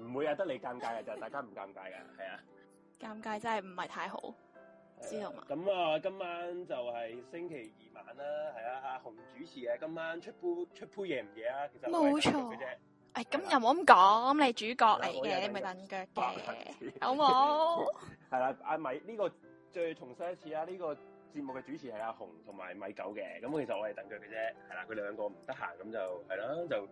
唔會啊，得你尷尬嘅就大家唔尷尬嘅，係啊。尷尬真係唔係太好，知道嘛？咁啊，今晚就係星期二晚啦，係啊，阿紅主持嘅。今晚出杯出杯夜唔夜啊？其實我係冇錯大陸嘅啫，誒，哎咁又冇咁講，你主角嚟我嘅，有你咪蹬腳白嘅，主好冇？係啦，阿米呢、個再重申一次啊，呢、個節目嘅主持係阿紅同埋米九嘅。咁其實我係等佢嘅啫，係啦，佢哋兩個唔得閒，咁就係啦，就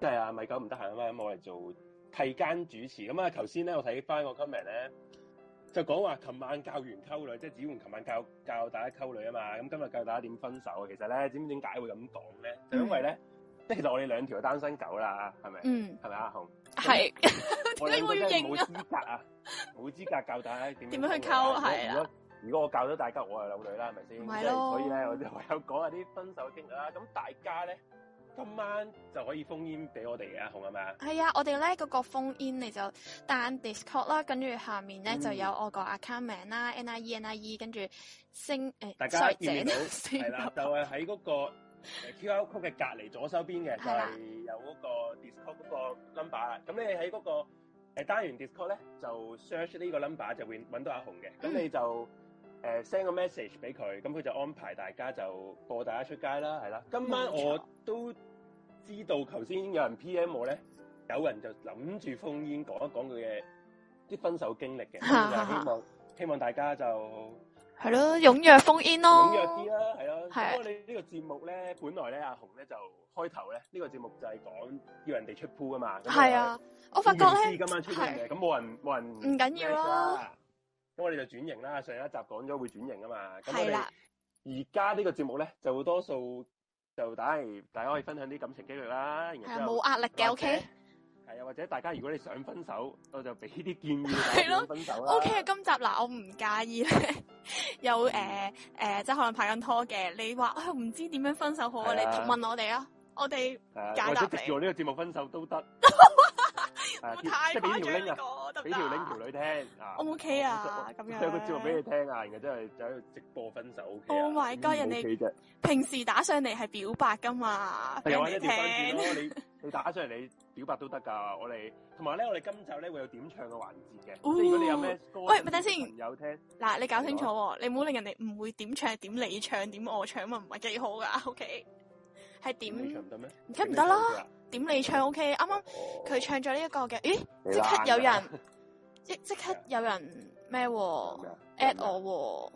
即係阿米九唔得閒啊嘛，咁我哋做替間主持。咁啊，頭先咧我睇翻個 comment 咧，就講話琴晚教完溝女，即係子桓琴晚教教大家溝女啊嘛，咁今日教大家點分手啊。其實咧，知唔知點解會咁講咧？就因為咧，即係其實我哋兩條單身狗啦，係咪？嗯，係咪啊阿紅？係 我解哋會要啊真係冇認啊資格啊，冇資格教大家點點樣去溝係啊如果如果我教咗大家，我係扭女啦，係咪先？咪即係咯所以咧，我就唯有講下啲分手經歷啦。咁大家咧，今晚就可以封煙俾我哋嘅，紅係咪啊？係啊，我哋咧嗰個 phone in 你就 down Discord 啦，跟住下面咧嗯就有我個 account 名啦，NIE E NIE，跟住星大誒，家 sorry，見唔見到 井四係啦，就係喺嗰個呃 QR code 嘅隔離左手邊嘅，就係啦係有嗰個 Discord 嗰個 number 啦。咁你喺嗰個誒單元 Discord 咧，就 search 呢個 number 就會揾到阿紅嘅。嗯咁你就誒 send 個 message 俾佢，咁佢就安排大家就播大家出街啦，係啦。今晚冇錯我都知道頭先有人 PM 我咧，有人就諗住封煙講一講佢嘅啲分手經歷嘅，咁就 希望希望大家就。係咯，踴躍 phone in 咯，踴躍啲啦，係咯。係咁我哋呢個節目咧，本來咧阿紅咧就開頭咧呢個節目就係講要人哋出 pool 啊嘛。咁係啊，我發覺你咧今晚出咗嘅，咁冇人冇唔人緊要啦，。咁我哋就轉型啦，上一集講咗會轉型啊嘛。咁我係哋啦，而家呢個節目咧，就多數就大家大家可以分享啲感情經歷啦。係然啊，後之後冇壓力嘅或者，OK，係啊，或者大家如果你想分手，我就俾啲建 議係你咯點分手啦。 O K 啊，今集嗱，我唔介意咧， 有誒誒、嗯呃呃即係可能拍緊拖嘅，你話啊唔知點樣分手好啊，係你啊問我哋啊，我哋係啊解答或者你藉住我呢個節目分手 都得。係啊會太即係俾誇條張 link 呢個啊！得唔俾條 link 條得女聽啊 O K 啊，咁有個節目俾樣。你聽啊，然後真係就喺度直播分手。OK 啊 Oh my god，人哋 OK 啫，平時打上嚟係表白噶嘛，啊俾又人或者哋調翻轉聽。咯，你 你打上嚟你表白都得㗎。我哋同埋咧，我哋今集咧會有點唱嘅環節嘅，哦即係如果你有咩歌，喂咪等先朋友聽嗱，你搞清楚啊喎，你唔好令人哋誤會點唱係點你唱點我唱咁啊，唔係幾好 噶，O K。係點你唱唔得咩？梗唔得啦，點你唱 O K。啱啱哦。佢唱咗呢一個嘅，咦？你即刻懶啊有㗎人即即刻有人咩喎咩啊 at 我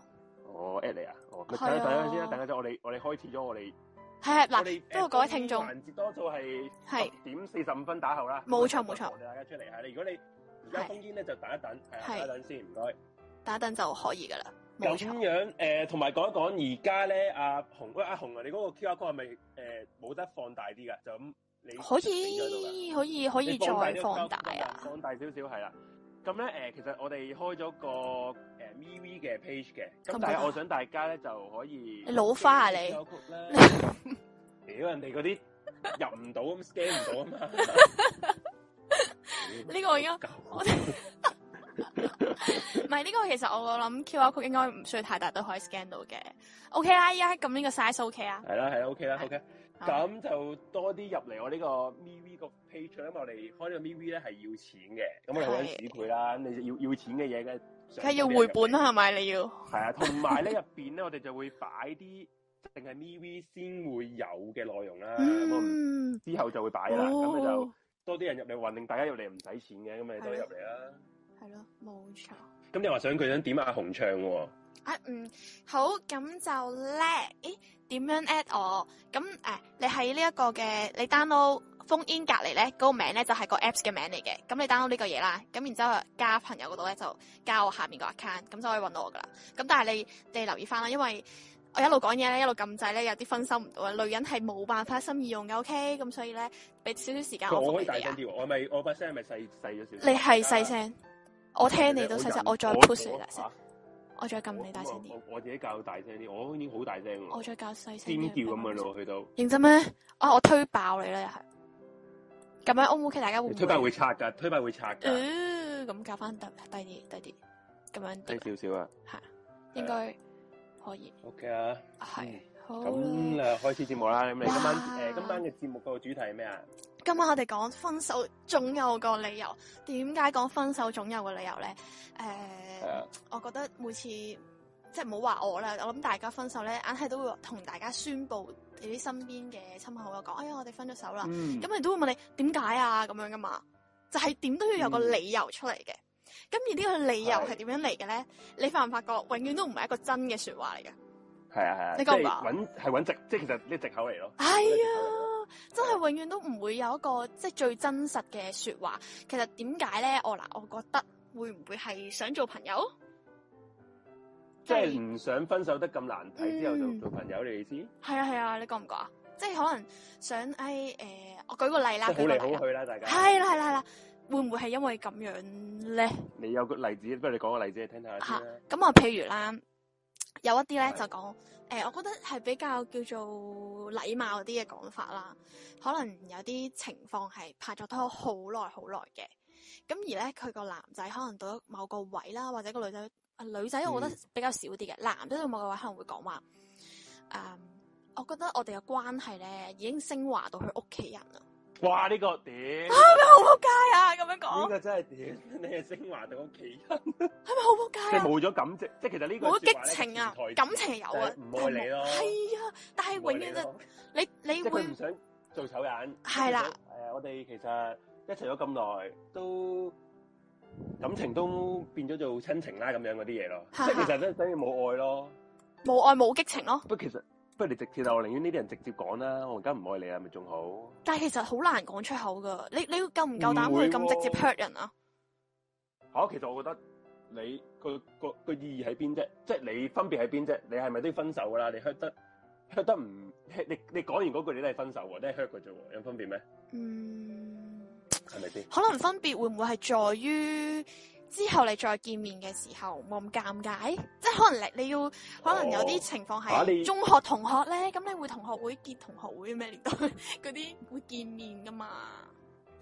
我 at 你啊， 哦咪係等啊一等一陣先啦，等一陣，我哋我哋開始咗我哋喎，係啊我嗱，哋不過各位 FOD 聽眾環節多數係係點四十五分打後啦。冇錯咁啊冇錯我哋大家出嚟係，如果你而家係封煙咧就等一等，係啊係等一等先，唔該。打等就可以噶啦，冇咁錯，樣誒，同埋講一講而家咧，阿紅喂阿紅啊，你嗰個 QR code 係咪誒冇得放大啲㗎？就咁你可你咗度㗎以可以可以你放大再啲個放 QR 大 code，啊，放大少少係啦。咁咧誒，其實我哋開咗個誒 MeWe 嘅 page 嘅，咁咁但得啊係我想大家咧就可以你老花啊你 QR code 啦 屌人哋嗰啲入唔到咁 scan 唔到啊嘛。 啊呢個已經我哋唔係呢個，其實我諗 QR code 應該唔需要太大都可以 scan 到嘅，OK 啦，依家咁呢個 size OK 啊， 係啦，係啦 ，OK 啦係，OK。好咁就多啲入嚟我呢個 MeWe 個 page 啦，因為我哋開呢個 MeWe 咧係要錢嘅，咁我哋揾係紙佢啦，咁你要要錢嘅嘢嘅，梗係要回本啦，係咪你要？係啊，同埋咧入邊咧，我哋就會擺啲淨係 MeWe 先會有嘅內容啦，咁我唔嗯，之後就會擺啦，咁你就哦，多啲人入嚟運，令大家入嚟唔使錢嘅，咁你多啲入嚟啦。係咯，冇錯。咁你話想佢想點阿紅唱喎？啊，嗯，好，咁就咧，咦，點樣 at 我？咁誒、呃你喺呢一個嘅，你 download 封 in 隔離咧，嗰、個名咧就係、個 apps 嘅名嚟嘅。咁你 download 呢個嘢啦，咁然之後加朋友嗰度咧就加我下面個 account，咁就可以揾到我噶啦。咁但係你你留意翻啦，因為我一路講嘢咧，一路撳掣咧，有啲分心唔到啊。女人係冇辦法一心二用嘅，OK？咁所以咧，俾少少時間我我覆可以你大哋聲啊。啲喎，我咪我把聲係咪細細咗少少？你係細聲，我聽你都細聲，我再 push 你大聲，我再撳我你大聲啲，我我自己較大聲啲，我已經好大聲我喎，再較細聲尖啲叫咁樣。咯，去到認真咩？啊，我推爆你啦，又係咁樣 O 唔 OK？大家會唔會推板會拆㗎，推板會拆㗎，呃咁搞翻低低啲低啲咁樣低啲，少少啊。應該可以 OK à. Ừ. 啊，係好咁啦。啊開始節目啦。咁你今晚哇誒今晚嘅節目個主題係咩啊？今晚我哋講分手總有個理由，點解講分手總有個理由咧？诶、係啊，我覺得每次即系唔好話我啦，我諗大家分手咧，硬係都會同大家宣佈你啲身邊嘅親朋好友講，哎呀，我哋分咗手啦。嗯，咁人都會問你點解啊咁樣噶嘛，就係點都要有個嗯理由出嚟嘅。咁而呢個理由係係點樣嚟嘅咧？你發唔發覺永遠都唔係一個真嘅说話嚟嘅？係啊係啊，你即覺唔係覺揾係揾藉，即係其實呢藉口嚟咯。哎呢個藉呀口嚟咯， 真係永遠都唔會有一個即係最真實嘅说話。其實點解咧？我嗱，我覺得會唔會係想做朋友？即係唔想分手得咁難睇，之後嗯就做朋友，你意思？即係啊係啊，你覺唔覺啊？即係可能想诶诶、我舉個例啦，係好舉個嚟例啦好，去啦，大家。係啦係啦係啦，會唔會係因為咁樣咧？你有個例子，不如你講個例子嚟聽下先啦。咁啊，譬如啦，有一啲咧係就講，诶、我覺得係比較叫做禮貌啲嘅講法啦。可能有啲情況係拍咗拖好耐好耐嘅，咁而咧佢個男仔可能到咗某個位啦，或者個女仔，啊女仔我覺得嗯比較少啲嘅，男仔到某個位可能會講話，诶、我覺得我哋嘅關係咧已經升華到佢屋企人啦，哇！呢個屌，好仆街 啊！咁樣呢講，個真係屌，你係升華到屋企人，係咪好仆街啊即係？冇咗感情，即係其實呢個冇説話激呢情啊潛台，詞感情係有啊，就係唔愛你咯系啊，但係永遠就你你即係會佢唔想做醜人。係啦誒、我哋其實一齊咗咁耐，都感情都變咗做親情啦，咁樣嗰啲嘢咯。即哈哈係其實真等於冇愛咯。冇愛冇激情咯。不過其實不如你直接啦，我寧願呢啲人直接講啦。我而家唔愛你啊，咪仲好？但係其實好難講出口噶，你你夠唔夠膽唔會去咁直接喎 hurt 人啊？嚇、其實我覺得你個個個意義喺邊啫？即係你分別喺邊啫？你係咪都要分手噶啦？你 hurt 得 hurt 得唔？你你講完嗰句你都係分手喎，都係 hurt 嘅啫喎，有分別咩？嗯，係咪先？可能分別會唔會係在於之後你再見面嘅時候冇咁尷尬？即係可能你你要可能有啲情況哦嚇你係中學同學咧，咁你會同學會見同學會咩年代 嗰啲會見面噶嘛？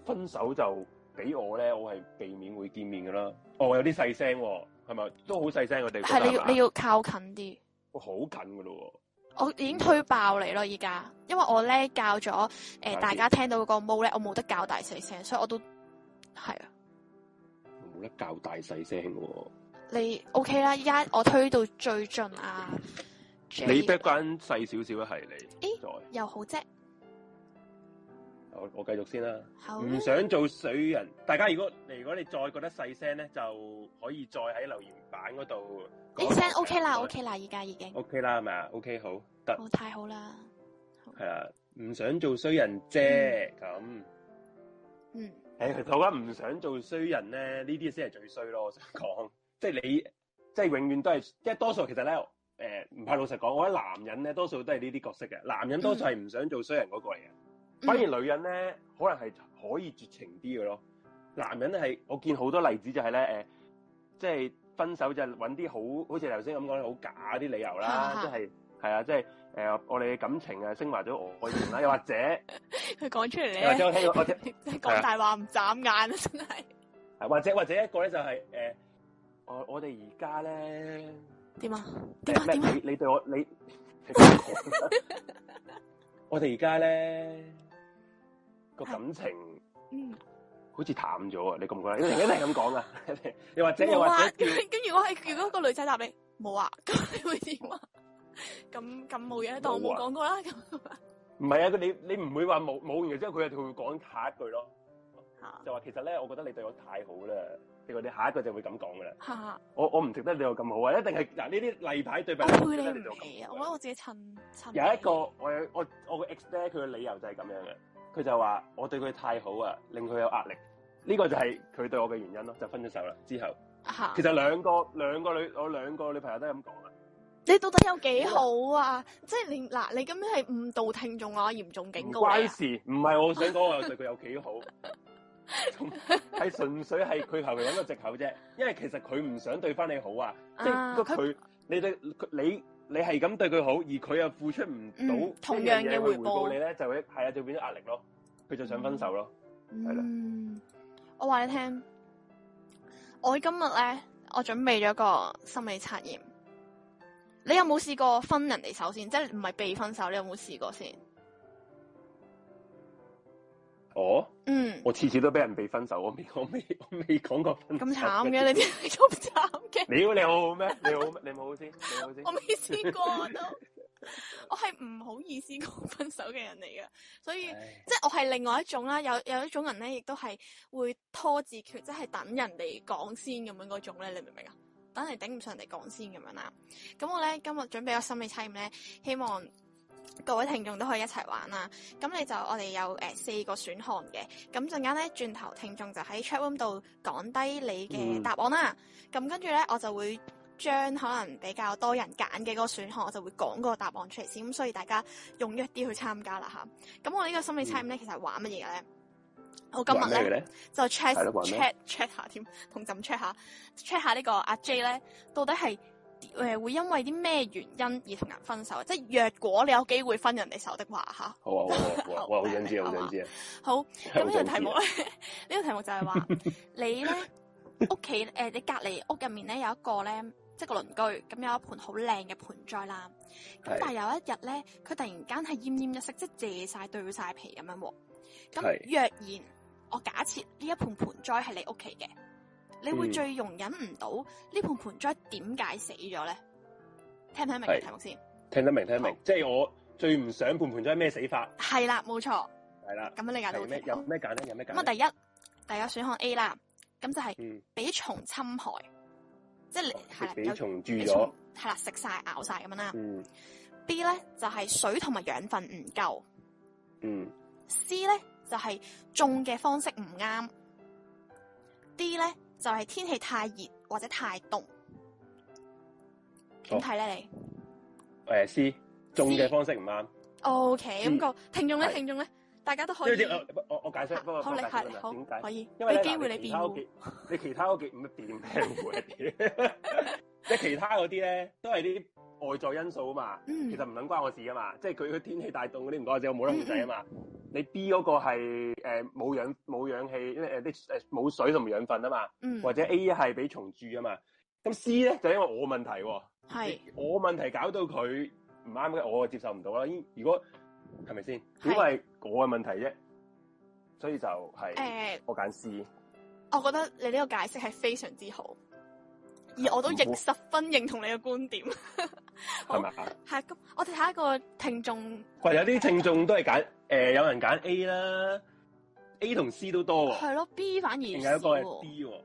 分手就俾我咧，我係避免會見面噶啦。哦，我有啲細聲喎，係咪都好細聲？我哋覺係得啊你要係嘛你要靠近啲。我哦好近噶咯我已經推爆你咯，而家，因為我咧教咗诶、呃大啲大家聽到個毛咧，我冇得教大細聲，所以我都係啊。喎，冇得較大細聲嘅喎。你 OK 啦，而家我推到最盡啊，J 你 background 細少少啊，係你咦在又好啫，我我繼續先啦。好啊唔想做水人，大家如果如果你再覺得細聲咧，就可以再喺留言版嗰度講你一講嘅。聲 OK 啦，OK 啦，而家已經 OK 啦，係咪啊？OK 好得好太好啦， 係啦，唔想做衰人啫咁。嗯，诶、其實我覺得唔想做衰人咧，呢啲先係最衰咯。我想講， 即係你，即係永遠都係，即係多數其實咧，诶、唔怕老實講，我覺得男人咧多數都係呢啲角色嘅，男人多數係唔想做衰人嗰個嚟嘅，嗯反而女人咧可能係可以絕情啲嘅咯。男人係我見好多例子就係咧，诶、即係分手就係揾啲好好似頭先咁講，好假啲理由啦，哈哈即係係啊，即係诶、誒我哋嘅感情啊升華咗愛 情啦，又或者佢講出嚟又或者我聽過我聽咧， 真係講大話唔眨眼啊，真係係或者或者一個咧就係、呃我我哋而家咧點啊點啊咩點啊，你你對我你， 你對我我哋而家咧個感情嗯，好似淡咗啊！你覺唔覺得？一定一定係咁 講啊！ 又或者又冇或啊， 者咁咁如果係如果個女仔答你冇啊，咁你會點啊？咁咁冇嘢，當我冇冇啊講過啦，咁唔係啊！佢你你唔會話冇冇完之後，佢就會講下一句咯，嚇就話其實咧，我覺得你對我太好啦。你你下一句就會咁講噶啦，嚇嚇。我我唔值得你對我咁好啊！一定係嗱呢啲例牌對白，我值配你得對唔我咁起啊！好我覺得我自己襯襯你。啊有一個我有我我個 ex 咧，佢嘅理由就係咁樣嘅，佢就話我對佢太好啊，令佢有壓力。呢、個就係佢對我嘅原因咯，就分咗手啦。之後嚇其實兩個兩個女我兩個女朋友都係咁講啊，你到底有幾好啊？即係你嗱，你咁樣係誤導聽眾啊，嚴重警唔告你關啊！事，唔係我想講我對佢有幾好，係純粹係佢後嚟揾個藉口啫。因為其實佢唔想對翻你好啊，即啊係佢佢你對佢你你係咁對佢好，而佢又付出唔嗯到同一樣樣嘅嘢去回回報報你咧，就會係啊就變咗壓力咯，佢就想分手咯。係啦嗯，我話你聽，我今日咧，我準備咗個心理測驗。你有冇試過分人哋手先？即係唔係被分手？你有冇試過先？我嗯，我次次都俾人被分手，我未我未我未講過分手。咁慘嘅，你啲你咁慘嘅，你你好咩？你好咩？你冇好先，你 好先我。未試過我 都，我係唔好意思講分手嘅人嚟嘅，所以唉即係我係另外一種啦。有有一種人咧，亦都係會拖字嗯訣，即係等人哋講先咁樣嗰種咧，你明唔明啊？等人哋頂唔上人哋講先咁樣啦。咁我咧今日準備個心理測驗咧，希望各位聽眾都可以一齊玩啦。咁你就我哋有誒、呃四個選項嘅，咁陣間咧轉頭聽眾就喺 chat room 度講低你嘅嗯答案啦。咁跟住咧我就會。將可能比較多人揀嘅嗰個選項，我就會講嗰個答案出嚟先，咁所以大家踴躍啲去參加啦吓。咁我呢個心理測驗咧，其實係玩乜嘢咧？我今日嗯玩咩嘅咧咧？就 check 係咯玩咩 check check 下添，同朕 check 下 check 下呢個阿 J 咧，到底係誒、呃、會因為啲咩原因而同人分手？即係若果你有機會分人哋手的話吓。好啊，好啊，好啊，哇，好想知啊，好想知啊！ 好，咁呢好個想題目 知啊咧，呢個題目就係 話你咧屋企誒，你隔離屋入面咧有一個咧，即係個鄰居，咁有一盆好靚嘅盆栽啦。咁係但係有一日咧，佢突然間係奄奄一息，即係謝晒對晒皮咁樣喎。咁係若然我假設呢一盆盆栽係你屋企嘅，你會嗯最容忍唔到呢盆盆栽點解死咗咧？聽唔聽明嘅係題目先？聽得明，聽得好明，即係我最唔想判盤咗係咩死法，係啦，冇錯，係啦。咁樣理解到係咩？有咩簡單？有咩咁啊，簡第單？一第一個選項 A 啦，咁就係嗯，哦俾蟲侵害，即係你係啦，俾有蟲蛀俾咗蟲，係啦，食晒咬晒咁樣啦。嗯 B 咧就係、水同埋養分唔夠嗯， ，C 咧就係、種嘅方式唔啱，D 咧就係、天氣太熱或者太凍。哦點睇咧你誒，C 種嘅方式唔啱， ？O K，咁嗯個聽眾咧，係聽眾咧，大家都可因為呃以啲，我我我解釋，不過好我你解釋係啦好點解？可以，因為咧俾機會嗱你其辯他屋護。企，你其他屋企唔係辯咩會啊？屌 即係其他嗰啲咧，都係啲外在因素啊嘛。嗯其實唔撚關我事啊嘛，即係佢佢天氣大凍嗰啲唔關我事，我冇得控制啊嘛。嗯你 B 嗰個係誒冇氧冇氧氣，因為誒啲誒冇水同埋養分啊嘛，嗯，或者 A 係俾蟲蛀啊嘛。咁 C 咧就因為我問題喎、係我問題搞到佢唔啱嘅，我就接受唔到啦。咦如果係咪先？係因為我嘅問題啫，所以就係、誒，我揀 C。我覺得你呢個解釋係非常之好，而我哦都認十分認同你嘅觀點。好係咪啊？係咁，我哋下一個聽眾喂，有啲聽眾都 係揀誒，有人揀 A 啦，A 同 C 都多喎，係咯，B 反而仲哦有一個少係喎啊 B 喎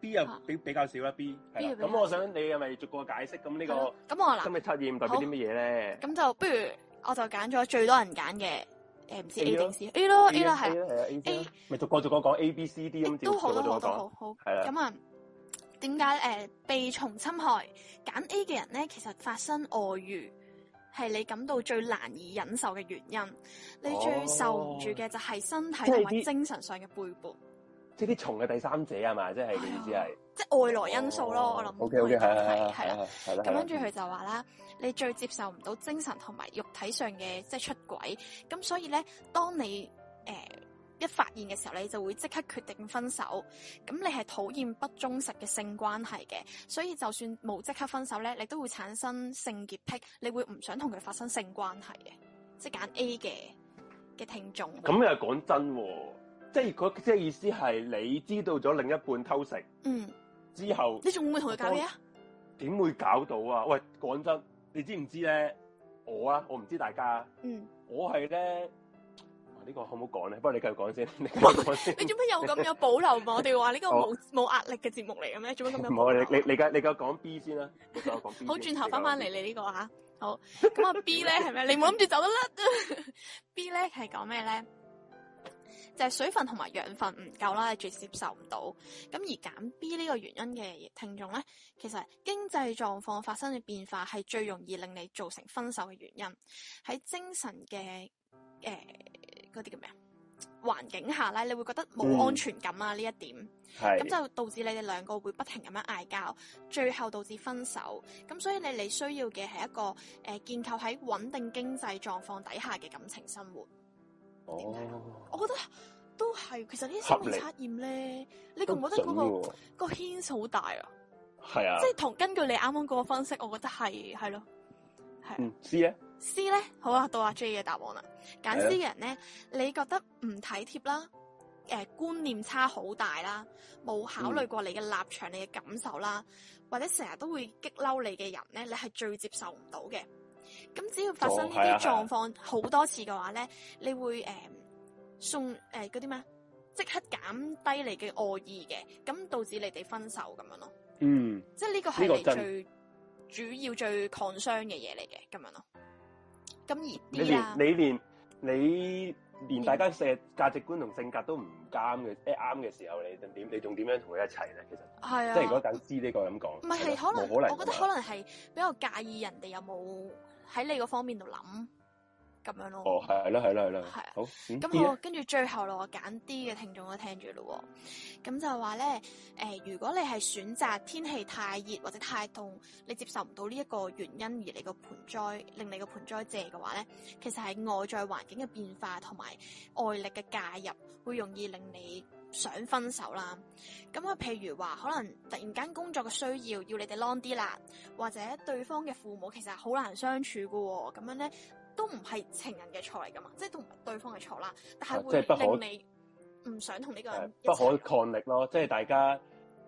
，B 又比比較少啦，B 係 B 又啦比。較咁我想你係咪逐個解釋？咁呢係咯個咁我今嗱，日測驗代表啲乜嘢咧？咁就不如我就揀咗最多人揀嘅，呃誒唔知 A A 咯定 C A 咯 A 啦啦係，係啊 A 先 A 啦咪逐個逐個講 A B C D 咁，都好逐都個好逐個都好講，好。係啦，咁啊，點解誒被蟲侵害揀 A 嘅人咧，其實發生外遇係你感到最難以忍受嘅原因，你最受唔住嘅就係身體哦即係同埋啲精神上嘅背叛，即係啲蟲嘅第三者係嘛，即係嘅意思係即係外來因素咯。我諗 O K O K 係係係係啦。啊嗯係係啦，哎哦咁跟住佢就話啦，你最接受唔到精神同埋肉體上嘅即係出軌，咁所以咧，當你誒、呃一發現嘅時候，你就會即刻決定分手。咁你係討厭不忠實嘅性關係嘅，所以就算冇即刻分手咧，你都會產生性潔癖，你會唔想同佢發生性關係嘅，即係揀 A 嘅嘅聽眾。咁又講真喎，即係佢即係意思係你知道咗另一半偷食 Ừ. 嗯，之後。你仲會唔會同佢搞嘢啊？點會搞到啊？喂，講真，你知唔知咧？我啊，我唔知大家啊，Ừ. 嗯，我係咧，啊呢、個好唔好講咧？不過你繼續 講先，你繼續講先你。做咩有咁 有保留嘛？我哋話呢個好冇冇壓力嘅節目嚟嘅咩？做咩咁有唔保好，留你啊？你你繼你繼續講 B 先啦。你繼續講 B 先。好，轉頭翻翻嚟你你呢個吓，好，咁啊 B 咧係咩？你唔好諗住走得甩。B 啊咧係講咩咧？就係、水分同埋養分唔夠啦，你最接受唔到。咁而揀 B 呢個原因嘅聽眾咧，其實經濟狀況發生嘅變化係最容易令你造成分手嘅原因。喺精神嘅誒嗰啲叫咩啊？環境下咧，你會覺得冇嗯安全感啊呢一點。講咁係就導致你哋兩個會不停咁樣嗌交，最後導致分手。咁所以你哋需要嘅係一個誒、呃建構喺穩定經濟狀況底下嘅感情生活。點解哦，我覺得都係，其實呢啲心理測驗咧，你覺唔覺得嗰、都個、準喎個牽數好大啊？係啊即，係同根據你啱啱嗰個分析，我覺得係係咯，係啊。嗯 C 咧 C 咧，好啊，到阿 J 嘅答案啦。啊揀 C 嘅人咧，你覺得唔體貼啦，誒、觀念差好大啦，冇考嗯慮過你嘅立場、你嘅感受啦，或者成日都會激嬲你嘅人咧，你係最接受唔到嘅。咁只要發生呢哦係啊啲係啊狀況好多次嘅話咧，你會誒、呃送誒嗰啲咩啊？即刻減低你嘅惡意嘅，咁導致你哋分手咁樣咯。嗯，即係呢個呢係個你真最主要最 concern 嘅嘢嚟嘅，咁樣咯。咁而你 D 啦連，你連你連大家嘅價值觀同性格都唔啱嘅，即係啱嘅時候，你仲點你仲點樣同佢一齊咧？其實係啊，即係如果揀 C 呢個咁講，唔係係可能，冇我覺得㗎嘛可能係比較介意人哋有冇喺你嗰方面度諗咁樣咯。哦，係啦，係啦，係啦，係啊好，咁咁好，跟住最後咯，我揀 D 嘅聽眾都聽住咯喎。咁就話咧，誒、如果你係選擇天氣太熱或者太凍，你接受唔到呢一個原因而你個盆栽令你個盆栽謝嘅話咧，其實係外在環境嘅變化同埋外力嘅介入，會容易令你想分手啦。咁啊，譬如話，可能突然間工作嘅需要要你哋 long 啲啦，或者對方嘅父母其實係好難相處嘅喎、咁樣咧都唔係情人嘅錯嚟噶嘛，即係都唔係對方嘅錯啦，但係啊即係不會可令你唔想同呢個係人一不可齊。抗力咯，即係大家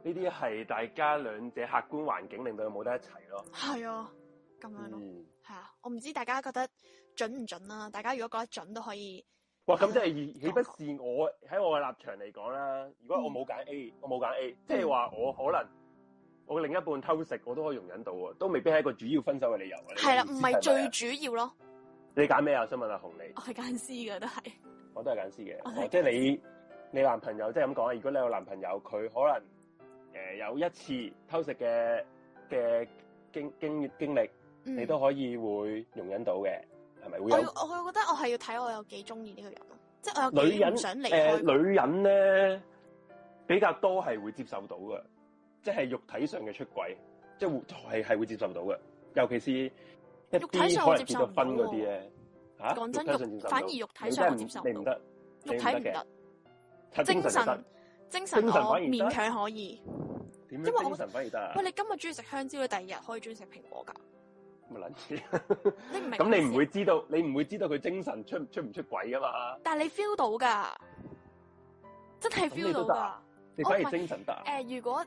呢啲係大家兩者客觀環境令到佢冇得一齊咯。係啊，咁樣咯，嗯，係啊，我唔知大家覺得準唔準啦、大家如果覺得準都可以，哇，啊咁即係岂不是我喺我嘅立場嚟講啦？如果我嗯冇揀 A，我冇揀 A，即係話我可能我另一半偷食，我都可以容忍到喎，都未必係一個主要分手嘅理由啊。你係啦、意思唔咪啊係最主要咯，你揀咩啊？我想問下紅你，我係揀 C 嘅都係，我都係揀 C 嘅。我哦係即係你你男朋友即係咁講啊，如果你有男朋友，佢可能誒、呃有一次偷食嘅嘅經經經歷。嗯你都可以會容忍到嘅，係咪會我要有我覺得我係要睇我有幾中意呢個人咯，即係我有女幾人？唔想離誒、開佢。女人咧比較多係會接受到嘅，即係肉體上嘅出軌，即係會係係會接受到嘅，尤其是一肉體上啲我可能接結受咗唔到婚嗰啲咧，嚇、講真肉體上接受唔到反而肉體上我接受唔到你真係唔你肉體唔唔得，你唔得得，嘅，精神就得神精神精神我反而得勉強可以。點因為樣我精神反而得啊喂，？你今日中意食香蕉，你第二日可以中意食蘋果㗎，咁撚嘢 你唔明？咁你唔會，知道，你唔會知道佢精神出出唔出軌噶嘛？但係你 feel 到㗎，真係咁你 feel 到都得㗎啊。你我反唔而係精神得啊誒、？如果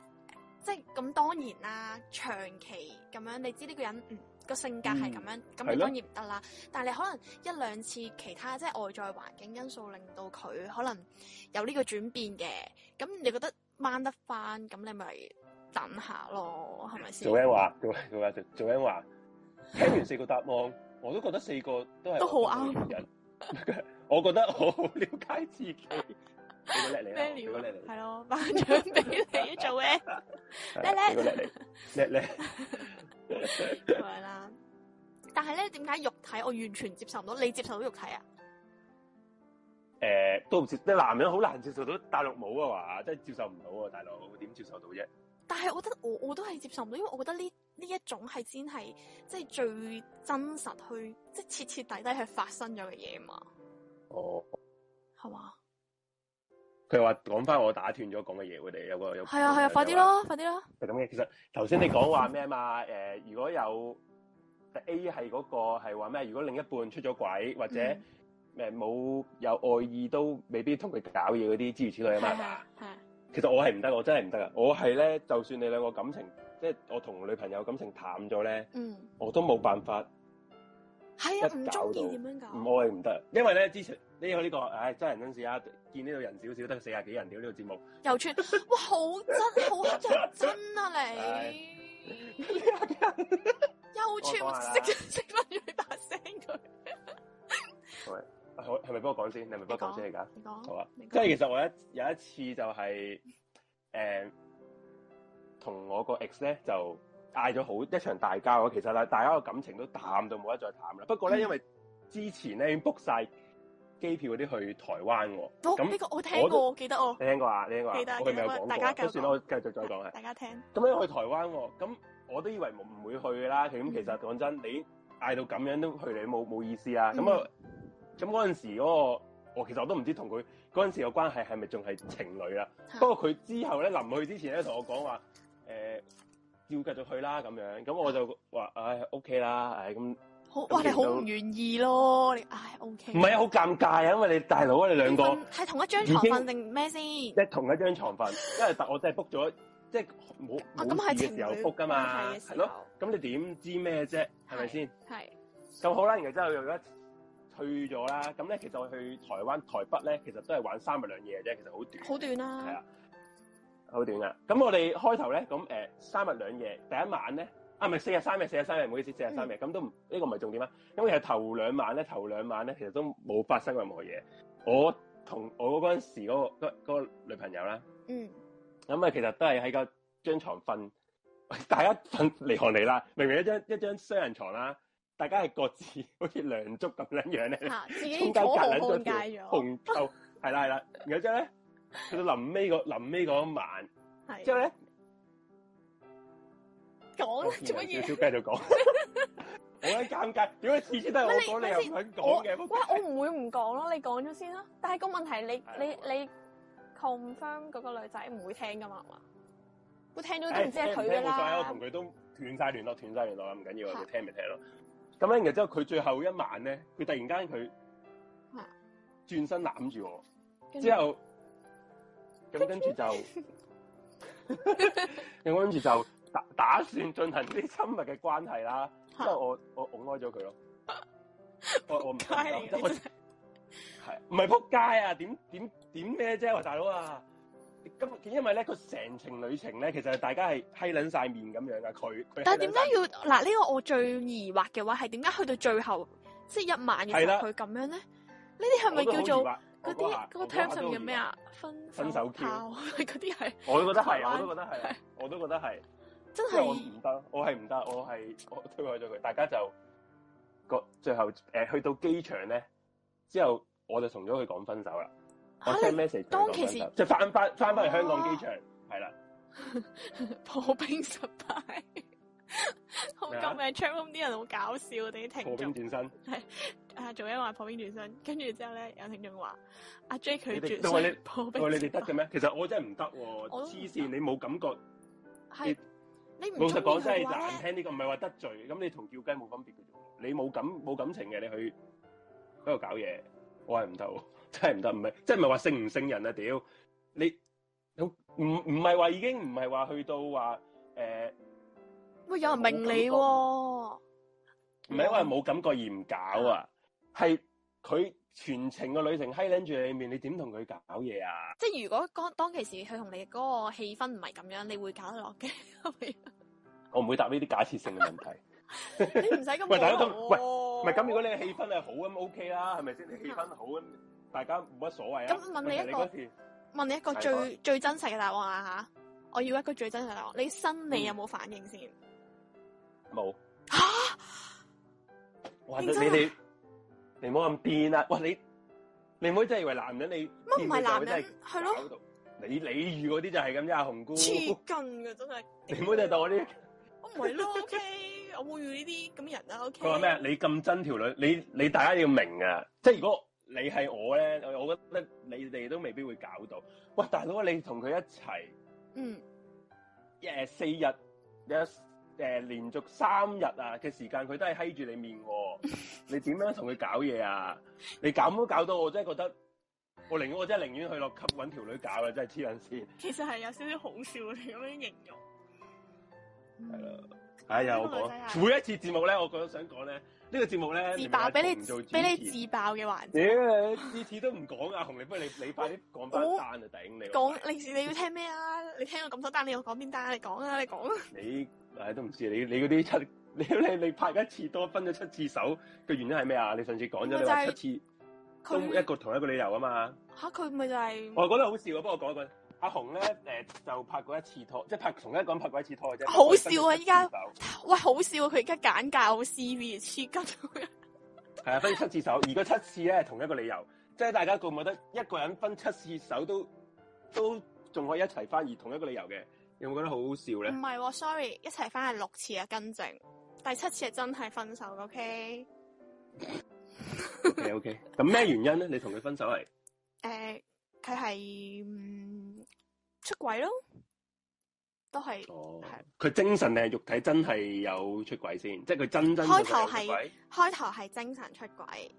即係咁當然啦，長期咁樣，你知呢個人嗯個性格係咁樣，咁、嗯你係咯當然唔得啦。但係你可能一兩次其他即係外在環境因素令到佢可能有呢個轉變嘅，咁你覺得掹得翻，咁你咪等下咯，係咪先做？人話，做做話做做人話，聽完四個答案，我都覺得四個都係都好啱人。我覺得我好了解自己，你個叻你啦，咩你個料啊叻你？，係咯，頒獎俾你做嘅 叻叻你個啊叻你，叻叻。 咁樣啦。但係咧，點解肉體我完全接受唔到？你接受到肉體啊？誒，都唔接，啲男人好難接受到大陸舞啊嘛，真係接受唔到啊，大佬點接受到啫？但係我覺得我我都係接受唔到，因為我覺得呢呢一種係先係即係最真實去即係徹徹底底係發生咗嘅嘢嘛，哦，係嘛？佢話講翻我打斷咗講嘅嘢，我哋有個有係啊係啊，快啲！咯，快啲咯！就咁嘅。其實頭先你講話咩嘛？誒、如果有 A 係嗰個係話咩？如果另一半出咗軌或者誒嗯冇、有愛意，都未必同佢搞嘢嗰啲諸如此類啊係嘛係係嘛。係啊其實我係唔得，我真係唔得啊！我係咧，就算你兩個感情，即係我同女朋友感情淡咗咧，Ừ. 嗯我都冇辦法，係啊，一唔搞中意到點樣搞？唔我係唔得，因為咧之前呢、個呢、個，唉、真人真事啊！見呢度人少少，得四廿幾人屌呢個節目，又串，哇！好真好認真啊唉你，又串我講下啦我識識翻咗你把聲佢，啊好係咪幫我講先？你係咪幫我講先嚟㗎？你好講啊，你講即係其實我一有一次就係、誒，同、我個 ex 咧就嗌咗好一場大交啊。其實啦，大家個感情都淡到冇得再淡啦。不過咧，嗯因為之前咧已經 book 晒機票嗰啲去台灣喎。好咁哦呢個我聽過，我記得我你聽過啊？你聽過啊記得？我哋咪有記得講大過家啊，繼續都算啦。我繼續再講啊。大家聽，咁咧去台灣喎，咁我都以為唔會去啦。咁其實講真，你嗌到咁樣都去，你冇冇意思啊？咁啊，咁嗰陣時嗰、個，我其實我都唔知同佢嗰陣時嘅關係係咪仲係情侶啦。嚇不過佢之後咧臨去之前咧同我講話，誒、要繼續去啦咁樣。咁我就話唉 OK 啦，唉咁好哇！你好唔願意咯，你唉 O K。唔係啊，好尷尬啊，因為你大佬啊，你兩個你瞓係同一張床瞓定咩先？即係同一張 床瞓，因為特我真係 book 咗，即係冇啊，咁係冇事嘅情時候侶 book 噶嘛，關係嘅時係候咯。咁你點知咩啫？係咪先？？係咁好啦，然後之後又一去咗啦。咁咧，其實我去台灣台北咧，其實都係玩三日兩夜啫，其實好短，好短係啦啊，好短啊。咁我哋開頭咧，咁誒、呃三日兩夜，第一晚咧，啊唔係四日三夜，四日三夜，唔好意思，四日三嗯夜。咁、都唔呢、個唔係重點啦。咁其實頭兩晚咧，頭兩晚咧，其實都冇發生過任何嘢。我同我嗰陣時嗰、個嗰、嗰個女朋友啦。Ừ. 嗯，咁啊，其實都係喺個張床瞓， 大家瞓離行離啦。明明一張一張雙人床啦，大家係各自 好似梁祝咁樣樣 咧，嚇自己中間左隔後兩咗控條界咗，紅溝，係啦係啦。然後之後咧，去到臨尾個臨尾嗰晚，之後係咧，講做乜少嘢？少繼續講， 好鬼尷尬，點解次次都係我講，咪你你又唔肯講嘅？喂，我唔會唔講咯，你講咗先啦。但係個問題，你係啊你你 confirm 嗰個女仔唔會聽噶嘛？係嘛會聽到唉都唔知係聽佢聽噶冇所謂我啦同。佢都斷晒聯絡，斷晒聯絡啦，唔緊要，嚇你聽咪聽咯。咁咧，然後之後佢最後一晚咧，佢突然間佢嚇轉身攬住我。跟住之後，咁跟住就， 咁跟住就打打算進行啲親密嘅關係啦。之嚇後我我拱開咗佢咯，我我唔仆街嚟嘅我係唔係仆街啊？點點點咩啫？喂大佬啊！咁因為咧，佢成程旅程咧，其實大家係閪撚晒面咁樣噶。佢佢但係係點解要嗱？呢個我最疑惑嘅話係點解去到最後即係一晚嘅係時啦候佢咁樣咧？呢啲係咪叫做嗰嗰啲嗰個 term 上叫叫咩？啊？分分手炮 嗰啲係我都覺得台係，灣我都覺得係，我都覺得係。真因為係我唔得，我係唔得，我係我推開咗佢，大家就個最後誒、呃去到機場咧之後，我就同咗佢講分手啦。我嚇 send 你 message 當同佢講分其手時即係翻翻翻翻去香港機場，係啦、破冰失敗。 好咩啊救命 c h a room 啲人好搞笑，我哋啲破聽眾冰。轉身。啊，做一話破冰轉身，跟住之後咧，有聽眾話阿 J 拒你哋絕，都所話以你破冰喂，你哋得轉嘅身。咩？其實我真係唔得我喎，都唔得黐線！你冇感覺，係你唔老實中講意佢真嘅係話咧難，哎聽呢個，唔係話得罪。咁你同叫雞冇分別嘅啫，你冇感冇感情嘅，你去喺度搞嘢，我係唔得喎， 真係唔得，唔係即係唔係話聖唔聖人啊？屌你好唔唔係話已經唔係話去到話誒，喂，有人明你喎，唔係因為冇感覺而唔搞啊，係佢全程個旅程閪撚住你面，你點同佢搞嘢啊？即係如果當當其時佢同你嗰個氣氛唔係咁樣，你會搞得落嘅， 係咪我唔會答呢啲假設性嘅問題。你唔使咁喂大家都都喂唔唔係咁，如果你嘅氣氛係好咁 OK 啦，係咪先？你氣氛好咁，大家冇乜所謂啊。咁問你問題一你個嗰時問你一個係最最真實嘅答案啊吓，我要一個最真實嘅答案，你生嗯理有冇反應先？冇。吓，哇！你認真啊哋你唔好咁癲啦！哇！你你唔好真係以為男人你乜唔係男人係係咯？你你遇嗰啲就係咁啫，阿紅姑。黐筋嘅真係， 你唔好就係當我啲我唔係咯，OK，我 冇遇呢啲咁嘅人啦，OK。啊佢話咩？你咁憎條女，你你大家要明啊！即係如果你係我咧，我我覺得你哋都未必會搞到。哇！大佬，你同佢一齊。Ừ. 嗯，誒四日有誒、呃、連續三日啊嘅時間，佢都係閪住你 面喎、你點樣同佢搞嘢啊？你咁都搞到我真係覺得，我寧願我真係寧願去落級揾條女搞啦，真係黐撚線。其實係有少少好笑你咁樣形容。嗯係啦哎呀，我講每一次節目咧，我覺得想講咧，呢、個節目咧，自爆俾明明係你做主持俾你自爆嘅環節，屌你次次都唔講啊，紅你不如你 你快啲講翻我單啊，頂你個講你你要聽咩啊？你聽過咁多單，你要講邊單啊？你講啊，你講啊！你唉都唔知啊你你嗰啲七你你你拍一次多分咗七次手嘅原因係咩啊？你上次講咗你話咪就係七次都一佢個同一個理由啊嘛。吓佢咪就係我覺得好笑啊，不過我講一句，阿紅咧誒就拍過一次拖，即係拍同一個人拍過一次拖嘅啫。好笑啊依家係喂好笑啊，佢而家簡介我 C V 黐筋，啊，分咗七次手，而嗰七次咧係同一個理由，即係大家覺唔覺得一個人分七次手都都仲可以一齊翻而同一個理由嘅？有冇覺得好好笑唔咧？係喎，sorry，一齊翻係六次啊，更正，第七次係真係分手，OK？ OK OK，咁咩原因咧？你同佢分手係呃誒，佢係嗯出軌咯，都係哦係佢精神定係肉體真係有出軌先？即係佢真真開頭係係開頭係精神出軌，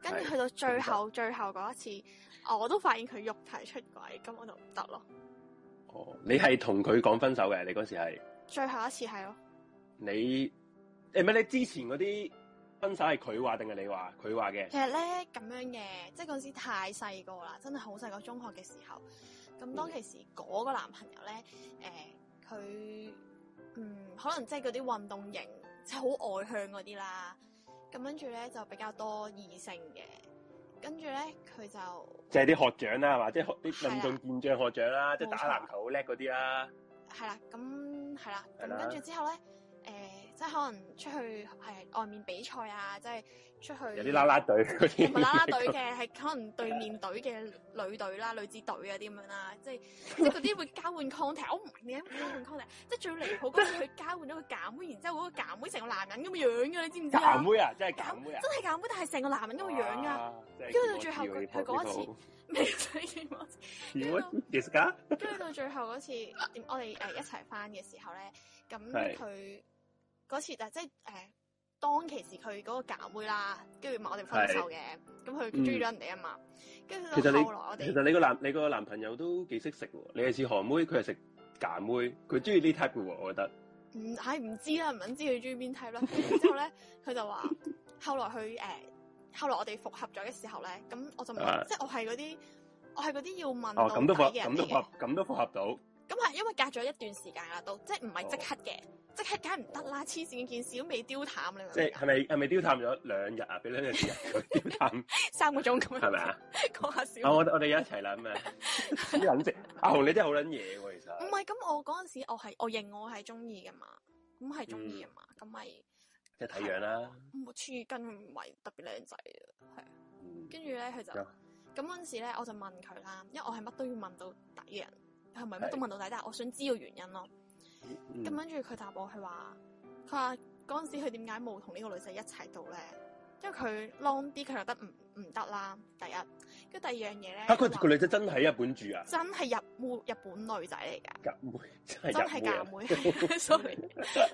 跟係住去到最後最後嗰一次，我都發現佢肉體出軌，咁我就唔得咯。哦，你係同佢講分手嘅，你嗰時係最後一次係咯，你誒咩？你之前嗰啲分手係佢話定係你話？佢話嘅其實咧咁樣嘅，即係嗰陣時太細個啦，真係好細個，中學嘅時候。咁當其時嗰個男朋友咧，誒、佢嗯可能即係嗰啲運動型，即係好外向嗰啲啦。咁跟住咧就比較多異性嘅，跟住咧佢就。就係啲學長啦，係嘛？即係學係啲啊運動健將學長啦，即係冇打錯籃球好叻嗰啲啦。系啦，咁系啦，係咁啦跟住之後咧，诶、即係可能出去係外面比賽啊，即係出去有啲啦啦隊嗰唔啲，係啦啦隊嘅，係可能對面隊嘅女隊啦、女子隊啊啲咁樣啦，即係 即係嗰啲會交換 contact，我唔明點解會交換 contact，即係最離譜嗰次佢交換咗個假妹，然之後嗰個假妹成個男人咁嘅樣嘅，你知唔知假啊？妹啊，真係假妹啊，真係假妹，但係成個男人咁嘅樣噶，哇，跟跟住到最後佢佢嗰一次 未睇見我 點啊？Yes 噶，跟住到最後嗰次，點我哋誒、一齊翻嘅時候咧，咁係佢嗰次就即係誒、當其時佢嗰個假妹啦，跟住咪我哋分手嘅，咁佢中意咗人哋啊嘛，跟住嗯其到實你後來我其哋實你個男你個男朋友都幾識食喎，你係似韓妹，佢係食假妹，佢中意呢 type 嘅喎，我覺得。唔嗯唉唔知啦，唔撚知佢中意邊 type 啦，之後咧 佢就話，後來佢誒、後來我哋復合咗嘅時候咧，咁我就問，啊即係我係嗰啲我係嗰啲要問哦，咁都到符，底嘅人咁嚟都嘅符，，咁都符合 到。咁係因為隔咗一段時間啦，都即係唔係即刻嘅，即刻梗係唔得啦，黐線件事都未丟淡你明唔哦即明係啊？係咪係咪丟淡咗兩日啊？俾兩日時間 佢丟淡，三個鐘咁樣係咪啊？ 講下啊，笑。我唔我哋一齊啦咁啊！好撚 食，阿紅你真係好撚嘢喎，其實。係咁，我嗰陣時我係我認我係中意噶嘛，咁係中意噶嗯嘛，咁咪即係睇樣啦。冇黐根，唔係特別靚仔啊。嗯跟住咧佢就有咁嗰陣時咧，我就問佢啦，因為我係乜都要問到底嘅人，佢唔係乜都問到底，但係我想知道原因咯。嗯咁跟住佢答我，佢話佢話嗰陣時佢點解冇同呢個女仔一齊到咧？因為佢 long 啲，佢覺得唔唔得啦。第一，跟住第二樣嘢咧，啊！佢佢話個女仔真係喺日本住啊，真係日妹日本女仔嚟㗎，夾妹真係真係夾妹嫁啊！妹 ，sorry，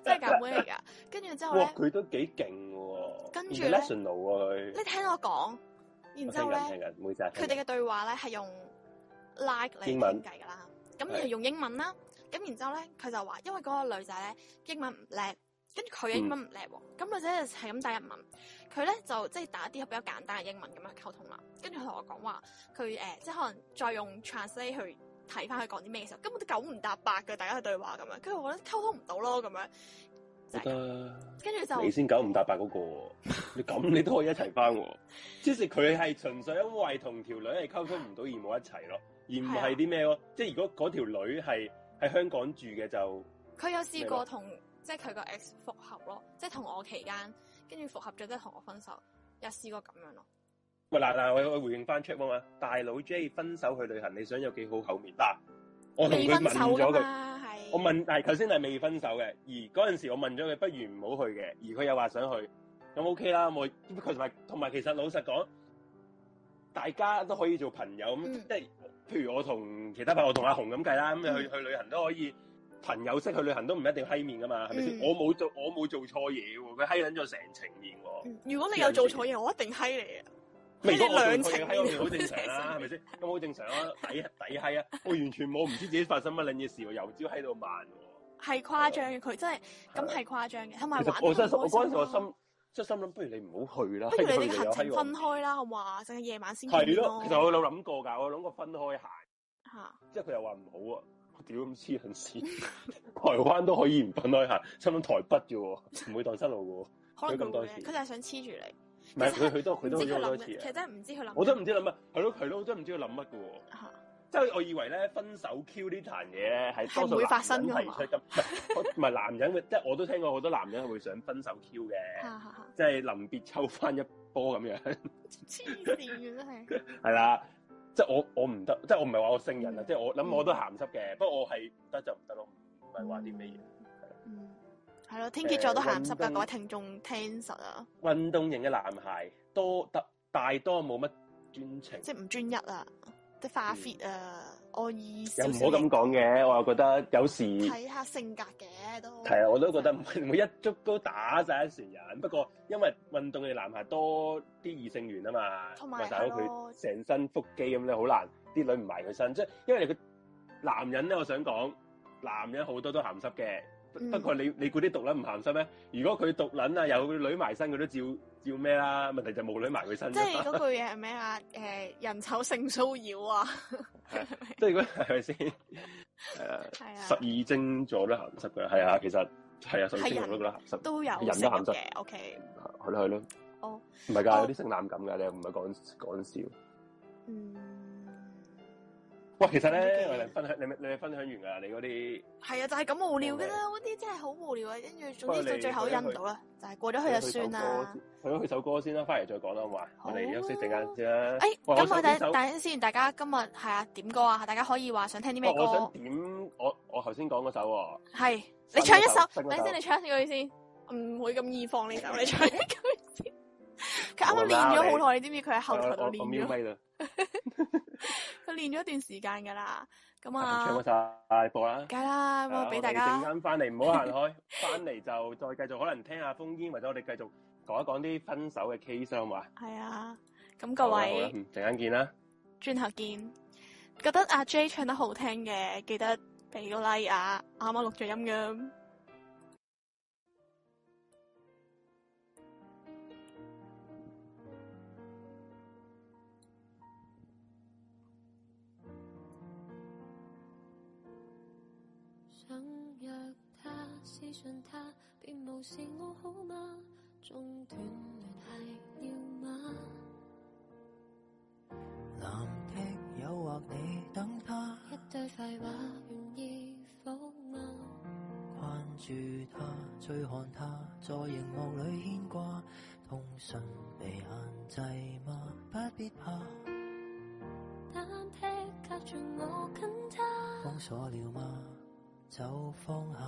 真係嫁妹嚟㗎。跟住之後哇！咧，佢都幾勁喎，跟住呢 national 喎你聽我講，然佢。之後咧我，聽緊，聽緊妹仔。佢哋嘅對話咧係用 like 嚟啊英文傾偈㗎啦，咁係係用英文啦。咁然之後咧，佢就話因為嗰個女仔咧英文唔叻，跟住佢嘅英文唔叻喎。咁、女仔就係咁打日文，佢咧就即係打一啲比較簡單嘅英文咁樣溝通啦。跟住佢同我講話，佢誒、呃即係可能再用 translate 去睇翻佢講啲咩嘅時候，根本都九唔搭八嘅大家嘅對話咁樣。跟住我覺得溝通唔到咯咁樣，就係我覺咁得跟住就你先九唔搭八嗰個喎，你咁你都可以一齊翻 喎。即是佢係純粹因為同條女係溝通唔到而冇一齊咯，而唔啊係啲咩咯。即係如果嗰條女係喺香港住嘅就佢有試明白過同即係佢個 ex 復合咯，即係同我期間，跟住復合咗之後同我分手，有試過咁樣咯。喂嗱嗱，我我回應翻 check 啊嘛，大佬 J 分手去旅行，你想有幾好口面嗱？我同未佢分問手咗㗎佢。嘛，係我問，但係頭先係未分手嘅，而嗰陣時我問咗佢，不如唔好去嘅，而佢又話想去，咁 OK 啦，我佢同埋同埋其實老實講，大家都可以做朋友咁，嗯即係譬如我同其他朋友，我同阿紅咁計啦，咁去嗯去旅行都可以，朋友識去旅行都唔一定閪面噶嘛，係咪先？嗯我冇做我冇做錯嘢喎，佢閪撚咗成程面喎。嗯如果你有做錯嘢，我一定閪你啊！咪如果我做兩錯情嘢啊喺我面好正常 啊啦，係咪先？咁好正常啦，抵抵閪啊！我完全冇唔知自己發生乜撚嘢事喎，由朝喺度慢喎。係誇張嘅，佢真係咁係係誇張嘅，同埋其玩實我真得係唔我開嗰心陣時我咯心即係心諗，不如你唔好去啦，不如你哋去行程分開。開啦，好嘛？淨係夜晚先見係面咯咯，其實我有諗過㗎，我諗過分開行，嚇即係佢又話唔好啊。我屌咁黐撚線， 台灣都可以唔分開行，心諗台北啫喎，唔會當新路可能佢咁佢會多次佢就係想黐住你，嘅喎。唔係其實佢佢都唔佢都知去咗佢好諗多次嘅，其啊實真係唔知佢諗嘅。我都唔知諗乜，係咯係咯，我真係唔知佢諗乜嘅喎。嚇即係我以為咧分手 Q 呢壇嘢咧係係唔多數會男發生人㗎提嘛出咁，唔係唔係男人會，即係我都聽過好多男人係會想分手 Q 嚇嘅，嚇嚇即係臨別抽翻一波咁樣。 黐線嘅真係，系啦，即系我我唔得，即系我唔系话我聖人啊，嗯即系我嗯谂我都鹹濕嘅，不過我係唔得就唔得咯，唔係話啲咩嘢。嗯，係咯，天蝎座都鹹濕誒運㗎，動各位聽眾聽實啊！運動型嘅男孩多得大多冇乜專情，即係唔專一啊，啲化 fit 啊，我以嗯又少唔少好咁講嘅，我又覺得有時睇下性格嘅都係啊，我都覺得唔 唔會一足都打晒一船人。不過因為運動嘅男孩多啲異性緣啊嘛，同埋大佬係咯佢成身腹肌咁咧，好難啲女唔埋佢身。即係因為佢男人咧，我想講男人好多都鹹濕嘅。不嗯不過你你估啲毒撚唔鹹濕咩？如果佢毒撚啊有女埋身，佢都照照咩啦？問題就冇女埋佢身即啫係嘛。嗰句 嘢係咩啊？誒，人醜性騷擾啊，即係如果係咪先？係係啊。十啊，二星座都鹹濕㗎，係啊，其實係啊，首係先人我都覺得鹹濕，都有人都性格鹹濕嘅。OK，係咯係咯。哦，唔係㗎，哦有啲性冷感㗎，你又唔係講講笑。嗯，哇，其實咧，唔知嘅我哋分享你咪你咪分享完㗎啦，你嗰嗯啲係啊，就係咁無聊嘅啦，嗰啲真係好無聊啊。跟住不總過之你到最後去一忍去唔到啦，就係過咗去就首算歌啦。先，去咗去首歌先啦，翻嚟再講啦，好嘛？好我啊哋休息陣間先誒，啦。喂哎咁我想呢哋首等先，大家今日係啊點歌啊，大家可以話想聽啲咩哦哇我想歌？點我我頭先講嗰首喎，係你唱一首，新嗰首等先你唱一句先，唔會咁易放呢首，你唱一句先。 佢啱啱練咗好耐，你知唔知佢喺後台我度我我練瞄咗？咪啦，佢練咗一段時間㗎啦。咁唱嗰啊，首播啦。梗係啦，係啊咁俾我大哋家陣間翻嚟，唔好行開，翻嚟就再繼續可能聽下風煙，或者我哋繼續講一講啲分手嘅 case 啦，好嘛？係啊。咁各好啦好啦位嗯陣間見啦。轉頭見，覺得阿 J 唱得好聽嘅，記得俾個 like 啊！啱啱錄咗音㗎。想約他私信他，別無視我好嗎？中斷聯繫了嗎？藍的誘惑你等他一堆廢話願意否嗎？關注他，追看他，在熒幕裏牽掛，通訊被限制嗎？不必怕，忐忑隔住我跟他，封鎖了嗎？就放下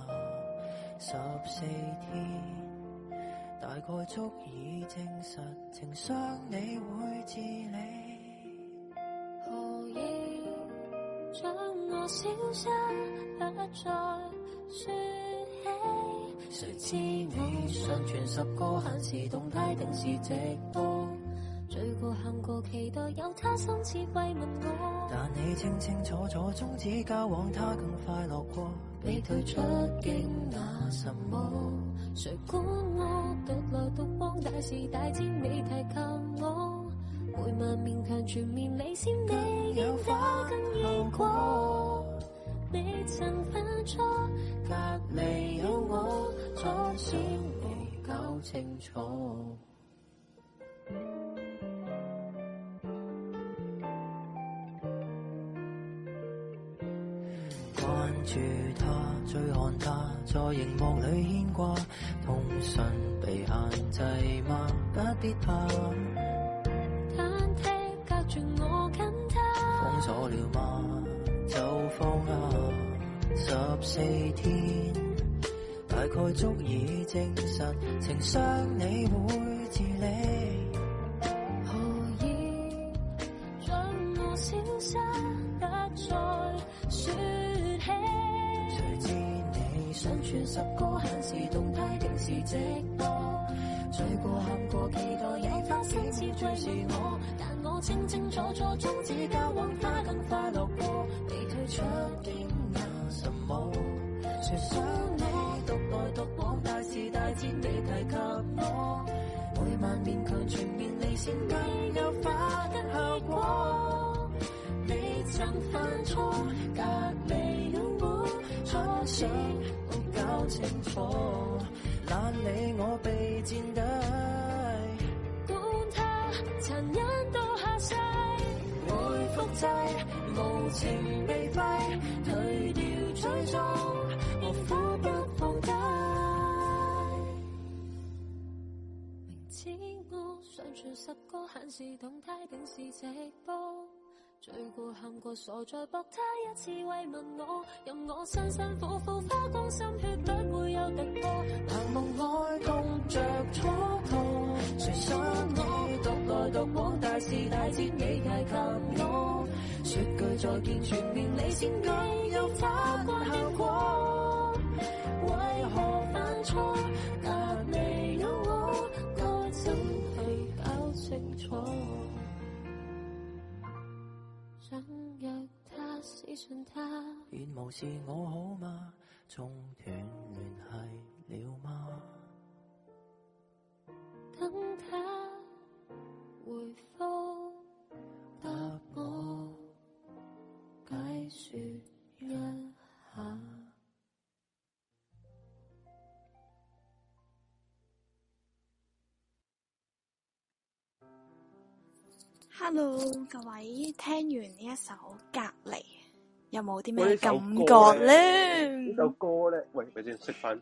十四天，大概足以證實情傷你會自理。何以將我消失，不再說起？誰知你上傳十個限時動態，定時直播。醉過喊過，期待有他心似慰問我。但你清清楚楚終止交往，他更快樂過。被被退退出出經經那那什什麼麼？？誰管我獨來獨往，大時大節你提及我，每晚勉強全面理先，你有仍花更易過。你曾犯錯，隔離有我，初先未搞清楚。關注他，追看他，在熒幕裏牽掛，通訊被限制嗎？不必怕。忐忑隔住我跟他，封鎖了嗎？就放下啊十四天，大概足以證實情傷你會自理。何以將我消失，不再說起？誰知你上傳十個限時動態，定時直播，醉過喊過，期待有他先至追是我，但我清清楚楚終止交往，他更快樂過，被退出經那什麼？誰想你獨來獨往，大時大節你提及我，每晚勉強全面離線，你有花一效果。你曾犯錯，隔離擁抱，初醒我搞清楚，懶理我被墊底，管他殘忍到下世，回復制，無情被廢，退掉沮喪，我苦不放低。明知我上傳十個限時動態，定時直播。醉過喊過，傻在博他一次慰問我，任我辛辛苦苦花光心血，不會有突破。盲目愛凍着蹉跎，誰想我獨來獨往，大時大節你提及我，誰再見全面，你先繼續他關行過。為何犯錯？但你有我，該怎去搞清楚？想約他，私信他。願無視我好嗎？中斷聯繫了嗎？等他回覆答我解說一下。 Hello，各位，聽完呢一首隔離，有冇啲喂咩呢首感歌覺咧呢咧？首歌咧，喂，咪先熄翻，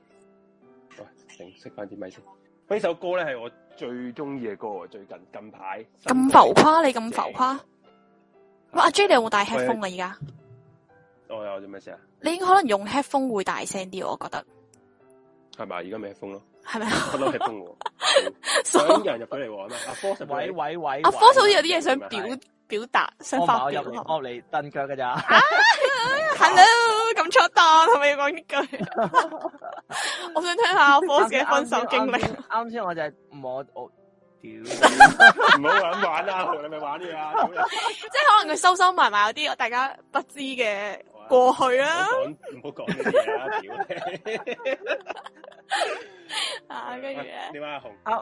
喂，定熄翻啲咪先。呢首歌咧係我最中意嘅歌啊，最近近排咁浮誇，你咁浮誇？哇，阿 J 你有冇戴 headphone 啊？而家我有做咩事啊？你應該可能用 headphone 會大聲啲，我覺得係咪？啊而家未封咯，係咪？啊不嬲係 封喎。所想以有人入咗嚟喎，係咪？阿 Force 入咗喂嚟喂喂，阿 Force 好啊似有啲嘢想係表表達，想我發冇表。入嚟，我入嚟蹬腳㗎咋。 Hello，咁出檔，係咪要講呢句？ 我想聽 下阿 Force 嘅分手經歷。啱先啱先我就係我我屌， 唔好咁玩啦，同你咪玩啲嘢啊！屌你即係可能佢收收埋埋有啲大家不知嘅過去唔啊，好講唔好講呢啲嘢啦， 屌你！啊 À, 跟 Dạ. 住咧，點啊，阿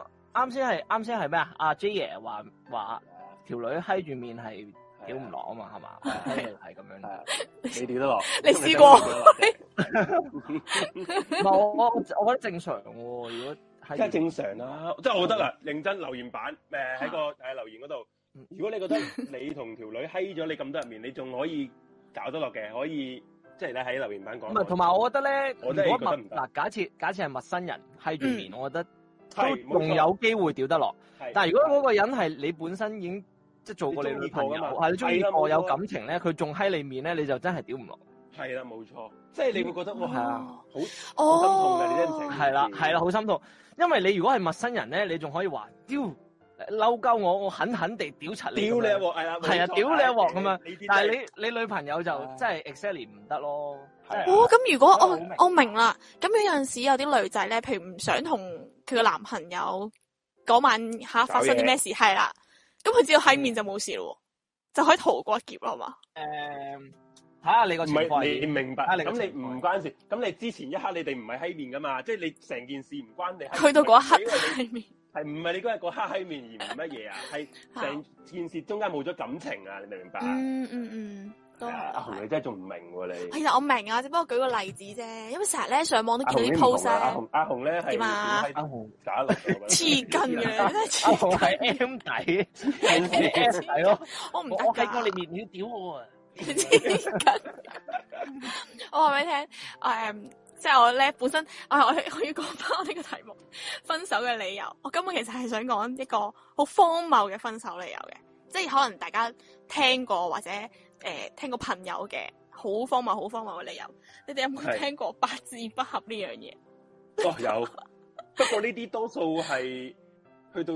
紅？啱先係啱先係咩啊？阿 J 爺話話條女閪住面係屌唔落啊嘛，係嘛？係咁樣係。啊，你屌得落？ 你試過 唔係我我我覺得正常喎，如果即係係正常啦、哦即係我覺得啦，啊認真留言版誒喺、個誒、留言嗰度啊嗯，如果你 覺得你同條女閪咗你咁多入面，你仲可以搞得落嘅，可以即係咧喺留言版講。唔係啊同埋我覺得咧，我如真係果覺得陌唔得嗯嗱假設假設係陌生人閪住面，我覺得都係冇錯仲有機會屌得落。係，但係如果嗰個人係你本身已經即係做過你女朋友，你中意過㗎嘛係你中意係啦冇過錯有感情咧，佢仲閪你面咧，你就真係屌唔落。係啦，冇錯，即係你會覺得哇，係啊好好心痛嘅，你真係唔哦成，係啦，係啦，好心痛。因為你如果係陌生人咧，你仲可以話屌嬲鳩我，我狠狠地屌柒屌你。你一鑊，係啦，係啊屌你一鑊咁樣樣但係你你女朋友就唉真係 exactly 唔得咯。係啊真係哦，咁如果我啊明我我明啦，咁有陣時有啲女仔咧，譬如唔想同佢嘅男朋友嗰晚吓發生啲咩事，係啦，咁佢只要嗯喺面就冇事咯喎，就可以逃過一劫啦嘛。誒，睇下你個唔情況係係你點。明白，啊你個咁你情況唔關事，咁你之前一刻你哋唔係閪面噶嘛，即係你成件事唔關你閪面。去到嗰一因刻為你喺面，系唔係你嗰日嗰黑閪面而唔 乜嘢啊？係成件事中間冇咗感情啊！你明唔明白啊？嗯嗯嗯，都係啊係阿都紅係。你真係仲唔明喎你？其實我明啊，只不過舉個例子啫，因為成日咧上網都阿見到啲紅你唔同 post 啊！阿咧，紅阿紅咧係點啊點阿閪紅，打落嚟 黐㗎？筋嘅，真係阿黐紅係 M 底，M 底咯。 我唔我得我計過㗎你。面要屌我啊！黐筋。 我話俾你聽，誒、即係我咧本身，啊我我要講翻我呢個題目，分手嘅理由。我根本其實係想講一個好荒謬嘅分手理由嘅，即係可能大家聽過或者誒、呃、聽過朋友嘅好荒謬、好荒謬嘅理由。你哋有冇係聽過八字不合呢樣嘢？哦有，不過呢啲多數係去到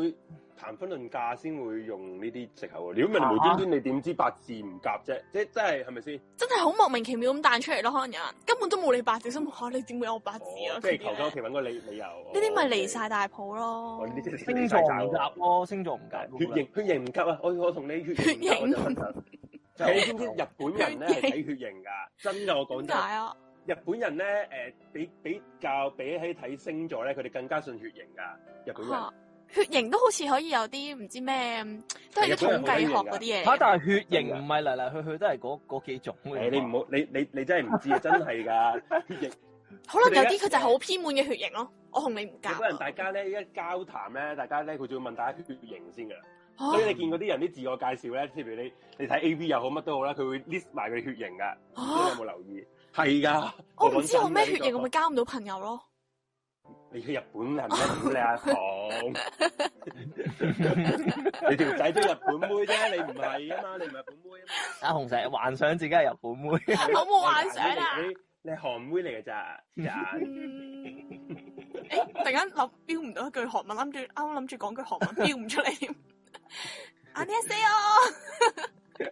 談婚論嫁先會用呢啲藉口喎。啊如果唔係無端端你點知八字唔夾啫？即即係係咪先？真係好莫名其妙咁彈出嚟咯，可能有人根本都冇你八字，心諗嚇你點會有我八字啊？哦哦即嗰啲係求呢鳩其揾個理理由。呢呢啲咪離晒大譜我咯呢。啲星座唔夾咯，星座唔夾咯。啊血型血型唔急啊！我我同你血血型型唔急，我就分手。就你知唔知日本人咧係血型睇血型噶？真噶，我講點真。解啊？日本人咧，誒、比比較比起睇星座咧，佢哋更加信血型噶。日本人啊血型都好似可以有啲唔知咩，都係啲統計學嗰啲嘢嚇，嚟嘅。但係血型唔係嚟嚟去去都係嗰嗰幾種誒、嘅。你唔好你你你真係唔知啊！真係噶血型，可能有啲佢就係好偏門嘅血型咯。我同你唔日本人夾。啊大家咧一交談咧，大家咧佢就會問大家血型先噶啦。哦所以你見嗰啲人啲自我介紹咧，譬如你你睇 A V 又好乜都好啦，佢會 list 埋佢血型噶。唔知哦你有冇留意？係噶，我講唔知真㗎我咩血型，呢我個咪交唔到朋友咯。你去日本人咩？你 阿紅，你條仔都日本妹啫，你唔係啊嘛，你唔係日本妹啊嘛。 阿紅成日幻想自己係日本妹，我冇幻想啊。你你係韓妹嚟嘅咋？咋嗯，誒，突然間諗標唔到一句韓文，諗住啱啱諗住講句韓文，標唔出嚟添。阿啲死我，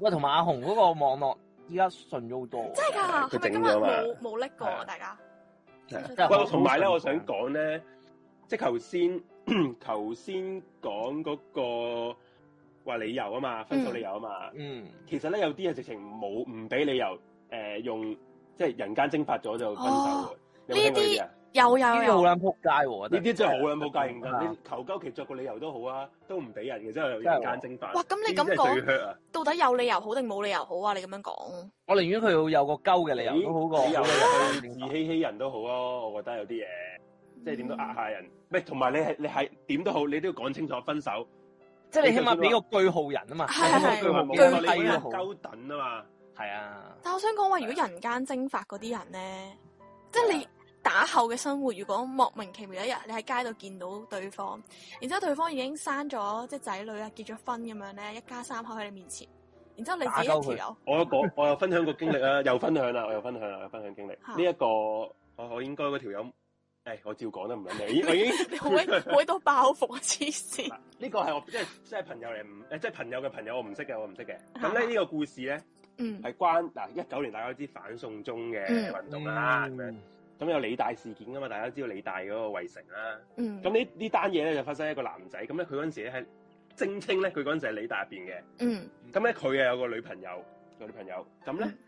喂，同埋阿紅嗰個網絡依家順咗好多，真係㗎，佢啊係咪今整日咗嘛冇冇拎過係啊？啊大家真係好喂，同埋啊咧，好我想講咧， 即係頭先 頭先講嗰個話理由啊嘛，分手理由啊嘛，嗯，其實咧有啲係直情冇唔俾理由，誒、用即係人間蒸發咗就分手喎。哦你有冇聽過呢啲啊？有有呢啲好有，撚撲街喎，我覺呢得啲真係好撚冇界認啊真，你求鳩其作個理由都好啊，都唔俾人嘅，真係有真係人喎間蒸發。哇咁你咁呢啲真係最 hurt 啊！到底有理由好定冇理由好啊？你咁樣講，我寧願佢有個鳩嘅理由都好過你又冇理由自欺欺人都好啊，我覺得有啲嘢。嗯即係點都呃下人，唔係同埋你係你係點都好，你都要講清楚分手。即係你起碼俾個句號人啊嘛，係係係句號冇句錯號你係俾人好，鳩等啊嘛，係啊，但我想講話，如果人間蒸發嗰啲人咧，即係啊你打後嘅生活，如果莫名其妙有一日你喺街度見到對方，然之後對方已經生咗即係仔女啊，結咗婚咁樣咧，一家三口喺你面前，然之後你自己打鳩佢一條友，我有講，我有分享個經歷啊，又分享啦，我又 分享啦，我有分享經歷。嚇呢一個我我應該嗰條友，誒我照講都唔撚 你，我已經你好鬼好鬼多包袱啊！黐線， 呢個係我即係即係朋友嚟，唔誒即係朋友嘅朋友，我唔識嘅，我唔識嘅。嚇咁咧呢個故事咧 Ừ. 嗯係關嗱一九年大家都知反送中嘅嗯運動啦，咁樣嗯咁有理大事件噶嘛，大家知道理大嗰個圍城啦。Ừ. 嗯咁呢呢單嘢咧就發生喺一個男仔，咁咧佢嗰陣時咧係聲稱咧佢嗰陣時係理大入邊嘅，Ừ. 嗯咁咧佢又有個女朋友，有女朋友，咁咧嗯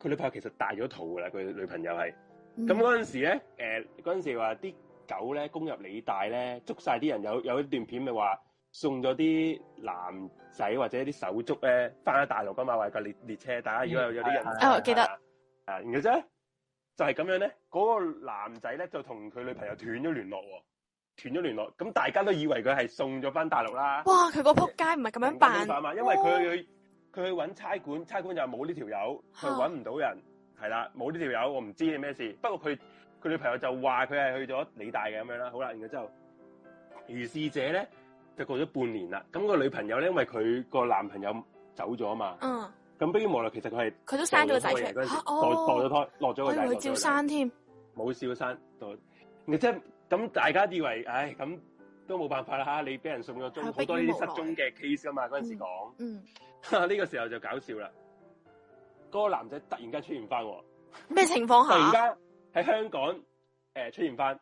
佢女朋友其實大咗肚噶啦，佢女朋友係，嗯咁嗰陣時咧，誒嗰陣時話啲狗咧攻入理大咧，捉晒啲人，有有一段片咪話送咗啲男仔或者啲手足咧翻咗大陸噶嘛，話架列列車，大家如果有有啲人嗯係啊哦記得啊，然後之後咧就係咁樣咧，嗰、個男仔咧就同佢女朋友斷咗聯絡喎。斷咗聯絡，咁大家都以為佢係送咗翻大陸啦。哇！佢個仆街唔係咁樣扮，嘛，因為佢去佢去揾差館，差館就話冇呢條友，佢揾唔到人，係啦，冇呢條友，我唔知你咩事。不過佢佢女朋友就話佢係去咗理大嘅咁樣啦，好啦，然後之後如是者咧就過咗半年啦。咁、個女朋友咧，因為佢個男朋友走咗嘛，嗯，咁不於無奈其實佢係佢都生咗個仔出墮咗胎嘅嗰嚟陣時嚇墮墮哦，咗胎，落咗我個以仔，為落佢咗照個仔生添，冇笑生到，即係咁大家以為，唉，咁都冇辦法啦，你俾人送係咗逼中，好於多呢啲無失奈蹤嘅 case 噶嘛，嗰陣時講。Ừ. 嗯， 呢個時候就搞笑啦！嗰、個男仔突然間出現翻喎，咩情況突然下？間喺香港誒、呃出現翻，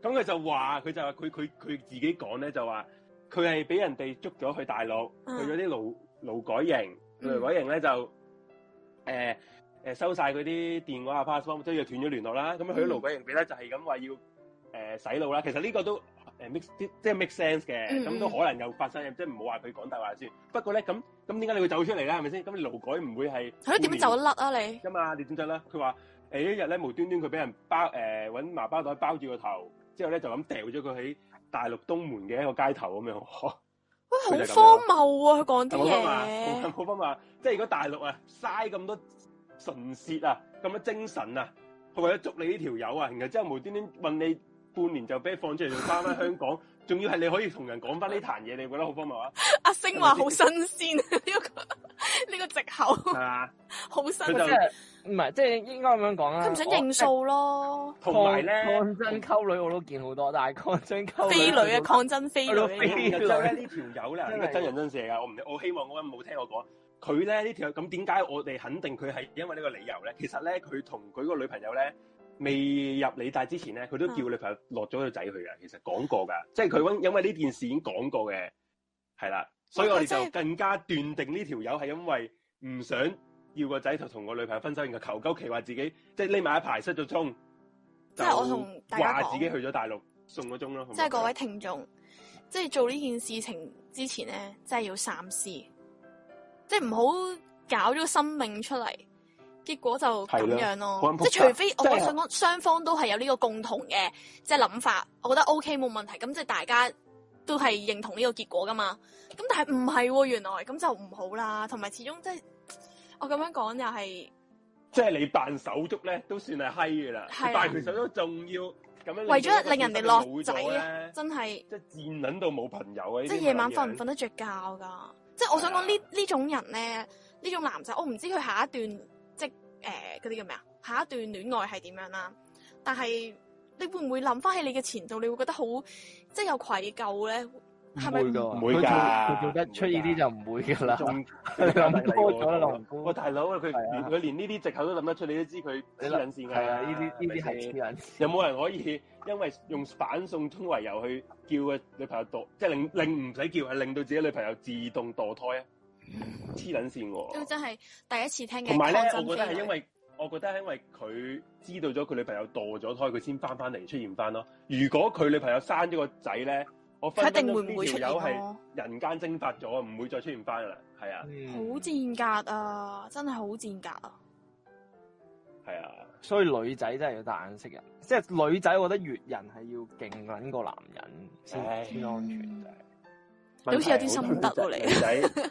咁佢就話佢就話佢佢佢自己講咧就話佢係俾人哋捉咗去大陸，嗯去咗啲勞勞改營，嗯勞改營咧就誒誒、呃呃收晒佢啲電話啊 passport，即係斷咗聯絡啦。咁佢喺嗯勞改營俾咧就係咁話要誒、呃洗腦啦。其實呢個都誒 mix 啲即係 make sense 嘅，嗯咁、嗯都可能有發生嘅，即係唔好話佢講大話先。不過咧咁咁點解你會走出嚟咧？係咪先？咁你勞改唔會係係咯，點樣走得甩啊你？噶嘛？你點得啦？佢話誒一日咧無端端佢俾人包誒揾、麻包袋包住個頭，之後咧就咁掉咗佢喺大陸東門嘅一個街頭咁樣。喂，佢就係咁樣好荒謬啊！佢講啲冇分嘛，嘢。 冇分嘛，即係如果大陸啊嘥咁多唇舌啊，咁多精神啊，佢為咗捉你呢條友啊，然後之後無端端問你半年就俾你放出嚟，仲翻翻香港，仲要係你可以同人講翻呢壇嘢，你覺得好荒謬啊？阿星話好新鮮，呢個呢個藉口係嘛？好新佢即就哦鮮，係唔係即係應該咁樣講啦。佢唔想認數咯。同埋咧，抗爭溝女我都見好 多，但係抗爭溝非女啊，嘅抗爭非女嚟然後之後咧呢條友咧，真係呢個真人真事嚟啊噶，我唔我希望嗰個人冇聽我講。佢咧呢條友咁點解我哋肯定佢係因為呢個理由咧？其實咧佢同佢個女朋友咧未入理大之前咧，佢嗯都叫女朋友落咗個仔去噶。其實講過噶，即係佢因因為呢件事已經講過嘅，係啦。所以我哋哇佢真就係更加斷定呢條友係因為唔想要個仔就同個女朋友分手，然後求鳩其話自己即係匿埋一排失咗蹤，即係我同大家話講自己去咗大陸送咗鐘咯。即係各位聽眾，即係做呢件事情之前咧，真係要三思，即係唔好搞咗個生命出嚟，結果就咁樣係啦咯好。即係除非我真係想講，雙方都係有呢個共同嘅即係諗法，我覺得 O K 冇問題。咁即係大家都係認同呢個結果噶嘛。咁但係唔係喎，原來咁就唔好啦。同埋始終即係我咁樣講又係即係你扮手足咧，都算係閪嘅啦。係啊你扮佢手足仲要咁樣，為咗令人哋落仔啊咧，真係。即係賤撚到冇朋友啊！呢啲即係夜晚瞓唔咁嘅瞓得着覺㗎。即係我啊想講呢呢種人咧，呢種男仔，我唔知佢下一段即係誒嗰啲叫咩啊，下一段戀愛係點樣啦。但係你會唔會諗翻起你嘅前度，你會覺得好即係有愧疚咧？係咪唔會㗎唔會㗎佢跳佢跳得出呢啲就唔會㗎啦。仲你諗多咗啦，龍哥。喂，大佬，佢係啊連佢連呢啲藉口都諗得出，你都知佢黐你撚線㗎。係啊，呢啲呢啲係咪係先黐撚線。有冇人可以因為用反送中為由去叫個女朋友墮，即係令令唔使叫，係令到自己女朋友自動墮胎啊？黐撚線都喎！真係第一次聽嘅。哦同埋咧，抗爭我覺得飛係女因為我覺得係因為佢知道咗佢女朋友墮咗胎，佢先翻翻嚟出現翻咯。如果佢女朋友生咗個仔咧，我分佢一分定會鐘唔會呢出現條友係咯？人間蒸發咗，唔會再出現翻噶啦。係啊，好賤格啊！真係好賤格啊！係啊，所以女仔真係要戴眼識人，即係女仔，我覺得越人係要勁撚過男人唉先先安全 Ừ. 啫。你好似有啲心得喎你你。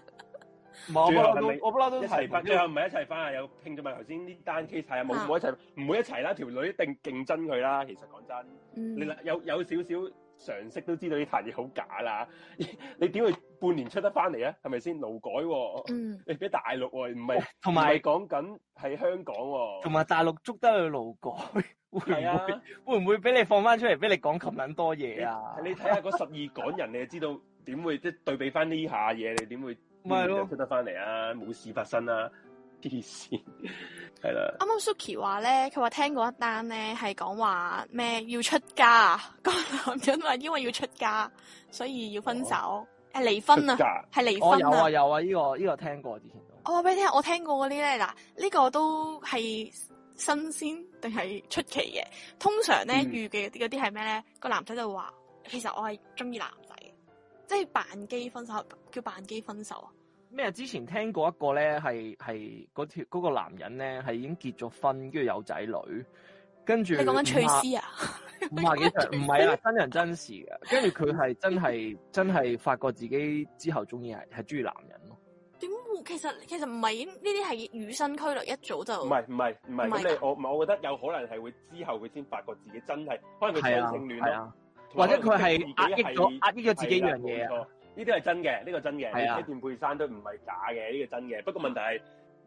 唔係我不嬲最後係咪都我不嬲都一係齊翻，最後唔係一齊翻啊！有聽眾問頭先呢單 case 係啊，冇啊冇一齊，唔會一齊啦。條女一定競爭佢啦。其實講真，你嗯，有有少少常識都知道呢壇嘢好假啦。 你點會半年出得翻嚟啊？係咪先勞改喎、嗯，你俾大陸喎、唔係哦同唔埋係講緊係香港喎、同埋大陸捉得佢勞改，會唔係會、啊，會唔會俾你放翻出嚟，俾你講咁撚多嘢啊？你睇下嗰十二港人，你就知道點會即係對比翻呢下嘢，你點會咪係咯半年就出得翻嚟啊？冇事發生啊！ 黐線，係啦。啱啱 Suki 話咧，佢話聽過一單咧係講話咩要出家，啊個男人話因為要出家，所以要分手，誒離婚啊，㗎係離哦，婚有啊啊！有啊，呢、個呢、個聽過之前我都。話俾你聽，我聽過嗰啲咧，嗱呢個都係新鮮定係出奇嘅。通常咧嗯遇嘅嗰啲係咩咧？個男仔就話：其實我係中意男仔嘅，即係扮基分手，叫扮基分手啊！咩啊？之前聽過一個咧，係係嗰條嗰個男人咧，係已經結咗婚，跟住有仔女，跟住你講緊翠絲啊？ 五廿幾歲，唔係啊，真人真事嘅。跟住佢係真係 真係發覺自己之後中意係係中意男人咯。點會？其實其實唔係呢啲係與生俱來，一早就唔係唔係唔係，哦唔係咁你我唔係，我覺得有可能係會之後佢先發覺自己真係，可能佢係雙啊，性戀係咯，啊，同或埋者佢可能係壓抑咗壓抑咗自己呢樣嘢係啦啊。冇錯呢啲係真嘅，呢個真嘅。你係啊睇段配衫都唔係假嘅，呢個真嘅。不過問題係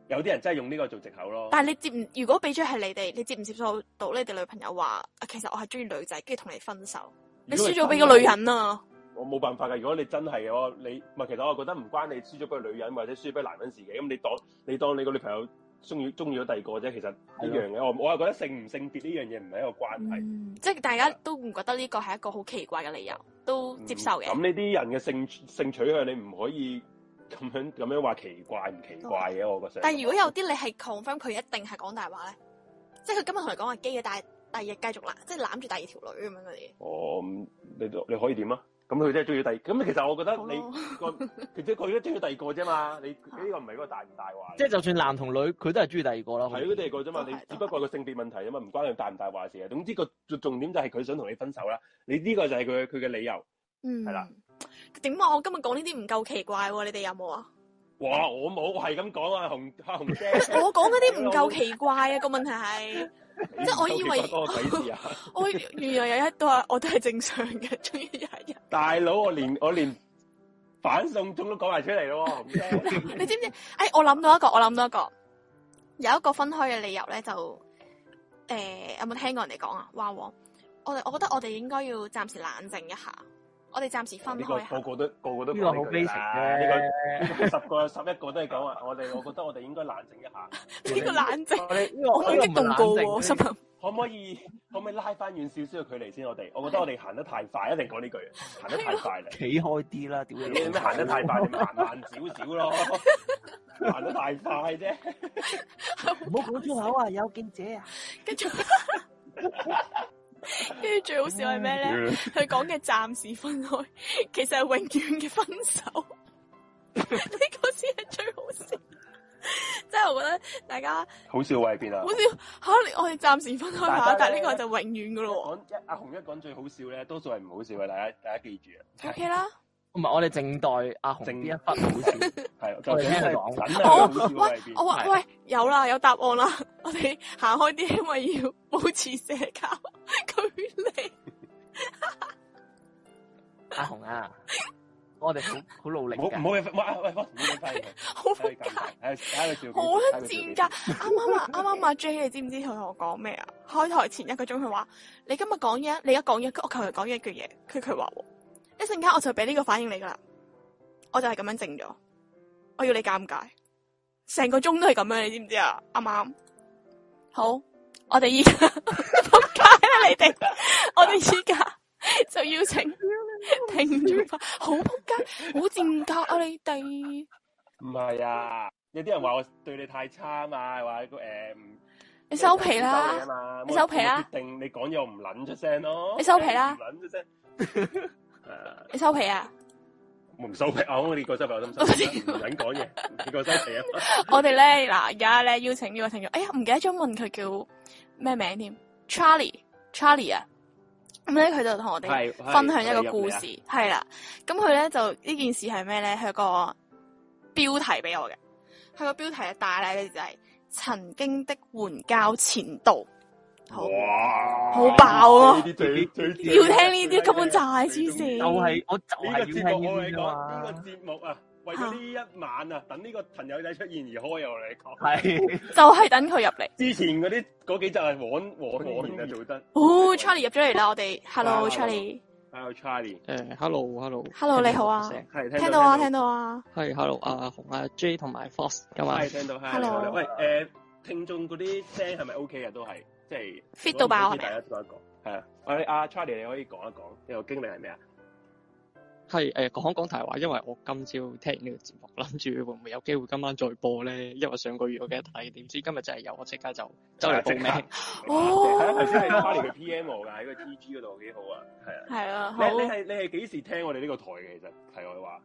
有啲人真係用呢個做藉口咯。但係你接唔？如果俾咗係你哋，你接唔接受到你哋女朋友話：啊其實我係中意女仔，跟住同你分手，你如果輸係咗俾真個女嘅，人啊！我冇辦法㗎。如果你真係嘅話，你唔係其實我覺得唔關你輸咗俾個女人或者輸咗俾男人事嘅。咁你當你當你個女朋友中意中意咗第二個啫，其實一樣嘅。我我係覺得性唔性別呢樣嘢唔係一個關係。嗯，即係大家都唔覺得呢個係一個好奇怪嘅理由，都接受嘅咁。呢啲人嘅性性取向，你唔可以咁樣咁樣話奇怪唔奇怪嘅，我覺哦得。但係如果有啲你係 confirm 佢一定係講大話咧，即係佢今日同你講係基嘅，但係第二日繼續攬，即係攬住第二條女咁樣嗰啲。哦，咁你你可以點啊？咁佢真係中意第，咁其實我覺得好你咯個其實佢都中意第二個啫嘛。你呢個唔係嗰個大唔大話嚟，即係就算男同女，佢都係中意第二個啦。好係嗰第二個啫嘛。都係你都係只不過個性別問題啊啫嘛，唔關佢大唔大話事嘅。總之個重點就係佢想同你分手啦。你呢個就係佢佢嘅理由。嗯，係啦。點啊？我今日講呢啲唔夠奇怪喎，你哋有冇 啊？哇！我冇，我係咁講啊，紅阿紅姐。 我講嗰啲唔夠奇怪啊，個問題係，你即係我以為唔夠奇怪嗰個鬼事啊！ 我原來有一都係我都係正常 嘅，中意有一日。大佬，我連我連反送中都講埋出嚟咯，紅姐。你知唔知？哎，我諗到一個，我諗到一個，有一個分開嘅理由咧，就诶、有冇聽過人哋講啊？話我我哋，我覺得我哋應該要暫時冷靜一下，我哋暫時分呢開個下個。個都個個都呢講個好呢句 basic 啦啫。呢個十個有十一個都係講話，我哋我覺得我哋應該冷靜一下， 呢個冷靜，我哋呢個我好呢個激唔係動冷過靜喎，我心諗可唔可以可唔可以拉翻遠少少嘅距離先？我哋我覺得我哋行得太快，一定講呢句，行得太快啦。企開啲啦，屌你你老母！咩行得太快？你慢慢少少咯，行得太快啫。 唔好講粗口啊！有記者啊！跟住跟住最好笑係咩咧？嗯佢講嘅暫時分開， 其實係永遠嘅分手， 呢個先係最好笑。即係我覺得大家好笑位喺邊啊好？似可能我哋暫時分開下，大家啊但係咧呢個就永遠噶咯講一阿紅一講最好笑咧，多數係唔好笑嘅，大家大家記住啊。喎。O K 啦，唔係我哋正代阿紅正呢一忽好笑， 係，我哋就聽佢講講緊我係好笑位喺邊。我話係哦喂有啦，有答案啦，我哋行開啲，因為要 保持社交距離。阿紅啊，我哋好好努力唔好㗎唔好俾喂喂喂，唔好俾翻佢。好睇尷佢尷尬，尬睇佢睇好佢笑邊，睇佢笑賤邊格！啱啱啊，啱啱啊 J，你知唔知佢同我講咩啊？開台前一個鐘，佢話你今日講嘢，你一講嘢，我求其講一句嘢，佢佢話喎一陣間我就俾呢個反應你噶啦，我就係咁樣靜咗，我要你尷尬，成個鐘都係咁樣，你知唔知啊？啱唔啱？好，我哋依家 仆街啦，你哋，我哋依家 就邀請停住吧，好仆街，好賤格啊你哋！唔係啊，有啲人話我對你太差啊嘛，話個誒嗯唔你收皮唔收你啊啦，嘛你收皮啦我決定你講嘢我唔撚出聲咯，你收皮啦唔撚出聲，誒你收皮啊！我唔收皮啊！我呢個收皮我心唔撚講嘢，你個收皮啊！ 我哋咧嗱，而家咧邀請呢個聽眾，哎呀，唔記得咗問佢叫咩名添，Charlie，Charlie 啊，咁咧佢就同我哋係分享一個故事，係啦，咁佢咧就呢件事係咩咧？佢有個標題俾我嘅，佢個標題嘅大禮咧就係、曾經的援交前度，好，哦哇！好爆啊呢啲最最要聽呢啲根本就係黐就線啊係我就呢個係節要聽目我呢哋啲講，呢啊個嘛，節目啊，為咗呢一晚啊，等呢個朋友仔出現而開啊！我哋講，係就係等佢入嚟。之前嗰啲嗰幾集係枉枉枉然啊，做得。哦，Charlie 入咗嚟啦，我哋哇 Hello，Charlie，Hello， Hello 啊 Charlie，誒，hello，hello，你好啊，係聽到啊，聽到，到啊，係 hello，阿紅、阿 J 同埋 Fox 噶嘛係，聽到係 Hello 聽到喂，誒，聽眾嗰啲聲係咪 OK 啊？都係，即係 Fit 到爆係咪大家講一講，係啊。我哋阿 Charlie，你可以講一講你個經歷係咩啊？係誒講講大話，因為我今朝聽呢個節目，諗住會唔會有機會今晚再播咧？因為上個月我記得睇，點知今日真係有，我即刻就走嚟報名。哦係啊頭先係 Charlie 佢 PM 我㗎，喺個 TG 嗰度幾好啊，係啊。係啊，好你。你係你係幾時聽我哋呢個台嘅？其實題外話，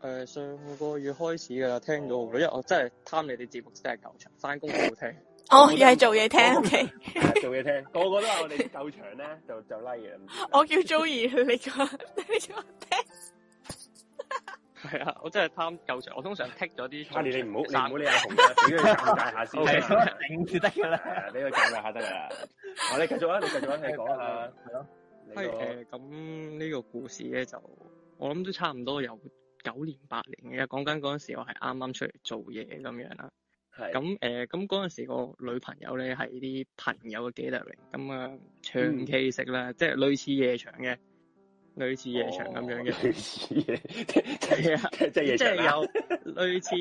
誒上個月開始㗎啦，聽咗好耐，因為我真係貪你哋節目真係夠長，翻工好聽。哦，又係做嘢聽，OK。 係啊做嘢聽，個個都話我哋夠長咧，就就 like 嘅。唔知我叫 Joey，你講，你講聽。係啊，我真係貪夠長，我通常剔咗啲。 Charlie，你唔好啊你唔好理阿紅 啊啦，俾佢尷尬下先啊。頂住得噶啦。係啊，俾佢尷尬下得㗎啦。我哋繼續啊，你繼續啊，你講下。係咯，你係個誒，咁呢個故事咧就我諗都差唔多有九年八年嘅，講緊嗰陣時我係啱啱出嚟做嘢咁樣啦。係咁誒，咁嗰陣時個女朋友咧係啲朋友嘅 gathering，咁啊嗯唱 K 食啦，即係類似夜場嘅，類似夜場咁樣嘅，哦類似嘢，即係啊係即係即夜場係啦。有類似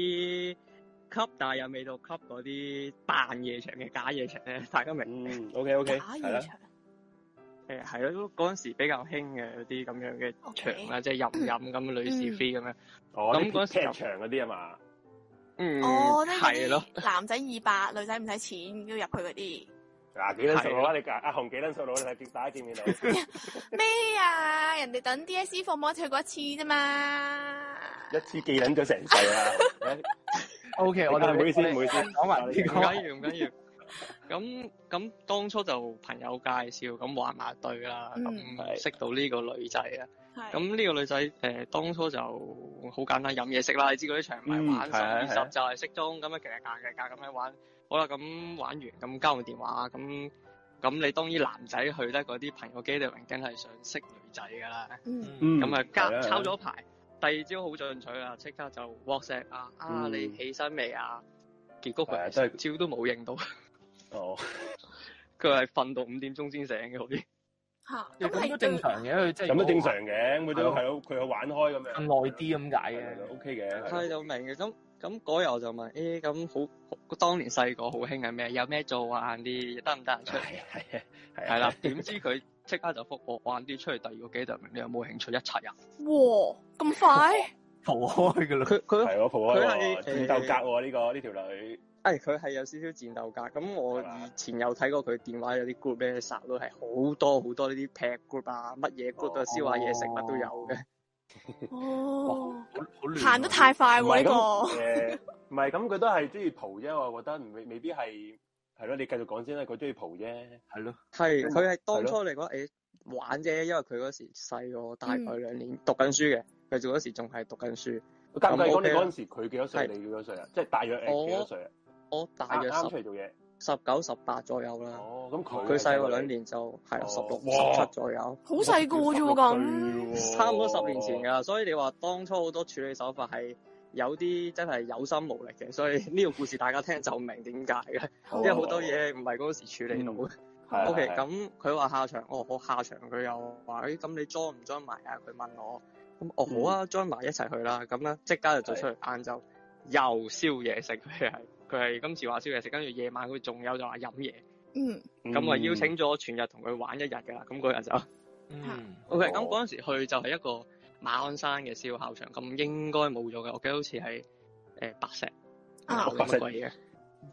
club，但係又未到 club 嗰啲扮夜場嘅假夜場咧，大家明？嗯，OK OK，假係現啦，場，誒係咯，嗰陣時比較興嘅有啲咁樣嘅 OK 場啦，即係飲飲咁類似嗯 free 咁樣。哦，咁咁嗰嗰時劇場嗰啲啊嘛，嗯，哦，即係係咯嗰，啲男仔二百，女仔唔使錢，要入去嗰啲嗱幾撚數佬啊？你阿紅幾撚數佬？你 睇大家見唔見到？咩啊？人哋等 DSE 放榜去過一次啫嘛。一次記撚咗成世啦。 O K，我你哋 唔好意思唔好意思講埋呢你唔個講緊要唔緊要。咁咁當初就朋友介紹咁玩埋對啦，嗯咁係識到呢個女仔啦。係咁呢個女仔誒、當初就好簡單飲嘢食啦，你知嗰啲場咪玩嗯十係啊二十係啊就係適中咁樣，其實夾夾夾咁樣玩。好啦，咁玩完咁交換電話，咁咁你當然男仔去得嗰啲朋友機，你梗係想識女仔㗎啦。嗯，嗯咁啊，係交啊抄咗牌，第二朝好進取啊，即刻就 WhatsApp 啊，啊嗯你起身未啊？結果係啊佢真係朝都冇應到， 哦，佢係瞓到五點鐘先醒嘅，好似吓咁咁係都正常嘅，佢即係咁都正常嘅，咁佢都係係咯，佢去玩開咁樣。咁 耐啲咁解係嘅咯。，OK 嘅。係係就明嘅。咁咁嗰日我就問，誒咁好，好當年細個好興係咩？有咩做啊？晏啲得唔得閒出嚟？係係係係啦，點知佢即刻就覆我，我晏啲出去第二個幾就明，你有冇興趣一齊啊？哇咁快，逃開噶啦。佢佢係喎，蒲開喎，佢係戰鬥格喎呢個呢條女。誒佢係有少少戰鬥格，咁我係嘛以前有睇過佢電話有啲 group 咧，殺到係好多好多呢啲劈 group 啊，乜嘢 group 啊，哦燒下嘢食乜都有嘅。哦，好好亂啊行得太快唔喎呢係個，咁誒，唔係咁，佢都係中意蒲啫。我覺得唔未未必係係咯。你繼續講先啦，佢中意蒲啫。係咯，係佢係當係初嚟講誒玩啫，因為佢嗰時細我大嗯概兩年讀緊書嘅，佢做嗰時仲係讀緊書。介唔介意講 OK 你啦嗰陣時佢幾多歲，係你幾多歲啊？即係大約誒我幾多歲啊？我大啱約啱出十嚟做嘢。十九十八左右啦，哦，咁佢佢細我兩，年就係哦十六哇十七左右。好細個啫喎咁。咁差唔多十年前。噶，所以你話當初好多處理手法係有啲真係有心無力嘅，所以呢個故事大家聽就明點解嘅，哦啊因為好多嘢唔係嗰時處理到嘅。 係 O K，嗯係咁佢話下場，我我下場佢又話：，誒咁你 join 唔 join 埋啊？佢問我，咁我好啊，join 埋一齊去啦。咁咧即刻就出去晏晝又宵夜食，佢係佢係今次話宵夜食，跟住夜晚佢仲有就話飲嘢，嗯，咁我邀請咗全日同佢玩一日㗎啦。咁嗰日就嗯， O K，咁嗰陣時去就係一個馬鞍山嘅燒烤場，咁應該冇咗嘅，我記得好似係誒白石，啊有乜鬼嘅，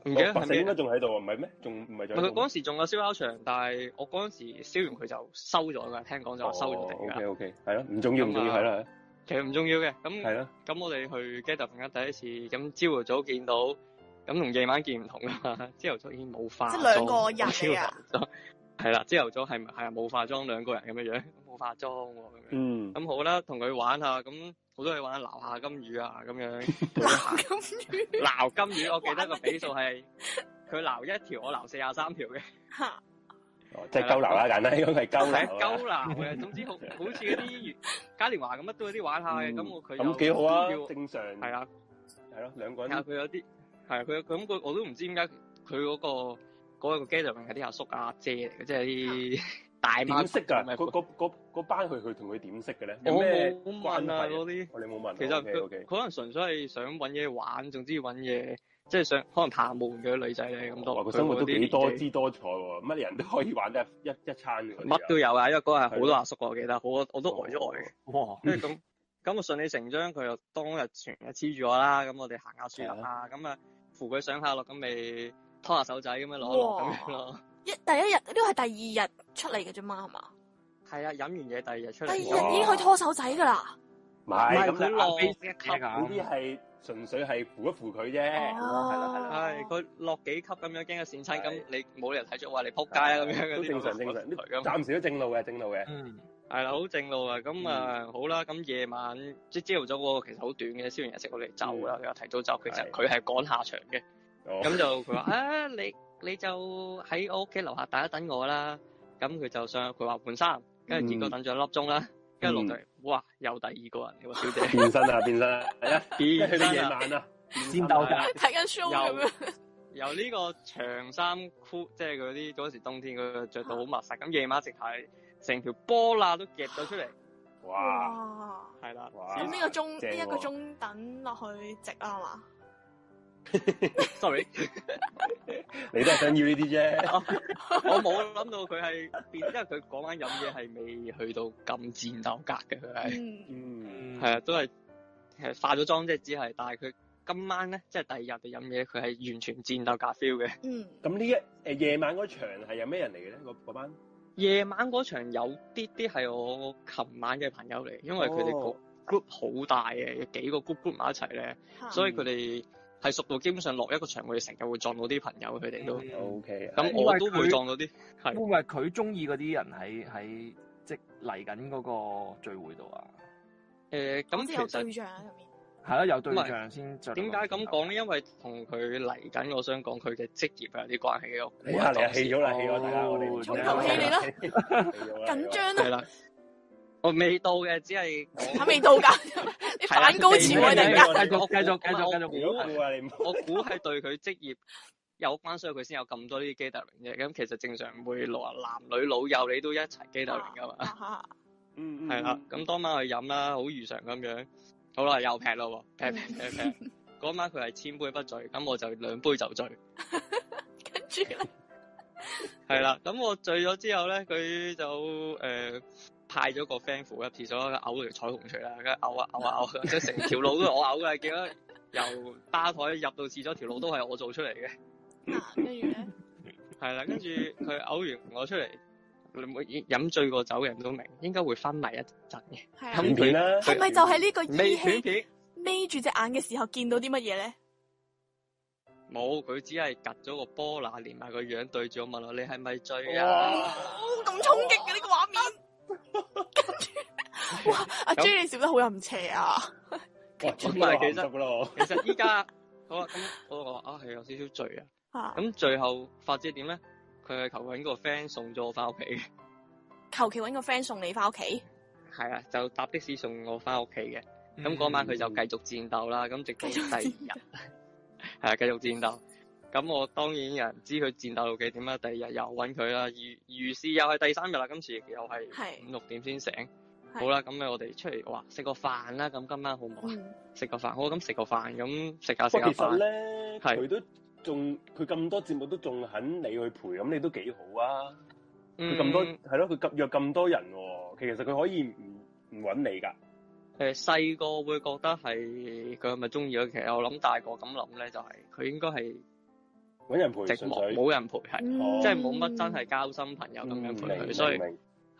唔記得哦白係石咩應該仲喺度啊，唔係咩？仲唔係唔仲係佢喺度嗰陣時仲有燒烤場，但係我嗰陣時燒完佢就收咗㗎，聽講就話收咗地㗎。啊 O K O K，係咯，哦唔重要唔重要，係啦，其實唔重要嘅。咁係啦，咁我哋去 g e t 突然間第一次，咁朝頭早見到，咁同夜晚見唔同㗎嘛。 朝頭早已經冇化妝，即係兩個人嚟㗎朝頭早。係啦，朝頭早係咪係啊冇化妝兩個人咁樣樣，冇化妝喎咁樣。嗯，咁好啦，同佢玩下，咁好多嘢玩，撈下金魚啊咁樣。嗱咁撈 金魚，我記得個比數係佢撈一條，我撈四廿三條嘅。吓，哦即係鳩流啦，簡單，應該係鳩係流啦鳩。鬧嘅，總之好好似嗰 啲嘉年華咁乜啊都有啲玩下嘅，咁我佢又嗯咁幾好啊要，正常係啊，係咯，兩個係啊人佢有啲係啊佢咁佢我都唔知點解佢嗰個嗰個 gathering 係啲阿叔啊阿姐嚟嘅，即係 啲大媽點識㗎？咪嗰嗰嗰嗰班佢佢同佢點識嘅咧？我有咩冇關問啊係嗰？啲，我哋冇問啊。其實 O 佢 K 佢可能純粹係想揾嘢玩，總之揾嘢即係想可能怕悶嘅女仔咧咁 O K，多，佢生活都幾多佢嗰啲年紀姿多彩喎，乜人都可以玩得一一一餐㗎。乜都有啊，因為嗰日好係多咯阿叔我記得，我我都呆咗呆嘅。哦哇，跟住咁咁我順理成章，佢又當日全日黐住我啦。咁我哋行下樹林啊，咁啊扶佢上下落，咁咪拖下手仔咁樣攞落哇咁樣咯。一第一日呢個係第二日出嚟嘅啫嘛，係嘛？係啊，飲完嘢第二日出第二嚟，哎日已經去拖手仔噶啦，唔唔係係咁佢啦，落呢一咩級，啲㗎？係純粹係扶一扶佢啫，係咯係咯哦係咯。係佢落幾級咁樣驚佢跣親，咁係你冇理由睇咗話你撲街啊咁樣嗰都啲正常咁正常，呢咁暫時都正路嘅正路嘅。嗯，係啦，好正路啊！咁啊、嗯好啦，咁夜晚即係朝頭早嗰個其實好短嘅，燒完嘢食我哋走啦，又提早走，其實嗯係佢係趕下場嘅。哦咁就佢話：啊，你你就喺我屋企樓下大家等我啦。咁佢就上，佢話換衫，跟住結嗯果等咗一粒鐘啦，跟住落嚟，哇，又第二個人，你話小 姐變身嗯啊 變身啊，係啊，一變去到夜身啦，晚啊，戰鬥係啊㗎，睇緊 show 咁樣，由呢個長衫褲，即係嗰啲嗰時冬天佢着到好密實，咁夜晚直頭係成條波罅都夾咗出嚟，哇！哇！係啦，哇咁呢個鐘正呢喎一個鐘等落去值啦，係嘛？ ，sorry，你都係想要呢啲啫，我冇諗到佢係變，因為佢嗰晚飲嘢係未去到咁戰鬥格嘅，佢係。嗯，嗯，係啊，都係係化咗妝啫，只係，但係佢今晚咧，即係第二日嚟飲嘢，佢係完全戰鬥格 feel 嘅。嗯，咁呢一誒夜晚嗰場係有咩人嚟嘅咧？嗰嗰班夜晚嗰場有啲啲係我琴晚嘅朋友嚟，因為佢哋哦個 group 好大嘅，有幾個 group group 埋一齊咧，嚇所以佢哋係熟到基本上落一個場，我哋成日會撞到啲朋友，佢哋都嗯 O K，咁因我為都佢會撞到啲會係唔會係佢中意嗰啲人喺喺即係嚟緊嗰個聚會度啊？誒。好咁似其有實對象喺入面，係咯，有對唔係象先就點解咁講咧？因為同佢嚟緊，我想講佢嘅職業係有啲關係嘅。我估嚟啊嚟啊，當時氣咗啦氣咗，大家我哦哋重頭戲嚟氣咗啦，緊張係啊，啦，我未到嘅，只係嚇講未到㗎，你反高潮前啊！我突然間間，繼續繼續繼續繼續屌你啊你唔好我估係對佢職業有關，所以佢先有咁多呢啲 gathering 啫。咁其實正常每老男女老幼你都一齊 gathering 噶嘛，嚇嚇嗯嗯係啦。咁當晚去飲啦，好如常咁樣。好啦，又劈咯喎，劈劈劈 劈。嗰晚佢係千杯不醉，咁我就兩杯就醉。跟住咧，係啦，咁我醉咗之後咧，佢就誒、呃派咗個 friend 扶入廁所，嘔條彩虹出嚟啦，跟住嘔啊 嘔啊嘔啊，即係成條路都係我嘔嘅，記得由吧台入到廁所條路都係我做出嚟嘅，啊跟住咧，係啦，跟住佢嘔完我出嚟，你冇飲醉過酒嘅人都明，應該會昏迷一陣嘅，係啊片，片啦，係咪就係呢個未依斷稀片，眯住隻眼嘅時候見到啲乜嘢咧？冇，佢只係趌咗個波乸，連埋個樣對住我問我你係咪醉啊？哦咁衝擊嘅呢個畫面，跟住哇，阿咁 J 你笑得好淫邪啊！哇其咁實咪其實噶咯，其實依家好啦，咁我話啊係有少少醉啊。啊，咁最後發展點咧？佢係求緊個 friend 送咗我翻屋企嘅，求其揾個 friend 送你翻屋企，係啊，就搭的士送我翻屋企嘅。嗯咁嗰晚佢就繼續戰鬥啦，咁直到繼續 第二日，係啊，繼續戰鬥。咁我當然有人知佢戰鬥路幾點啦，第二日又揾佢啦，如如是又係第三日啦，今次又係係五六點先醒。好啦，咁咧我哋出嚟話食個飯啦，咁今晚好唔好啊？嗯，食個飯，好咁食個飯，咁食下不食過下其實飯。咧，係佢都仲佢咁多節目都仲肯你去陪，咁你都幾好啊！佢咁多嗯係咯，佢咁約咁多人喎，其實佢可以唔唔揾你㗎。誒細個會覺得係佢係咪中意咗？其實我諗大個咁諗咧，就係、佢應該係搵人陪，寂純寞，粹冇人陪，係、哦嗯即係冇乜真係交心朋友咁樣陪明佢，嗯明所以明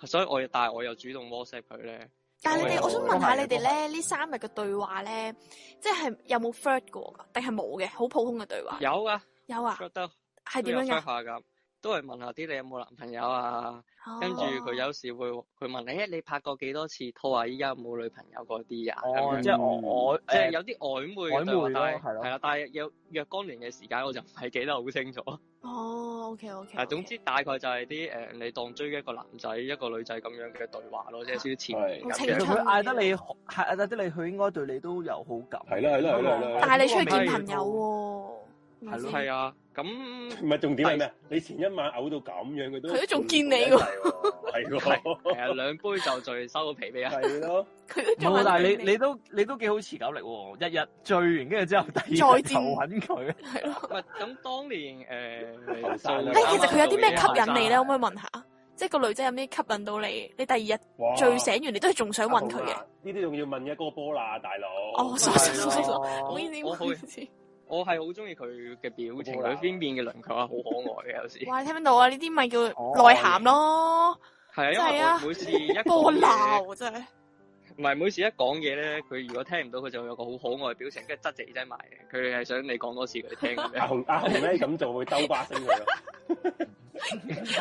所以我又但係我又主動 WhatsApp 佢咧，但系你哋，哦我想問下都係你哋都咧，呢三日嘅對話咧，即係有冇 flirt 過㗎定係冇嘅，好普通嘅對話。有啊，有啊，覺得係都點有 check 樣下㗎，都係問下啲你有冇男朋友啊，㗎？跟住佢哦有時會佢問你，誒你拍過幾多次拖啊？依家有冇女朋友嗰啲啊？咁哦，樣嗯即係我我即係誒有啲曖昧曖嘅對話，昧咯但係係咯係啦，但係有若干年嘅時間，我就唔係記得好清楚。哦，OK OK。啊，總之大概就係啲誒，你當追一個男仔一個女仔咁樣嘅對話咯，即係少少前好咁青其實樣。佢嗌得你係嗌得你去，應該對你都有好感。係啦係啦係啦係啦帶你出去見係朋友喎，係咯咪先係啊，咁唔係重點係咩？你前一晚嘔到咁樣，佢都佢都仲見你喎，係係喎，誒兩杯就醉，收個皮俾啊！係咯，佢都唔係仲喎啊但係係你你都你都幾好持久力喎！日日醉完，跟住之後第二再日戰就揾佢。 係咯。唔係咁當年 誒後生做啊誒，啱其實佢有啲咩啱吸引你咧？可後唔可以問下？即係個女仔有咩吸引到你？你第二日哇啊醉醒完，你都係仲想揾佢嘅？呢啲仲要問一哥波啦，大佬。哦生 sorry，sorry，係 sorry，啊唔好意思，我唔我好好意思。我係好中意佢嘅表情，好啊啦佢邊面嘅輪廓係啊好可愛嘅有 時。哇！你聽唔聽到啊？呢啲咪叫哦內涵咯，係真係啊，啊因為我每次一波講嘢，鬧啊真係。 唔係每次一講嘢咧，佢如果聽唔到，佢就會有個好可愛嘅表情，跟住側自己擠埋嘅。佢係想你講多次佢聽咁阿樣。紅阿紅咧咁做會兜巴聲佢咯，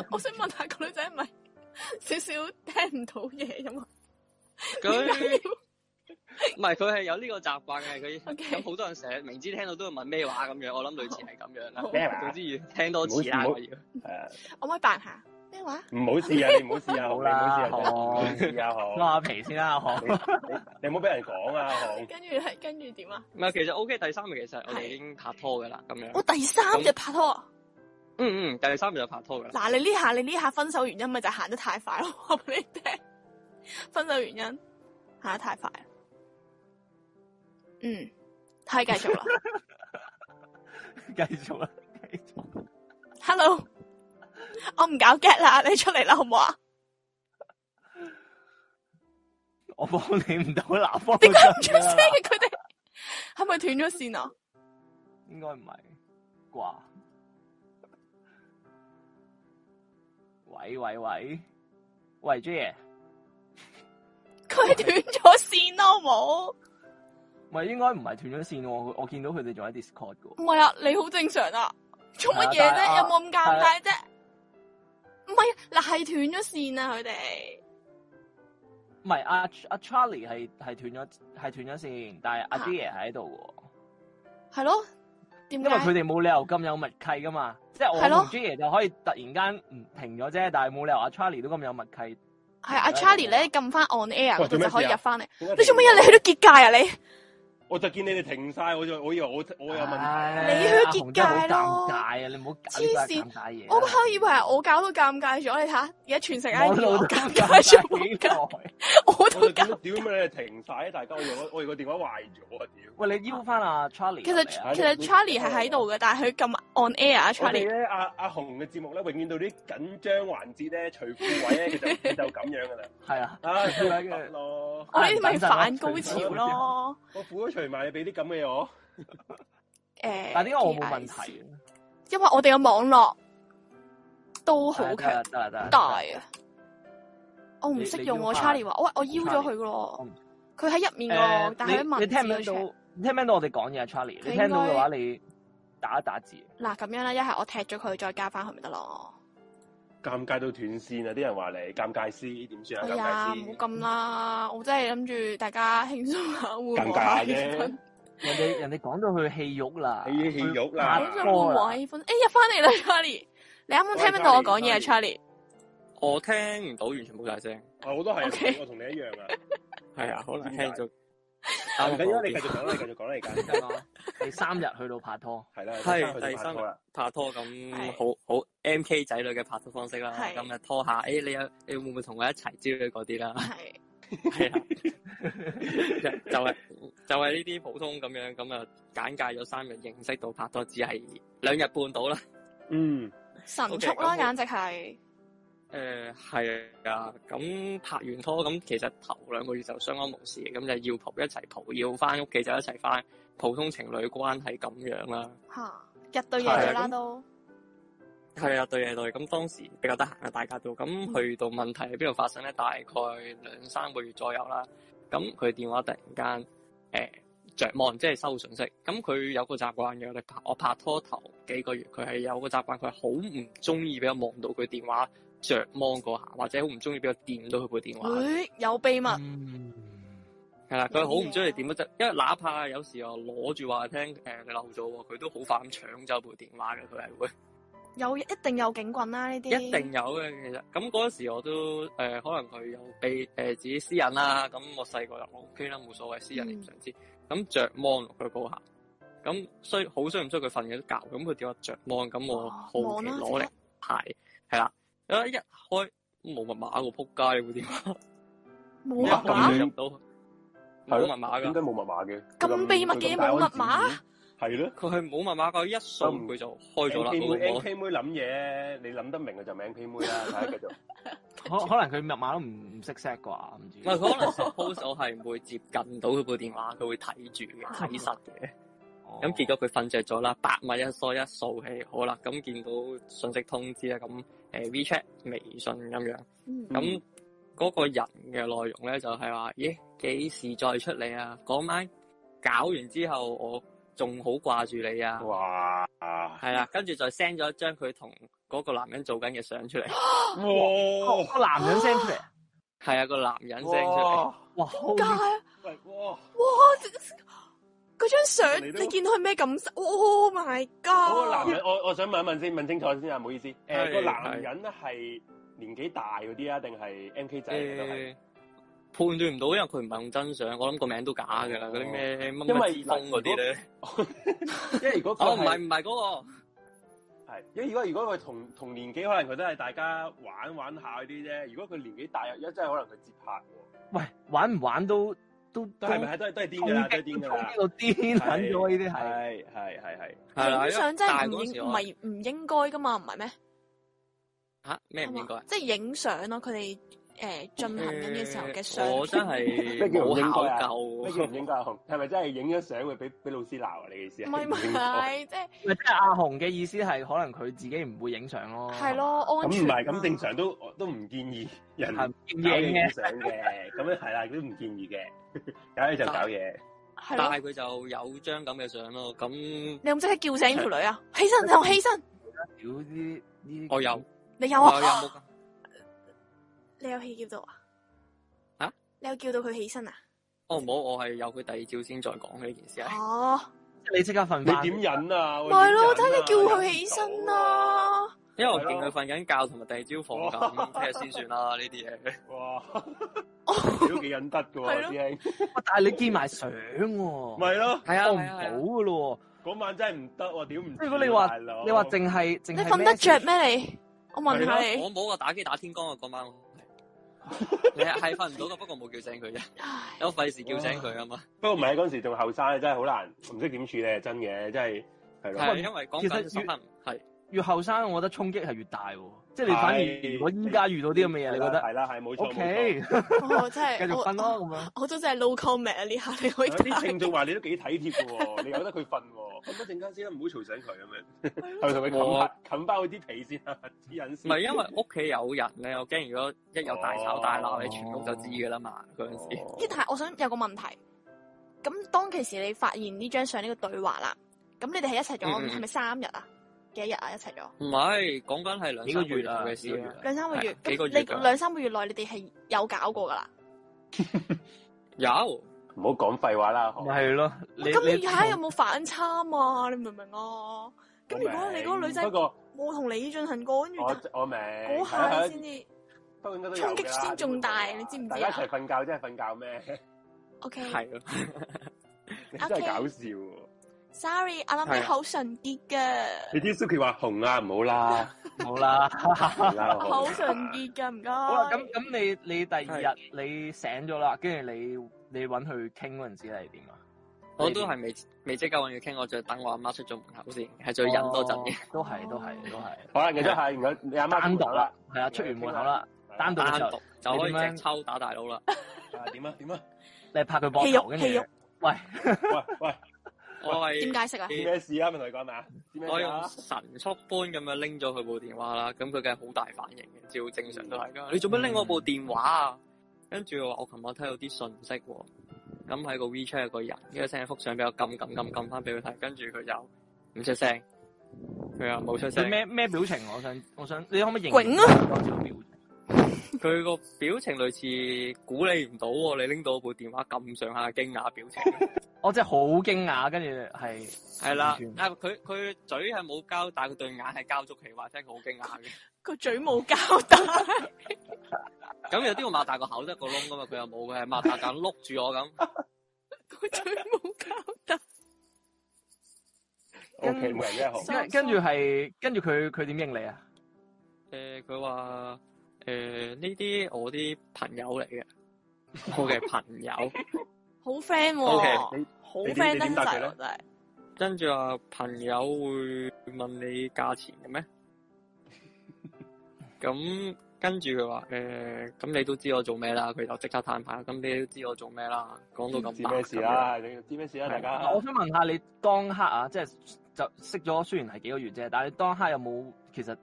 我想問下個女仔係咪少少聽唔到嘢啊有冇？ 佢唔係佢係有呢個習慣嘅，佢 OK 咁好多人成日明知聽到都會問咩話咁樣，我諗類似係咁樣啦。咩話總之要聽多次啦，唔好我要係啊我可唔可以扮下咩話？唔好試啊！你唔好 試啊，好好啦啦，唔好試啊，攞好，下皮先啦，我你唔好俾人講啊，紅。跟住係跟住點啊？唔係其實 O K 第三日其實我哋已經拍拖㗎啦，咁樣我第三日拍拖，嗯嗯，第三日就拍拖㗎啦。嗱你呢下你呢下分手原因咪就係行得太快咯， 我話俾你聽。分手原因行得太快啦。嗯，係繼 續啦。繼續啦。 Hello，我唔搞 get 啦，你出嚟啦好唔好啊？我幫你唔到，嗱，幫點解唔出聲啦嘅佢哋？係咪斷咗線啊？應該唔係啩？喂喂喂喂，J 爺，佢係斷咗線咯，好冇？唔係應該唔係斷咗線喎，我我見到佢哋仲喺 Discord 嘅唔喎。係啊，你好正常啊，做乜嘢係啫？啊有冇咁尷尬啫？唔係啊，嗱係斷咗線啊，佢哋唔係阿阿 Charlie 係係斷咗係斷咗線，但係阿啊 J 爺喺度係咯，點喎，因解？為佢哋冇理由咁有默契噶嘛，即係係我咯同 J 爺就可以突然間唔停咗啫，但係冇理由阿 Charlie 都咁有默契。係阿 Charlie 咧撳翻 on air 喂嗰做度咩就事啊可以入翻嚟。點解你做乜嘢？你去到結界啊你？我就見你哋停晒，我就我以為我我有問題。唉你去阿結紅真係好界咯尷尬啊！你唔好搞黐啲線尷尬嘢啊。我刻以為係我搞到尷尬咗，你睇下而家全世界我都老我豆尷尷尬尬咗，幾耐。哎我我都就見尷。到屌你哋停晒，大家我以為我我以為個電話壞咗啊！屌！喂，你邀翻阿 Charlie 其入實嚟啊。其實 Charlie 係喺度嘅，但係佢撳 on air 啊我哋 Charlie。咧阿阿紅嘅節目咧，永遠到啲緊張環節咧，除褲位咧，佢就 佢就咁樣噶啦。係啊，啊，真係得咯！我哋咪反高潮咯，我褲都除埋，你俾啲咁嘅嘢我。誒，但係點解我冇問題？因為我哋嘅網絡都好係啊強得啦得啦得大啦，啊！我唔識用你你喎要翻，Charlie 話我我邀咗佢噶我咯唔，佢喺入面誒噶，但係你你聽唔喺文聽字嗰到？你聽唔聽到我哋講嘢啊，Charlie？佢你應該聽到嘅話，你打一打字。度嗱咁樣啦，一係我踢咗佢，再加翻佢咪得咯。尷尬到斷線啊！啲人話你尷尬師點算哎啊？呀，尷唔好尬師咁啦，我真係諗住大家輕鬆下，緩尷和下尬氣氛，啫，人哋人哋講到佢戲肉啦，戲戲肉啦佢我拍想拖緩啦和氣氛。哎，入翻嚟啦，Charlie，你啱啱聽唔聽到我講嘢啊，Charlie？我聽唔到，完全冇大聲。我都係 OK 我同你一樣啊！係啊，可能聽到唔緊要，你繼續講啦，你繼續講啦，你繼續講。第啊三日去到拍拖，係啦，係第第三三日啦，拍拖係咁好好 M K 仔女嘅拍拖方式啦，係咁就啊拖下，誒你有你會唔會同我一齊之類嗰啲啦，系 係啦，就就係就係呢啲普通咁樣咁啊，簡介咗三日認識到拍拖，只係兩日半到啦。嗯，神 OK，速啦，咁我簡直係 誒係啊，咁拍完拖咁，其實頭兩個月就相安無事，咁就要蒲一齊蒲，要翻屋企就一齊翻，普通情侶關係咁樣啦。吓日對夜對係啦咁都，係啊，對嘅對嘅，咁當時比較得閒啊，大家都咁去到問題喺邊度發生咧？大概兩三個月左右啦。咁佢電話突然間誒着望，即係收信息。咁佢有個習慣嘅，我哋拍我拍拖頭幾個月，佢係有個習慣，佢係好唔中意俾我望到佢電話着芒嗰下，或者好唔中意俾我掂到佢部電話。誒有秘密，嗯係啦，佢好唔中意有啲嘢點樣啫，因為哪怕有時我攞住話聽誒、你漏咗喎，佢都好快咁搶走部電話嘅，佢係會。有一定有警棍啦呢啲，一定有嘅，其實咁嗰時我都誒、呃可能佢有被誒、呃自己私隱啦，咁我細個又 O K 啦，冇所謂，私隱你唔想知。咁着芒落佢嗰下，咁衰好衰唔衰佢瞓緊覺，咁佢點解着芒？咁我好哦望奇啦攞嚟即排，係啦，一開冇密碼個撲街部電話，冇哇密咁碼樣，入到冇密碼㗎點解。冇密碼嘅？咁秘密嘅嘢冇密碼？係咯。佢係冇密碼㗎，一掃嗯佢就開咗 N 啦 K 嗰個妹，N 網。 K 妹諗嘢，你諗得明佢就咪 N K 妹啦，大家 繼續。可可能佢密碼都唔唔識 set 啩，唔知。唔係，佢可能 suppose 我係唔會接近到佢部電話，佢會睇住嘅，啊睇實嘅。哦咁結果佢瞓着咗啦，百米一梳一掃氣，好啦，咁見到信息通知啦，咁誒、呃 WeChat 微信咁樣，嗯咁嗰個人嘅內容咧就係、話，咦幾時再出嚟啊？嗰晚搞完之後，我仲好掛住你啊，哇！係啦，跟住就 send 咗一張佢同嗰個男人做緊嘅相出嚟，嗯哦哇！個男人 send 出嚟，係啊，個男人 send 出嚟，點哇，好解啊喂，哇！哇！嗰張相你都你見到係咩感受？Oh my 嗰個男 god！人，我我想問一問先，問清楚先啊，唔好意思。誒，係個男人咧係年紀大嗰啲啊，定係 M K 仔嚟嘅都係？誒呃判斷唔到，因為佢唔係用真相，我諗個名都假㗎啦，嗰啲哦咩乜因為乜之風嗰啲咧， 因為如果哦佢唔係係唔係嗰個。係，因為如果如果佢同同年紀，可能佢都係大家玩玩下嗰啲啫。如果佢年紀大，一真係可能佢接拍喎。喂，玩唔玩都都都都係咪係都係都係癲衝㗎啦，都係擊癲㗎衝啦擊。到癲撚咗呢啲係。係係係係。係啦，影相真係唔應唔係係唔應該噶嘛，唔係咩？吓咩唔應該？啊即係影相咯，佢哋誒進行緊嘅時候嘅相。我真係 咩叫唔應冇該考啊咩叫究唔。應該啊？紅係咪真係影咗相會俾俾老師鬧啊？你嘅意思唔係係唔應該係，即係咪即係阿紅嘅意思係，可能佢自己唔會影相咯。係咯，安哦咁全唔啊。係咁正常都都唔建議人係搞唔嘢影影嘅。相嘅，咁樣係啦，都唔建議嘅。 搞嘢就搞 嘢，係但咯，係佢就有張咁嘅相咯，咁你有冇即刻叫醒條女 啊？起身就起身，屌呢呢啲我哦有，你我有有啊？冇㗎？你有氣叫到啊？啊？你有叫到佢起身啊？哦，冇，我係有佢第二朝先再講嘅呢件事係。哦，你即刻瞓你翻。點忍啊？咪喂係咯，點睇忍啊你叫佢起身啊啦。因為我係見佢咯瞓緊覺，同埋第二朝放假，咁聽日先算啦呢啲嘢。 哇，你都幾忍得嘅喎，哦係咯師兄。哇但係你見埋相喎，咪咯，係啊幫唔係啊係啊，到噶咯嗰晚真係唔得喎，屌唔住啊！即係如果你話大佬喎。你話淨係淨係你瞓得着 message 咩你？我問下係咯你。我冇啊，打機打天光啊 嗰晚我。你係係瞓唔到噶，不過冇叫醒佢啫，唉有費事叫醒佢啊嘛。不過唔係嗰陣時仲後生，真係好難，唔識點處理，啊真嘅，真係係咯。啊係因為講其實緊心係越後生，我覺得衝擊係越大喎。即係你反而係如果依家遇到啲咁嘅嘢，你覺得係啦，係冇錯 O 冇錯 K，我哦真係繼續瞓咯。咁樣。我我都真係 no comment 啊！呢下你可以有啲哎聽眾話你都幾體貼嘅 喎，你由得佢瞓喎，咁一陣間先啦，唔好嘈醒佢咁樣，係咪同佢冚我翻冚翻佢啲被先啊，啲人唔先。係因為屋企有人咧，我驚如果一有大吵大鬧，哦你全屋就知噶啦嘛。嗰陣時哦咦，但係我想有個問題，咁當其時你發現呢張相呢個對話啦，咁你哋係一齊咗，嗯嗯係咪三日啊？幾多日啊？一齊咗唔係講緊係兩幾個三個月月後啦，嘅幾事個月啦啦。兩三個月係啊，幾個咁月你㗎兩三個月內你哋係有搞過噶啦？有唔好講廢話啦，咪係咯，你咁你你而家有冇反差啊？你明唔明啊？咁如果你嗰個女仔不過冇同你進行過，跟住我我明，嗰係啊下你先，至不過應該都衝擊先仲大你知唔知啊 大家一齊瞓覺即係瞓覺咩？ OK。係咯， 真係 Okay 搞笑喎。 Sorry，我諗係你啊好純潔噶，你啲 Suki 話紅啊，唔好 啦，冇啦。紅啦，紅好純潔噶，唔該。好啦，咁咁你你第二日你醒咗啦，跟住你你揾佢傾嗰陣時係點啊？我都係未未即刻揾佢傾，我再等我阿媽出咗門口先，係再忍多陣嘅。哦，都係都係都係好啦，認咗下，然後你阿媽單獨啦啦，，係啊，出完門口啦，單獨單嘅時候獨就可以你點樣隻抽打大佬啦。啊點啊點啊，你拍佢戲膊頭，肉跟戲住肉喂喂喂，我點係解釋啊？知咩事啊？咪同你講咩啊？知咩我事用啊？神速般咁樣拎咗佢部電話啦，咁佢梗係好大反應嘅，照正常嗯都係噶。你做咩拎我部電話啊？跟住我話我琴晚睇到啲信息喎，咁喺個 WeChat 有個人，跟住 send 幅相俾我撳撳撳撳翻俾佢睇，跟住佢就唔出聲，佢又冇出佢聲。咩咩表情？我想我想，你可唔可以形容滾多少表情？佢個表情類似估你唔到喎，你拎到我部電話咁上下嘅驚訝表情。我真係好驚訝，跟住係 係啦完全，啊佢佢嘴係冇交，但係佢對眼係交足其話，真係好驚訝嘅。 個嘴冇交代，咁有啲會擘大個口得個窿噶嘛，佢又冇，佢係擘大眼碌住我咁。個嘴冇交代。 O K，冇人嘅紅，跟跟住係跟住佢佢點應你啊？誒佢話誒呢啲我啲朋友嚟 嘅，我嘅朋友。好 friend 喎 OK，你好你點 friend 啊得你滯點答喎佢呢真係。跟住話朋友會問你價錢嘅 咩？咁跟住佢話誒，咁、你都知我做咩啦？佢就即刻攤牌，咁你都知我做咩啦？講到咁知白咩事啊啦？你知咩事啦？大家我想問下你當刻啊，即係就識咗，雖然係幾個月啫，但係你當刻有冇其實誒、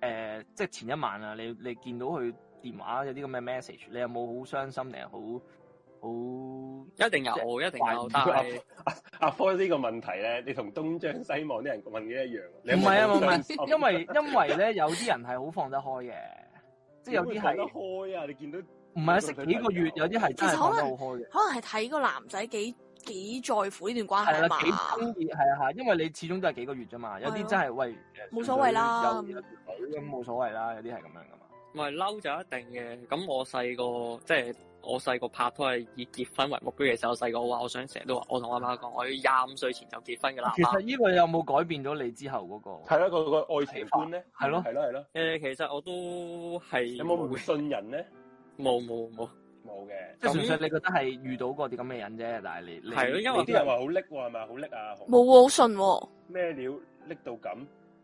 呃即係前一晚啊，你你見到佢電話有啲咁嘅 message，你有冇好傷心定係好好？咁樣，一定有，一定有，但係 阿科呢個問題咧，你同東張西望啲人問嘅一樣，你有唔冇係啊，好唔傷心係，因為因為咧有啲人係好放得開嘅，即係有啲點會放得係開啊！你見到唔係啊食幾個月，有啲係真係放得好開嘅。可能係睇個男仔幾幾在乎呢段關係係啦，嘛幾，中意係啊，係因為你始終都係幾個月啫嘛，有啲真係喂啊冇所謂啦有有條女咁冇所謂啦，有啲係咁樣噶嘛。唔係嬲就一定嘅。咁我細個即係我細個拍拖係以結婚為目標嘅時候，細個我話我想成日都話，我同阿媽講，我要廿五歲前就結婚㗎啦。其阿媽實呢個有冇改變咗你之後嗰、個？係咯，個個愛情觀咧，係咯 係咯，係咯，誒，其實我都係有冇唔信人咧？冇冇冇，冇嘅，即係純粹你覺得係遇到過啲咁嘅人啫，但係你你係咯因為有啲人話好叻喎，係咪好叻啊？紅冇喎好信喎。咩料叻到咁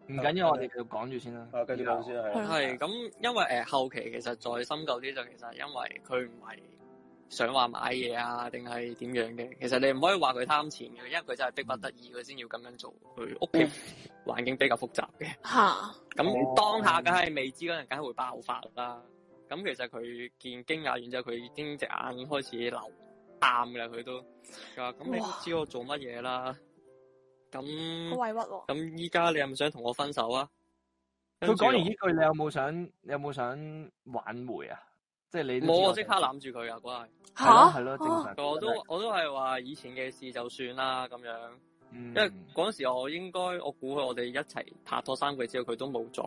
唔緊要，我哋繼續講住先啦。啊？繼續講先係啊。係咁，因為誒、呃、後期其實再深究啲就其實因為佢唔係想話買嘢啊，定係點樣嘅。其實你唔可以話佢貪錢嘅，因為佢真係逼不得已，佢先要咁樣做。佢屋企環境比較複雜嘅，吓，嗯哦咁當下梗係未知嗰陣，梗係會爆發啦。咁其實佢見驚訝完之後，佢已經隻眼開始流淡㗎啦，佢都佢話：咁你都哇知我做乜嘢啦？咁好委屈喎。咁依家你係咪想同我分手啊？佢講完跟住呢句，你有冇想你有冇想挽回啊？即係你都知冇，道我即刻攬住佢啊！嗰日係吓，咯係咯，正哦常。我都我都係話以前嘅事就算啦咁樣，因因為嗰陣時我應該我估我哋一齊拍拖三個月之後，佢都冇再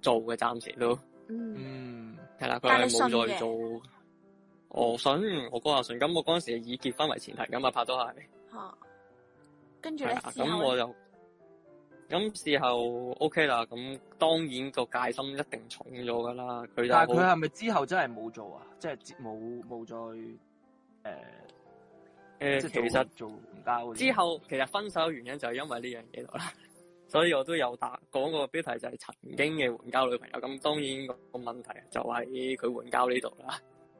做嘅，暫時都嗯，嗯係啦，佢但係係你信冇再嘅做。我信，我嗰下信，咁我嗰陣時以結婚為前提噶嘛，拍拖係，吓，跟住係咧，啊，之後咁呢我就，咁事後 OK 啦，咁當然個戒心一定重咗噶啦，佢但係就佢好係咪之後真係冇做啊？即係冇冇再呃誒，誒，呃其即係做實做唔交嗰啲之後其實分手嘅原因就係因為呢樣嘢度啦， 所以我都有打講個標題就係曾經嘅援交女朋友，咁當然個問題就喺佢援交呢度啦，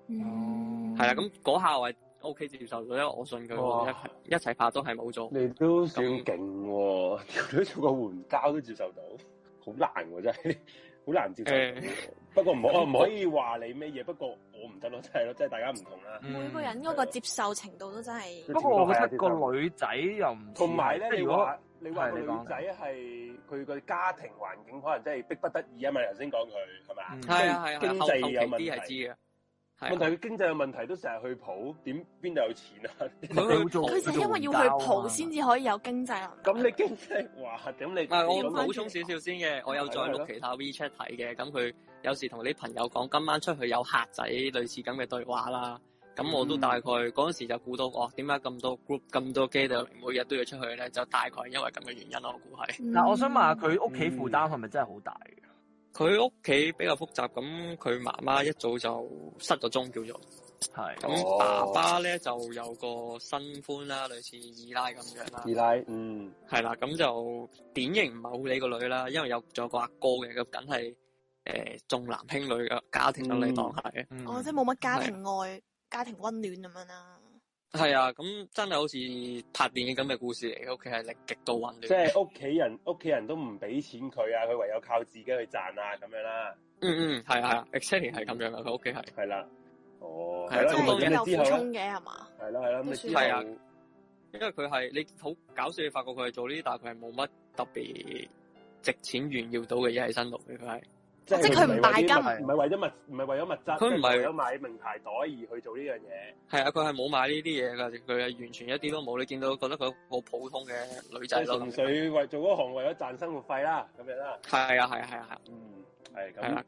嗯係啦，咁嗰下我係 O K 接受咗，因為我信佢，我哇一齊一齊拍拖係冇做，你都算勁喎，條女做個援交都接受到，好難喎真係，好難接受到誒。不過唔可我唔可以話你咩嘢，不過我唔得咯，真係咯，即係大家唔同啦。嗯每個人嗰個接受程度都真係不過我覺得個女仔又唔似同埋咧，即係你如果話你話係個女你講仔係佢個家庭環境可能真係逼不得已啊嘛，頭先講佢係咪啊嗯？係啊係啊，經後後濟期有問啲係知嘅，題，問題係啊佢經濟有問題都成日去蒲，點邊度有錢啊？佢會做啊佢就係因為要去蒲先至可以有經濟能力。咁你經濟話咁你唔係我啊咁翻補充少少先嘅，我有再係咯係咯錄其他 WeChat 睇嘅，咁佢有時同啲朋友講今晚出去有客仔類似咁嘅對話啦，咁我都嗯大概嗰陣時就估到，哦，點解咁多 group 咁多機隊每日都要出去咧？就大概係因為咁嘅原因咯，我估係。嗱，我想問下佢屋企負嗯擔係咪真係好大嘅？佢屋企比較複雜，咁佢媽媽一早就失咗蹤叫做，係咁哦爸爸咧就有個新歡啦，類似二奶咁樣啦二，奶，嗯，係啦，咁就典型唔係好理個女啦，因為有仲有個阿哥嘅，咁梗係誒重男輕女嗯嘅家庭咁你當係，嗯哦，即系冇乜家庭愛、家庭温暖咁樣啦。係啊，咁真係好似拍電影咁嘅故事嚟嘅，屋企係力極度混亂，即係屋企人，屋企人都唔俾錢佢啊，佢唯有靠自己去賺啊，咁樣啦，嗯嗯，係啊係啊，exactly 係咁樣嘅，佢屋企係。係啦，哦，係係啦啦，即咁當咁係然你有之苦後衷咧，嘅係嘛？係啦係啦，咁你都算之後係啊因為佢係你好搞笑，你發覺佢係做呢啲，但係佢係冇乜特別值錢炫耀到嘅嘢喺身度嘅，佢係即哦即係佢唔拜金唔係為咗物，唔係為咗物質，佢唔係即係為咗買名牌袋而去做呢樣嘢，係啊，佢係冇買呢啲嘢㗎，佢係完全一啲都冇。你見到覺得佢好普通嘅女就仔係咯，純粹為做嗰行為咗賺生活費啦，咁樣啦，係啊係啊係啊嗯，係係啊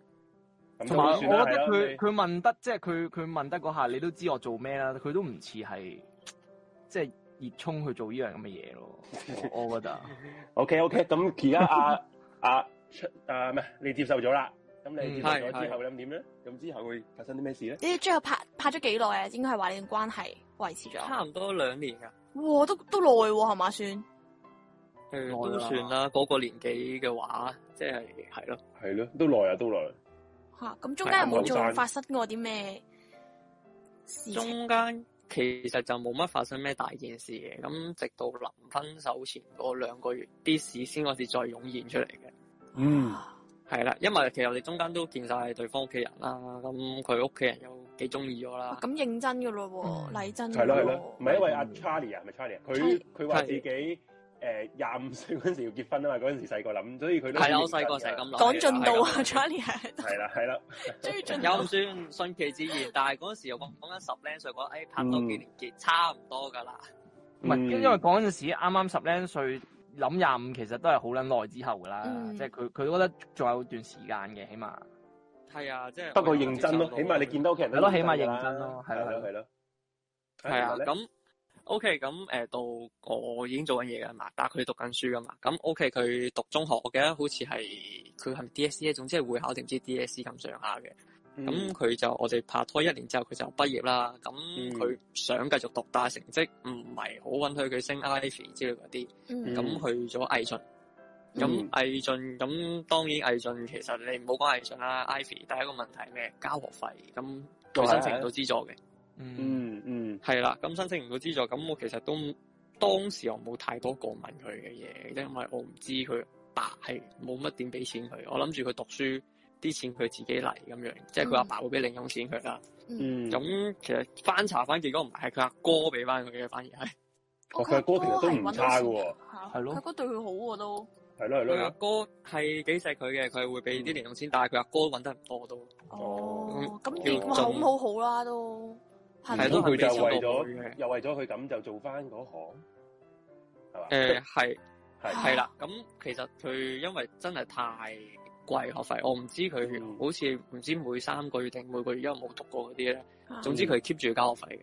咁，，咁同埋我都算啦覺得係啊佢啦佢問得即係佢佢問得嗰下，你都知我做咩啦，佢都唔似係即係熱衷去做呢樣咁嘅嘢咯。我我 覺得 O K O K，咁 而家阿阿出啊咩？你接受咗啦，咁你接受嗯咗係之後咁點咧？咁之後會發生啲咩事咧？你哋最後拍拍咗幾耐啊？應該係話你段關係維持咗。差唔多兩年啊㗎，哇，都都耐喎，係嘛算？誒耐啦都算啦。嗰個年紀嘅話，即係係咯，係咯，都耐啊，都耐。吓咁中間有冇係啊冇仲散發生過啲咩事情？中間其實就冇乜發生咩大件事嘅，咁直到臨分手前嗰兩個月，啲事先開始再湧現出嚟嘅。嗯係啦，因為其實我哋中間都見晒對方屋企人啦，咁佢屋企人又幾中意我啦哇，咁認真噶咯喎，禮真㗎嗯係咯係咯，唔喎係因為阿嗯 Charlie 啊，係咪 Charlie 啊？佢 Charlie 佢話自己誒廿五歲嗰陣時要結婚啊嘛，嗰陣時細個諗，所以佢都係啦，啊我細個成成日咁諗嘅。趕進度啊係咁，Charlie 係係 啦係啦， 追進又唔度。算順其自然，但係嗰陣時又講講緊十零歲，講誒拍多幾年結差唔多㗎啦。唔係，嗯因為嗰陣時啱啱十零歲諗廿五，其實都係好撚耐之後噶啦，嗯即係佢佢覺得仲有段時間嘅，起碼係啊，即係不過認真咯，起碼你見到屋企人都係咯起碼㗎啦認真咯係係咯咯係咯，係啊啊，咁咁 OK，咁誒到我已經做緊嘢㗎嘛，但係佢讀緊書㗎嘛，咁 OK 佢讀中學，我記得好似係佢係咪 DSE 咧，啊總之係會考定唔知 DSE 咁上下嘅。咁佢就我哋拍拖一年之後，佢就畢業啦。咁嗯佢想繼續讀，但係成績唔係好允許佢升 Ivy 之類嗰啲。嗯嗯咁去咗毅進，咁嗯毅進咁當然毅進其實你唔好講毅進啦，Ivy 第一個問題係咩？交學費，咁佢申請唔到資助嘅，嗯嗯嗯係啦。咁申請唔到資助，咁我其實都當時我冇太多過問佢嘅嘢，因為我唔知佢爸係冇乜點俾錢佢，我諗住佢讀書啲錢佢自己嚟咁樣，即係佢阿爸會俾零用錢佢啦。嗯，咁、其實翻查翻結果唔係，係佢阿哥俾翻佢嘅，反而係哦佢阿哥其實都唔差㗎喎係係咯佢阿哥對佢好喎都。係咯係佢阿咯，哥係幾錫佢嘅，佢會俾啲零用錢，但係佢阿哥揾得唔多都。哦，咁咁結果叫好做好好啦啊都。係咪係係都都係佢俾錢就為落去嘅咗又為咗佢咁就做翻嗰行，係嘛？誒係係係啦，咁其實佢因為真係太啊貴學費，我唔知佢嗯好似唔知每三個月定每個月，因為冇讀過嗰啲咧。啊總之佢 keep 住交學費嘅。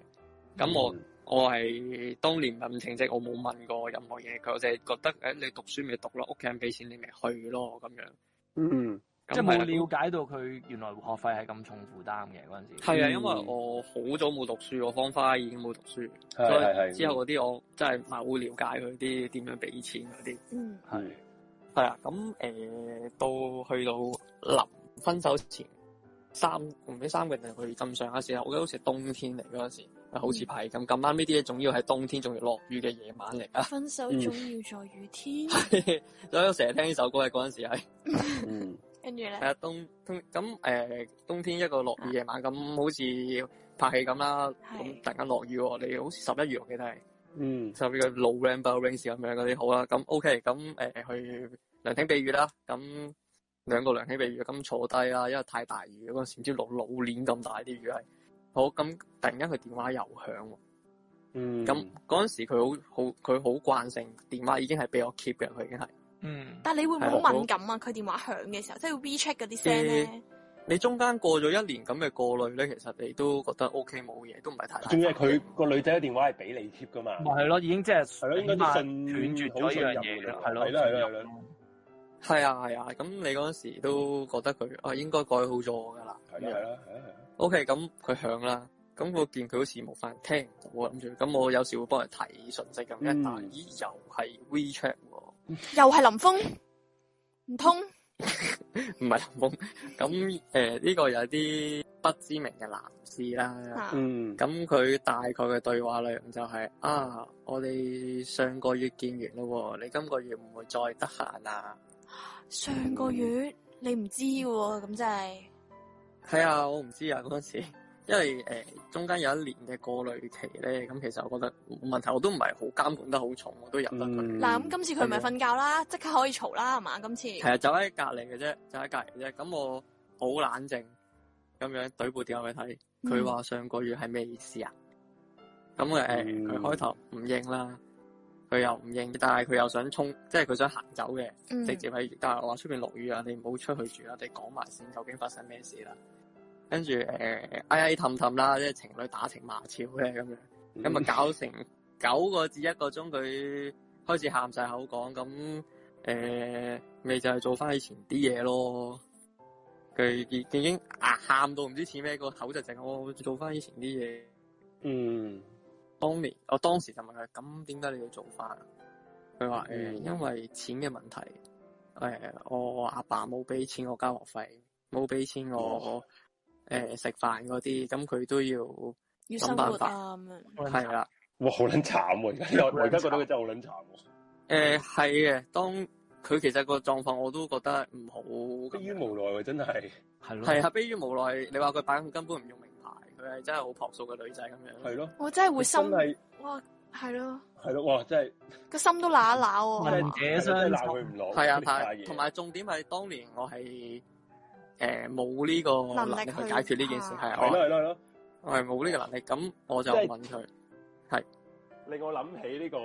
咁我嗯我係當年唔成績，我冇問過任何嘢，佢我就係覺得誒你讀書咪讀咯，屋企人俾錢你咪去咯咁樣。嗯咁即係係啦冇了解到佢原來學費係咁重負擔嘅嗰陣時。係啊，嗯因為我好早冇讀書，我方花已經冇讀書，係所係以係之後嗰啲我真係唔係好了解佢啲點樣俾錢嗰啲。 嗯係係啊，咁誒、呃到去到臨分手前三唔知三個定係去咁上下時候，我記得好似係冬天嚟嗰陣時，好嗯似係咁咁啱呢啲嘢，仲要係冬天，仲要落雨嘅夜晚嚟啊！分手嗯總要在雨天，所以我成日聽呢首歌嘅嗰陣時係 嗯跟住係咧，啊冬冬咁誒、呃冬天一個落雨夜晚咁，好似拍戲咁啦，咁係突然間落雨喎，你好似十一月我記得係。嗯就呢個老 Rambo Rings 咁樣嗰啲好啦。咁 OK，咁誒、呃去涼亭避雨啦。咁兩個涼亭避雨，咁坐低啦，因為太大雨嗰陣時，唔知老老年咁大啲雨係。好，咁突然間佢電話又響喎。嗯咁嗰陣時佢好好佢好慣性，電話已經係俾我 keep 嘅，佢已經係。嗯但係你會唔會係啊好敏感啊？佢電話響嘅時候，即係 WeChat 嗰啲聲咧，你中間過咗一年咁嘅過濾咧，其實你都覺得 O K 冇嘢，都唔係太大。仲要係佢個女仔嘅電話係俾你貼噶嘛？咪係咯，已經即係係咯應該都信斷絕咗呢樣嘢啦，係咯，好信任㗎啦係咯係咯係係啊係啊，咁你嗰陣時都覺得佢啊應該改好咗噶啦。係啊啦係啦係啦 O K，咁佢響啦，咁我見佢好似冇翻聽唔到啊，諗住咁我有時會幫人睇信息咁，一嗯打咦又係 WeChat 喎。又係林峰，唔通 唔係林峰，咁誒呢個有啲不知名嘅男士啦。啊嗯，咁佢大概嘅對話內容就係、啊，我哋上個月見完咯喎，你今個月唔會再得閒啊？上個月你唔知喎，咁真係係啊，我唔知啊嗰陣時， 因為誒、中間有一年嘅過濾期咧，咁其實我覺得冇問題，我都唔係好監管得好重，我都入得佢。嗱，咁今次佢咪係啊瞓覺啦，即刻可以嘈啦，係嘛？今次係啊，就喺隔離嘅啫，就喺隔離嘅啫。咁我好冷靜咁樣懟部電話俾佢睇，佢話上個月係咩意思啊？咁誒，呃嗯佢開頭唔應啦，佢又唔應，但係佢又想衝，即係佢想行走嘅，嗯直接喺，但係我話出邊落雨啊，你唔好出去住啦，你講埋先，究竟發生咩事啦？跟住誒，唉唉氹氹啦，即係情侶打情罵俏嘅咁樣。咁啊搞成九個至一個鐘，佢開始喊晒口講，咁誒呃咪就係做翻以前啲嘢咯。佢已已經啊喊到唔知似咩，個口就淨係我做翻以前啲嘢。嗯當年我當時就問佢：咁點解你要做翻？佢話誒，嗯因為錢嘅問題。誒、我阿爸冇俾錢我交學費，冇俾錢我嗯誒食、飯嗰啲，咁佢都要要諗生辦活法啊咁樣。係啦。哇好撚慘喎！而 家我而家覺得佢真係好撚慘喎。誒係嘅，當佢其實個狀況我都覺得唔好咁迫於樣，無奈喎，真係係咯，係啊，迫於無奈。你話佢擺佢根本唔用名牌，佢係真係好樸素嘅女仔咁樣。係咯，我真係會心真係哇，係咯，係咯，哇！真係個心都揦一揦真喎。啊係真係真係鬧佢唔落，係啊，真係太但嘢同埋重點係當年我係誒冇呢個能力去解決呢件事，能力去係啊係咯係咯係咯，我我係冇呢個能力，咁我就即係問佢令我諗起呢個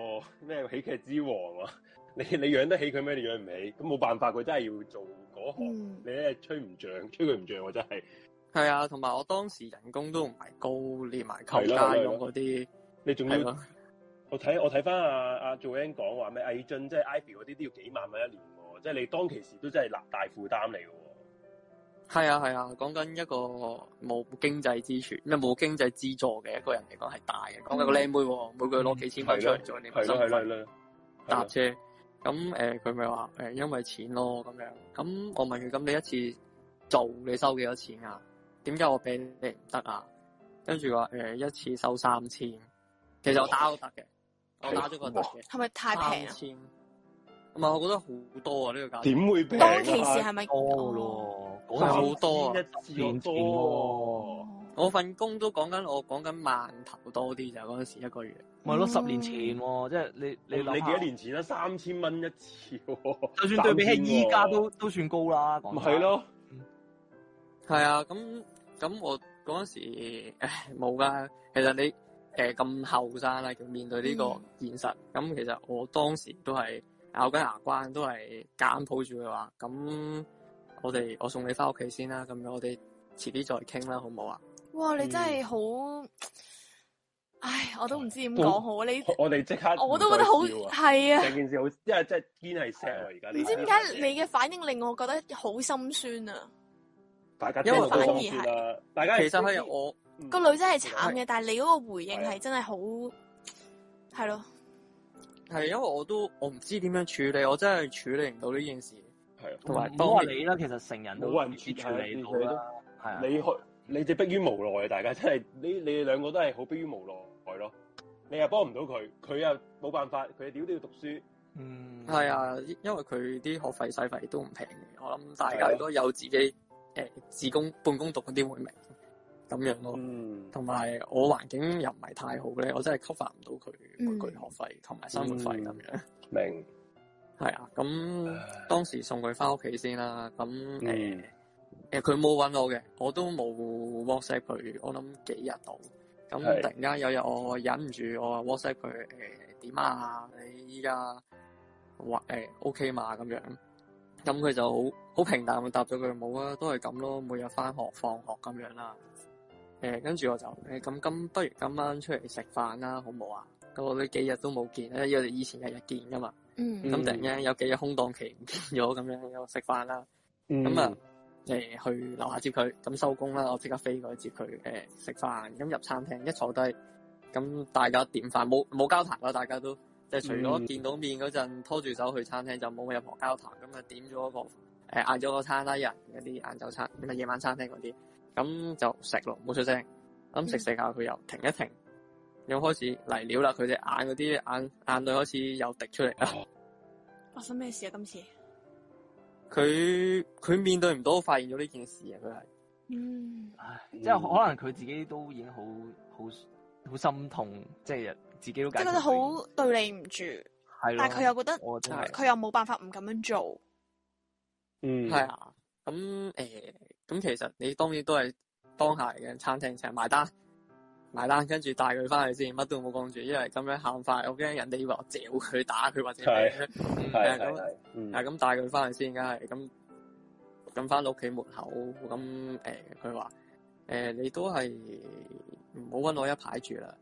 咩喜劇之王啊！ 你你養得起佢咩？你養唔起，咁冇辦法，佢真係要做嗰行，嗯你咧吹唔漲，吹佢唔漲喎，真係係啊，同埋我當時人工都唔係高，連埋扣係咯家係咯用嗰啲你仲係要咯。我睇我睇翻阿阿 Joanne 講話咩？魏俊即係 Ivy 嗰啲都要幾萬蚊一年喎，即係你當其時都真係大大負擔嚟嘅喎。係啊係啊，講緊一個冇經濟支柱，咩冇經濟資助嘅一個人嚟講係大嘅。講緊個靚妹喎，每個月攞幾千蚊出嚟做你嗯係生咯係咯係活咯，搭車。咁誒，佢咪話誒，因為錢咯咁樣。咁我問佢，咁你一次做你收幾多錢啊？點解我俾你唔得啊？跟住佢話誒，一次收三千。其實我打都嗯得嘅，我打咗個得嘅，係咪太三平啊？千。唔係，我覺得好多啊呢個價錢。點會平啊？當其時係咪多？咯，嗰係陣好時多啊一次過多。哦我份工都講緊，我講緊萬頭多啲就嗰陣時一個月。咪係咯，十年前喎，即係你你你哦你諗幾多下，年前啦？啊三千蚊一次喎，就算對比起依 家3000喎都都算高啦，講咪真係，咯，係啊，咁咁我嗰陣時唉冇噶，其實你誒咁後生啊啦，要面對呢個嗯現實，咁、其實我當時都係咬緊牙關，都係夾硬抱住佢話，咁我哋我送你翻屋企先啦，咁樣我哋遲啲再傾啦，好唔好啊？哇！你真係好，唉，我都唔知點都講好。啊你我我哋即刻我都覺得好唔再笑啊係啊，成件事好，因為真係堅係 sad 啊！而家唔呢知點解你嘅反應令我覺得好心酸啊！大家因為聽落反而都心酸啦，大家其實係我嗯個女仔係慘嘅，但係你嗰個回應啊係係真係好，係咯，係嗯因為我都我唔知點樣處理，我真係處理唔到呢件事，係啊同埋嗯唔好話當你年啦，其實成人都冇人啊接處處理到係啦，係啊，你去，你哋迫於無奈啊！大家真係你你哋兩個都係好迫於無奈咯。你又幫唔到佢，佢又冇辦法，佢屌都要讀書，嗯係，啊，因因為佢啲學費使費都唔平嘅，我諗大家如啊果有自己誒、呃自工半工讀嗰啲會明咁樣咯。嗯，同埋我環境又唔係太好咧，我真係 cover 唔到佢嗯每個月學費同埋生活費咁嗯樣。明，係啊，咁當時送佢翻屋企先啦。咁誒嗯誒，佢冇揾我嘅，我都冇 WhatsApp 佢，我諗幾日到。咁係突然間有日我忍唔住，我話 WhatsApp 佢誒點啊？你依家話誒 OK 嘛咁樣。咁佢就好好平淡咁答咗句冇啊，都係咁咯，每日翻學放學咁樣啦。誒、跟住我就誒咁今，不如今晚出嚟食飯啦，好冇啊？咁我呢幾日都冇見，因為我哋以前日日見噶嘛。嗯咁突然間有幾日空檔期唔見咗咁樣，又食飯啦。咁啊，誒、去樓下接佢，咁收工啦，我即刻飛過去接佢，誒、食飯，咁入餐廳一坐低，咁大家點飯，冇冇交談啦，大家都即係除咗嗯見到面嗰陣拖住手去餐廳就冇任何交談，咁啊點咗個誒嗌咗個餐啦，一人嗰啲晏晝餐，咁啊夜晚餐廳嗰啲，咁就食咯，冇出聲，嗯咁食食下佢又停一停，又開始嚟料啦，佢隻眼嗰啲眼眼淚開始又滴出嚟哦啦。發生咩事啊？今次，佢佢面對唔到，發現咗呢件事啊！佢係嗯，即係可能佢自己都已經好好好心痛，即係自己都即係解決覺得唔到好對你唔住，係咯。但係佢又覺得我覺係得佢又冇辦法唔咁樣做，嗯，係啊，咁誒，咁、其實你當然都係當下嚟嘅餐廳請埋單，埋單跟住帶佢翻去先，乜都冇講住，因為咁樣喊法，我驚人哋以為我嚼佢打佢或者咩係嗯係係係咁係，嗯啊，咁帶佢翻去先，梗係咁咁翻到屋企門口，咁誒佢話誒你都係唔好揾我一排住啦。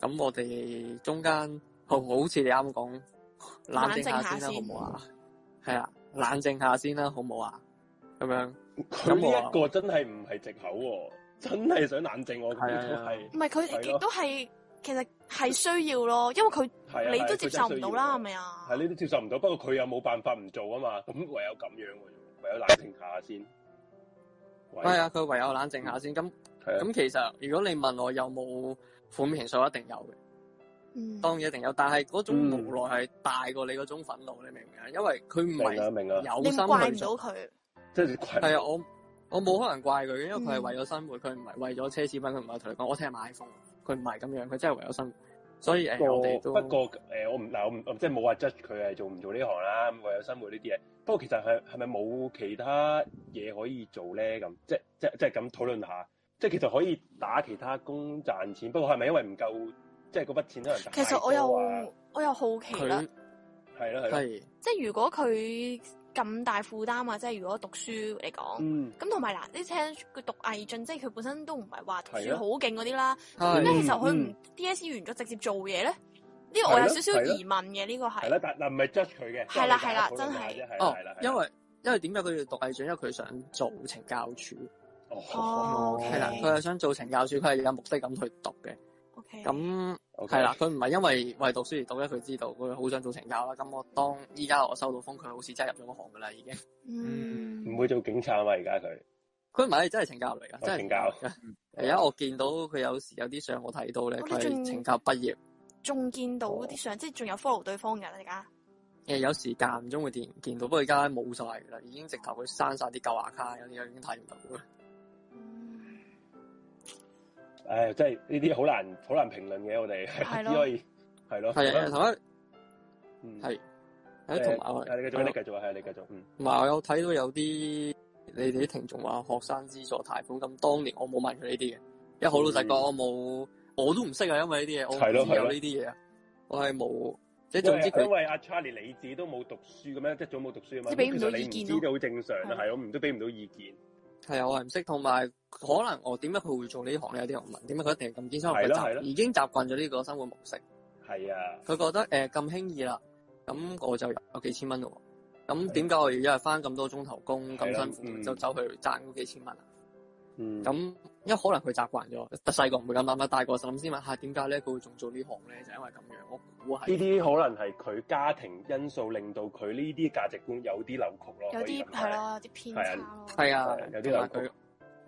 咁我哋中間好好似你啱講，冷靜下先冷靜下啦，好先唔好啊？係啊，冷靜下先啦，好唔好啊？咁啊樣佢呢一個真係唔係藉口喎，真係想冷靜我估都啊係唔係佢係亦咯都係其實係需要咯，因為佢係啊，你都接受唔到啦，係咪？咪啊？係你都接受唔到，不過佢又冇辦法唔做啊嘛，咁唯有咁樣喎，唯有冷靜下先。喂係，啊，佢唯有冷靜下先。咁係啊，咁其實如果你問我有冇負面情緒，一定有嘅。嗯，當然一定有，但係嗰種嗯無奈係大過你嗰種憤怒，你明唔明啊？因為佢唔明啊係明啊，你有怪心唔去到做，佢，即係怪嗯係啊，我我冇可能怪佢嘅，因為佢係嗯為咗生活，佢唔係為咗奢侈品，佢唔係同你講我聽日買 iPhone，佢唔係咁樣，佢真係為咗生活，所以誒、我哋都不過誒、我唔嗱，我唔我即係冇話 judge 佢係做唔做呢行啦，咁唯有生活呢啲嘢。不過其實係係咪冇其他嘢可以做咧？咁即即即係咁討論下，即係其實可以打其他工賺錢。不過係咪因為唔夠，即係嗰筆錢可能啊其實我又係我又好奇啦佢。咯係咯，係即係如果佢咁大負擔啊，即係如果讀書嚟講，嗯咁同埋嗱，你聽佢讀毅進，即係佢本身都唔係話讀係書啊好勁嗰啲啦，咁係咧其實佢唔嗯 DSE 完咗直接做嘢咧，呢個我係有咯少少係咯疑問嘅呢個係係，啦，但嗱唔係 judge 佢嘅，係啦即我哋大家討論下係啫，係啦哦係啦，，因為因為點解佢要讀藝專？因為佢想做懲教署，哦哦係啦，佢係想做懲教署，佢係有目的咁去讀嘅。 ，OK，咁 OK 係啦，，佢唔係因為為讀書而讀咧，佢知道佢好想做懲教啦。咁我當依家我收到風，佢好似真係入咗個行噶啦，已經。嗯唔，會做警察啊嘛，而家佢佢唔係真係懲教嚟噶，哦真係懲教嚟噶。而家我見到佢有時有啲相我睇到咧，哦佢你係仲懲教畢業，仲見到啲相，即係仲有 follow 對方㗎啦，而家，誒有時間唔中會見見到，不過而家冇晒噶啦，已經直頭佢刪晒啲舊 account，有啲已經睇唔到啦。嗯唉，真係呢啲好難好難評論嘅，我哋係咯只可以係咯，係啊，同嗯係埋同埋我係你繼續，你係繼續啊，係你繼續，嗯，同埋我有睇到有啲你哋啲聽眾話學生資助貸款，咁當年我冇問佢呢啲嘅，因為好老實講，嗯我冇我都唔識啊，因為呢啲嘢我係咯唔知有係咯呢啲嘢啊，我係冇，即係總之因為佢因為阿 Charlie 你自己都冇讀書咁樣，即係早冇讀書啊嘛，即係俾唔到咁其實意你見咯知道好正常係啦，係我唔都俾唔到意見，係啊，我係唔識，同埋可能我點解佢會做呢行咧？有啲人問點解佢一定係咁堅心，係佢咯係習咯已經習慣咗呢個生活模式。係啊，佢覺得誒咁輕易啦，咁我就有幾千蚊咯喎。咁點解我要一日翻咁多鐘頭工咁係啦辛苦，嗯就走去賺嗰幾千蚊啊？嗯，咁因為可能佢習慣咗，細個唔會咁諗啦，大個就諗先問下啊點解咧佢會仲做呢行咧？就因為咁樣，我估呢係啲可能係佢家庭因素令到佢呢啲價值觀有啲扭曲咯，有可以啲咁係講，咯，有啲偏差咯，係啊係，有啲同埋扭佢曲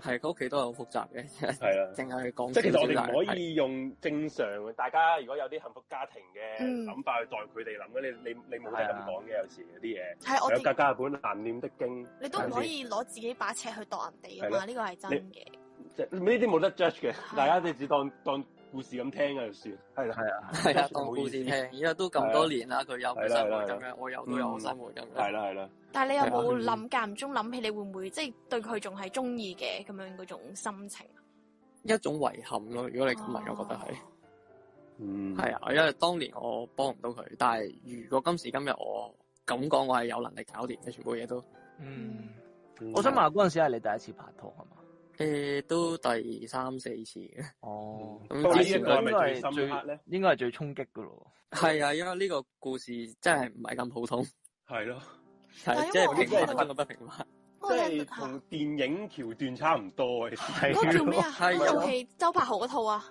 係佢屋企都係好複雜嘅，係啦。 淨係講即係其少實我少哋唔但可係以用正常，大家如果有啲幸福家庭嘅嗯諗法去代佢哋諗嘅，你你你冇得啊咁講嘅，有時有啲嘢係我有家哋家有本難念的經，你都唔係可咪先以攞自己把尺去度人哋㗎嘛，呢個係真嘅，即係呢啲冇得 judge 嘅，係大家你只當當故事咁聽嘅就算，係啦，係啊，係啊， 唔當好故意思啊事聽。而家都咁多年啦，佢有佢生活咁樣，我有都有我生活咁嗯係樣。啦，係啦。但係你有冇係啊諗間唔中諗起你會唔會即係對佢仲係中意嘅咁樣嗰種心情？一種遺憾咯，如果你咁問，我覺得係。嗯，係啊，因為當年我幫唔到佢，但係如果今時今日我咁講，我係有能力搞掂嘅，全部嘢都嗯，嗯我想問下嗰陣時係你第一次拍拖係嘛？诶、呃都第三四次嘅。哦，不過咁呢之一前個係嗰咪最深刻咧？應該係最衝擊噶咯。係啊，因為呢個故事真係唔係咁普通，係咯，係係因 即為係平我凡知中道嘅不平凡。即我係聽嚇同電影橋段差唔多嘅。係嗰個叫咩啊？係嗰啊套戲周柏豪嗰套啊，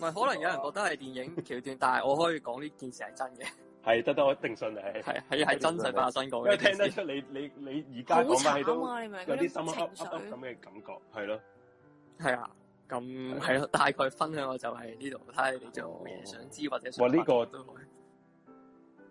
唔係，可能有人覺得係電影橋段，但係我可以講呢件事係真嘅，係得得，我一定信你。係係係真實發生過因嘅為一件聽事。得出你你你而好家講翻起都慘啊！你明唔有明嗰啲心種噏噏情噏咁緒？嘅感覺，係咯。係啊，咁係咯，大概分享我就係呢度，睇下你仲有冇嘢想知或者想哇呢個都可以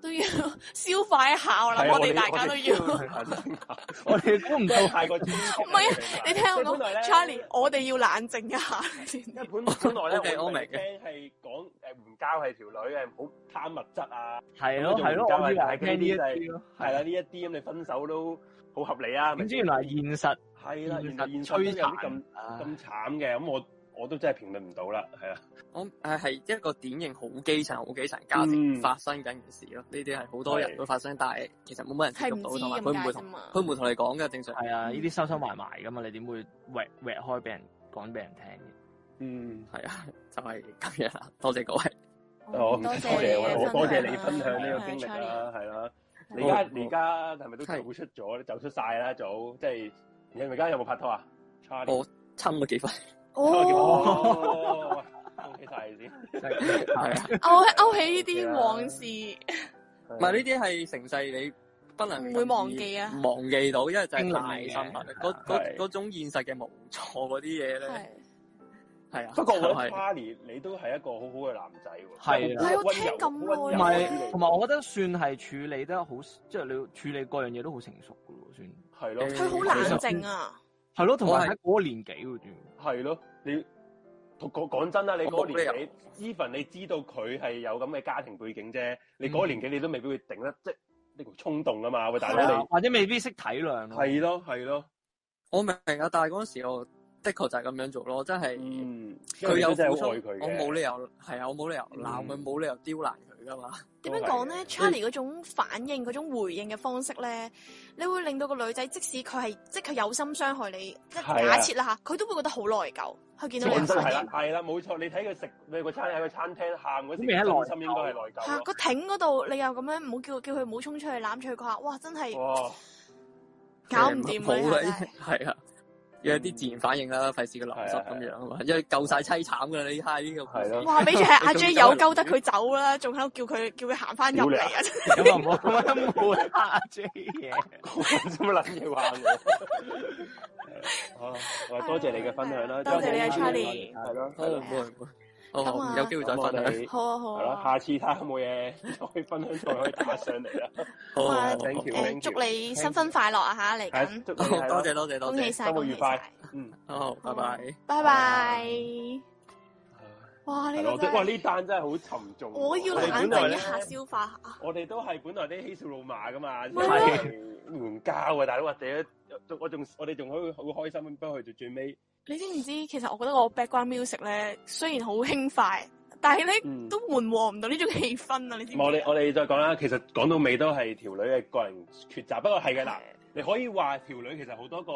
都要 消化一下，我係諗啊我哋大家 都要。 啊我哋估唔唔到係太過唔係你聽我本來講咧，Charlie，我哋要 冷靜一下先。因為本本來 OK，咧，我我明明嘅嘅 friend 係講誒唔交係條女誒唔好貪物質啊，係咯係咯，我以為係聽呢一啲咯，係係啦啦。呢一啲咁你分手都好合理啊。係咪點知原來係現實係啦，原來現現實實都有摧啲咁殘啊！咁慘嘅，咁我我都真係評論唔到啦，係啊，我誒係一個典型好基層、好基層家嗯庭發生緊嘅事咯。呢啲係好多人都發生，但係其實冇乜人接係唔觸到，知同咁埋佢唔解會啫同嘛。佢唔會同你講嘅。正常係啊，呢啲收收埋埋噶嘛，你點會搲搲開俾人講俾人聽嘅？嗯，係啊， 就係咁樣啦。多謝各位。我唔多哦嗯多謝你謝嘅我多謝你分分享享啊呢個經歷係，Charlie 啦，係啦。係你而家好而家係咪都係走出咗咧？走出晒啦，早即係你而家有冇拍拖啊？Charlie，我差唔多幾分，哦，哦，恭喜晒你先。 係啊，勾起勾起呢啊啲往事，唔係呢啲係成世你不能唔會忘記啊忘記到，因為就係經歷太嚟嘅深刻啦。嗰嗰係嗰種現實嘅無助嗰啲嘢咧，係係啊。不過我就覺得係 Charlie 你都係一個好好嘅男仔喎，係啊好係我聽咁耐同溫柔好埋溫柔同埋，我覺得算係處理得好，即係你處理各樣嘢都好成熟噶咯，算係咯，佢好冷靜啊。係咯。同我埋係喺嗰個年紀喎，仲要係咯，你同講講真啦，你嗰我個冇理由年紀，even 你知道佢係有咁嘅家庭背景啫，嗯你嗰個年紀你都未必會頂得即係呢個衝動啊嘛，喂大係佬啊你或者未必識體諒咯。係咯係咯，我明啊，但係嗰陣時我的確就係咁樣做咯，真係。嗯，佢有因為你真係付出，好愛我佢嘅，冇理由係啊，我冇理由鬧佢，嗯冇理由刁難佢噶嘛。點樣講咧？Charlie 嗰種反應、嗰種回應嘅方式咧，你會令到個女仔即使佢係即係佢有心傷害你，即係係啊假設啦嚇，佢都會覺得好內疚。佢見到你講嘅真係反啦應，係啦，冇錯，你睇佢食你個餐喺個餐廳喊嗰時，咁咪喺內疚真心應該係內嚇疚咯，啊 個艇嗰度，你又咁樣唔好叫叫佢唔好衝出去攬住佢，佢話：哇，真係哇！搞唔掂冇啊！真啦係，係啊，有啲自然反應啦，費事佢流失係啊係啊咁樣啊嘛，因為夠晒凄慘噶啦，呢下呢個故事係咯哇！ 俾住嗯係阿你 J 仲有走鳩得佢走啦，仲喺度叫佢叫佢行翻入嚟啊！咁又冇咁冇啊阿 J 嘢。咁乜撚嘢話我？好，多謝你嘅分享啦，多謝你啊多 Charlie 係咯，好冇人會，咁啊好有機會再分享。享。好啊好係啦，啊，下次睇下有冇嘢再分享，再可以打上嚟啦。好，好好，thank you，啊誒 thank 祝 you，你新婚快樂啊嚇嚟係緊，祝好你係咯多謝，多謝多恭喜謝，晒生活恭喜愉快晒，啊嗯，好，拜拜。拜拜！哇！啊係呢咯個真係哇〜呢單真係好沉重。我要哋冷本來靜呢一下，消化下。我哋都係本來啲嬉笑怒罵噶嘛，咪咯援交啊，大佬或者我仲我哋仲可以好開心，不過去到最尾，你知唔知？其實我覺得我 background music 咧，雖然好輕快，但係咧、嗯都緩和唔到呢種氣氛啊！你知唔知啊？我哋我哋再講啦。其實講到尾都係條女嘅個人抉擇，不過係嘅嗱，你可以話條女其實好多個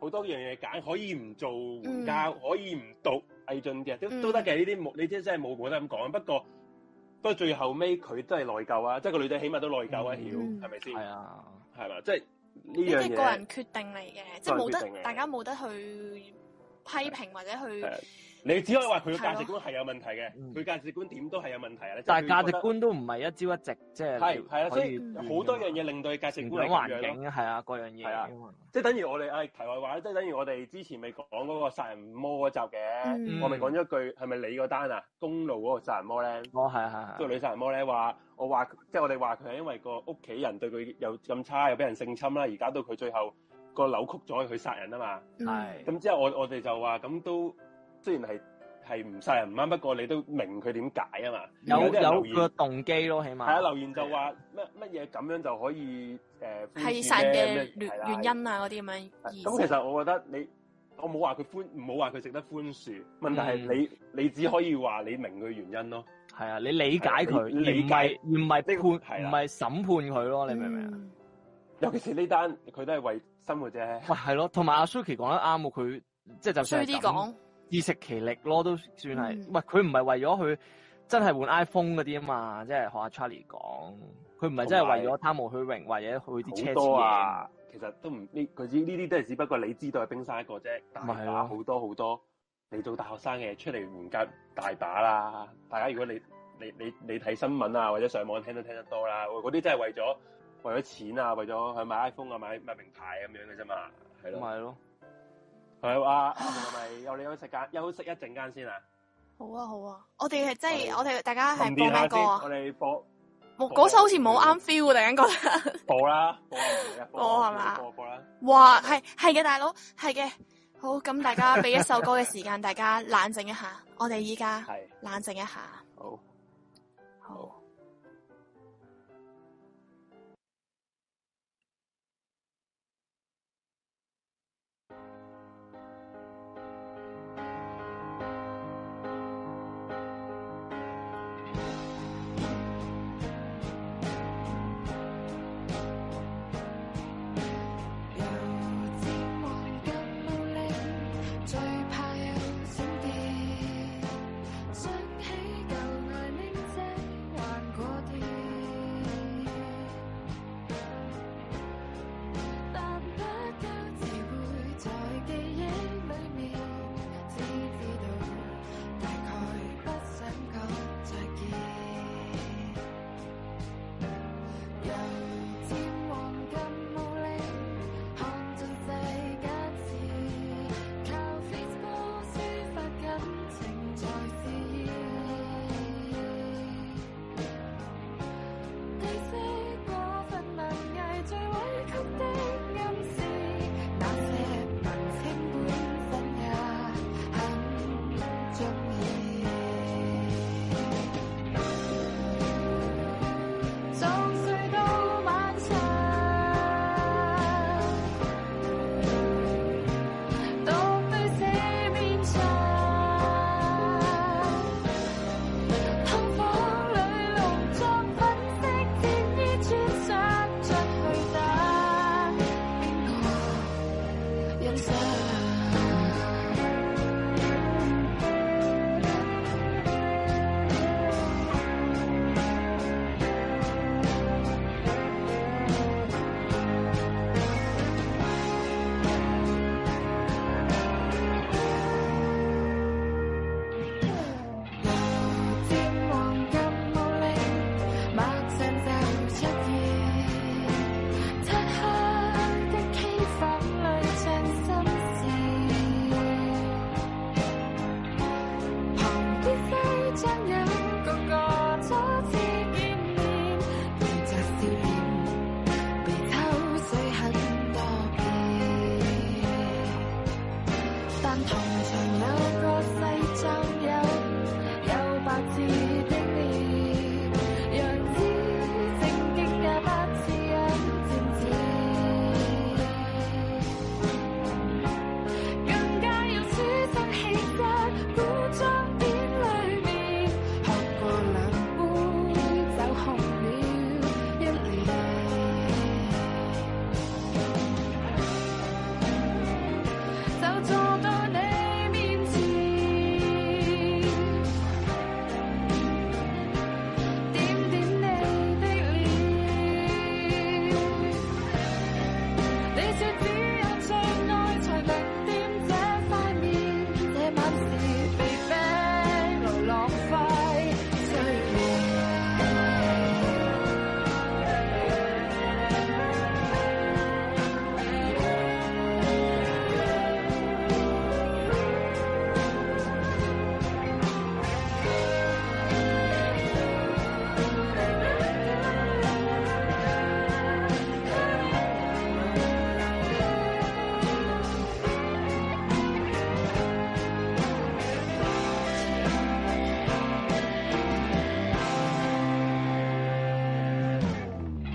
好多樣嘢揀，可以唔做援交，可以唔讀魏俊嘅，都嗯都得嘅。呢啲冇，你即係真係冇冇得咁講。不過不過最後尾佢都係內疚啊，即係個女仔起碼都內疚啊，嗯曉係咪先？係啊，係嘛？即係呢呢啲樣係個嘢人決定嚟嘅，即係冇個人決定嚟得嘅大家冇得去批評或者係啊去。你只可以話佢嘅係咯價值觀係有問題嘅，嗯佢價值觀點都係有問題啊。但係係價值觀都唔係一朝一夕，即係係係啊，所可以轉好多㗎嘛樣嘢令到佢價值成觀長係咁環樣咯。境係啊，各樣嘢係啊㗎嘛即係等於我哋唉題外話，即係等於我哋之前咪講嗰個殺人魔嗰集嘅，嗯我咪講咗一句係咪你嗰單啊？公路嗰個殺人魔咧，哦，係係即係，係女殺人魔咧話，我話即係我哋話佢係因為個屋企人對佢又咁差，又俾人性侵啦，而搞到佢最後個扭曲咗佢殺人啊嘛。係咁之後我我哋就話咁都雖然係係唔殺人唔啱，不過你都明佢點解啊嘛。有啲人留有言個動機咯，起碼係啊，留言就話乜乜嘢咁樣就可以誒係寬殺恕咩人嘅咩係啦原原因啊，嗰啲咁樣而咁其實我覺得你，我冇話佢寬，唔好話佢值得寬恕。問題係你，你只可以話你明佢原因咯。系嗯啊，你理解佢，而係你理唔解係而唔呢個係判，係啊唔啦係審判佢咯，你明唔明啊？嗯尤其是呢單，佢都係為生活啫。喂，係咯，同埋阿 Suki 講得啱喎，佢即係衰就算係啲咁講，自食其力咯，都算係。嗯喂，佢唔係為咗佢真係換 iPhone 嗰啲啊嘛，即係學阿 Charlie 講，佢唔係真係為咗貪慕虛榮，或者佢啲奢侈好嘢多。啊，其實都唔呢，佢知呢啲都係只不過你知道係冰山一角啫，大咪係啊咯把好多好多。你做大學生嘅出嚟援交大把啦，大家如果你你你你睇新聞啊，或者上網聽都聽得多啦，喂嗰啲真係為咗為咗錢啊，為咗去買 iPhone 啊，買買名牌咁樣嘅啫嘛，係咁咯。咪係咯，係啊，係咪有你休息間休息一陣間先啊？好啊好啊，我哋係真係我哋我哋大家係沉播澱咩下歌先，啊我？哋播冇嗰首好似冇嗯啱 feel 喎，突然間覺得。 播啦，播啊播播啊係嘛播啊播啦。哇，係係嘅，大佬係嘅。好，咁大家俾一首歌嘅時間，大家冷靜一下。我哋依家係冷靜一下。好，好。又折磨咁無力，最怕有閃電。想起舊愛名跡，還過電。但不交自會在記憶裏面，只知道大概不想講再見。又漸黃咁無力，看盡世間事，靠 Facebook 抒發感情才自然。褪色過份文藝最委屈的暗示，那些文青本身也很中意。總睡到晚上，獨對四面牆，空房裏濃妝粉色戰衣穿上，出去打邊個欣賞？漸忙咁無力，陌上就出現，漆黑的機房裏唱心事，旁邊西裝友個個初次見面，面著笑臉，被抽水很多遍，但同場有個西裝友。有白痴的臉，樣子正經也不似樣尖子，更加要書生氣質，古裝片裏面喝過兩杯酒紅了一年。就坐到你面前，點點你的臉。你說只有最愛才能掂這塊面，這晚是被逼來浪費歲月。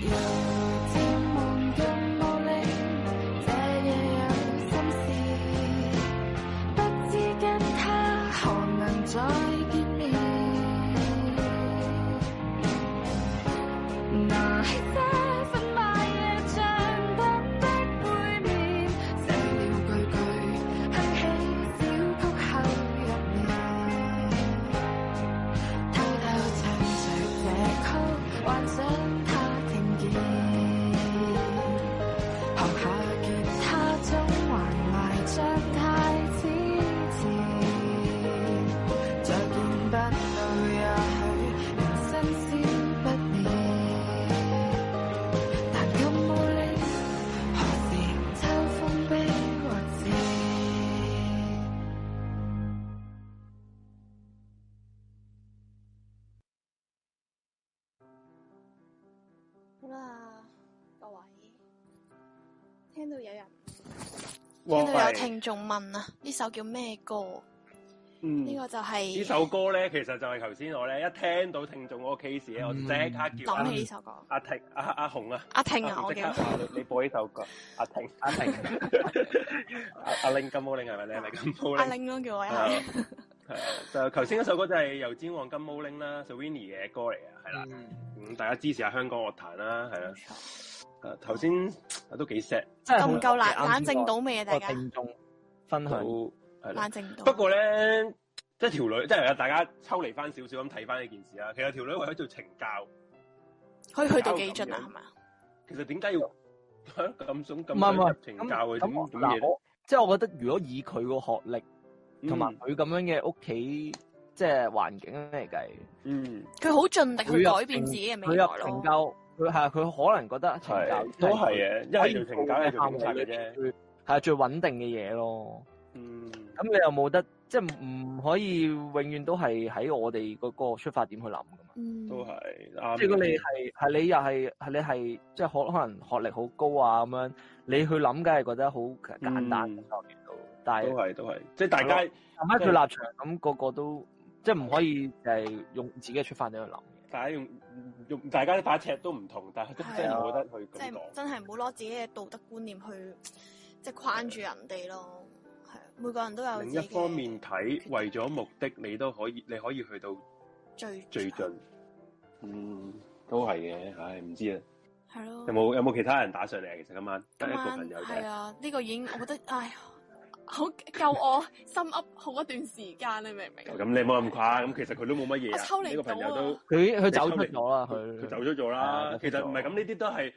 又漸忙咁無力，這夜有心事，不知跟他何能再見面。不去，也許人生先不易。但今玻璃何時秋風悲或至？好啦，各位，聽到有人，哇聽到有聽眾問啊，呢首叫咩歌？嗯呢個就係呢首歌咧，其實就係頭先我咧一聽到聽眾嗰個 case 咧，我即刻叫阿啊諗起呢首歌。阿婷阿阿紅啊，阿婷阿啊，紅我即叫刻話你你播呢首歌，阿婷阿婷 阿阿令金毛令係咪你係咪金毛阿令？玲咯，叫啊我一係係啊。係啊 就頭先嗰首歌就係油尖旺金毛拎啦 s w i n n y 嘅歌嚟啊，係啦，嗯咁大家支持下香港樂壇啦，係啦冇，錯誒頭先啊都幾 sad，真夠係好唔夠冷啱冷先靜到未啊？個大家聽眾分享，好係啦冷靜到。不過咧，即係條女，即係大家抽離翻少少咁睇翻呢件事啦。其實條女為咗做懲教， 可以去到幾盡啊？搞到咁樣係嘛？其實點解要 咁想唔係咁唔想入係懲教嘅？咁點點嘢嗱，我即係我覺得，如果以佢個學歷咧？同埋佢咁樣嘅屋企即係環境嚟計，嗯，佢好盡力去佢入改變自己嘅佢未入來咯懲。教，佢係啊佢可能覺得懲教係都係嘅，一係做懲教，一係做警察嘅啫。啫，係啊最穩定嘅嘢咯。嗯，咁你又冇得，即係唔可以永遠都係喺我哋嗰個出發點去諗噶嘛？嗯，都係啱。即係如果你係係你又係係你係即係可可能學歷好高啊咁樣，你去諗梗係覺得好簡單嗯當然都但都係係都係，即係大家站喺佢立場咁，個個都即係唔可以就係用自己嘅出發點去諗嘅。大家用用大家啲把尺都唔同，但係真係冇得去啊即咁係講。真係唔好攞自己嘅道德觀念去即係框住人哋咯。係啊每個人都有自另己一嘅方面睇，為咗目的，你都可以，你可以去到最最盡。嗯，都係嘅，唉，唔知啊。係咯。有冇有冇其他人打上嚟啊？其實今晚得今一個晚朋友係啫。啊，呢個已經我覺得唉，好夠我心噏好一段時間，你明唔明？咁你冇咁誇，咁其實佢都冇乜嘢我抽啊。離呢個朋友到啊都佢佢走出咗啦，佢啊佢走咗做啦。其實唔係咁，呢啲都係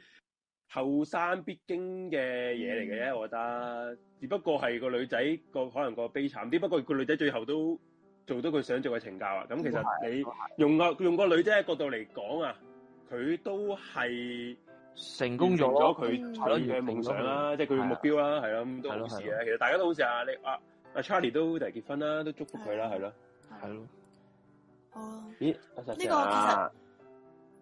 後生必經嘅嘢嚟嗯嘅啫。我覺得，只不過係個女仔個可能個悲慘啲，不過個女仔最後都做到佢想做嘅懲教啊。咁其實你用個用個女仔嘅角度嚟講啊，佢都係。成功咗咯，完嗯成咗佢佢嘅夢想啦，嗯即係佢嘅目標啦，係啦，咁都好事係咯嘅。其實大家都好事啊，你啊阿 Charlie 都嚟結婚啦，都祝福佢啦，係係咯。係咯。好啦，咦，呢個其實哦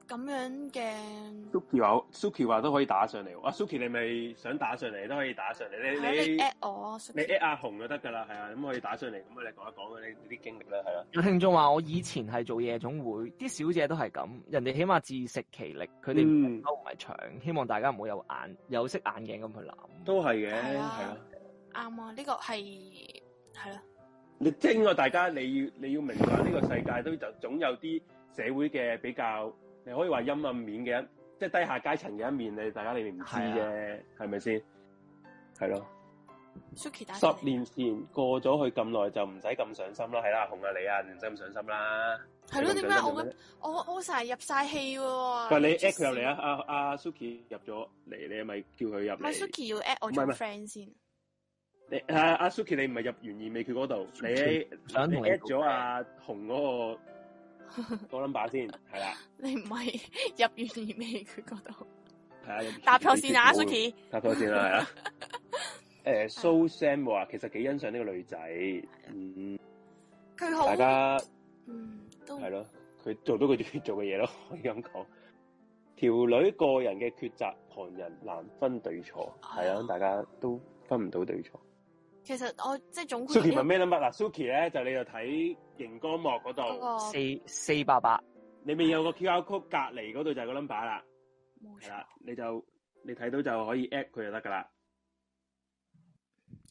咁樣嘅 Suki 話 Suki 話都可以打上嚟喎，阿 Suki 你咪想打上嚟你都可以打上嚟，你係啊你你 at 我，你 at 阿紅就得㗎啦，係啊，咁可以打上嚟，咁你講一講你你啲經歷啦，係啊，有聽眾話：我以前係做夜總會，啲小姐都係咁，人哋起碼自食其力，佢哋唔係嗯偷唔係搶。希望大家唔好有眼有色眼鏡咁去諗。都係嘅，係係啊啊，啱啊！呢個係係啦，你精啊！大家你要你要明白呢個世界都就總有啲社會嘅比較，你可以話陰暗面嘅一，即係低下階層嘅一面，你大家你哋唔知啫，係咪先？係咯， Suki 打十上嚟年前過咗去咁耐就唔使咁上心啦，係啦，紅啊你啊，你唔使咁上心啦。係咯？你點解咁啊上心我嘅我我成日入晒氣喎？喂，你 at 佢入嚟啊！阿阿 Suki 入咗嚟，你咪叫佢入唔係嚟。 Suki 要 at 我唔做係唔係 friend 先，你阿阿 Suki 你唔係入完意未決嗰度，你想你同你 at 咗阿紅 嗰個個 number 先，係啦，你唔係 入完而未佢嗰度係啊。入完答錯線啊未決，Suki。答咗先啊啦，係啦。誒，So Sam 話其實幾欣賞呢個女仔，嗯，佢大好家嗯都係咯，佢做到佢中意做嘅嘢咯， 可以咁講。條女個人嘅抉擇，旁人難分對錯，係啊，大家都分唔到對錯。其實我即係總括 Suki 問咩 number 嗱？Suki 咧就你就睇熒光幕嗰嗰個度，四四百八，你咪有個 QR code 隔離嗰度就係個 number 啦，冇係錯啦，，你就你睇到就可以 at 佢就得噶啦。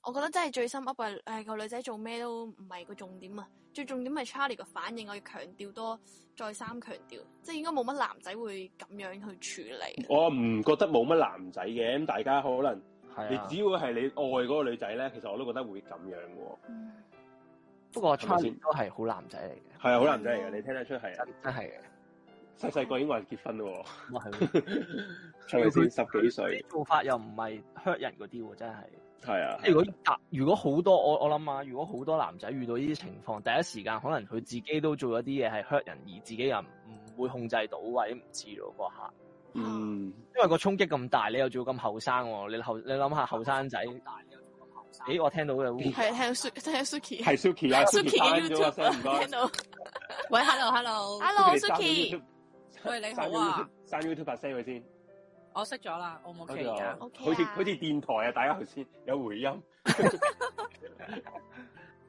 我覺得真係最心噏係誒個女仔做咩都唔係個重點啊，最重點係 Charlie 個反應，我要強調多再三強調，即係應該冇乜男仔會咁樣去處理。我唔覺得冇乜男仔嘅，咁大家可能係你啊只。要係你愛嗰個女仔咧，其實我都覺得會咁樣嘅喎。嗯不過係咪先 Charlie 都係好男仔嚟嘅，係啊，好男仔嚟嘅，你聽得出係啊真真係嘅。細細個已經話結 婚咯咁啊係喎喎，係咪先十幾歲？做法又唔係 hurt 人嗰啲喎，真係。系啊，如果啊如果好多我我諗啊，如果好多男仔遇到呢啲情況，第一時間可能佢自己都做咗啲嘢係 hurt 人，而自己又唔會控制到或者唔知咯嗰下，嗯，因為個衝擊咁大，你又做咁後生喎，你後你諗下後生仔，咦我聽到嘅系听到 Su 聽到系 Suki，Suki Suki 啊，Suki 嘅刪咗個 YouTube 聲唔聽該到 喂，hello hello， ，Hello 你刪咗 Suki， YouTube- 喂你好刪咗啊 YouTube-，刪咗 YouTube 把聲佢先，我識咗啦，我唔 OK 嗰而個家。 OK 啊好似好似電台啊，大家頭先有回音。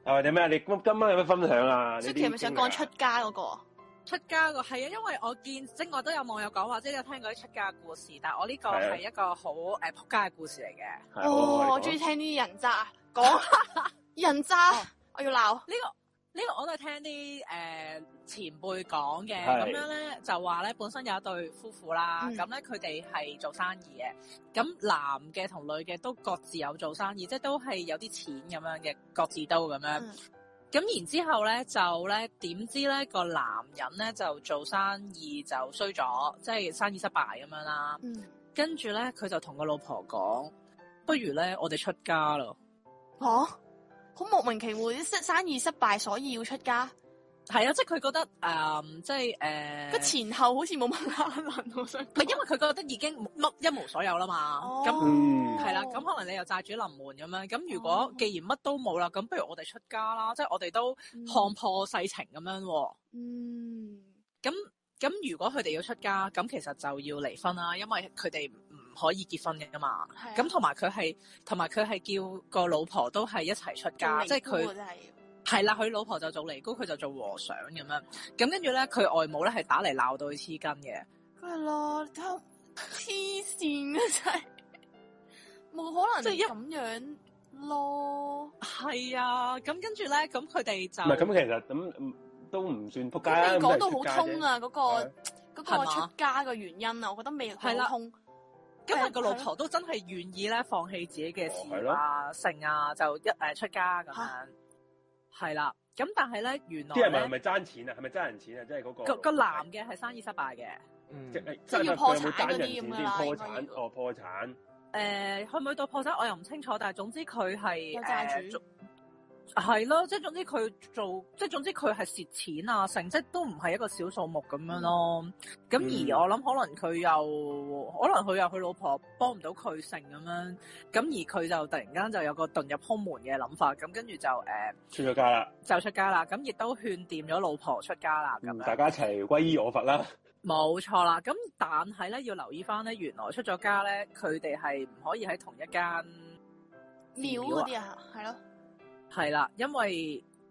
係你咩啊？你今今晚有咩分享啊 Suki 係咪想講出家嗰個？出家個係啊，因為我見即係我都有網友講話，即係有聽過啲出家嘅故事，但係我呢個係啊係一個好誒撲街嘅故事嚟嘅。呢、哦，我中意意。聽啲人 渣，講人渣哦，我要鬧。個呢個我都係聽啲誒、呃前輩講嘅，係咁樣咧就話咧本身有一對夫婦啦，嗯咁咧佢哋係做生意嘅，咁男嘅同女嘅都各自有做生意，即係都係有啲錢咁樣嘅，各自都咁樣。嗯咁然之後咧，就咧點知咧個男人咧就做生意就衰咗，即係生意失敗咁樣啦。嗯，跟住咧，佢就同個老婆講：不如咧，我哋出家咯。哦，好莫名其妙，啲生生意失敗，所以要出家。係啊，即係佢覺得誒、嗯即係誒，呃個前後好似冇乜拉楞，我想哦唔係因為佢覺得已經乜一無所有啦嘛。咁嗯係啦，咁可能你又債主臨門咁樣。咁如果哦既然乜都冇啦，咁不如我哋出家啦。即係我哋都看看破世情咁樣喎。嗯咁咁如果佢哋要出家，咁其實就要離婚啦，因為佢哋唔可以結婚嘅嘛。係啊咁同埋佢係同埋佢係叫個老婆都係一齊出家，即係做尼姑佢啊。真係要係啦，佢老婆就做尼姑，佢就做和尚咁樣。咁跟住咧，佢外母咧係打嚟鬧到佢黐筋嘅。梗係咯，你睇下黐線嘅真係，冇可能即係一咁樣咯。係啊，咁跟住咧，咁佢哋就唔係咁，其實咁嗯都唔算撲街啦。咁你講咁到都好係出家啫通！啊，嗰個係啊係嗰個嘛出家嘅原因啊，我覺得未係好啦通。因啊啊為個老係婆都真係願意咧放棄自己嘅事哦係業咯啊、性啊，就一誒出家咁樣嚇。係啦，咁但係咧，原啲人問來咧係咪爭錢啊？係咪爭人錢啊？即係嗰個個個男嘅係生意失敗嘅。即嗯係即係要係破佢有冇產嗰啲爭人錢先咁樣啦破應產該要哦，破產誒，呃去唔去到破產我又唔清楚，但係總之佢係有債誒主做係咯，即係總之佢做，即係總之佢係蝕錢啊，成績都唔係一個小數目咁樣咯。咁、嗯而我諗可能佢又，可能佢又佢老婆幫唔到佢成咁樣，咁而佢就突然間就有個遁入空門嘅諗法，咁跟住就誒、呃出咗家啦，就出家啦，咁亦都勸掂咗老婆出家啦，咁嗯樣大家一齊歸依我佛啦。冇錯啦。咁但係咧要留意翻咧，原來出咗家咧，佢哋係唔可以喺同一間。廟嗰啲啊，係咯，係啦，因為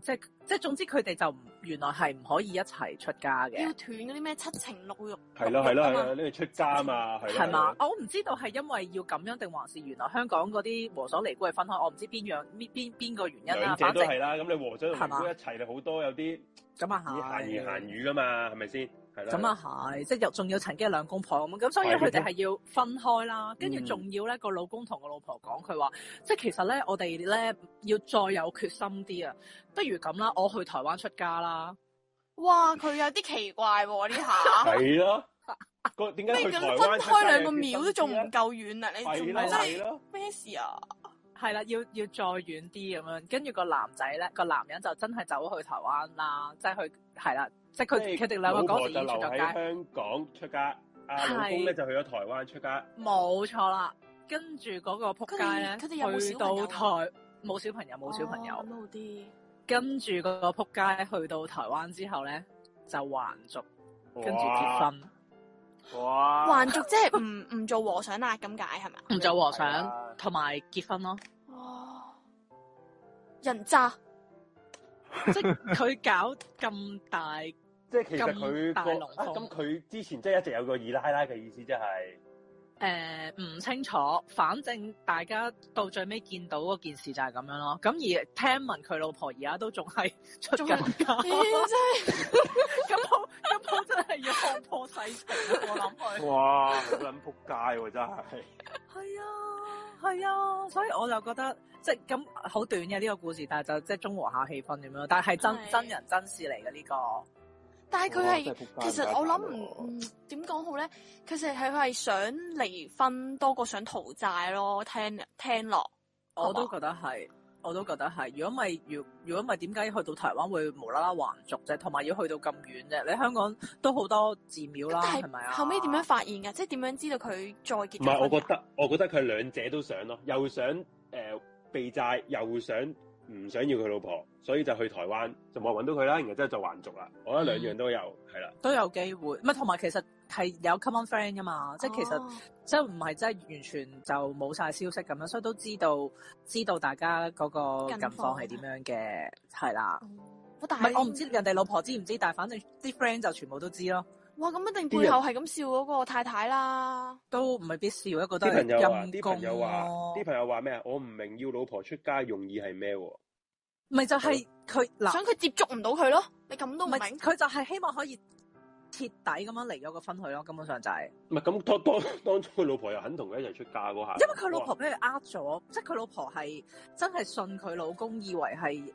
即係即係總之佢哋就唔原來係唔可以一齊出家要嘅，斷嗰啲咩七情六欲。係咯係咯六欲係啊嘛咯，呢個出家啊嘛，係咯係嘛？？我唔知道係因為要咁樣定還是原來香港嗰啲和尚尼姑係分開，我唔知邊樣邊邊邊個原因啦、兩者啊反都正係啦，咁你和尚同係尼姑嘛一齊，你好多有啲以咁啊閒言閒係，語噶嘛，係咪先？係啦。咁啊係，即係又仲要曾經有兩公婆咁，咁所以係佢哋係要分開啦，跟住嗯仲要咧個老公同個老婆講，佢話即係其實咧我哋咧要再有決心啲啊，不如咁啦，我去台灣出家啦，哇，佢有啲奇怪喎呢下。係啊咯。個點解咩去叫台分灣開兩個廟都仲唔夠？夠遠啊？你仲係真咯係係咯。咩事啊？係啦，要要再遠啲咁樣，跟住個男仔咧，個男人就真係走去台灣啦，即係佢係啦，即係即佢係佢哋兩個老嗰婆時已就經留出咗喺街，香港出家，阿老公咧就去咗台灣出家。冇錯啦。跟住嗰個仆街咧，佢哋佢哋有冇去小朋到友啊台冇小朋友冇小朋友，哦咁好啲。跟住個仆街去到台灣之後咧就還俗，跟住結哇婚，哇！還俗即係唔唔做和尚啦，咁解係咪啊？唔做和係尚啊同埋結婚咯。哦，人渣。即係佢搞咁大，即係其實佢咁大個龍鳳啊咁佢之前即係一直有個二奶奶嘅意思，即係誒呃唔清楚，反正大家到最尾見到嗰件事就係咁樣咯。咁而聽聞佢老婆而家都仲係出緊家，咦真係 咁好咁好真係要看破世情啊我諗佢哇好撚仆街喎，真係係啊 係啊，所以我就覺得即係咁好短嘅呢個故事，但係就即係中和下氣氛咁樣。但係真係真人真事嚟嘅呢個，但係佢哇係真係仆街其實仆街我諗喎唔嗯點講好咧，其實係佢係想離婚多過想逃債咯，聽聽落好我嘛都覺得係，我都覺得係。如果咪如如果咪點解去到台灣會無啦啦還俗啫？同埋要去到咁遠啫？你香港都好多寺廟啦，但係咪係啊？後尾點樣？發現㗎？即係點樣知道佢再結唔咗係，我婚㗎？覺得我覺得佢兩者都想咯，又想誒、呃避債，又想唔想要佢老婆，所以就去台灣，就冇人揾到佢啦，然後之後就還俗啦。我覺得兩樣都有，係啦、都有機會，唔係同埋其實係有 common friend 噶嘛，即係其實。哦即係唔係真係完全就冇晒消息咁樣，所以都知道知道大家嗰個近況近況係點樣嘅，係啦。哇唔但係係我唔知人哋老婆知唔知，但係反正啲 friend 就全部都知咯，哇，咁一定背後係咁笑嗰個太太啦。都唔係必笑，一個都啲朋係友話，陰啲公朋友話，咯啲。朋友話咩啊？我唔明要老婆出家用意係咩喎？咪就係佢嗱，想佢接觸唔到佢咯，你咁都唔唔係明？佢就係希望可以徹底咁樣離咗個婚去咯，根本上就係、唔係咁當當 當初佢老婆又肯同佢一齊出嫁嗰下，因為佢老婆俾佢呃咗，即係佢老婆係真係信佢老公，以為係誒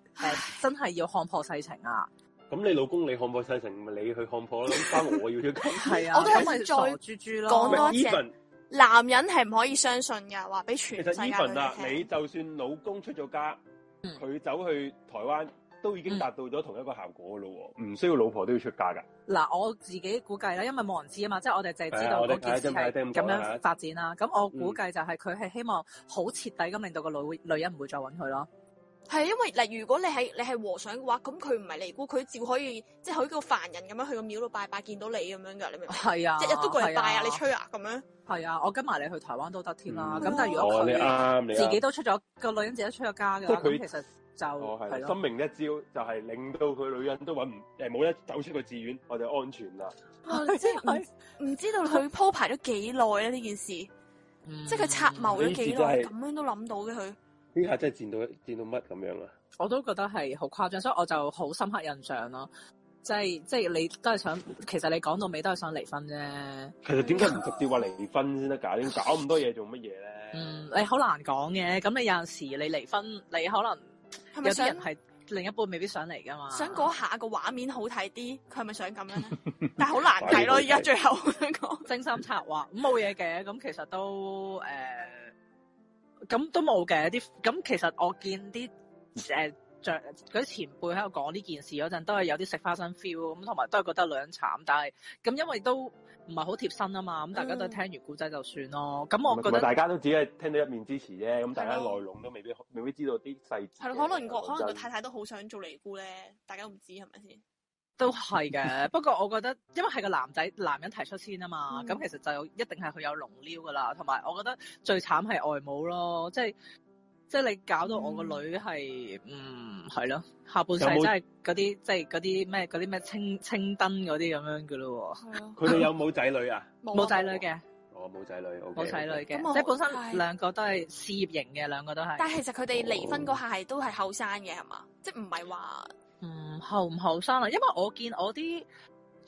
誒真係要看破世情啊，哇咁你老公你看破世情，咪你去看破咯， 翻我要出家。係啊，我都係咁咪再傻豬豬咯，講唔多係謝 even 男人係唔可以相信㗎，話俾全其世界實女 even 人啊，你聽。就算老公出咗家，嗯佢走去台灣都已經達到咗同一個效果咯喎，唔需要老婆都要出家㗎。嗱，我自己估計啦，因為冇人知啊嘛，即係我哋淨係知係啊道我哋嗰件事係睇一睇咁咁講啦樣發展啦。咁我估計就係佢係希望好徹底咁令到個女女人唔會再揾佢咯。係啊因為嗱，如果你係你係和尚嘅話，咁佢唔係尼姑，佢照可以即係好似個凡人咁樣去個廟度拜拜，見到你咁樣㗎，你明唔明？係啊，日日都過嚟拜啊，係你吹啊咁樣。係啊，我跟埋你去台灣都得添啦。嗯咁但係如果哦你佢啱，你自己啱。都出咗個女人自己出咗家嘅即話，係佢咁其實就哦，係係啦，咯心。明一招就係令到佢女人都揾唔誒冇得走出個寺院，我哋安全啦。哇！ 即係啊唔唔知道佢鋪排咗幾耐咧呢件事，即即係佢策謀咗幾耐，呢次咁真樣都諗到嘅佢。呢下真係戰到戰到乜咁樣啊！我都覺得係好誇張，所以我就好深刻印象咯。即係即係你都係想，其實你講到尾都係想離婚啫。其實點解唔直接話離婚先得 㗎？你搞咁多嘢做乜嘢咧？嗯，你好難講嘅。咁你有陣時你離婚，你可能。係咪有啲想人係另一半未必上嚟噶嘛。想嗰下個畫面好睇啲？佢係咪想咁 樣咧？但係好難睇咯，畫面好睇而家最後想講。精心策劃，咁冇嘢嘅，咁其實都誒，咁、都冇嘅啲，咁其實我見啲誒著嗰啲前輩喺度講呢件事嗰陣，都係有啲食花生 feel，咁同埋都係覺得女人慘，但係咁因為都唔係好貼身啊嘛，咁大家都嗯係聽完故仔就算咯。咁我覺同埋大得家都只係聽到一面之詞啫，咁大家係內咯籠都未必未必知道啲細節嘅。係咯，可能個可能個真太太都好想做尼姑咧，大家都唔知係咪先？都係嘅，不過我覺得因為係個男仔男人提出先啊嘛，嗯咁、其實就一定係佢有龍撩噶啦，同埋我覺得最慘係外母咯，即係即係你搞到我個女係嗯係咯，下半世有真冇係嗰啲即係嗰啲咩嗰啲咩青青燈嗰啲咁樣嘅咯係咯，佢 哋有冇仔女啊？喎，冇冇啊仔女嘅，我冇仔女，冇仔女。嘅咁我，即係本係身兩個都係事業型嘅，兩個都係。但係其實佢哋離婚嗰下係都係後生嘅，係嘛？即係唔係話唔嗯後唔後生啦，因為我見我啲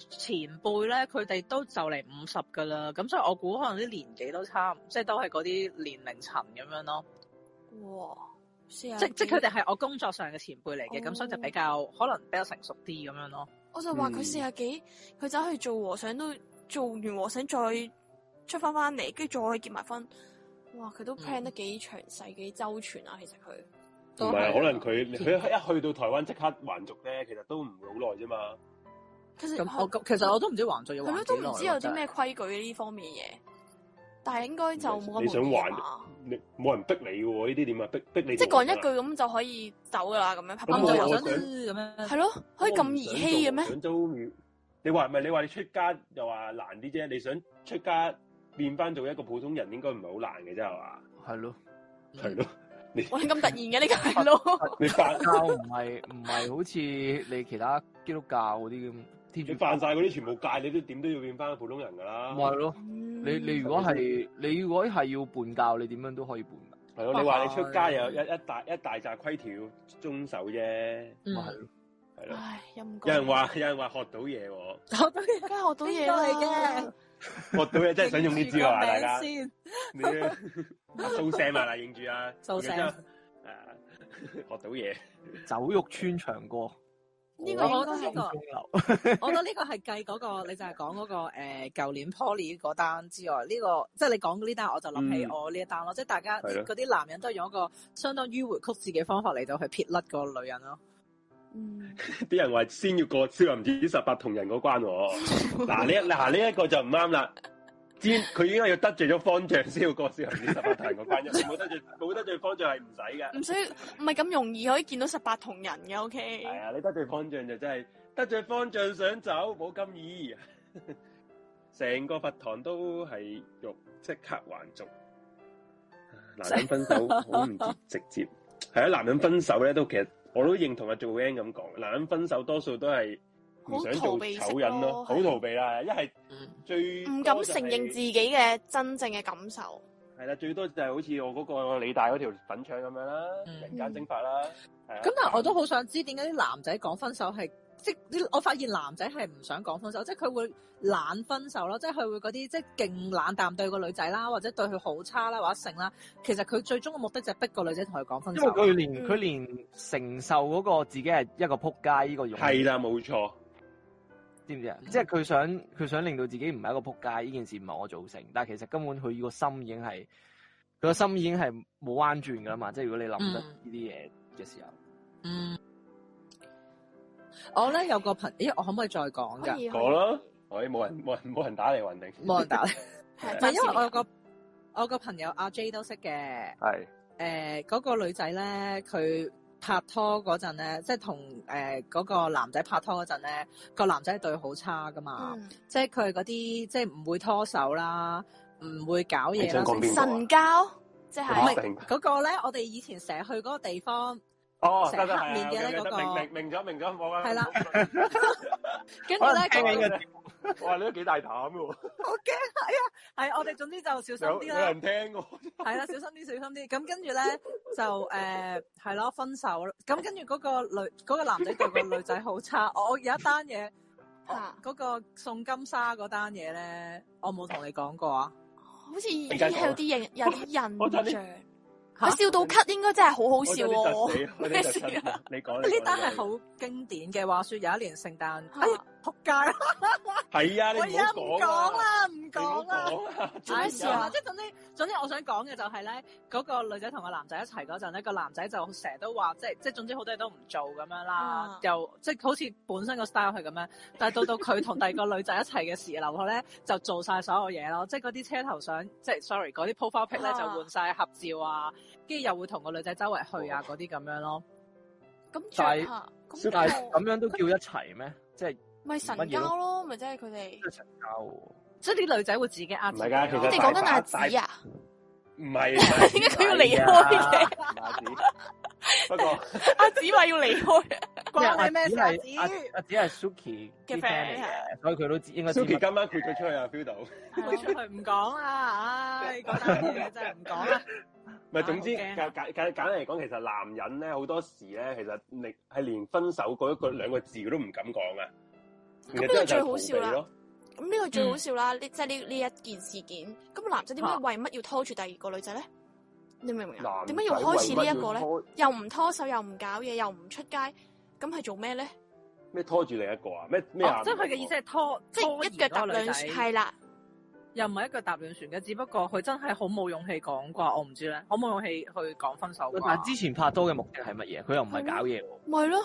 前輩咧，佢哋都就嚟五十噶啦，咁所以我估可能啲年紀都差唔，即係都係嗰啲年齡層咁樣咯。哇？試下即即佢哋係我工作上嘅前輩嚟嘅，咁、哦所以就比較可能比較成熟啲咁樣咯。我就話佢嗯四廿幾，佢走去做和尚都做完和尚再出翻翻嚟，跟住再結埋婚。哇！佢嗯都 plan 得幾詳細、幾周全啊！其實佢唔都係，可能佢係佢一去到台灣即刻還俗咧，其實都唔會好耐啫嘛。其實咁我咁其實我都唔知還咗要係還咯，幾都耐啊唔咯知有啲真係咩規矩呢方面嘅嘢，但係應該就冇咁你想無聊還吧你冇人逼你嘅喎，呢啲點啊？逼逼你啊即係做講人啊一句咁就可以走噶啦，咁樣拍拍咁我手就我想想咁樣。係咯，可以咁兒戲嘅咩我唔？想做和尚都你話唔係？你話你出家又話難啲啫，你想出家變翻做一個普通人，應該唔係好難嘅啫，係嘛？係咯，嗯係咯，哇！你咁突然嘅呢個係咯， 你犯教唔係唔係好似你其他基督教嗰啲咁天主你犯晒嗰啲全部戒，你都點都要變翻普通人㗎啦。咪係咯？你你你嗯如果係你如果係要叛教，你點樣都可以叛教，係咯，拜拜你話你出家又有一一大一大扎規條遵守啫，嗯咪係咯？係咯。唉陰公，有人話有人話學到嘢喎，我都梗係學到嘢邊個嚟啦嘅，學到嘢真係想用呢招 啊！大家，先你蘇聲啊，嗱，認住啊，做然聲之後，誒，學到嘢，酒肉穿腸過，呢個應該呢係個流，我覺得呢個係計嗰 個，你就係講嗰個誒舊年 Poly 嗰單之外，呢個即係你講呢單，我就諗起嗯我呢一單咯，即係大家係咯嗰啲男人都係用一個相當於回曲自己方法嚟到去撇甩個女人咯。嗯， 啲人話先要過少林寺十八銅人嗰關喎。嗱呢一嗱呢一個就唔啱啦。先佢應該要得罪咗方丈先要過少林寺十八銅人嗰關啫，冇得罪冇得罪方丈係唔使嘅。唔需要唔係咁容易可以見到十八同人嘅，OK？係啊，你得罪方丈就真係得罪方丈想走，冇咁易。成個佛堂都係肉，即刻還俗。啊男人分手好唔直接，係啊，男人分手咧都其實我都認同阿 Joanne 咁講，男人分手多數都係唔想好逃做避式醜人咯，咯好係逃避啦，一係嗯最唔多敢就承認係自己嘅真正嘅感受。係啦，最多就係好似我嗰個李大嗰條粉腸咁樣啦，嗯人間蒸發啦，係啊咁但係我都好想知點解啲男仔講分手係，即係我發現男仔係唔想講分手，即係佢會懶分手咯，即係佢會嗰啲即係勁冷淡對個女仔啦，或者對佢好差啦，或者剩啦。其實佢最終嘅目的就係逼個女仔同佢講分因手為啊。佢連嗯佢連承受嗰個自己係一個撲街呢個勇氣係啦，冇錯。知唔知啊？即係佢想佢想令到自己唔係一個撲街，呢件事唔係我造成，但係其實根本佢個心已經係佢個心已經係冇彎轉噶啦嘛。即係如果你諗嗯得呢啲嘢嘅時候，嗯，我咧有個朋，咦，我可唔可以再講可㗎？以講啦，喂，冇人冇人冇人打嚟云定，冇人答。係嗯唔係暫因為時我有個我個朋友阿 J 都識嘅，係誒、呃嗰、個女仔咧，佢拍拖嗰陣咧，即係同誒嗰個男仔拍拖嗰陣咧，個男仔對佢好差噶嘛，嗯即係佢係嗰啲即係唔會拖手啦，唔會搞嘢你啦想。講邊個啊神交即唔啊係係定嗰個咧，我哋以前成日去嗰個地方，哦，成得日得黑面嘅咧係啊嗰，OK，OK，個明明明咗明咗，冇啊，係啦冇 啊，跟住咧可能嗰聽緊個嘅哇，你都幾大膽嘅喎，好驚，係啊，係我哋總之就小心有啲有啦。人聽喎， 係啦，小心啲，小心啲。咁跟住咧就誒係咯，分手啦。咁跟住嗰個女嗰、個男仔對個女仔好差。 我我有一單嘢，我嚇嗰個送金沙嗰單嘢咧，我冇同你講過啊。好似已你經繼續啊有啲 印有我啲真印係象。嚇佢笑到咳，應該真係好好我笑真係窒喎。死，我 真係窒親啊你講呢單係，你講好經典嘅。話說有一年聖誕，嚇哎呀仆街啦！係啊，你我而家唔唔好講啊講啦，啦，唔你唔好講啦。講啦，做咩唉事啊算啦即係總之，總之我想講嘅就係咧，嗰、個女仔同個男仔一齊嗰陣咧，個男仔就成日都話，即係即係總之好多嘢都唔做咁樣啦，嗯啊又即係好似本身個 style 係咁樣，但係到到佢同第二個女仔一齊嘅時候咧，就做晒所有嘢咯，即係嗰啲車頭相，即係 sorry 嗰啲 profile pic 咧、啊就換晒合照啊，跟住又會同個女仔周圍去啊嗰啲咁樣咯，咁但係最嚇小但係咁咁樣都叫一齊咩？即係咪神交咯，咪即係佢哋。一齊交喎。即係啲女仔會自己呃自己唔係㗎其咯實你哋講緊阿紫大啊？唔係，啊點解佢要嚟？離開嘅？馬子，不過 阿紫話要離開， 關你咩因事為啊阿子紫係阿阿紫係 Suki 嘅 friend 啲 friend 嚟嘅，所以佢都知應該知 Suki 乜。今晚豁咗出去啊，feel 到，唔佢出去唔講啦，唉，嗰單嘢真係唔講啦。係總之啊簡好簡簡簡單嚟講，其實男人咧好多時咧，其實你係連分手嗰一個兩個字佢都唔敢講啊，咁呢個最好笑啦咁呢個最好笑啦！呢即係呢呢一件事件，咁個男仔點解嚇為乜要拖住第二個女仔咧？你明唔明啊？男點解要開始呢一個仔為乜要咧？拖又唔拖手，又唔搞嘢，又唔出街，咁係做咩咧？咩拖住另一個啊？咩咩啊？哦，即係佢嘅意思係拖，即係一腳腳踏兩兩船，係啦，又唔係一腳踏兩船嘅，只不過佢真係好冇勇氣講啩，我唔知咧，好冇勇氣去講分手但係啩。之前拍拖嘅目的係乜嘢？佢又唔係搞嘢喎。咪係咯，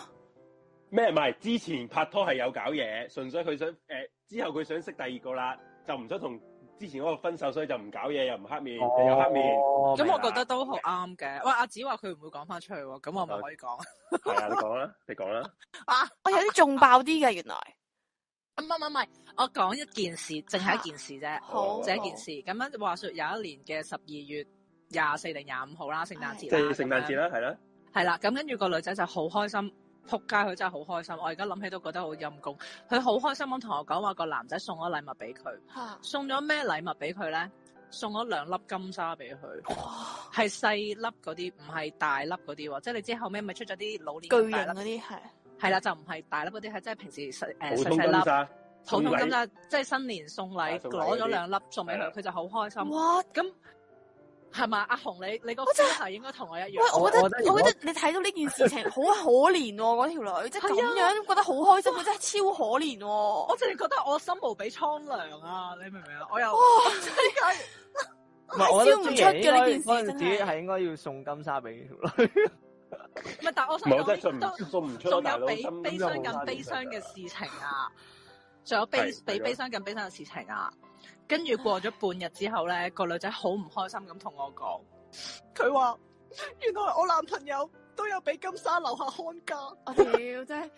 咩唔係？之前拍拖係有搞嘢，純粹佢想誒、呃之後佢想識第二個啦，就唔想同之前嗰個分手，所以就唔搞嘢，又唔黑面，又有黑面。哦哦咁明我啦覺得都好啱嘅。喂，阿子話佢唔會講翻出去喎，咁我咪可以講。 啊係啊，你講啦，你講啦。我有啲仲爆啲啊嘅，原來唔係唔係唔係，我講一件事，淨係一件事啫，啊好哦就一件事。咁樣話說有一年嘅十二月廿四定廿五號啦，聖誕即節啊係啦，聖誕節啦，係啦，係啦，咁跟住個女仔就好開心，撲街佢真係好開心。我而家諗起都覺得好陰公。佢好開心咁同我講話，個男仔送咗禮物俾佢，嚇送咗咩禮物俾佢咧？送咗兩粒金沙俾佢，哇係細粒嗰啲，唔係大粒嗰啲喎。即係你知後尾咪出咗啲老巨年型大嗰粒，啲係係啦，就唔係大粒嗰啲，係即係平時細誒細普通金細粒沙，普通送禮金沙，即係新年送禮啊送禮攞嗰咗啲兩粒送俾係啊佢，啦佢就好開心。哇！咁係咪阿紅你你個我真 feel 係應該同我一樣。喂，我覺我覺得如得果我覺得你睇到呢件事 情好可憐喎，嗰條女即係啊咁樣覺得好開心，佢真係超可憐喎。我淨係覺得我心無比蒼涼啊！你明唔明啊？我又 唔係，啊我覺得我係朱笑唔出爺嘅應該呢件事嗰陣真時係係應該要送金沙俾條女。唔係，但我唔心係我真係諗信唔都信唔出啊仲大有佬，比心悲真係傷冇更生悲意傷嘅㗎事情啊，仲有悲係比係悲傷更悲傷嘅事情啊！跟住過咗半日之後咧，個女仔好唔開心咁同我講，佢話原來我男朋友都有俾金沙留下看家，我屌真係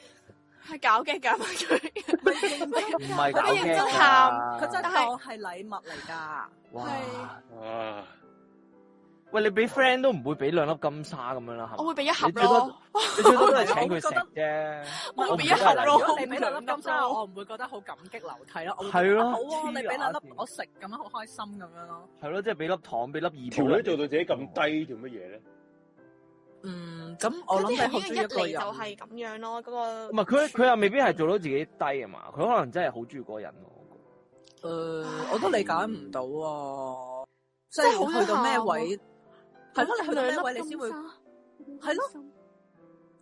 係搞嘅搞佢，唔係認真唔係搞佢認嘅真喊啊，佢真係但係當係禮物嚟㗎。哇！啊！喂，你俾 friend 都唔會俾兩粒金沙咁樣啦，我係嘛？會俾一盒你最多咯。你最多都係請佢食啫。 我會我俾俾一一盒盒咯咯。如果你俾兩粒金沙，我唔會覺得好感激流涕咯。我會覺得係咯好啊，你俾兩黐粒線我食咁樣好開心咁樣咯。係咯，即係俾粒糖，俾粒二條寶女人哋做到自己咁低做乜嘢咧？嗯，咁 我諗有啲你人好已中經意一一個嚟人，啊就係咁樣咯，嗰個唔係佢佢又未必係做到自己低啊嘛，佢可能真係好中意嗰個人咯。誒，呃我都理解唔到喎。即真係好啊係去到咩位？係咯，你去到咩兩位粒你先會？金即係咯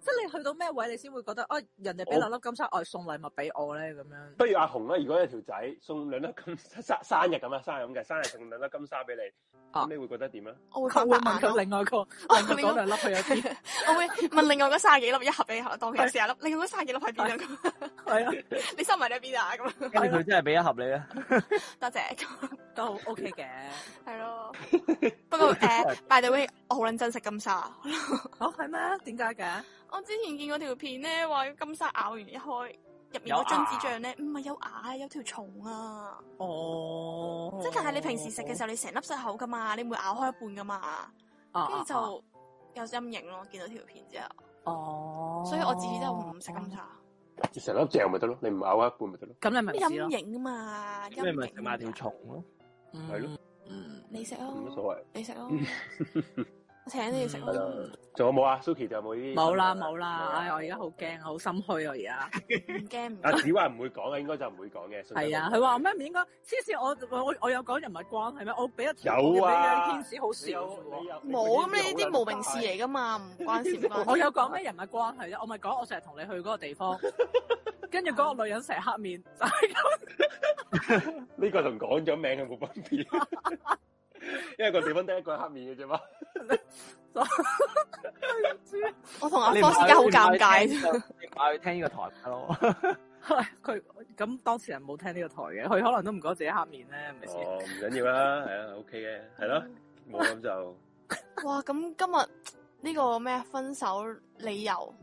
係你去到咩位你先會覺得啊，人哋俾兩粒金沙，我送禮物俾我咧咁樣。不如阿紅啦，如果有條仔送兩粒金 生生日咁啊，生日咁嘅生日送兩粒金沙俾你，啊咁你會覺得點啊？我會佢反會白問眼佢咯。哦另外一 個，另我外嗰兩粒去咗邊？ 我會問另外嗰卅幾粒一盒俾你，當佢有四十粒，另外嗰卅幾粒喺邊啊？咁係啊， 你收埋咗喺邊啊？咁跟住佢真係俾一盒你咧，多謝，咁 都好 OK 嘅。 係咯。不過誒，by the way，我好撚珍惜金沙。哦，係咩？點解嘅？ 我之前見過條片咧，話金沙咬完一開，入面有個牙榛子醬咧，唔係有牙，有條蟲啊！哦，即係但係你平時食嘅時候，你成粒塞口噶嘛，你唔會咬開一半噶嘛，候跟住就有陰影咯。見到條片之後，哦，所以我自此就唔食金。沙。成粒嚼咪得咯，你唔咬一半咪得咯。咁你咪唔知陰咯，影啊嘛，咁你咪食陰埋條影。蟲咯。係係咯，嗯，你食冇乜咯，所謂。 你食咯，我請你食嗯係咯。啦，仲有冇啊？Suki 仲有冇呢啲？冇啦冇啦，冇唉，我而家好驚，好心虛啊而家。唔驚唔阿驚，子話唔會講嘅，應該就唔會講嘅。係 啊，佢話我咩唔應該？黐線，我我我有講人物關係咩？我俾一條有啊我俾一天使好你少啫有喎你有 冇咁呢啲無名氏嚟噶 嘛，唔關事唔關事。我有講咩人物關係啫？我咪講我成日同你去嗰個地 方，跟住嗰個女人成日黑面，就係咁呢個同講咗名嘅冇分別， 因為個地方得一個黑面嘅啫嘛。對唔住啊我同阿你科唔而家好尷嗌佢尬。聽呢個你唔嗌佢聽呢個台咪得咯。 佢咁當事人冇聽呢個台嘅，佢可能都唔覺得自己黑面咧，係咪先？ 哦，唔緊要啦，係啊，OK 嘅，係咯，冇咁就。哇，咁今日呢個咩分手理由，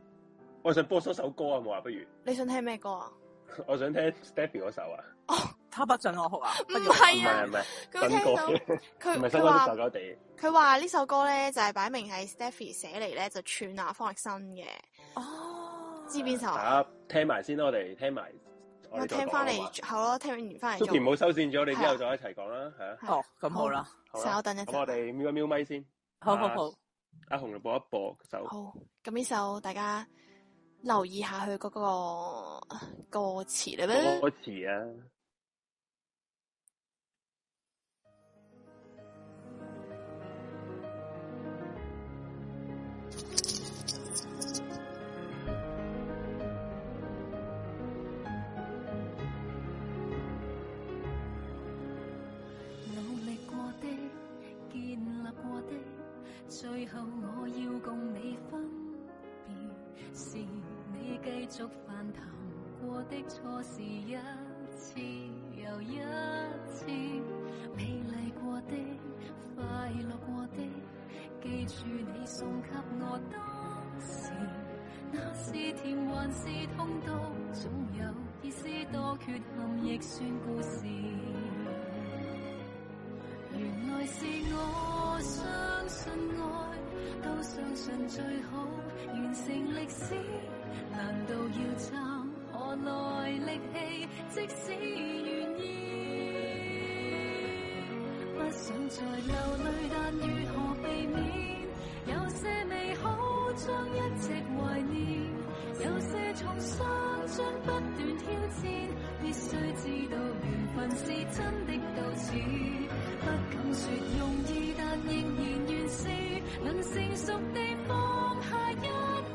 我想播多首歌啊，冇啊，不如你想聽咩歌啊？ 我想聽 Stephy 嗰首啊，他不准我哭啊！唔不要唔係係啊唔，係佢新聽到歌， 唔佢佢係新歌都話舊舊地。佢話呢首歌咧就係擺明係 Stephy 寫嚟咧就串啊方力申嘅，哦知邊首啊？大家聽埋先啦，我哋聽埋，我我哋再聽翻講啊嚟後咯，聽完翻嚟 Suki 唔做。好收線咗，你之後再一齊講啦，係啊。哦，咁好啦，好稍啦，等一咁我陣。哋瞄一瞄咪先，啊好好好，阿紅就播一播首。好，啊咁呢首大家留意下佢嗰個呃歌詞咧。歌詞啊，努力過的，建立過的，最後我要共你分別，是你繼續犯談過的錯事一次又一次，美麗過的，快樂過的，記住你送給我當時，那是甜還是痛都，總有意思多缺陷，亦算故事。原來是我相信愛，都相信最好完成歷史。難道要爭何來力氣？即使願意，不想再流淚，但如何避免？有些美好將一直懷念，有些創傷將不斷挑戰。必須知道緣分是真的到此。不不敢說容易，但仍然願試，能成熟地放下一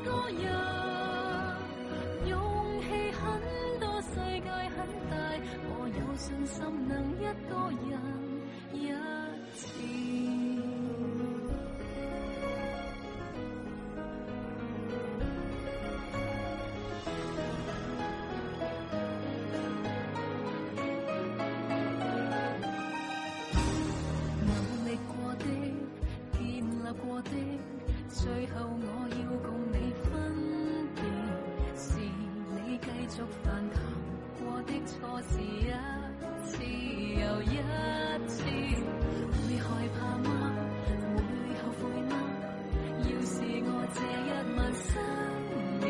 個人。勇氣很多，世界很大，我有信心能一個人一次。努力過的，建立過的，最後我要共你分別，是你繼續犯談過的錯事一次又一次，會害怕嗎？會後悔嗎？要是我這一晚失眠，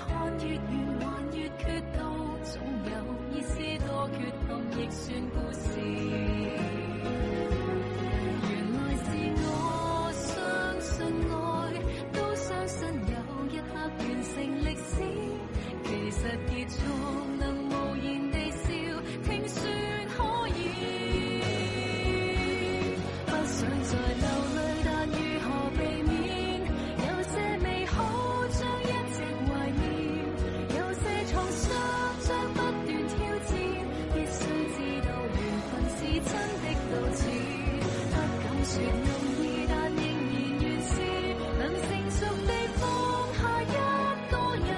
看越遠還越缺到，總有意思多缺陷亦算故事。原來是我相信愛，都相信有一刻完成歷史。其實結束能無言地笑，聽說可以。不想再流淚，但如何避免？有些美好將一直懷念，有些創傷將不斷挑戰。必須知道緣分是真的到此。不敢說容易，但仍然願試，能成熟地放下一個人。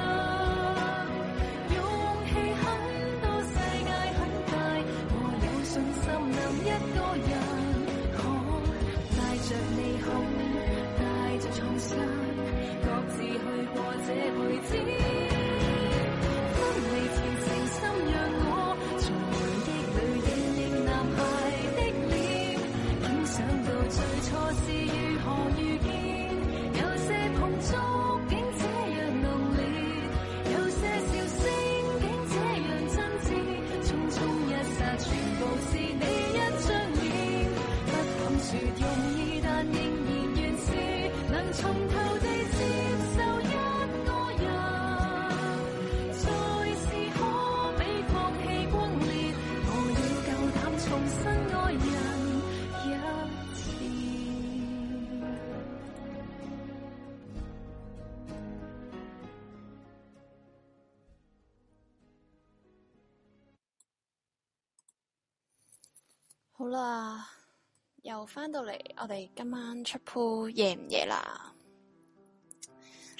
勇氣很多，世界很大，我有信心能一個人。可帶着你空，帶着創傷，各自去過這輩子。分離前誠心讓我，從回憶裏認認男孩的臉。竟想到最初是如何遇見，有些碰觸竟這樣濃烈，有些笑聲竟這樣真摯，匆匆一剎全部是你一張臉，不敢說容易，但仍然願試，能從頭地接受一個人。再是可比放棄轟烈，我要夠膽重新愛人一次。好啦，又翻到嚟，我哋今晚出鋪夜唔夜啦？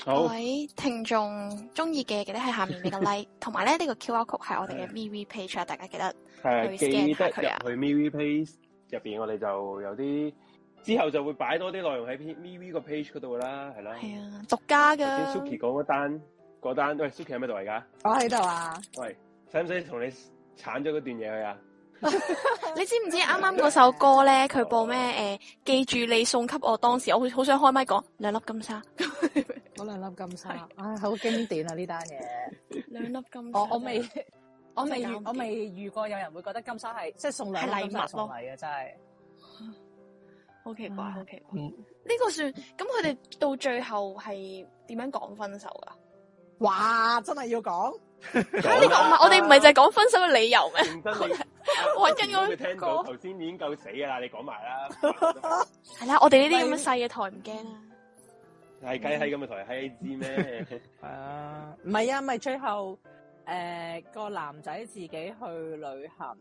各好，位聽眾中意嘅記得喺下 面俾個 like，同埋咧呢個 QR code 係我哋嘅 VV page 啊，大家記得係記得 scan 入下佢啊去 MV page 入邊，我哋就有啲之後就會擺多啲內容喺 MV 個 page 嗰度啦，係啦。係啊，獨家頭先噶， Suki 講嗰單嗰單，喂 Suki 喺咩度嚟㗎？我喺度啊，喂，使唔使同你鏟咗嗰段嘢去啊？ 你知唔知啱啱嗰首歌咧？佢播 咩？诶，記住你送給我當時，我好想開麥講兩粒金沙，嗰兩粒金沙，唉，好經典啊！呢單嘢，兩粒金沙。我我未，我未真係遇搞唔掂我未遇過有人會覺得金沙係即係送兩係禮粒物金沙係送咯禮嘅，真係。好奇怪，嗯好奇怪。嗯呢個算咁，佢哋到最後係點樣講分手噶？哇！真係要講，呢個唔係我哋唔係就係講分手嘅理由咩？認真你，我真嗰個你聽到頭先已經夠死㗎啦，你講埋啦， 係啦，我哋呢啲咁嘅細嘅台唔驚啊啦。係雞閪咁嘅台閪知咩？係啊，唔係啊，咪最後誒個男仔自己去旅行，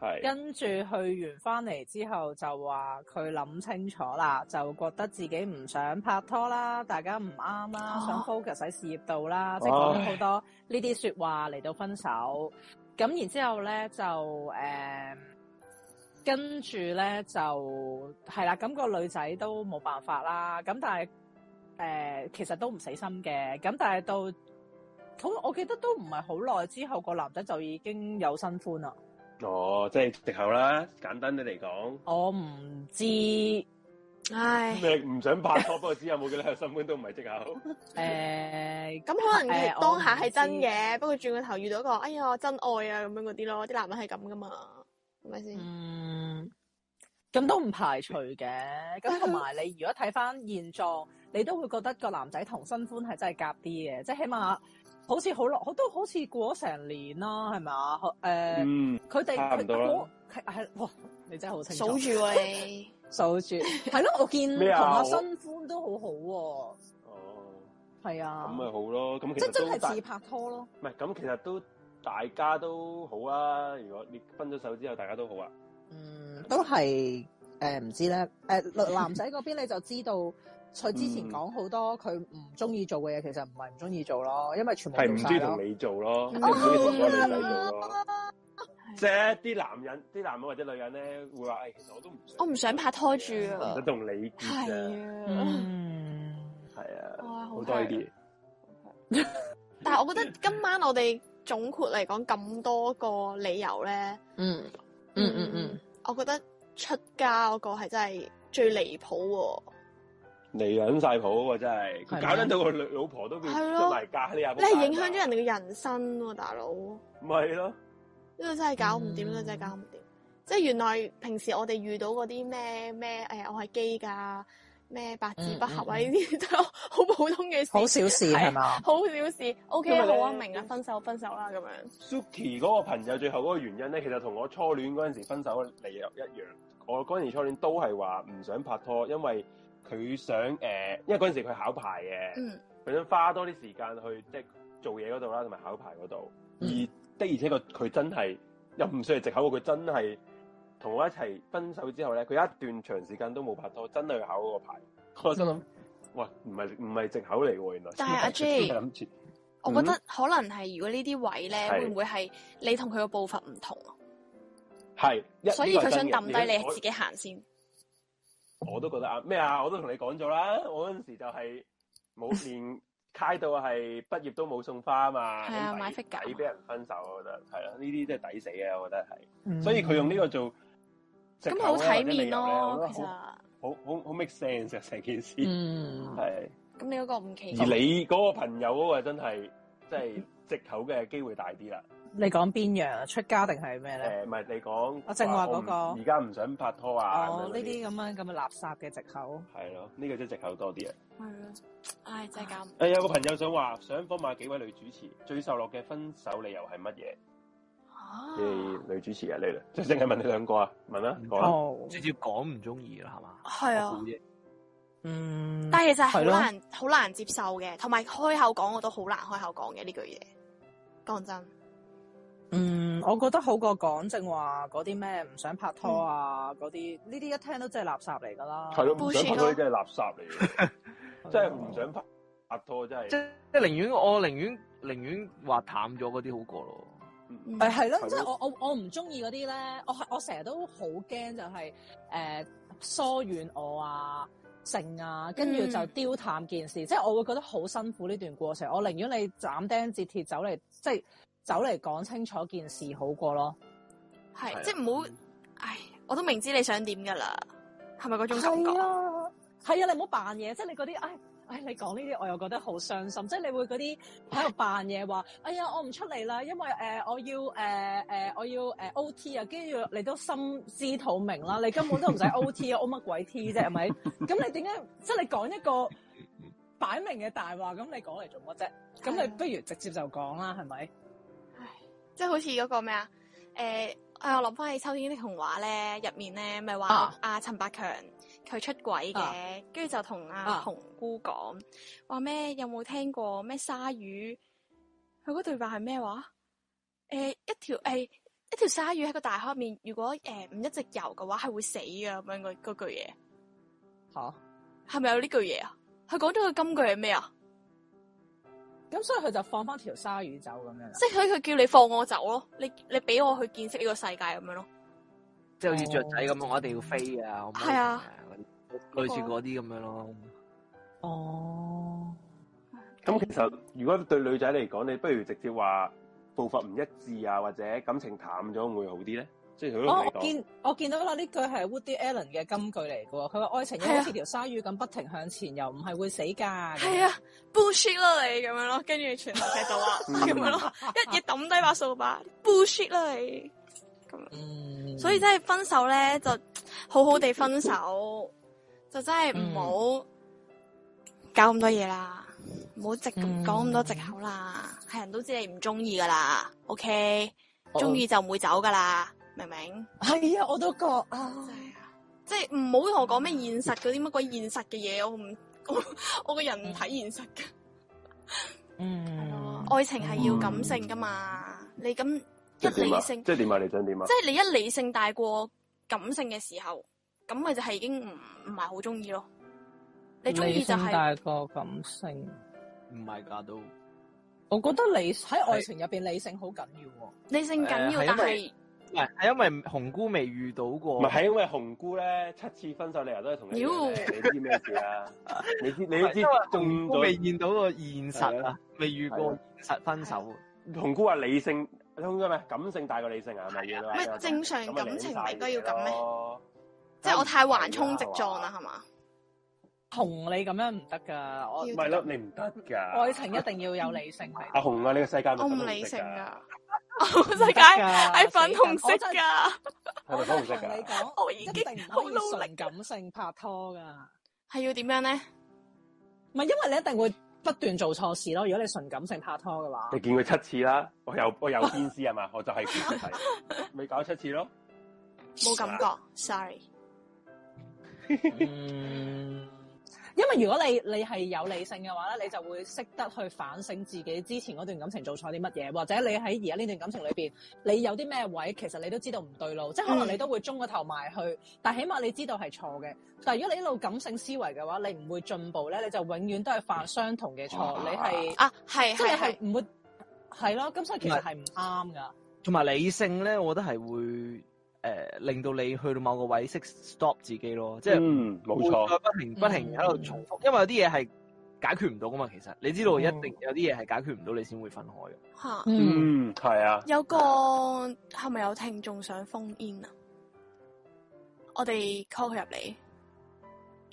係跟住去完翻嚟之後就話佢諗清楚啦，就覺得自己唔想拍拖啦，大家唔啱啦哦，想 focus 喺事業度啦，即係講咗好多呢啲説話嚟到分手。咁然之後咧就誒、跟住咧就係啦，咁、個女仔都冇辦法啦。咁但係誒、其實都唔死心嘅。咁但係到好，我記得都唔係好耐之後，個男仔就已經有新歡啦。哦，即係直頭啦，簡單啲嚟講，我唔知，誒、 唉，咩唔想拍拖，不過之後冇幾耐有新歡都唔係藉口。咁可誒能係當下係真。我唔知嘅，不過轉個頭遇到一個，哎呀真愛啊咁樣嗰啲咯，啲男人係咁噶嘛，係咪先？嗯，咁都唔排除嘅。咁同埋你如果睇翻現狀，你都會覺得個男仔同新歡係真係夾啲嘅，即係起碼好似好耐，好都好似過咗成年啦，係咪啊？誒，嗯佢哋差唔多啦佢我係係哇，你真係好清楚。數住喎你，數住， 係咯，我見同咩啊阿我新歡都好好哦，喎，係啊咁，咪好咯，咁即其係實真都係大自拍拖咯。唔係咁，其實都大家都好啊。如果你分咗手之後，大家都好啊。嗯，都係誒唔知咧， 誒、男仔嗰邊你就知道佢之前講好多佢唔中意做嘅嘢，其實唔係唔中意做咯，因為全部係唔做中晒意咯同。你做咯，即嗯係唔中意同嗰個女仔做咯。啊即係啲男人、啲男人或者女人咧，會話：，誒、哎其實我都唔我唔想拍拖住唔啊想，同你係結啊，嗯，啊，係啊，哇，好好多呢啲嘢。但係我覺得今晚我哋總括嚟講咁多個理由咧，嗯嗯嗯嗯，我覺得出家嗰個係真係最離譜喎。嚟緊晒譜啊！真係，係咩佢搞撚到個女老婆都變係咯出埋嫁呢下仆你街，係影響咗人哋嘅人生喎、大佬，呢咪係咯？個真係搞唔掂，嗯呢個真係搞唔掂。即係原來平時我哋遇到嗰啲咩咩誒，我係基㗎，咩八字不合嗯啊呢啲都 好普通嘅事，好小事係嘛？ 好小事。O、k 因為咧好啊，明啦，分手分手啦咁樣。 Suki 嗰個朋友最後嗰個原因咧，其實同我初戀嗰陣時分手理由一樣。我嗰陣時初戀都係話唔想拍拖，因為佢想誒、呃因為嗰陣時佢考牌嘅，佢、嗯想花多啲時間去即係做嘢嗰度啦，同埋考牌嗰度。而嗯的而且確佢真係又唔算係藉口喎，佢真係同我一齊分手之後咧，佢一段長時間都冇拍拖，真係去考嗰個牌。我心諗，哇，唔係唔係藉口嚟喎，原來。但係阿 J 諗住我覺得可能係如果呢啲位咧，係會唔會係你同佢嘅步伐唔同啊？係，一所以呢佢個係想真嘅抌低你我自己行先。我都覺得啊，咩啊，我都同你講咗啦， 我嗰陣時就係冇連開到係畢業都冇送花啊嘛，係啊買咁抵 figure 抵俾人分手，我覺得係啦，呢啲真係抵死嘅，我覺得係，嗯所以佢用呢個做藉咁口好咧體面或者理由咧咯我，其覺實得。好好好好 make sense 啊成件事，係、嗯，咁你嗰個唔奇怪。而你嗰個朋友嗰個真係即係藉口嘅機會大啲啦。你講邊樣啊？出家定係咩咧？誒，唔係你講，我正話嗰個我唔而家唔想拍拖啊，哦，咁樣呢嗰啲咁樣咁嘅垃圾嘅藉口。係咯，呢、個真係藉口多啲啊。係咯，唉，真係搞唔誒，有個朋友想話，想訪問下幾位女主持最受落嘅分手理由係乜嘢？你啊！哋女主持啊，你哋即係淨係問你兩個啊？問啦，嗯講啦。哦，直接講唔中意啦，係嘛？係我啊估，啫嗯，但係其實係好係咯難好難接受嘅，同埋開口講我都好難開口講嘅呢句嘢。講真，嗯，我覺得好過講正話嗰啲咩唔想拍拖啊，嗰啲呢啲一聽都真係垃圾嚟㗎啦。係咯，唔想 Bullshit 拍咯拖真係垃圾嚟 嘅，真係唔想拍拍拖真係。即即係寧願我寧願寧願話淡咗嗰啲好過咯。誒嗯係係咯，即係咯我我我唔中意嗰啲咧，我係我成日都好驚就係、誒、疏遠我啊、剩啊，跟住嗯就丟淡件事，即係我會覺得好辛苦呢段過程。我寧願你斬釘截鐵走嚟，即係走嚟講清楚件事好過咯。係即係唔好，唉，我都明知你想點㗎啦，係咪嗰種感覺？係啊，係啊，你唔好扮嘢，即係你嗰啲，唉、唉，你講呢啲我又覺得好傷心，即係你會嗰啲喺度扮嘢話，哎呀，我唔出嚟啦，因為誒、呃我要誒誒、呃呃我要誒、呃 OT 啊，跟住你都心知肚明啦，你根本 都唔使 OT 啊，O 乜鬼 T 啫，係咪？咁你點解即係你講一個擺明嘅大話，咁你講嚟做乜啫？咁啊你不如直接就講啦，係咪？即係好似嗰個咩啊？誒、啊我諗翻起《秋天的童話》咧，入面咧咪話啊阿陳百強佢出軌嘅，跟住、就同阿啊紅姑講話咩？有冇聽過咩鯊魚？佢嗰對話係咩話？誒、一條誒、一條鯊魚喺個大海入面，如果誒唔、一直游嘅話，係會死嘅咁樣嗰嗰句嘢，嚇、係咪有呢句嘢啊？佢講咗個金句係咩啊？咁所以佢就放翻條鯊魚走咁樣啊啦。即係佢佢叫你放我走咯，你你俾我去見識呢個世界咁樣咯。即係好似雀仔咁，我一定要飛啊！嗯我唔可以係啊嗰啲，類似嗰啲咁樣 Oh 咯。哦，咁其實如果對女仔嚟講，你不如直接話步伐唔一致啊，或者感情淡咗會唔會好啲咧？即係佢都同哦你，我講。見我見到啦，呢句係 Woody Allen 嘅金句嚟嘅喎。佢話愛情又好似條鯊魚咁不停向前，又唔係會死㗎。啊係啊，bullshit 啦你咁樣咯，跟住全世界就話嗯咁樣咯，啊一嘢抌低把掃把，bullshit 啦你咁樣。嗯，所以真係分手咧，就好好嗯地分手，就真係唔好搞咁多嘢啦。唔好直嗯咁講咁多藉口啦，係人都知你唔中意噶啦，OK，好中意就唔會走噶啦，明唔明？系啊，我都覺啊，即係唔好同我講咩現實嗰啲乜鬼現實嘅嘢，我唔 我我個人唔睇現實嘅，嗯，愛情係要感性噶嘛，你咁一即係點理啊？性，即係點啊？你想點啊即？係你一理性大過感性嘅時候，咁咪就係已經唔唔係好中意咯。你中意就理性係大過感性，唔係㗎都。我覺得理喺愛情入邊理性好緊要喎。理性緊要，呃誒係因啊但係為唔係，係因為紅姑未遇到過。唔係，係因為紅姑咧七次分手理由都係同你一樣嘅，你知咩 事啊？你知你你都知知紅中姑未咗見到個現實係啊啊，未遇過現實分手。紅姑話理性通咗咩？感性大過理性啊？係咪嘢唔係正常感情咪應該要咁咩？即係係我太橫衝直撞啦，係嘛？同你咁樣唔得噶，我唔係咯，你唔得㗎。愛情一定要有理性嚟。阿紅 啊，呢個世界咪我唔粉紅色理性㗎，噶， 我世界係粉紅我色真噶，係咪粉紅色同你㗎？講， 我一已經定唔好可努以力純，感性拍拖噶。係要點樣咧？唔係因為你一定會不斷做錯事咯。如果你純感性拍拖嘅話你，見佢七次啦，我又我又邊知係嘛？我就係 邊睇，咪搞七次咯。冇感覺，sorry。嗯，因為如果你你係有理性嘅話咧，你就會識得去反省自己之前嗰段感情做錯啲乜嘢，或者你喺而家呢段感情裏邊，你有啲咩位其實你都知道唔對路，即係可能嗯你都會中個頭埋去，但起碼你知道係錯嘅。但係如果你一路感性思維嘅話，你唔會進步咧，你就永遠都係犯相同嘅錯，你係。啊，係即係係你係，係唔會係咯，咁所以其實係唔啱噶。同埋理性咧，我覺得係會誒、令到你去到某個位識 stop 自己咯，即係嗯，冇會錯再。不停不停喺度重複，因為有啲嘢係解決唔到噶嘛。其實你知嗯道一定有啲嘢係解決唔到，你先會分開嘅。吓，嗯，嗯，係啊。有個係咪有聽眾想封煙啊？我哋 call 佢入嚟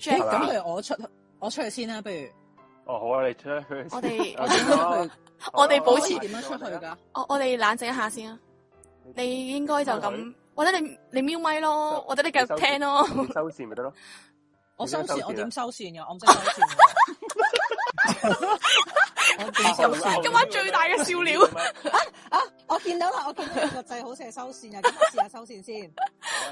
咦，Jack，咁不如我出我出去先啦，不如哦，好啊，你出去。我哋我 點啊我哋保哦可持以點樣出去？㗎？我我哋冷靜一下先啊。你應該就咁，或者你你瞄咪咯，或者你繼續聽咯。你收線咪 得咯。我收你線，啊想我點點收線㗎？我啊唔識收線㗎。我點收線？今晚啊最大嘅笑料 啊！我見到啦，我見到有個掣好似係收線啊，咁我試下收線先。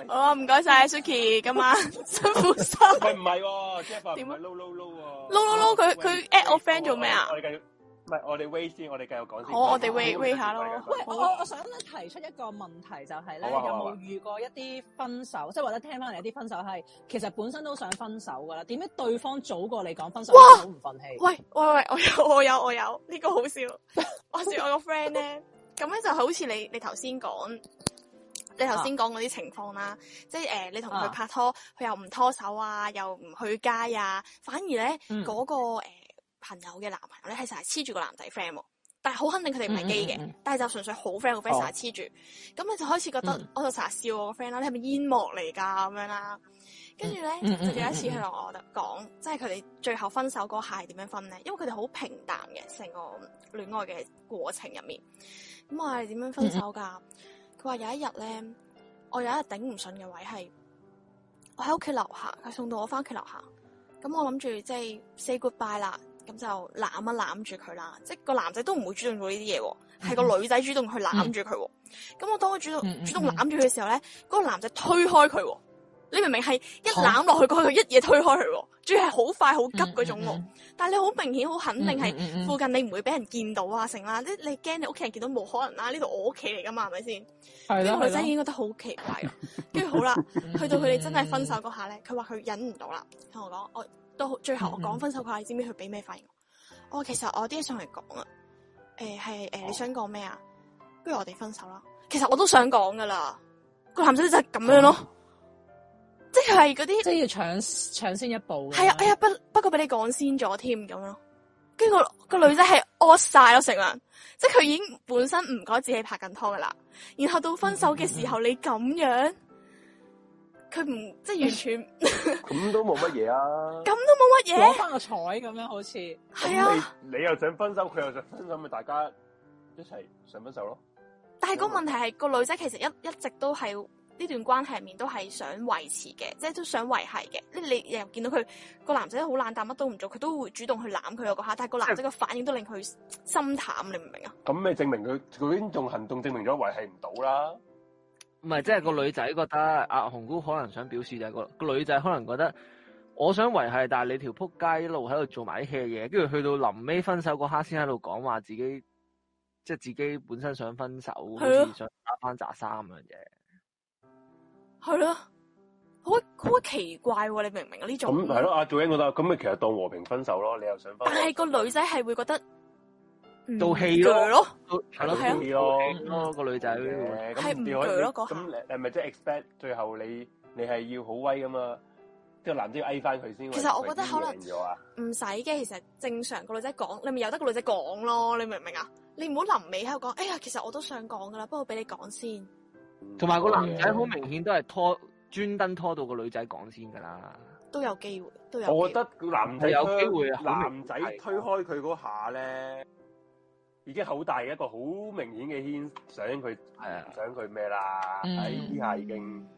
好啊，唔該晒 Suki，今晚辛苦晒。喂，唔係喎，Jeff 啊，唔點啊係撈撈撈喎。撈撈撈佢佢 at 我 friend 做咩啊我哋繼續，唔係我哋 wait 先，我哋繼續講先。好我哋 wait- wait 下咯喂，我好我我想提出一個問題，就係咧，好啊好有啊好冇啊遇過一啲分手，即係或者聽翻嚟一啲分手係其實本身都想分手㗎啦，點解對方早過你講分手，你好唔忿氣？喂喂喂，我有我有我有，呢、個好笑。話說我個 friend 咧，咁咧就好似你你頭先講，你頭先講嗰啲情況啦，即係誒、呃你同佢啊拍拖，佢又唔拖手啊，又唔去街啊，反而咧嗰、嗯個、呃、朋友嘅男朋友咧係成日黐住個男仔 friend 喎。但係好肯定佢哋唔係基嘅，嗯嗯嗯哦但係就純粹好 friend 好 friend 成日黐住，咁你就開始覺得，嗯我就成日笑我個 friend 啦，你係咪煙幕嚟㗎咁樣啦？跟住咧，嗯就有一次嗯嗯佢同我講，即係佢哋最後分手嗰下係點樣分咧？因為佢哋好平淡嘅成個戀愛嘅過程入面。咁我話你點樣分手嗯㗎？佢話有一日咧，我有一日頂唔順嘅位係，我喺屋企樓下，佢送到我翻屋企樓下。咁我諗住即係 say goodbye 啦，咁就攬一攬住佢啦。即係個男仔都唔會主動做呢啲嘢喎，係個女仔主動去攬住佢喎。咁我當我主動嗯嗯嗯嗯主動攬住佢嘅時候咧，嗰個男仔推開佢喎。你明明係一攬落去，佢一嘢推開佢喎，仲要係好快好急嗯嗰種喎。但係你好明顯好肯定係係附近你唔會俾人見到啊，成啦，即係你驚你屋企人見到冇可能啦，呢度我屋企嚟噶嘛，係咪先？係跟咯住女仔已係嗯經覺得好奇怪啦。跟住好啦，咯，去到佢哋真係分手嗰下咧，佢話佢忍唔到啦，同我講，我到好最後我嗯嗯講分手嗰下，你知唔知佢俾咩反應我？我其實我有啲嘢想嚟講啊，誒係誒你想講咩啊？不如我哋分手啦。其實我都想講噶啦，個男仔就係咁樣咯，即係嗰啲哦即係要搶搶先一步㗎。係啊，哎呀，不不過俾你講先咗添咁咯。跟住個個女仔係 o 晒咯，成個人，即係佢已經本身唔覺得自己拍緊拖噶啦，然後到分手嘅時候你咁樣，佢唔即係完全咁都冇乜嘢啊。咁都冇乜嗯攞嘢，翻個彩咁樣好似。係啊。你你又想分手，佢又想分手，咪大家一齊想分手咯。但係個問題係個女仔其實一一直都係呢段關係入面都係想維持嘅，即係都想維係嘅。你你又見到佢個男仔好冷淡，乜都唔做，佢都會主動去攬佢嗰下，但係個男仔嘅反應都令佢心淡，你明唔明啊？咁咪證明佢佢已經用行動證明咗維係唔到啦。唔係，即係個女仔覺得阿紅姑可能想表示就係個個女仔可能覺得，我想維係，但係你條撲街一路喺度做埋啲 hea 嘢，跟住去到臨尾分手嗰刻先喺度講話自己，即係自己本身想分手，好咯似想打翻扎衫咁樣啫。係咯，好好奇怪喎、你明唔明啊？呢種咁係咯，阿 Joanne 覺得咁咪其實當和平分手咯，你又想分但係個女仔係會覺得唔道氣咯鋸咯，係係啊咯，係咯咯個女仔會嘅，係咁唔你鋸咯嗰可下咁你你咪即係 expect 最後你你係要好威噶嘛？即係男仔要嗌翻佢先。其實我覺得可能為之贏咗啊，唔使嘅。其實正常個女仔講，你咪由得個女仔講咯，你明唔明啊？你唔好臨尾喺度講，哎呀，其實我都想講噶啦，不過俾你講先。哦同埋個男仔好明。明顯都係拖專登拖到個女仔講先㗎啦。都有機會，都有機會。我覺得男仔有推機會啊好明男仔推開佢嗰下咧，已經好大一個好明顯嘅牽想佢係啊，想佢咩啦？嗯喺呢下已經，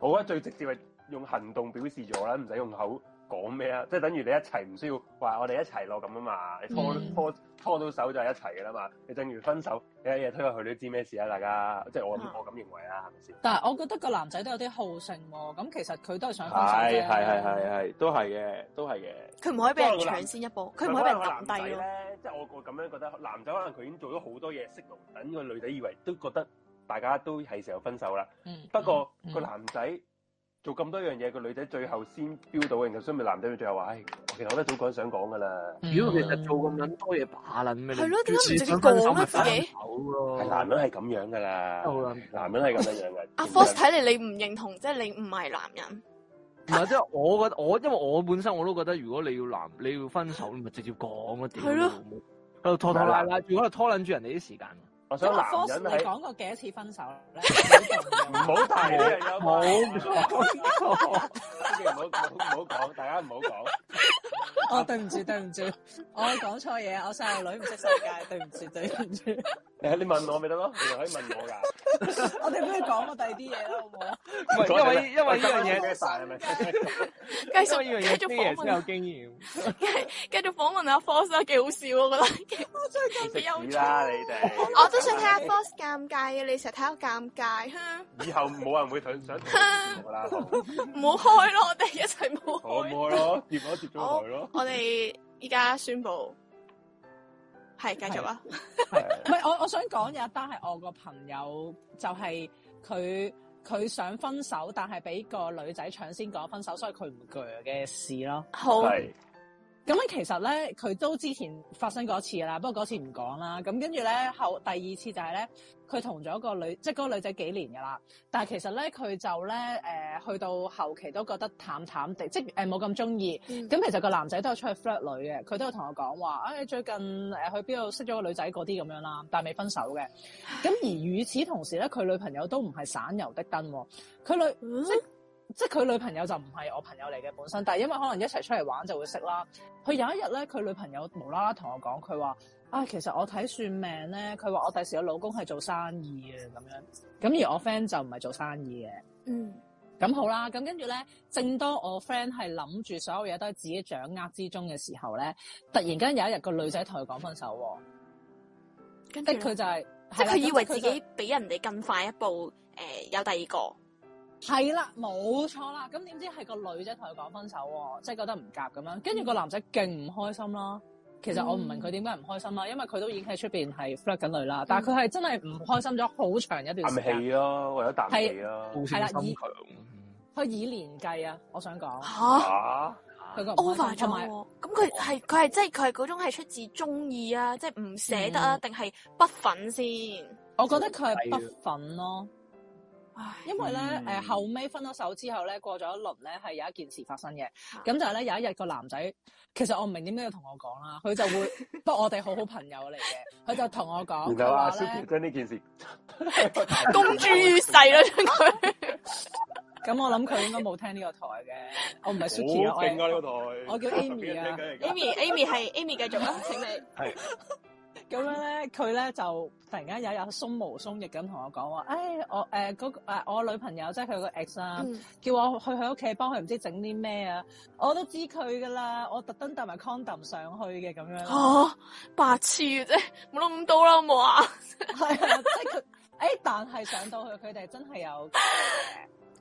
我覺得最直接係用行動表示咗啦，唔使用口講咩啊，即係等於你一齊唔需要話我哋一齊咯咁啊嘛，你拖、嗯拖拖到手就係一齊噶啦嘛，你正如分手，你一嘢推開佢都知咩事啊，大家即係我咁嗯啊我咁認為啊啦，係咪先？但係我覺得個男仔都有啲好勝喎，咁其實佢都係想分手係啫。係係係係，都係嘅，都係嘅。佢唔可以俾人不過個男搶先一步，佢唔可以俾人抌可能個男低仔咯。咧，即係我我咁樣覺得，男仔可能佢已經做咗好多嘢，識路，等個女仔以為都覺得大家都係時候分手啦。嗯不過嗯個男仔做咁多樣嘢，個女仔最後先飆到嘅，咁所以咪男仔咪最後話：，唉，其實我都早講想講噶啦。如果其實做咁撚多嘢把撚咩？係咯點解唔直接想分手講咧咪分自己手咯？係男人係咁樣噶啦，好啦男人係咁樣樣嘅。阿 Force 睇嚟你唔認同，即係你唔係男人。唔係，即係我覺得我，因為我本身我都覺得，如果你要男你要分手，你咪直接講咯，屌係咯你老母，喺度拖拖拉拉，仲喺度拖撚住人哋啲時間。我想咁男阿 Force，人你係講過幾多次分手咧？唔好提啊呢 樣嘢，冇錯， 唔好唔好唔好講，大家唔好講。我對哦唔住，對唔住，我講錯嘢，我細路女唔識世界， 對唔住，對唔住。你你問我咪得咯，你咪可以問我㗎。 我哋俾佢講過第二啲嘢啦，好唔好啊？唔係因為因為呢樣嘢，咩晒係咪？繼續因為呢樣嘢繼續訪啲嘢問先有經驗。繼續訪問阿 Force 啦，幾好笑我覺得。食屎啦啊你哋！我都想睇下 Force 尷尬嘅，你成日睇我尷尬，哼以後冇人會想想同我節目 啦，唔好開咯，我哋一齊冇好唔開。好咯？接我接咗佢咯。我哋依家宣布，係繼續啊！唔係，我我想講有一單係我個朋友，就係佢佢想分手，但係俾個女仔搶先講分手，所以佢唔鋸嘅事咯。好，係咁咧其實咧佢都之前發生過一次啦，不過嗰次唔講啦。咁跟住咧後第二次就係咧，佢同咗個女，即係嗰個女仔幾年噶啦，但係其實咧佢就咧誒、呃去到後期都覺得淡淡地，即係誒冇咁中意。嗯咁其實個男仔都有出去 flirt 女嘅，佢都有同我講話，誒、最近誒去邊度識咗個女仔嗰啲咁樣啦，但係未分手嘅。咁而與此同時咧，佢女朋友都唔係省油的燈喎，佢女、即即係佢女朋友就唔係我朋友嚟嘅本身，但係因為可能一齊出嚟玩就會識啦。佢有一日咧，佢女朋友無啦啦同我講，佢話：啊，其實我睇算命咧，佢話我第時嘅老公係做生意嘅咁樣，咁而我 friend 就唔係做生意嘅。嗯，咁好啦，咁跟住咧，正當我 friend 係諗住所有嘢都係自己掌握之呃中嘅時候咧，突然間有一日個女仔同佢講分手喎，跟住即係呢佢就係、即係佢以為係啦自咁佢就己比人哋更快一步，誒有第二個，係啦，冇錯啦。咁點知係個女仔同佢講分手喎，即係覺得唔夾咁樣。跟住個男仔勁唔開心啦。其實我唔嗯明佢點解唔開心啦，因為佢都已經喺出邊係 flirt 緊女啦，但係佢係真係唔開心咗好長一段時啖間。氣啊咯，為咗啖氣咯。好係啦勝心以強。佢以年計啊，我想講吓啊！佢個唔開心 over 咗同埋喎。咁佢哦係佢係即係佢係嗰種係出自中意啊，即係唔捨得啊，定係不忿先？嗯我覺得佢係不忿咯。唉，因為咧，誒、嗯後尾分咗手之後咧，過咗一輪咧，係有一件事發生嘅啊。咁就係咧，有一日個男仔，其實我唔明點解要同我講啦，佢就 會，不過我哋好好朋友嚟嘅，佢就同我啊講， 然佢後阿話 Suki 咧，將呢件事 公諸於世啦，將佢。咁我諗佢應該冇聽呢個台嘅，我唔係好 Suki 啊，我勁係啊！呢個台我叫 Amy 啊十幾人聽緊嚟㗎啊 Amy，Amy 係 Amy 繼續啦，請你。 咁咁樣咧，佢咧就突然間有一日鬆毛鬆翼咁同我講話，唉、我誒嗰、個誒我女朋友即係佢個 ex 啦、嗯叫我去佢屋企幫佢唔知整啲咩啊，我都知佢噶啦，我特登帶埋 condom 上去嘅咁樣，哦，白痴嘅啫，冇諗咁多啦，好冇啊！ 係啊，即係佢，誒、但係上到去佢哋真係有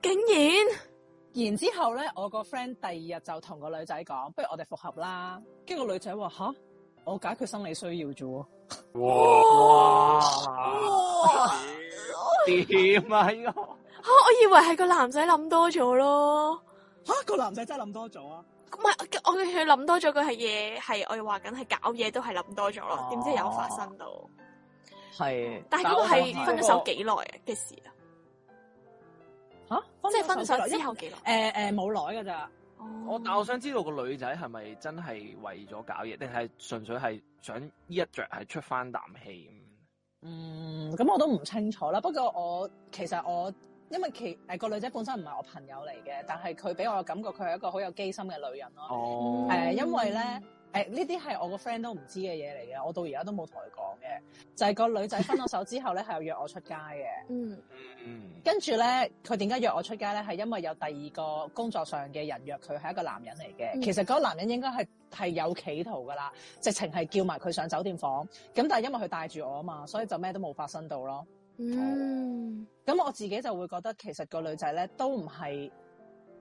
竟然然之後咧，我個 friend 第二日就同個女仔講，不如我哋復合啦。跟住個女仔話吓，我解決生理需要啫喎。哇！哇，點啊呢個？吓我以為係個男仔諗多咗咯，吓、個男仔真係諗多咗啊！唔係我佢諗多咗，佢係嘢係我話緊係搞嘢都係諗多咗哦咯，點知有發生到？係但係嗰個係分咗手幾耐嘅事啊？吓、即係分手之後幾誒耐？誒呃冇耐㗎咋。我，但我哦想知道個女仔係咪真係為咗搞嘢，定係純粹係想呢一着係出翻啖氣咁？嗯，咁我都唔清楚啦。不過我其實我因為其誒、個女仔本身唔係我朋友嚟嘅，但係佢俾我嘅感覺佢係一個好有機心嘅女人咯。哦誒、因為咧，誒呢啲係我個 friend 都唔知嘅嘢嚟嘅，我到而家都冇同佢講嘅。就係、個女仔分咗手之後咧，係有約我出街嘅。嗯，嗯，跟住咧，佢點解約我出街咧？係因為有第二個工作上嘅人約佢，係一個男人嚟嘅。嗯其實嗰個男人應該係係有企圖噶啦，直情係叫埋佢上酒店房。咁但係因為佢帶住我啊嘛，所以就咩都冇發生到咯。嗯，咁我自己就會覺得其實個女仔咧都唔係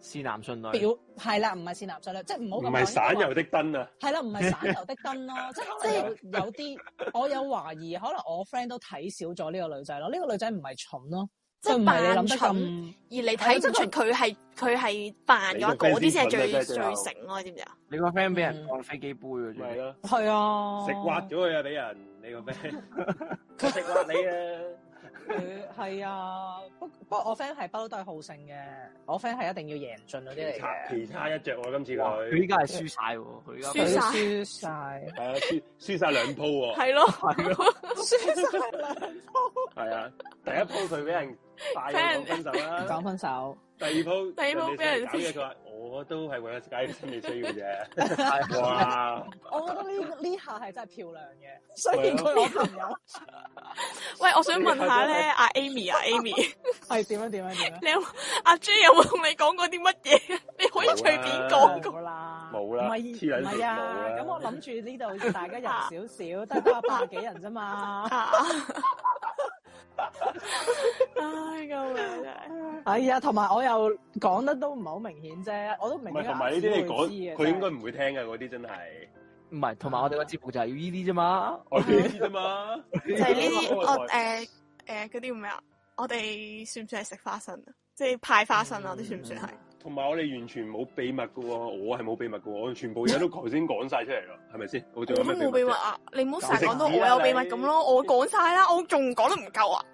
是男信女，表係啦，唔係善男信女，即係唔好咁唔講係省油的燈啊！係啦，唔係省油的燈 咯，即係可能有有啲，我有懷疑，可能我 friend 都睇少咗呢個女仔咯。呢、個女仔唔係蠢咯，即係佢唔係你諗得扮蠢咁。而你睇唔出佢係佢係扮咗，你個 friend 嗰啲先係最先最蠢啊真係醒咯，知唔知啊？你個 friend 俾人當飛機杯嘅咪係啫，咯，係啊，食滑咗佢啊！俾人你個咩？佢食滑你 啊！佢係啊，不不過我 friend 係不嬲都係好勝嘅，我 friend 係一定要贏盡嗰啲嚟差嘅，皮差一着喎，今次哇佢佢依家係輸晒喎，佢依家輸佢晒輸晒，係啊，輸輸晒兩鋪喎，係咯， 輸晒兩鋪，係啊，第一鋪佢俾人大人講分手 啦講，分手，第二鋪第二鋪俾人搞嘢，佢話我都係為咗解決心理需要啫，啊係哇！我覺得呢呢下係真係漂亮嘅，雖然佢我朋友 喂，我想問下咧，阿 Amy 啊，Amy。係點樣啊點樣點樣，你有阿 J 有冇同你講過啲乜嘢？ 你可以隨便講㗎。冇啦，冇啊啦唔黐係撚唔線係冇啊，啦咁我諗住呢度大家人少少， 得得百幾人啫嘛，啊！ 唉，救命真係！哎呀，同埋我又講得都唔係好明顯啫，我都唔明係顯同埋呢啲你知講，嘅佢真應係該唔會聽嘅嗰啲真係，唔係？同埋我哋個節目就係要呢啲啫嘛，我哋知啫嘛，就就係呢啲 我誒誒嗰啲咩啊？我哋算唔算係食花生啊？即係派花生啊？我哋算唔算係？同埋我哋完全冇秘密嘅喎，我係冇秘密嘅喎，我全部嘢都頭先講晒出嚟咯，係咪先？我我仲有都咩冇秘秘密密啫？啊！你唔好成日講到我有秘密咁咯，我講晒啦，我仲講得唔夠啊！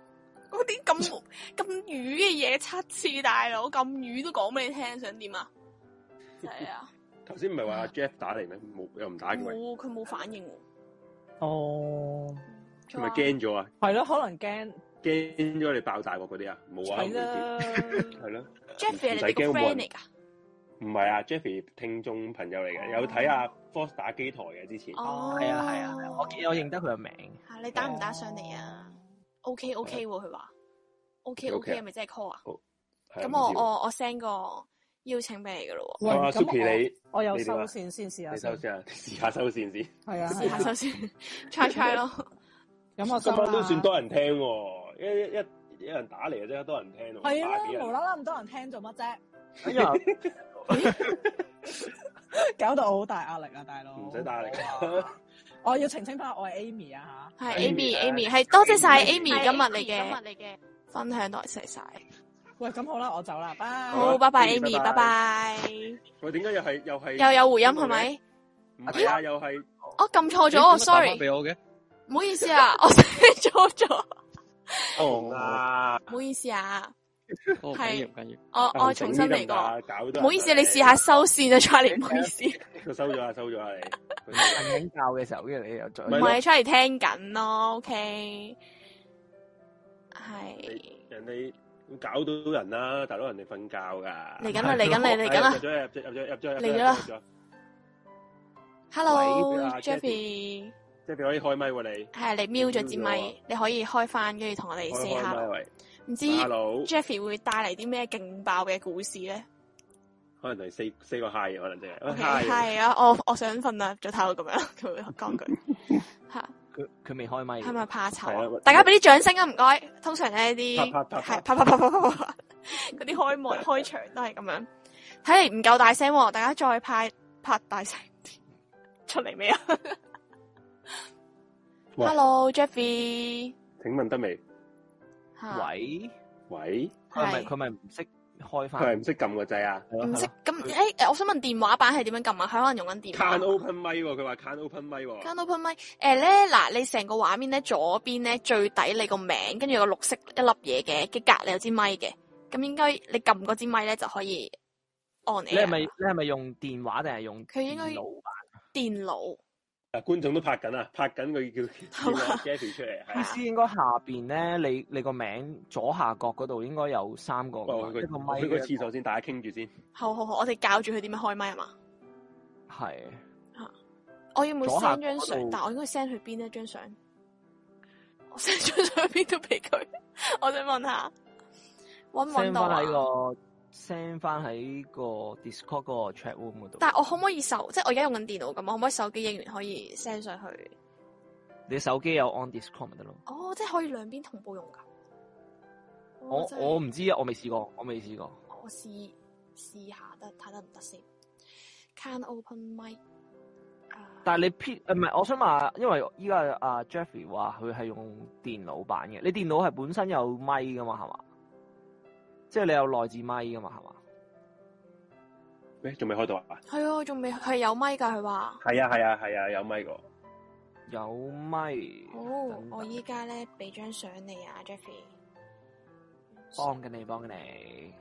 嗰啲咁 咁瘀嘅嘢七次大佬咁瘀都講俾你聽，想點 啊？係啊，頭先唔係話嗯阿 Jeff 打嚟咩？冇又唔打嘅喎，冇佢啊冇反應喎。哦，係咪驚咗啊？係咯，可能驚驚咗你爆大鑊嗰啲啊？冇啊，係冇啦，事係咯。 Jeffy 係你唔使哋個 friend 驚冇人嚟噶？唔係啊，Jeffy 聽眾朋友嚟嘅，有睇阿 Force 打機台嘅之前，哦，係啊係啊，係啊我記我認得佢個名，嚇你打唔打上嚟啊？OK OK 喎，佢話 OK OK 啊 OK 係咪真係 call 啊？係啊咁我唔知喎我我 send 個邀請俾你噶咯好啊咁，Suki 你我我有你收點啊線先試下你收先，線啊， 試下收線先。係啊，喎，試下首先 try try 咯。咁我收今啦晚都算，多人聽喎，一一一人打嚟嘅啫，多人聽喎，啊啊係百幾啦，人無啦啦咁多人聽做乜啫？哎呀搞到我好大壓力啊，大佬！ 唔使打嚟 㗎，我要澄清翻，我係 Amy 啊係 Amy 啊 Amy，Amy 係多謝晒 Amy 今係日你嘅分享，多謝晒。吓，喂，咁好啦，我走啦，拜。好啊好，拜拜 Amy， Amy，拜拜拜拜。喂，點解又係又係又有回音係？咪？唔係啊，又係我撳錯咗啊咦點解打返，sorry，俾我嘅，唔好意思 啊，我 send 錯咗，哦啊，唔好意思啊，哦唔緊要唔緊要，我我重新嚟過。搞唔哦得好意思，你試下，收線啊，Charlie，唔好意思，唔佢收咗啊，收咗啊， 你瞓緊覺嘅時候，跟住你又再唔係係 Charlie 聽緊咯，OK，係人哋搞到人啦，大佬人哋瞓覺噶，嚟緊啦，嚟緊 啦，嚟緊啦入咗入咗入咗入咗嚟咗啦，，Hello，Jeffy，即係你可以開咪喎你，係你瞄咗支瞄咗咪啊，你可以開翻，跟住同我哋開 say 開咪 hello。喂，唔知 Hello Jeffy 會帶嚟啲咩勁爆嘅故事咧可能同你 say say 個 hi 可能真係喂？OK， hi，係啊，我我想瞓啦，早唞咁樣， 佢會講句吓，佢佢未開咪，係咪怕係醜啊啊？大家俾啲掌聲啊，唔該。通常咧啲啪啪啪係啪啪啪啪啪 啪，嗰啲開 幕開場都係咁樣。睇嚟唔夠大聲喎，大家再派拍大聲啲出嚟未啊喂？Hello Jeffy，請問得未？吓喂，喂，佢咪啊係佢咪唔識開佢翻，係唔識撳個掣啊係咯唔識係咯咁诶，誒我想問電話版係點樣撳啊？佢可能用緊電話，can。open 咪喎，佢話 can open 咪喎，間 open mic，誒咧嗱，你成個畫面咧左邊咧最底你個名，跟住有個綠色一粒嘢嘅，嘅隔離有支咪嘅，咁應該你撳嗰支咪咧就可以 on 你係 air 咪啦。你係咪用電話定係用佢應該電腦啊電腦啊觀眾都拍緊啊，拍緊佢叫 叫阿 Jeffy 出嚟，係啊 PC 應該下边咧，你你个名左下角嗰度應該有三個喂㗎我嘛，一去個個咪我去個廁所先，大家傾住先。 好好好，我哋教住佢點樣開咪啊嘛。係我要唔要左下 send 張角嗰相？度但我應該 send 去邊呢張相？我 send 張相去邊都俾佢。 我想問下，揾唔揾 send 到翻喺啊？個 send 翻喺個 Discord 嗰個 chat room 嗰度。但係我可唔可以手，即係我而家用緊電腦咁，我可唔可以手機影完可以 send 上去？你手機有 on Discord 咪得咯？哦，即係可以兩邊同步用㗎。我哦真係我唔知啊，我未試過，我未試過。我試試下得睇得唔得先。Can open mic 啊。但係你 P 呃唔係，我想問下，因為依家阿 Jeffrey 話佢係用電腦版嘅，你電腦係本身有咪噶嘛，係嘛？即係你有內置咪噶嘛，係嘛？喂，仲未開到啊？係啊，仲未佢係有咪㗎，佢話。係啊，係啊，係啊，有咪個。有咪？好，哦等哦我依家咧俾張相你啊，Jeffy。幫緊你，幫緊你。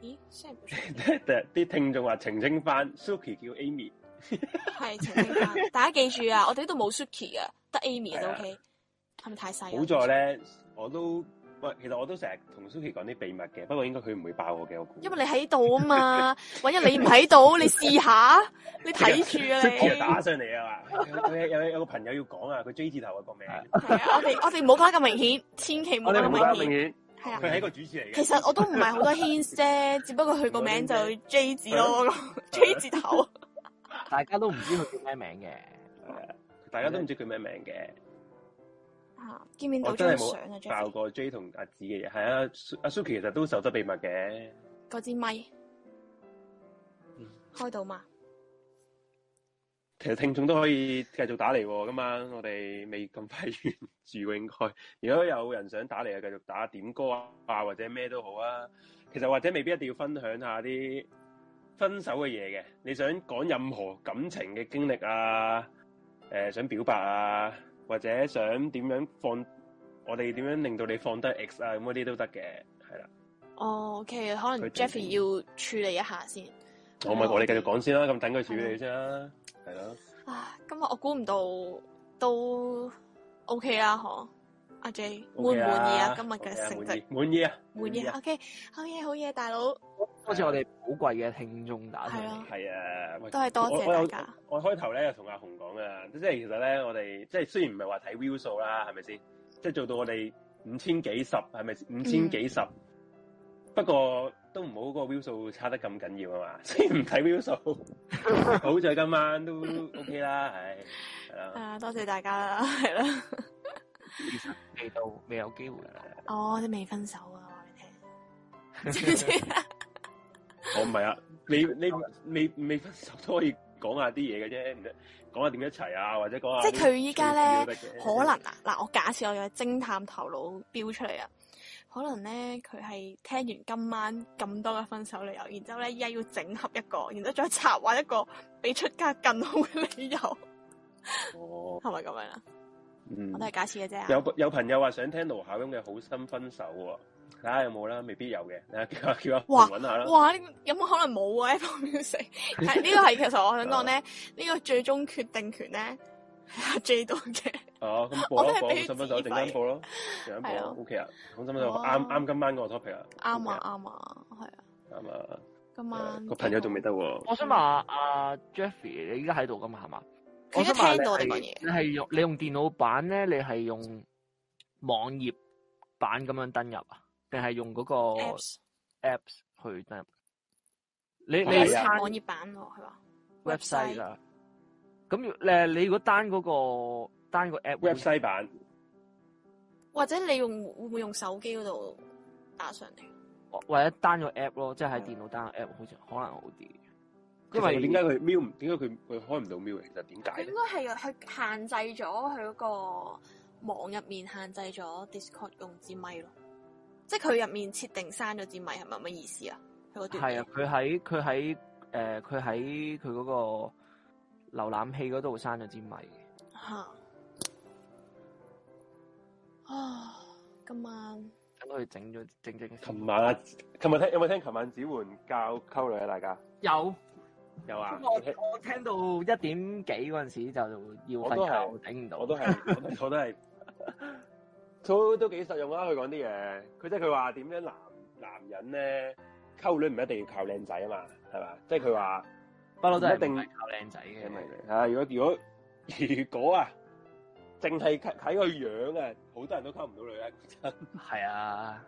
咦，send 唔出 嚟啲聽眾話澄清翻，Suki 叫 Amy，係澄清返 大家記住啊，我哋呢度冇 Suki 啊，得 Amy 係都啊 OK。係咪太細啊？好在咧，我都喂，其實我都成日同 Suki 講啲秘密嘅，不過應該佢唔會爆我嘅，我估。因為你喺度啊 嘛，萬一你唔喺度，你試下，你睇住啊 Suki 就你。打上嚟啊嘛，佢有有有個朋友要講啊，佢 J 字頭啊個名，係啊，我哋我哋唔好講得咁明顯，千祈唔好我講哋得唔咁好講好得明明顯。顯，係啊佢。係一個主持嚟嘅。其實我都唔係好多 hints 啫，只不過佢個名就 J 字咯 ，J 字頭。大家都唔知佢叫咩名嘅。大家都唔知佢咩名嘅，啊，見面到我真係張相啊冇爆 j 過 J 同阿子嘅嘢。係啊，阿 Suki 其實都守得秘密嘅。嗰支咪開到嘛？其實聽眾都可以繼續打嚟喎，今晚我哋未咁快完 住喎應該。如果有人想打嚟啊，繼續打點歌啊，或者咩都好啊。其實或者未必一定要分享下啲分手嘅嘢嘅，你想講任何感情嘅經歷啊，誒、想表白啊，或者想點樣放我哋點樣令到你放低 X 啊，咁嗰啲都得嘅，係啦。哦，OK，可能佢整 Jeffy 要處理一下先。我咪我哋繼續講先啦，咁等佢處理先啦，係咯。啊，今日我估唔到都 OK 啦，嗬？阿 J 滿唔 OK 啦滿意啊？今日嘅 OK 啊成滿意績滿意啊，滿意啊？OK，好嘢好嘢，大佬多謝我哋寶貴嘅聽眾打上係啊嚟。系啊，喂都係多我我謝有大家。我開頭咧又同阿紅講啊，即係其實咧，我哋即係雖然唔係話睇 view 數啦，係咪先？即係做到我哋五千幾十，係咪五千幾十？嗯不過都唔好個 view 數差得咁緊要啊嘛， 雖然唔 睇 view 數，好在今晚都 OK 啦，唉，係啦，啊，多謝大家啦，係啦。其實未到，未有機會啦。哦，你未分 手啊？我話俾你聽，知唔知啊？我唔係啊，你你未未分手都可以講下啲嘢嘅啫，唔講下點一齊啊，或者講下即係佢依家咧啲趣事都得嘅可能啊，嗱，我假設我有偵探頭腦標出嚟啊，可能咧佢係聽完今晚咁多嘅分手理由，然之後咧依家要整合一個，然之後再策劃一個比出家更好嘅理由， 係哦，咪咁樣啊？嗯我都係假設嘅啫啊。有有朋友話想聽盧巧音嘅《好心分手》喎，睇下有冇啦，未必有嘅， 睇下叫下叫下哇揾下啦。哇！呢有冇可能冇啊？Apple Music 係呢個係其實我想講 咧，呢個最終決定權咧係阿 J 度嘅。哦，咁我播都一係播《俾好心分手》，指揮陣間播咯，陣間係啊播，OK 啊，《好心分手》哦啱啱今晚嗰個 topic 啊，啱啊啱啊，係啊，啱啊，今誒晚個朋友仲未得。得喎，啊我想問下阿 Jeffrey，你依家喺度噶嘛？係嘛？佢都想問啊聽到我哋你講係嘢。你係用你用電腦版咧，你係用網頁版咁樣登入啊？定係用嗰個 Apps apps 去登入？你你係啊單網頁版喎，佢話 website 啦。咁誒，你如果單嗰個單個 app 會 website 版或者你用會唔會用手機嗰度打上嚟？哦或者單個 app 咯，即係喺電腦單個 app 好似可能好啲。因因為為點解佢 mute 唔？點解佢佢開唔到 mute？其實點解佢咧應？該係啊佢限制咗佢嗰個網入面限制咗 Discord 用支咪咯，即係佢入面設定刪咗支咪，係咪咁嘅意思啊？佢嗰段係啊，佢喺佢喺誒佢喺佢嗰個瀏覽器嗰度刪咗支咪嘅。啊啊！今晚咁佢整咗整整琴晚啊，琴日聽有冇聽琴晚子桓教溝女啊？大家有。有啊？我我聽到一點幾嗰陣時就要我都係瞓覺，頂唔到。我都係，我 都我都係，都都幾實用啦。啊佢講啲嘢，佢即係佢話點樣男男人咧溝女唔一定要靠靚仔啊嘛，係嘛？即係佢話不嬲都係唔一定唔係靠靚仔嘅你明唔明啊？如果如果如果啊，淨係睇睇個樣啊，好多人都溝唔到女啊。真係啊，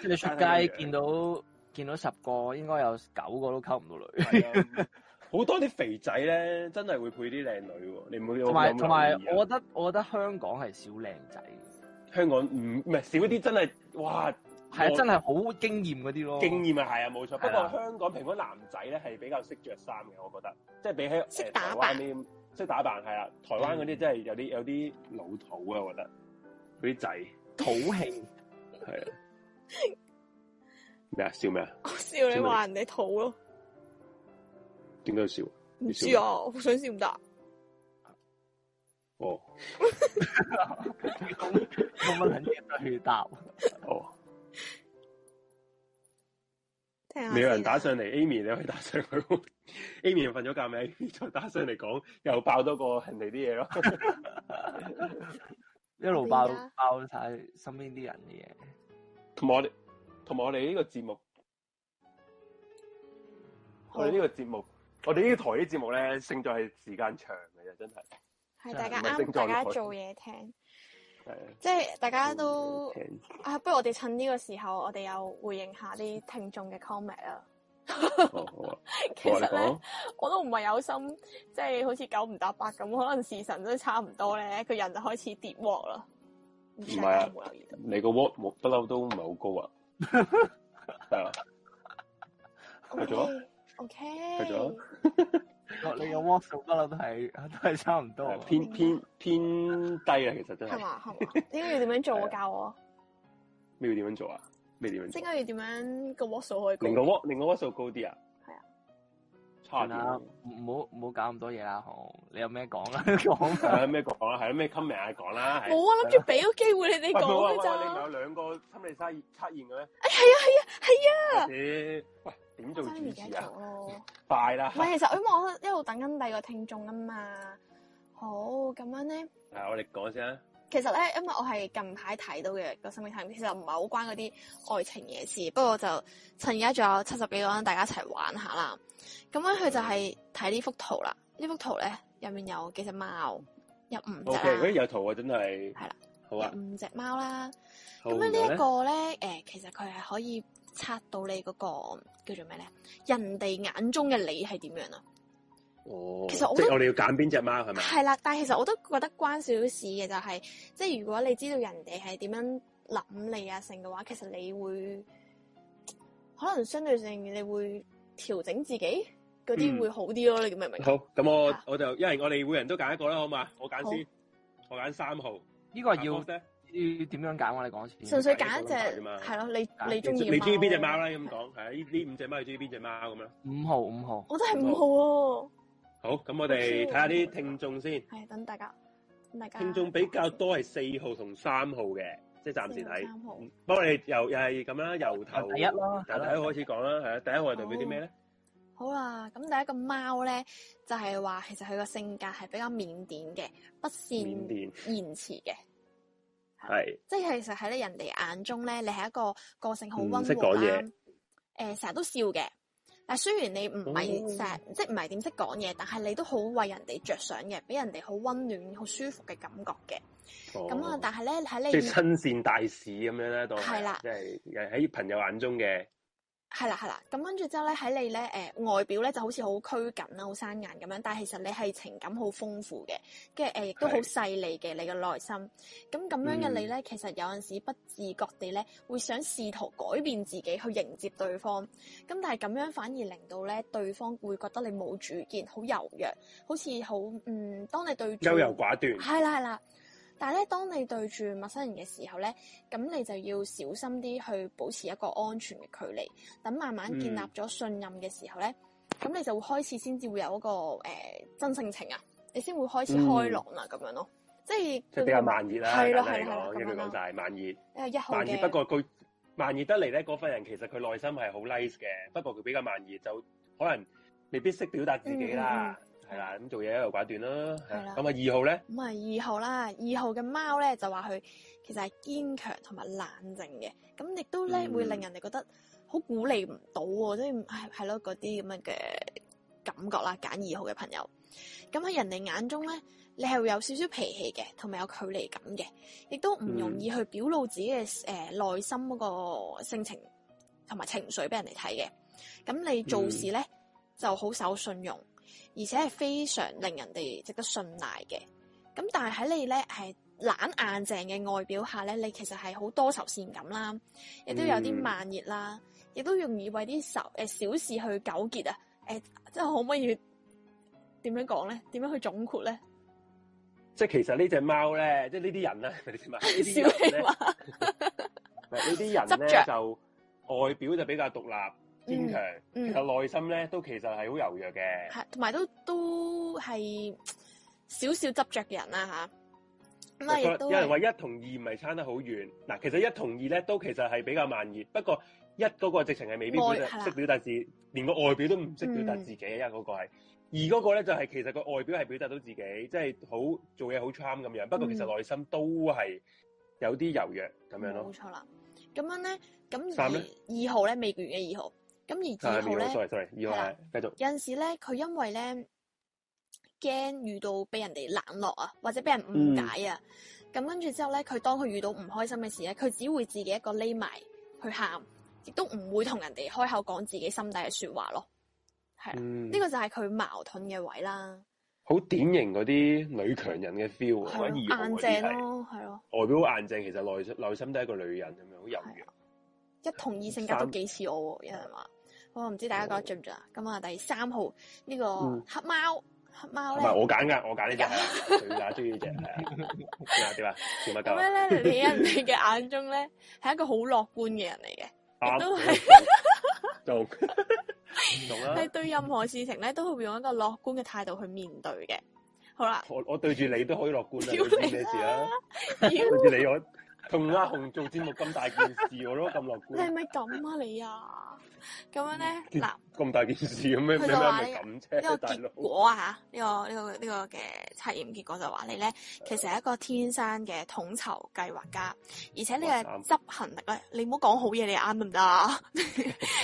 即係你出但係街見到見到十個，應該有九個都溝唔到女。係啊好多啲肥仔咧，真係會配啲靚女喎。你唔會有同埋有冇同埋留意，啊我覺得我覺得香港係少靚仔嘅，香港唔唔係少啲真係哇係啊，我真係好驚豔嗰啲咯。經驗啊，係啊，冇錯。不哦係過啦香港平均男仔咧係比較識着衫嘅，我覺得，即係比起識呃打台扮灣啲識打扮係啦，台灣嗰啲真係有啲有啲老土啊，我覺得嗰啲仔土氣，係啊。咩啊？笑咩啊？我笑你話人哋肚咯，點解要笑？唔知啊，好想笑唔得啊。哦冇乜撚嘢對答。 哦，聽下你有人先打啊上嚟，Amy 你可以打上佢喎。Amy 又瞓咗覺未？Amy 就打上嚟講，又爆多過人哋啲嘢咯。一路爆我哋而家爆晒身邊啲人嘅嘢。同埋我哋，同埋我哋呢個節目，好我哋呢個節目，我哋呢個台啲節目咧，勝在係時間長嘅啫，真係。係大家唔係正啱，大裝家台做嘢聽，係啊即係大家都聽啊，不如我哋趁呢個時候，我哋又回應下啲聽眾嘅 comment 啦。哦好啊，其好啊你實咧講，我都唔係有心，即係好似九唔搭八咁，可能時辰都差唔多咧，個人就開始跌鑊啦。唔知唔係大啊家有冇留意到？你個 what 冇不嬲都唔係好高 啊，係啊， O 繼續啊 K O 繼續 K，我哦你嘅 walk 數不嬲都係都係差唔多啊係。 偏偏偏低啊，其實真係係，嘛係嘛？應該要點樣做係啊？啊教 我，咩要點樣做啊？咩點樣即係做應啊？該要點樣個鑊數可以令個高？ what 令個 what 數高啲啊？係啊，差啲啦啊，唔好唔好搞咁多嘢啦，好，你有咩講 啦？講係啊咩講啊？係啊咩 comment 啊講啦，係冇啊，諗住俾個機會你哋喂冇啊講嘅喂喂你唔係咋有。兩個心理測驗測驗 嘅咩？哎，係啊係啊係啊！咦，喂點做真主係而持家啊做？咯。快啦唔，係，其實因為我一路等緊第二個聽眾啊嘛。好，咁樣咧， 係我哋講先啊，其實咧，因為我係近排睇到嘅個生命探，其實唔係好關嗰啲愛情嘢事，不過就趁而家仲有七十幾個人，大家一齊玩下啦。咁咧，佢就係睇呢幅圖啦。呢幅圖咧，入面有幾隻貓，有五隻 O K，嗰啦，有圖啊，真係係啦，好有啊，五隻貓啦。好咁咧呢一個個咧，誒、其實佢係可以測到你嗰、個叫做咩咧，人哋眼中嘅你係點樣啊？哦，其實我即覺係得我哋要揀邊隻貓係咪？係啦，但係其實我都覺得關少少事嘅，就係、即係如果你知道人哋係點樣諗你啊成嘅話，其實你會可能相對性你會調整自己嗰啲嗯會好啲咯，你明唔明啊？好，咁我啊我就因為我哋每人都揀一個啦，好嘛？我好揀先，我揀三號。呢個阿要 Fox 呢要點樣揀我哋講先。純粹揀一隻揀一個都唔大啫嘛係咯，你你中意你中意邊隻啦？貓啦？咁講係啊呢呢五隻貓，你中意邊隻貓咁樣？五號五號，我都係啊五號喎、好，咁我哋睇下啲聽眾先。係等大家，等大家聽眾比較多係四號同三號嘅，即係暫時四號三號睇。不過我哋由又係咁啦，由頭啊第一咯，由第一開始講啦，係啊，第一號係代表啲咩咧？好啦，咁第一個貓咧，就係、話其實佢個性格係比較腼腆嘅，不善緬甸言辭嘅，係即係其實喺人哋眼中咧，你係一個個性好唔温嗯識和講嘢啦，誒成日都笑嘅，但雖然你唔係哦成日即係唔係點識講嘢，但係你都好為人哋着想嘅，俾人哋好温暖、好舒服嘅感覺嘅。咁啊、哦但係咧喺即係你親善大使咁樣啦，當係啦即係又喺朋友眼中嘅，係啦係啦，咁跟住之後咧，喺你咧誒、呃外表咧就好似好拘謹啊啦、好生硬咁樣，但係其實你係情感好豐富嘅，跟住誒呃亦都好細膩嘅你嘅內心。咁咁樣嘅嗯你咧，其實有陣時不自覺地咧會想試圖改變自己去迎接對方，咁但係咁樣反而令到咧對方會覺得你冇主見，好柔弱，好似好嗯，當你對住優柔寡斷。係啦係啦。但係咧，當你對住陌生人嘅時候咧，咁你就要小心啲去保持一個安全嘅距離。等慢慢建立咗信任嘅時候咧，咁、你就會開始先至會有一個誒、呃真性情啊，你先會開始開朗啦咁、樣咯。即係嗯即係比較慢熱啦，係簡咯單係嚟啦講，係啦一句講咁樣啦。晒慢熱。誒一號慢熱嘅，不過佢慢熱得嚟咧，嗰份人其實佢內心係好 nice 嘅，不過佢比較慢熱，就可能未必識表達自己啦，嗯係啦，咁做嘢優柔寡斷啦，係係啦啦咁啊二號咧，咁啊二號啦，二號嘅貓咧就話佢其實係堅強同埋冷靜嘅，咁亦都咧、嗯會令人哋覺得好鼓勵唔到喎，即係係係咯嗰啲咁樣嘅感覺啦。揀二號嘅朋友，咁喺人哋眼中咧，你係會有少少脾氣嘅，同埋有距離感嘅，亦都唔容易去表露自己嘅誒、呃、內心嗰個性情同埋情緒俾人哋睇嘅。咁你做事咧、就好守信用，而且係非常令人哋值得信賴嘅。咁但係喺你咧係懶硬淨嘅外表下咧，你其實係好多愁善感啦，亦都有啲嗯慢熱啦，亦都容易為啲仇誒小事去糾結啊！誒、即係可唔可以點樣講咧？點樣去總括咧？即係其實呢隻貓咧，即係呢啲 人咧，呢隻貓呢 啲小氣人咧， 話唔係呢啲人執咧着就外表就比較獨立堅強，嗯其實內心咧都其實係好柔弱嘅，係，同埋都都係少少執着嘅人啦吓，咁啊，亦有都人話係一同二唔係差得好遠，嗱，其實一同二咧都其實係比較慢熱，不過一嗰個直情係未必表外係達啦嗯識表達自己，連個外表都唔識表達自己，因為嗰個係二嗰個咧就係、其實個外表係表達到自己，即係好做嘢好 charm 咁樣，不過其嗯實內心都係有啲柔弱咁樣咯冇。錯啦。咁樣咧，咁三咧而二號咧未完嘅二號，咁而啊二二號號咧。 ，sorry sorry，二號係繼續。有陣時咧，佢因為咧驚遇到俾人哋冷落啊，或者俾人誤解嗯啊，咁跟住之後咧，佢當佢遇到唔開心嘅事咧，佢只會自己一個匿埋去喊，亦都唔會同人哋開口講自己心底嘅説話咯。係啦，嗯呢、，個就係佢矛盾嘅位啦，好典型嗰啲女強人嘅 feel，係或咯，者二號硬嗰啲正係咯，係咯，外表好硬正，其實內心內心都係一個女人咁樣，好柔弱。一同二性格都三幾似我喎，有人話，我唔知大家覺得準唔準啊？咁啊，第三號呢、個哦嗯黑貓，黑貓唔咧係。我揀噶，我揀呢只啊係啊最乸中意呢只係 啊。點啊點啊，點乜咁鳩樣 咧，你喺人哋嘅眼中咧，係一個好樂觀嘅人嚟嘅，啊？都啱，做做啦 係。對任何事情咧，都會用一個樂觀嘅態度去面對 嘅。好啦，我我對住你都可以樂觀 啦，屌你你啦知咩事啦？妖對住你我同阿紅做節目咁大件事，我都咁樂你 係觀，咪咁啊你啊？咁樣咧，嗱咁大件事咁佢咩咩就咩話咪咁啫，呢個大佬結。果啊，呢、個呢、個呢、個嘅測驗結果就話你咧，其實係一個天生嘅統籌計劃家，而且你嘅哇啱執行力咧，你唔好講好嘢，你啱得唔得啊？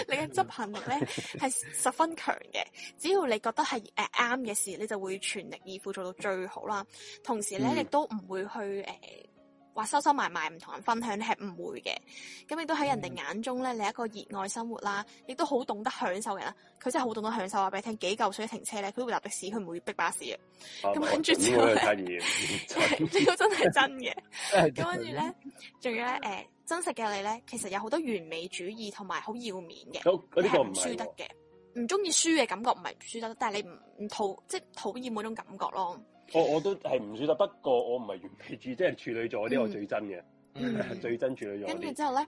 你嘅執行力咧係十分強嘅，只要你覺得係誒呃啱嘅事，你就會全力以赴做到最好啦。同時咧，嗯亦都唔會去誒。話收收埋埋唔同人分享咧係唔會嘅，咁亦都喺人哋眼中咧，你係一個熱愛生活啦，亦都好懂得享受嘅人啦。佢真係好懂得享受，話俾你聽，幾嚿水停車咧，佢都會搭的士，佢唔會逼巴士 嘅。啊咁跟住咁之後我咧嘅測驗，呢個真係真嘅。真 咁跟住咧，仲有咧，誒、真實嘅你咧，其實有好多完美主義同埋好要面嘅，嗰嗰你啲係個唔唔輸係得喎，嘅，唔中意輸嘅感覺唔係唔輸得，但係你唔唔討即係討厭嗰種感覺咯。我我都係唔輸得，不過我唔係完美主義，即係處女座啲我嗯最真嘅，嗯 最真處女座跟住啲。之後咧，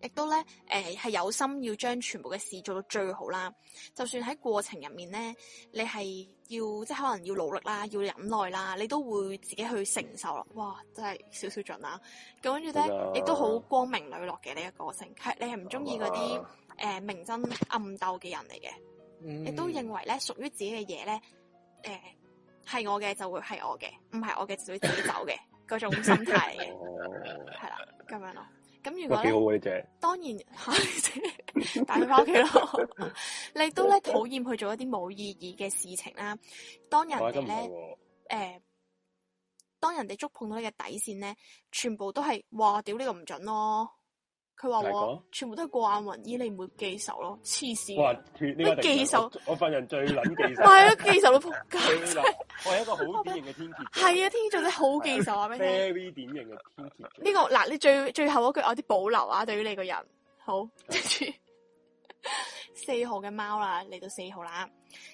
亦都咧，誒、係有心要將全部嘅事做到最好啦。就算喺過程入面咧，你係要即係可能要努力啦，要忍耐啦，你都會自己去承受咯。哇，真係少少盡啦。咁跟住係啊咧，亦都好光明磊落嘅呢一個性格，你係唔中意嗰啲啊誒明爭暗鬥嘅人嚟嘅。亦都嗯認為咧，屬於自己嘅嘢咧，誒、係我嘅就會係我嘅，唔係我嘅就會自己走嘅嗰種心態嚟嘅，哦係啦，咁樣咯。咁如果哇幾咧好，喎呢只，當然嚇，帶佢翻屋企咯。你都咧討厭去做一啲冇意義嘅事情啦。當人哇哋咁唔咧係誒喎，，呃當人哋觸碰到你嘅底線咧，全部都係哇屌呢個唔準咯。佢話大喎哥，全部都係過眼雲煙，你唔會記仇咯，黐線哇嘅。呢個一定唔係記仇我我份人最撚 記仇，係咯，記仇到仆 最街。撚我係一個好典型嘅天蠍座，係啊，天蝎座真係好記仇啊！俾你聽。 very 典型嘅天蠍座， 呢、個嗱，你最最後嗰句我有啲保留啊，對於你個人，好，跟住四號嘅貓啦，嚟到四號啦，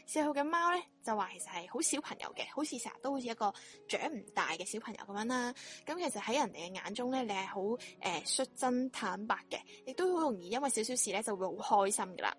四號嘅貓咧就話其實係好小朋友嘅，好似成日都好似一個長唔大嘅小朋友咁樣啦。咁其實喺人哋嘅眼中咧，你係好誒率真坦白嘅，亦都好容易因為少少事咧就會好開心噶啦。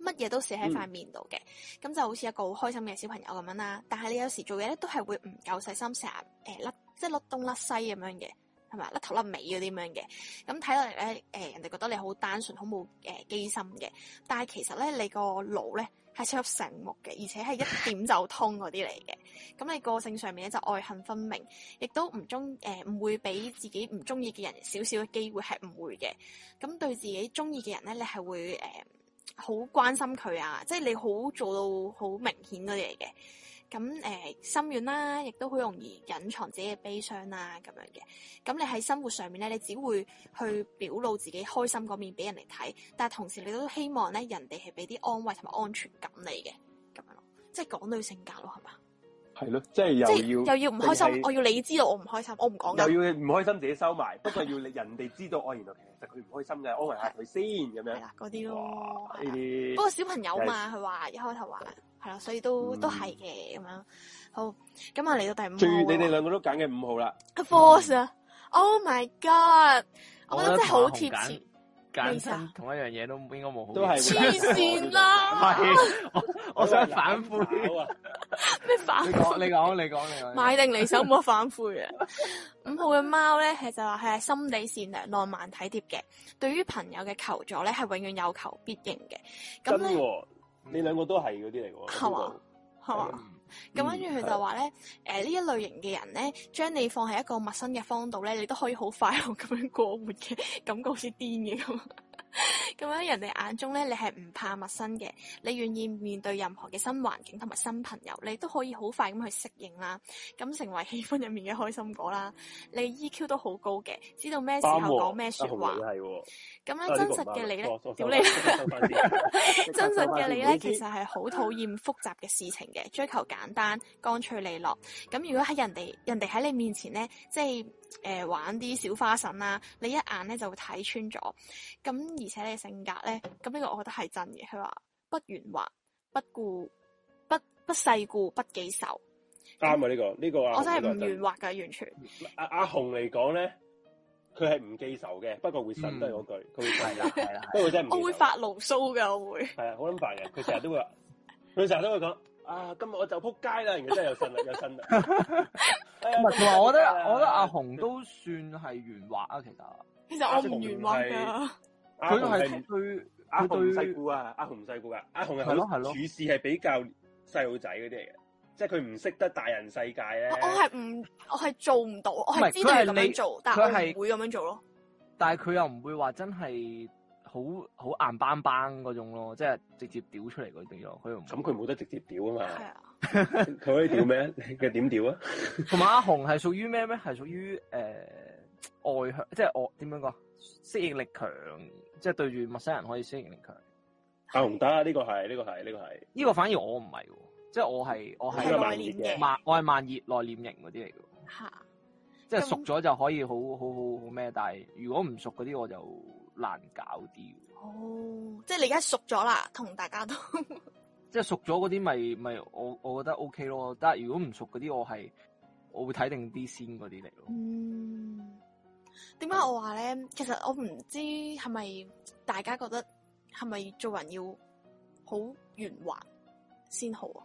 乜嘢都寫喺塊面度嘅，咁、就好似一個好開心嘅小朋友咁樣啦。但係你有時做嘢咧，都係會唔夠細心，成日呃誒甩即係甩東甩西咁樣嘅。係咪甩頭甩尾嗰啲咁樣嘅，咁睇落嚟咧，誒、呃人哋覺得你好單純，好冇誒機心嘅，但係其實咧你個腦咧係超級醒目嘅，而且係一點就通嗰啲嚟嘅。咁你個性上面咧就愛恨分明，亦都唔中誒唔會俾自己唔中意嘅人少少嘅機會係唔會嘅。咁對自己中意嘅人咧，你係會呃誒好、關心佢啊，即係你好做到好明顯嗰啲嚟嘅。咁誒、心軟啦，亦都好容易隱藏自己嘅悲傷啦，咁樣嘅。咁你喺生活上面咧，你只會去表露自己開心嗰面俾人哋睇，但係同時你都希望咧人哋係俾啲安慰同埋安全感你嘅，咁樣咯，即係港女性格咯，係嘛？係咯，即係即係又又要要唔開淨係心，我要你知道我唔開心，我唔講又噶，要唔開心自己收埋，不過要你人哋知道，哦，原來其實佢唔開心嘅，安慰下佢先係咁樣。啦嗰啲咯哇！。呢係啦啲不過小朋友嘛，佢話一開頭話係啦，所以都嗯都係嘅咁樣。好，咁啊嚟到第最五你哋號兩個都揀嘅五號啦，啊，Force 啊！Oh my god！我覺得真係好我覺貼得同阿紅切，揀親同一樣嘢都應該冇好嘢。都係黐線啊啦！係，我我想反悔。好啊！咩反你講，你講，你講，你講。買定離 手冇得反悔啊！五號嘅貓咧，係就話係心地善良、浪漫體貼嘅，對於朋友嘅求助咧，係永遠有求必應嘅。咁真咧喎，你兩個都係嗰啲嚟喎，係嘛係嘛？啊嗯咁跟住佢就話咧，誒、呢一類型嘅人咧，將你放喺一個陌生嘅荒島咧，你都可以好快樂咁樣過活嘅，感覺好似癲嘅咁。啊咁樣人哋眼中咧，你係唔怕陌生嘅，你願意面對任何嘅新環境同埋新朋友，你都可以好快咁去適應啦，咁成為氣氛入面嘅開心果啦。你 EQ 都好高嘅，知道咩時候啱喎講咩說話阿紅。女係喎，咁啊咧呢真個實唔啱嘅你咧我我，屌收你返！先收返 先真實嘅你唔好咧，意思其實係好討厭複雜嘅事情嘅，追求簡單、乾脆利落。咁如果喺人哋人哋喺你面前咧，即係誒、呃玩啲小花神啦，你一眼咧就會睇穿咗。咁而且你嘅性格咧，咁呢個我覺得係真嘅。佢話不圓滑、不顧、不不世故、不記仇。啱啊！呢個呢個啊，我真係呢個唔圓滑㗎，完全。真阿阿紅嚟講咧，佢係唔記仇嘅，不過會呻都嗯係嗰句，佢會係呻啦，嘅，係啦，不過真係唔記仇我會發牢騷㗎，我會。係啊，好撚煩嘅。佢成日都會話，佢成日都會講啊，今日我就撲街啦，然後真係又呻啦，又呻啦。 哎呀唔係，啊同埋我覺得，我覺得阿，今日紅都算係圓滑啊。其實其實我唔圓滑阿㗎，阿佢紅係係對阿紅唔佢細對故啊，阿紅唔細故噶，阿紅係係咯係好咯處事係比較細路仔嗰啲嚟嘅，即係佢唔識得大人世界咧。我我係唔我係做唔到，我唔係係知道要咁佢係你樣做，但係佢係我唔會咁樣做咯。但係佢又唔會話真係好好硬邦邦嗰種咯，即係直接屌出嚟嗰種咯。佢又唔咁佢冇得直接屌啊係嘛，啊。佢可以屌 咩？佢點屌啊？同埋阿紅係屬於咩咩？係屬於誒外向，即係我點樣講？適應力強，即係對住陌生人可以適應力強。阿啊紅得呢個係呢個係呢個係，呢個反而我唔係喎，即係我係我係係內係慢內熱嘅斂嘅慢，我係慢熱內斂型嗰啲嚟嘅喎。吓，即係咁熟咗就可以好好好好咩，但係如果唔熟嗰啲我就難搞啲。哦，即係你而家熟咗啦，同大家都即係熟咗嗰啲咪咪我我覺得 O K 咯，但係如果唔熟嗰啲我係我會睇定啲先嗰啲嚟咯。嗯，點解我話咧？其實我唔知係咪大家覺得係咪做人要好圓滑先好啊？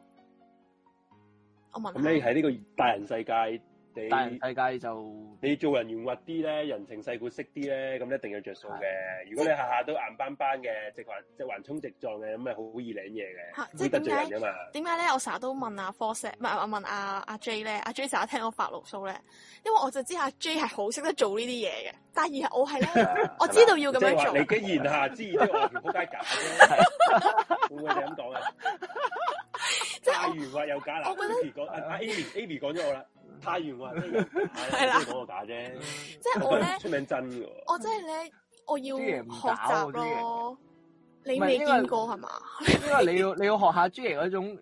我問咁你下，喺呢個大人世界你大人世界就你做人圓滑啲咧，人情世故識啲咧，咁一定有着數嘅。如果你下下都硬邦邦嘅，直橫直橫衝直撞嘅，咁咪好易領嘢嚇嘅，即會係得罪點人解噶嘛。點解咧？我成日都問阿 Force，唔係我問阿阿 J 咧，阿 J 成日聽我發牢騷咧，因為我就知阿 J 係好識得做呢啲嘢嘅，但係而係我係咧， 我哦知道要咁即係樣話做你，嘅言下之意，即係我條撲街假啫， 會唔會係咁講啊？即係太我圓滑又假我嗱覺得，Amy 講阿阿 Amy Amy 講咗我啦，太圓滑即係又假係啦啦，即係講我假啫，即係我咧， 出名真嘅喎。我真哦係咧，我要啲嘢唔學搞啊習啲嘢咯。你唔係未因為見過係嘛？ 因為你要你要學下 J 嗰種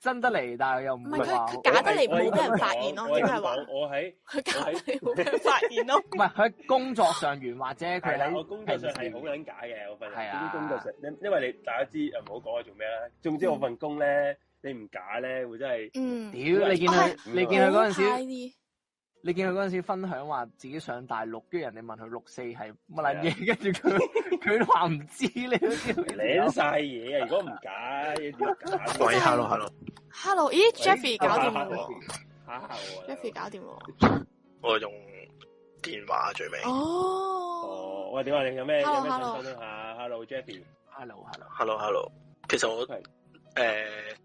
真得嚟，但係又唔唔係係話佢佢假得嚟我係冇俾人發現咯，我係應該咁係話講，我喺佢假得嚟 冇俾人發現咯。唔係佢喺工作上圓滑啫，佢係啊啦，我喺工作上係平好時撚假嘅，我份人係啊啲工作上，因因為你大家知誒唔好講我做咩啦。總之我份工咧，你唔假咧，會真係嗯，屌你見佢我係你見佢嗰陣好派時，啲你見佢嗰陣時分享話自己上大陸，跟住人哋問佢六四係乜啊撚嘢，跟住佢佢都話唔知，你都知道舐晒嘢啊！如果唔假，一定要假。喂，hello hello， Hello，咦，Jeffy 搞掂啦喎嚇我啊，Jeffy 搞掂啦喎。 我用電話最尾哦，哦，喂，點啊？你有咩有咩 Hello，hello 想分享下？Hello Jeffy， hello hello， ，hello hello。其實我係誒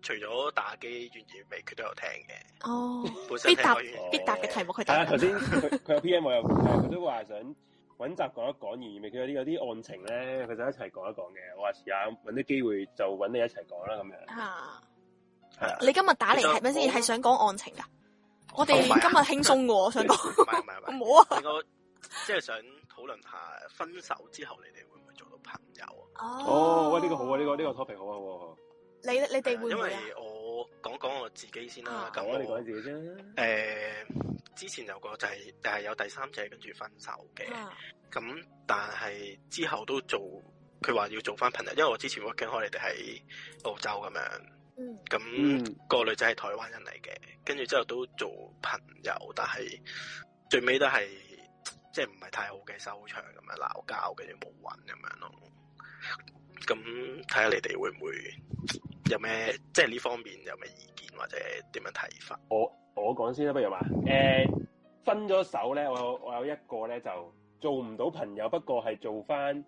除咗打機懸而未決都有聽 嘅，哦，本身必聽答我懸必答嘅題目佢係答啊，頭緊。先佢 佢有 PM 我又佢都話想揾集講一講，而未佢有啲有啲案情咧，佢就一齊講一講嘅。我話試下揾啲機會就揾你一齊講啦，咁樣。 啊係啊，你今日打嚟其實係咪先？我係想講案情㗎？我哋唔係啊今日輕鬆嘅喎，我想講。 唔係唔係唔係。冇啊。我即係想討論下分手之後，你哋會唔會做到朋友啊？哦，喂，呢個好啊，呢個呢個 topic 好啊，好啊好啊。你你哋會因唔會啊？為我講講我自己先啦啊。咁咁我我哋講自己先啦。誒之前有個就係就係有第三者跟住分手嘅， 啊咁但係之後都做，佢話要做翻朋友，因為我之前 working holiday 喺澳洲咁樣，嗯咁嗯個女仔係台灣人嚟嘅，跟住之後都做朋友，但係最尾都係即係唔係太好嘅收場咁樣鬧交，跟住冇揾咁樣咯。咁睇下你哋會唔會有咩即係呢方面有咩意見或者點樣睇法？哦我講先啦，不如話誒、分咗手咧，我有我有一個咧就做唔到朋友，不過係做翻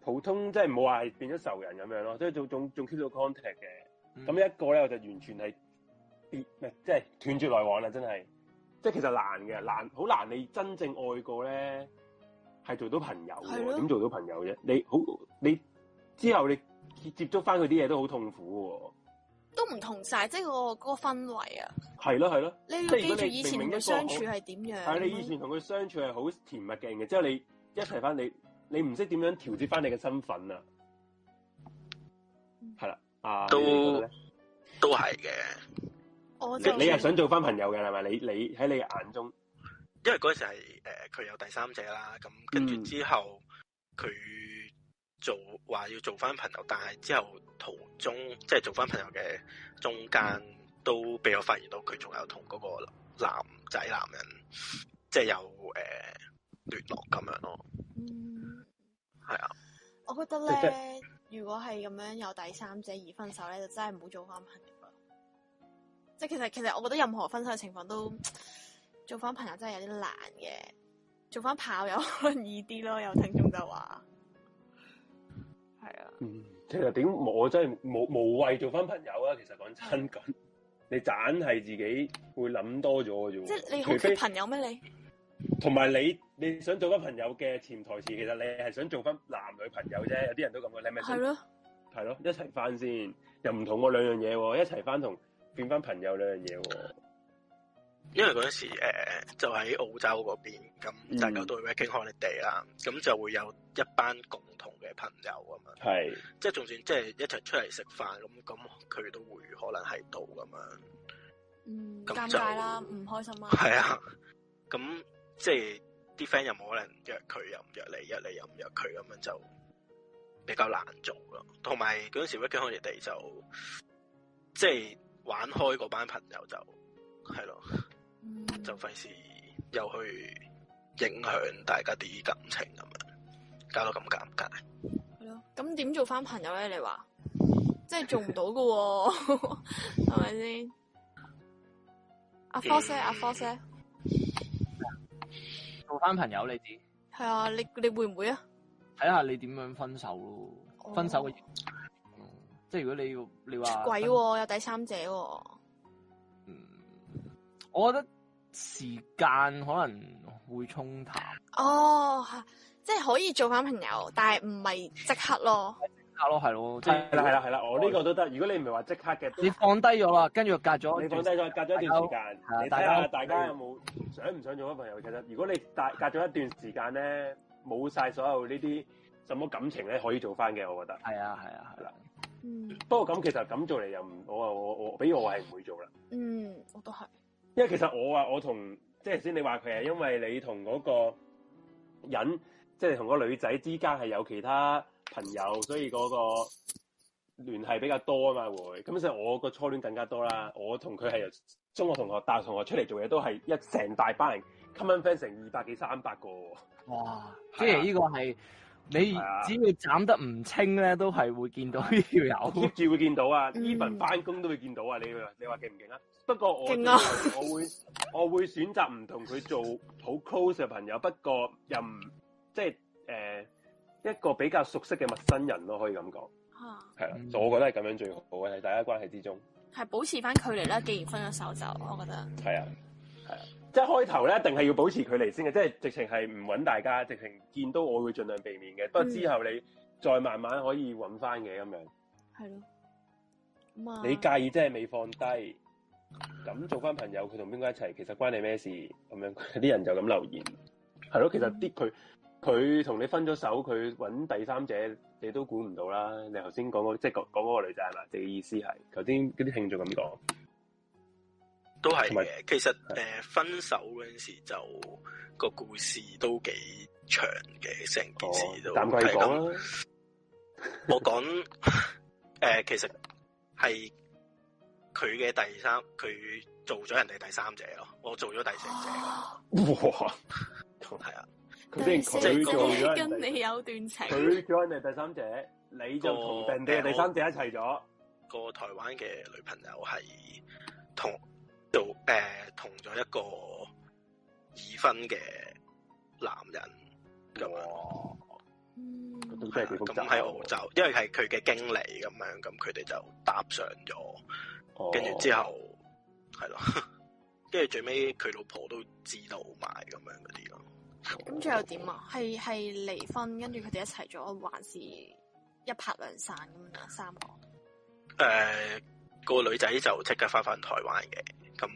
普通，即係唔好話係變咗仇人咁樣咯，即係仲仲仲 keep 到 contact 嗯嘅。咁、一個咧我就完全係別唔係即係斷絕來往啦，真係。即係其實難嘅，難好難你真正愛過咧，係做到朋友係嘅咯喎，點做到朋友啫？你好你之後你接觸翻佢啲嘢都好痛苦嘅喎。都唔同晒，即係個嗰個氛圍啊！係咯係咯，你要即係如記果住你以前同明明一個佢相處係點樣。啊係你以前同佢相處係好甜蜜嘅，然之後你一齊翻你，你唔識點樣調節翻你嘅身份啊，嗯係啦，啊，都你哋覺得呢都係嘅，我就你你係想做翻朋友嘅係咪？你你喺你嘅眼中，因為嗰陣時係誒佢有第三者啦，咁跟住嗯之後佢做話要做翻朋友，但係之後途中即係做翻朋友嘅中間都俾我發現到佢仲有同嗰個男仔男人即係有誒、呃、聯絡咁樣咯，嗯，係啊，我覺得咧，如果係咁樣有第三者而分手咧，就真係唔好做翻朋友啦。即係其實其實我覺得任何分手嘅情況都做翻朋友真係有啲難嘅，做翻炮友可能易啲咯。有聽眾就話係啊，嗯，其實點我真係無無謂做翻朋友啊！其實講真講，你盞係自己會諗多咗嘅啫喎，即係你好除缺非朋友咩？你同埋你你想做翻朋友嘅潛台詞，其實你係想做翻男女朋友啫，有啲人都咁嘅，你係咪係想咯，係咯，一齊翻先，又唔同喎兩樣嘢喎，一齊翻同變翻朋友兩樣嘢喎。因為嗰陣時、呃、就喺澳洲嗰邊，嗯咁大家都去 working holiday 啦，咁就會有一班共同嘅朋友咁樣。係，即係仲算即係一齊出嚟食飯咁，咁佢都會可能喺度咁樣，嗯，咁尷就尬啦，唔開心啦，係啊，咁即係啲 friend 又冇可能約佢，又唔約你，約你又唔約佢，咁樣就比較難做咯。同埋嗰陣時 working holiday 就即係玩開嗰班朋友就係咯，嗯就費事又去影響大家啲感情咁樣，搞到咁尷尬。係咯，咁點做翻朋友咧？你話， 即係做唔到噶喎，係咪先？阿 Force 咧阿 Force 咧做翻朋友你知，係啊，你你會唔會啊？睇下你點樣分手咯。分手嘅原因，即係如果你你啊話鬼喎，有第三者喎，我覺得時間可能會沖淡，哦，係即係可以做翻朋友，但係唔係即刻咯。係咯係咯，即系係啦系啦系啦，我呢個都得。如果你唔係話即刻嘅，你放低咗啦，跟住隔咗你一段放低咗，隔咗一段時間，係啊你大睇家下大家有冇想唔想做翻朋友？其實如果你大隔咗一段時間咧，冇晒所有呢啲什麼感情咧，可以做翻嘅，我覺得。係啊係啊係啦，嗯不過咁其實咁做嚟又唔，我啊我我俾我係唔會做啦，嗯，我都係。因為其實我啊我同即係頭先你話佢係因為你同嗰個人，即係同個女仔之間係有其他朋友，所以嗰個聯繫比較多啊嘛會，咁所以我個初戀更加多啦。我同佢係由中學同學、大學同學出嚟做嘢，都係一成大班人 common friend 成二百幾三百個喎。哇！即係呢個係你只啊係啊要斬得唔清咧，都係會見到呢條友 keep 住會見到啊嗯，even 翻工都會見到啊，你話你話勁唔勁啊？不過我勁啊 我會我會選擇唔同佢做好 close 嘅朋友，不過又唔即係誒、一個比較熟悉嘅陌生人咯，可以咁講。啊，係啦嗯，所以我覺得係咁樣最好嘅，喺大家關係之中。係保持翻距離啦。既然分咗手就，我覺得係啊，係啊，即係開頭咧，一定係要保持距離先嘅，即係直情係唔揾大家，直情見到我會盡量避免嘅。不過嗯之後你再慢慢可以揾翻嘅咁樣。係咯。咁啊，你介意即係未放低，咁做翻朋友，佢同邊個一齊，其實關你咩事？咁樣 啲人就咁留言，係咯，其實啲佢佢同你分咗手，佢揾第三者，你都估唔到啦。你頭先講嗰即係講講嗰個女仔係嘛？你嘅意思係頭先嗰啲聽眾咁講，都係同埋嘅。其實诶、呃分手嗰阵时就個故事都幾長嘅，成件事都哦，淡季係咁講啦，我講 诶、呃其實係佢嘅第三，佢做咗人哋第三者咯，我做咗第四者，哇！係啊，佢先佢做咗 人跟你哋，有段情，佢做人哋第三者，你就同人哋嘅第三者一齊咗。個台灣嘅女朋友係同做诶、同咗一個已婚嘅男人咁樣。嗯都真係幾複雜啊咁喺澳洲，因為係佢嘅經理咁樣，咁佢哋就搭上咗，哦跟住之後係咯，跟住最尾佢老婆都知道埋咁樣嗰啲咯。咁最後點啊？係係離婚，跟住佢哋一齊咗，還是一拍兩散咁樣啊？三個誒、個呃女仔就即刻翻返台灣嘅，咁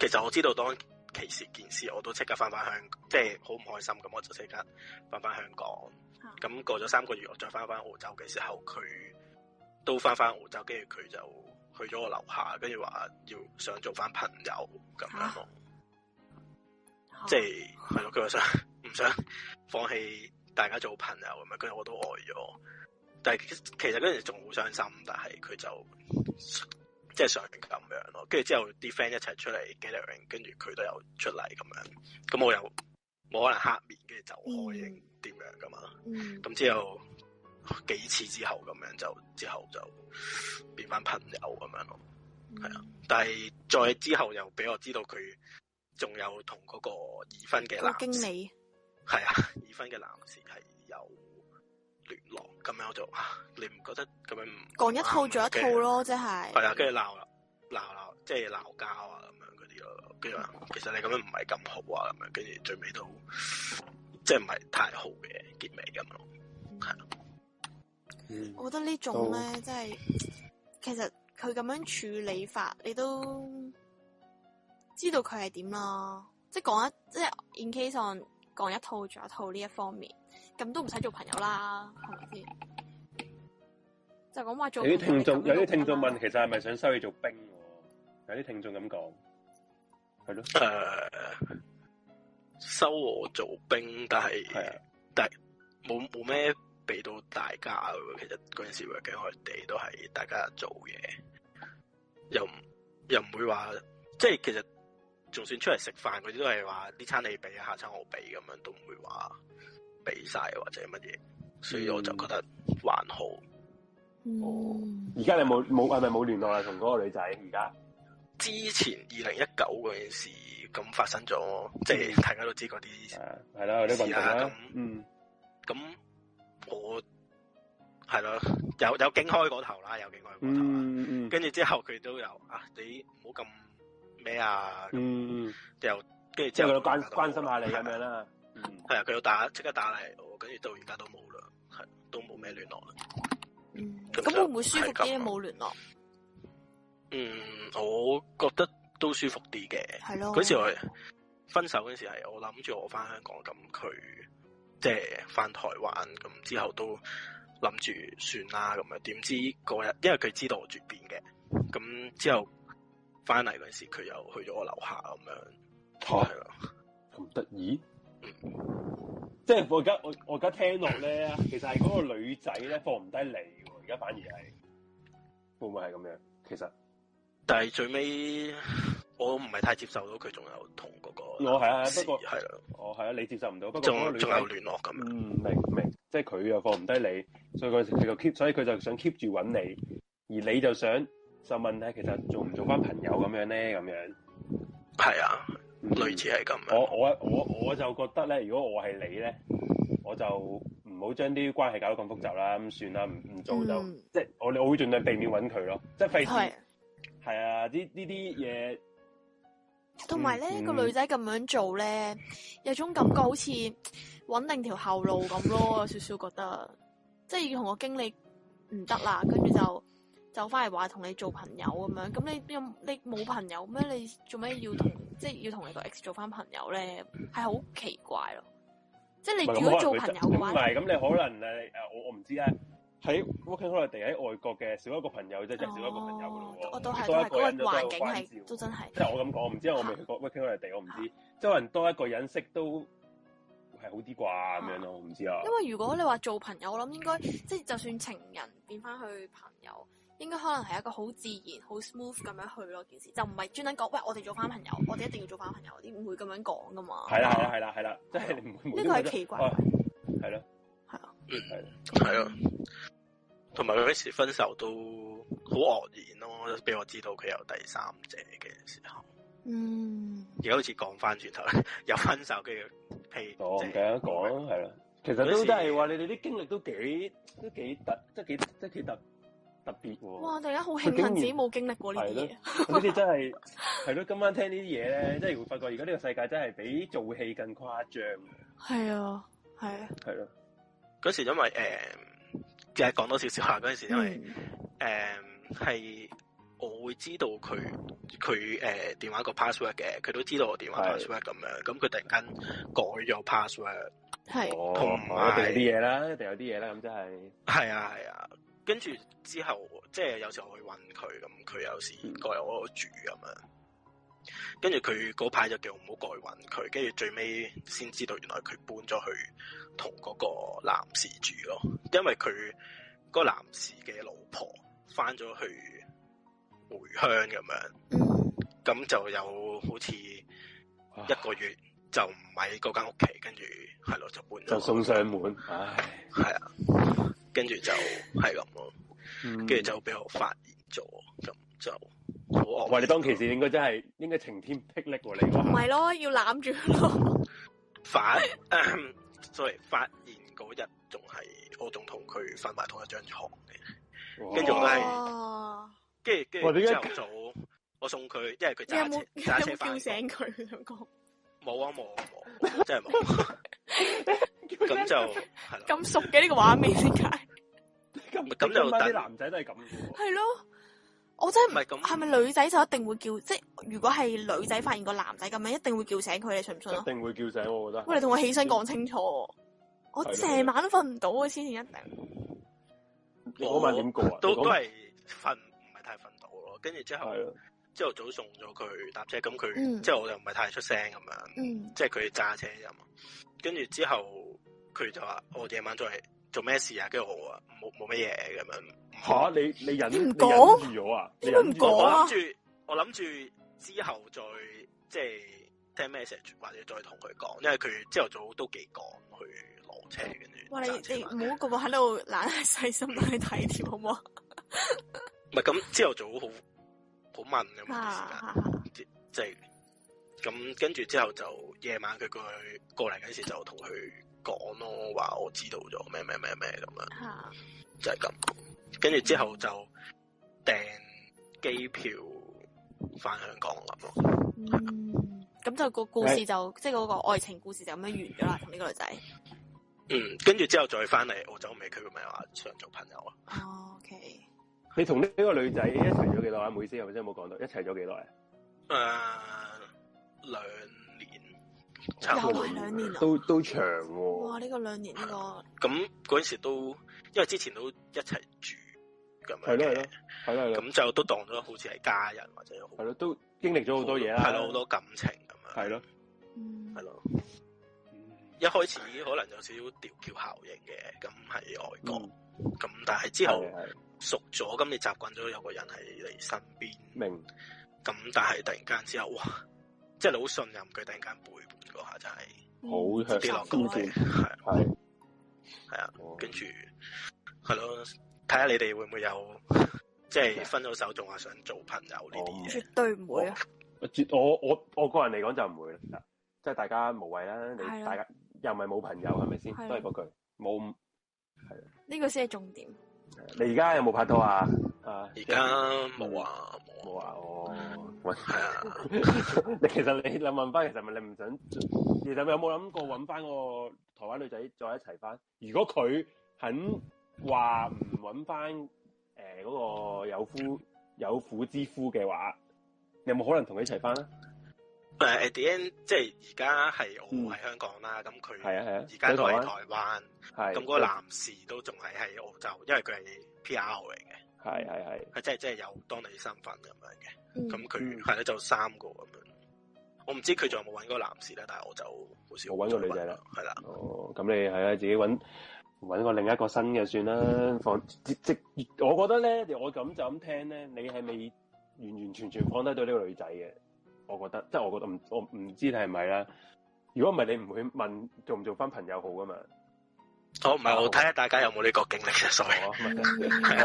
其實我知道當其時件事，我都即刻翻返香，即係好唔開心，咁我就即刻翻返香港啊。咁過咗三個月，我再翻返澳洲嘅時候，佢都翻返澳洲，跟住佢就去咗我樓下，跟住話要想做翻朋友咁樣咯。即係係咯，佢話想唔想放棄大家做朋友咁樣，跟住我都呆咗。但係其其實嗰陣時仲好傷心，但係佢就即係想咁樣咯。跟住之後啲 friend 一齊出嚟 gathering，跟住佢都有出嚟咁樣。咁我又冇可能黑面跟住走開，定點樣噶嘛？嗯咁之後幾次之後咁樣就之後就變翻朋友咁樣咯。係啊，但係再之後又俾我知道佢仲有同嗰個已婚嘅個男經士理係啊， 已婚嘅男士係有聯絡，咁樣我就啊，你唔覺得咁樣唔講一套做一套咯，即係係啊，跟住鬧啦鬧鬧，即係鬧交啊咁樣嗰啲咯，跟住話其實你咁樣唔係咁好啊咁樣，跟住最尾都即係唔係太好嘅結尾咁咯。嗯我覺得呢種咧，真係其實佢咁樣處理法，你都知道佢係點啦。即係講一即係 in case on 講一套做一套呢一方面，咁都唔使做朋友啦，係咪先？就講話做有啲聽眾有啲聽眾問，問其實係咪想收你做兵喎？有啲聽眾咁講，係咯，誒、收我做兵，但係係啊，但係冇冇咩俾到大家喎。其實嗰陣時 w o r 我哋都係大家做嘢，又唔又唔會話，即係其實就算出嚟食飯嗰啲都係話呢餐你俾，下餐我俾咁樣，都唔會話俾晒或者乜嘢。所以我就覺得還好。而家你冇冇係咪冇聯絡啊？同嗰個女仔而家之前二零一九嗰件事咁發生咗，即係大家都知嗰啲嗯啊係啦，有啲運動試下啦咁，嗯，咁我係咯，有有警開嗰頭啦，有警開嗰頭啦，嗯嗯跟住之後佢都有啊，你唔好咁咩啊，嗯，又跟住即之係後佢都關打到我關心下你咁樣係啊啦，嗯係啊，佢有打即刻打嚟我，跟住到而家都冇啦，係都冇咩聯絡啦。嗯咁咁就會唔會舒服啲咧？係咁冇聯絡，嗯，我覺得都舒服啲嘅。係咯嗰時我分手嗰時係我諗住我翻香港，咁佢即係翻台灣，咁之後都諗住算啦咁樣。點知嗰日因為佢知道我住邊嘅，咁之後翻嚟嗰時佢又去咗我樓下咁樣，哦係啦，咁得意。即係我而家我我而家聽落咧，其實係嗰個女仔咧放唔低你喎，而家反而係會唔會係咁樣？其實但係最尾我唔係太接受到佢仲有同嗰個我係啊，事不過係啦，我係啊，你接受唔到，不過嗰個仲女仲有仔聯絡咁樣。嗯明明，即係佢又放唔低你，所以佢佢就 keep，所以佢就想 keep 住揾你，而你就想就問咧，其實做唔做翻朋友咁樣咧？咁樣係啊，嗯類似係咁樣。我我我我就覺得咧，如果我係你咧，我就唔好將啲關係搞到咁複雜啦，咁算啦，唔唔做就、嗯即係我我會盡量避免揾佢咯，即係費係事係啊，呢呢啲嘢同埋咧嗯個女仔咁樣做咧，有種感覺好似穩定條後路咁咯，有少少覺得，即係要同我經理唔得啦，跟住就就翻嚟話同你做朋友咁樣，咁你有你冇朋友咩？你做咩要同即係要同你個 ex 做翻朋友咧？係好奇怪咯，即係你唔係咁如果可能做佢朋友真嘅唔話，係咁，你可能誒誒，我我唔知啊。喺 working holiday 喺外國嘅少一個朋友，即係真係少一個朋友噶哦咯喎。我都係都多係一個嗰人就個多一環個境關照係都真係即係我咁講，我唔知我未去過 working holiday，我唔知。即係可能多一個人識都係好啲啩咁樣咯，我唔知啊。因為如果你話做朋友，我諗應該即係就算情人變翻去朋友，應該可能係一個好自然、好 smooth 咁樣去咯件事，就唔係專登講喂，我哋做翻朋友，我哋一定要做翻朋友，啲唔會咁樣講噶嘛。係啦係啦係啦係啦，即係你唔會無呢端個端係奇怪覺得。啊係咯，係啊，係咯係啊，同埋佢嗰時分手都好愕然咯，俾我知道佢有第三者嘅時候，嗯，而家好似講翻轉頭 有分手嘅屁，我唔即記係得講係啦。其實都真係話你哋啲經歷都幾都幾特，即係幾即係幾特特別喎。哇！突然間好佢慶竟然幸自己冇經歷 過呢啲係咯嘢，，咁你真係係咯，今晚聽呢啲嘢咧，真係會發覺而家呢個世界真係比做戲更誇張嘅，係啊，係啊，係咯，嗰時因為誒，即係講多少少下嗰陣時，因為嗯誒係、我會知道佢佢誒電話個 password 嘅，佢都知道我電話係 password 咁樣，咁佢突然間改咗 password。係哦同埋一定有啲嘢啦，一定有啲嘢啦，咁真係，係啊係啊，跟住之後即係有時我去揾佢，咁佢有時過嚟我度住咁樣，跟住佢嗰排就叫我唔好過去揾佢，跟住最尾先知道原來佢搬咗去同嗰個男士住咯，因為佢嗰個男士嘅老婆翻咗去回鄉咁樣，嗯咁就有好似一哇個月就唔喺嗰間屋企，跟住係咯就搬咗就送上門，唉，係啊，跟住就係咁咯。跟跟住就俾我發現咗，咁就好惡。喂，你當其時應該真係應該晴天霹靂喎，唔你嗰下係咯，要攬住佢 咯，發 ，sorry，發現嗰日仲係我仲同佢瞓埋同一張床嘅，哇跟住我都係哇！跟住跟哇住點解朝頭早我送佢，因為佢你有揸冇車你揸有車冇叫翻，醒佢兩個？冇啊冇啊冇啊，真 係冇。咁就係啦，咁熟嘅呢個畫面點解？咁咁就今晚啲等男仔都係咁嘅喎，系咯，我真唔係系唔咁系咪女仔就一定會叫，即系如果係女仔發現個男仔咁樣，一定會叫醒佢，你信唔信一啊？定會叫醒我覺得，喂，你同我起身講清楚喎，我係咯成晚都瞓唔到啊，先至一定。你嗰晚點過啊？都你都嗰晚係瞓唔係太瞓到咯。跟住之後係啊咯，朝頭早送咗佢搭車，咁嗯佢之後我就唔係太出聲咁樣。嗯，即係佢揸車啫嘛。跟住之後佢就話：我夜晚再嚟做咩事啊？跟住我話冇冇乜嘢咁樣。嚇你你忍你唔忍講住咗啊？你點解唔忍住講我咗啊諗住我諗住之後再即係聽 message 或者再同佢講，因為佢朝頭早都幾趕去攞車，跟住哇，你揸車你返唔好個個喺度懶係細心去睇添，好唔好啊？唔係咁朝頭早好好問咁嘛啊啲時間，即係咁跟住之後就夜晚佢過去過嚟嗰時就同佢講咯，話我知道咗咩咩咩咩咁樣。吓就係咁。跟住之後就訂機票翻香港咁咯。嗯，咁就個故事就即係嗰個愛情故事就咁樣完咗啦，同呢個女仔。嗯，跟住之後再翻嚟澳洲尾，佢咪話想做朋友啊？哦，OK，你同呢個女仔一齊咗幾耐啊？妹先係咪真係冇講到？一齊咗幾耐啊？誒、兩年差唔又多係。兩年啊！都都長喎、哇，呢個兩年呢個咁嗰陣時都，因為之前都一齊住咁樣係咯係嘅咯，係咯係咯，咁就都當咗好似係家人或者好係咯，都經歷咗好多嘢啦，係咯好多感情咁樣，係咯，嗯係咯。一開始可能有少少吊橋效應嘅，咁喺外國，咁、但係之後。嗯係係熟咗，咁你習慣咗有個人喺你身邊，明咁但係突然間之後，哇！即係你好信任佢，突然間背叛嗰下真係好跌落向谷底，係啊係係啊哦，跟住係咯，睇下你哋會唔會有即係分咗手仲話想做朋友呢啲嘢？絕對唔會啊！我絕我我我個人嚟講就唔會啦，即係大家無謂啦，係你咯大家又唔係冇朋友係咪先？係咯都係嗰句冇。呢個先係重點。你而家有冇拍拖啊？啊，嗯而家冇啊冇冇啊，哦，喂，啊，係啊， 你其實你諗問翻，其實咪你唔想，其實有冇諗過揾翻個台灣女仔再一齊翻？如果佢肯話唔揾翻誒嗰個有夫有婦之夫嘅話，你有冇可能同佢一齊啊翻咧？誒 at the end 即係而家係我喺香港啦，咁佢嗯係啊係啊而家都喺佢喺台台灣，係咁嗰個男士都仲係喺澳洲，因為佢係 P.R. 嚟嘅。係係係係真係真係有當你身份咁樣嘅，嗯咁嗯佢係咧就三個咁樣。我唔知佢仲有冇揾嗰個男士咧，但係我就好少冇揾過女仔啦，係啦，哦，咁你係啦，自己揾揾個另一個新嘅算啦。放即即，我覺得咧，我咁就咁聽咧，你係未完完全全放低到呢個女仔嘅。我覺得，即係我覺得唔，我唔知你係咪啦。如果唔係，你唔會問做唔做翻朋友 好噶嘛？我唔啊係我睇下大家有冇呢個經歷啫我，sorry。唔係 啊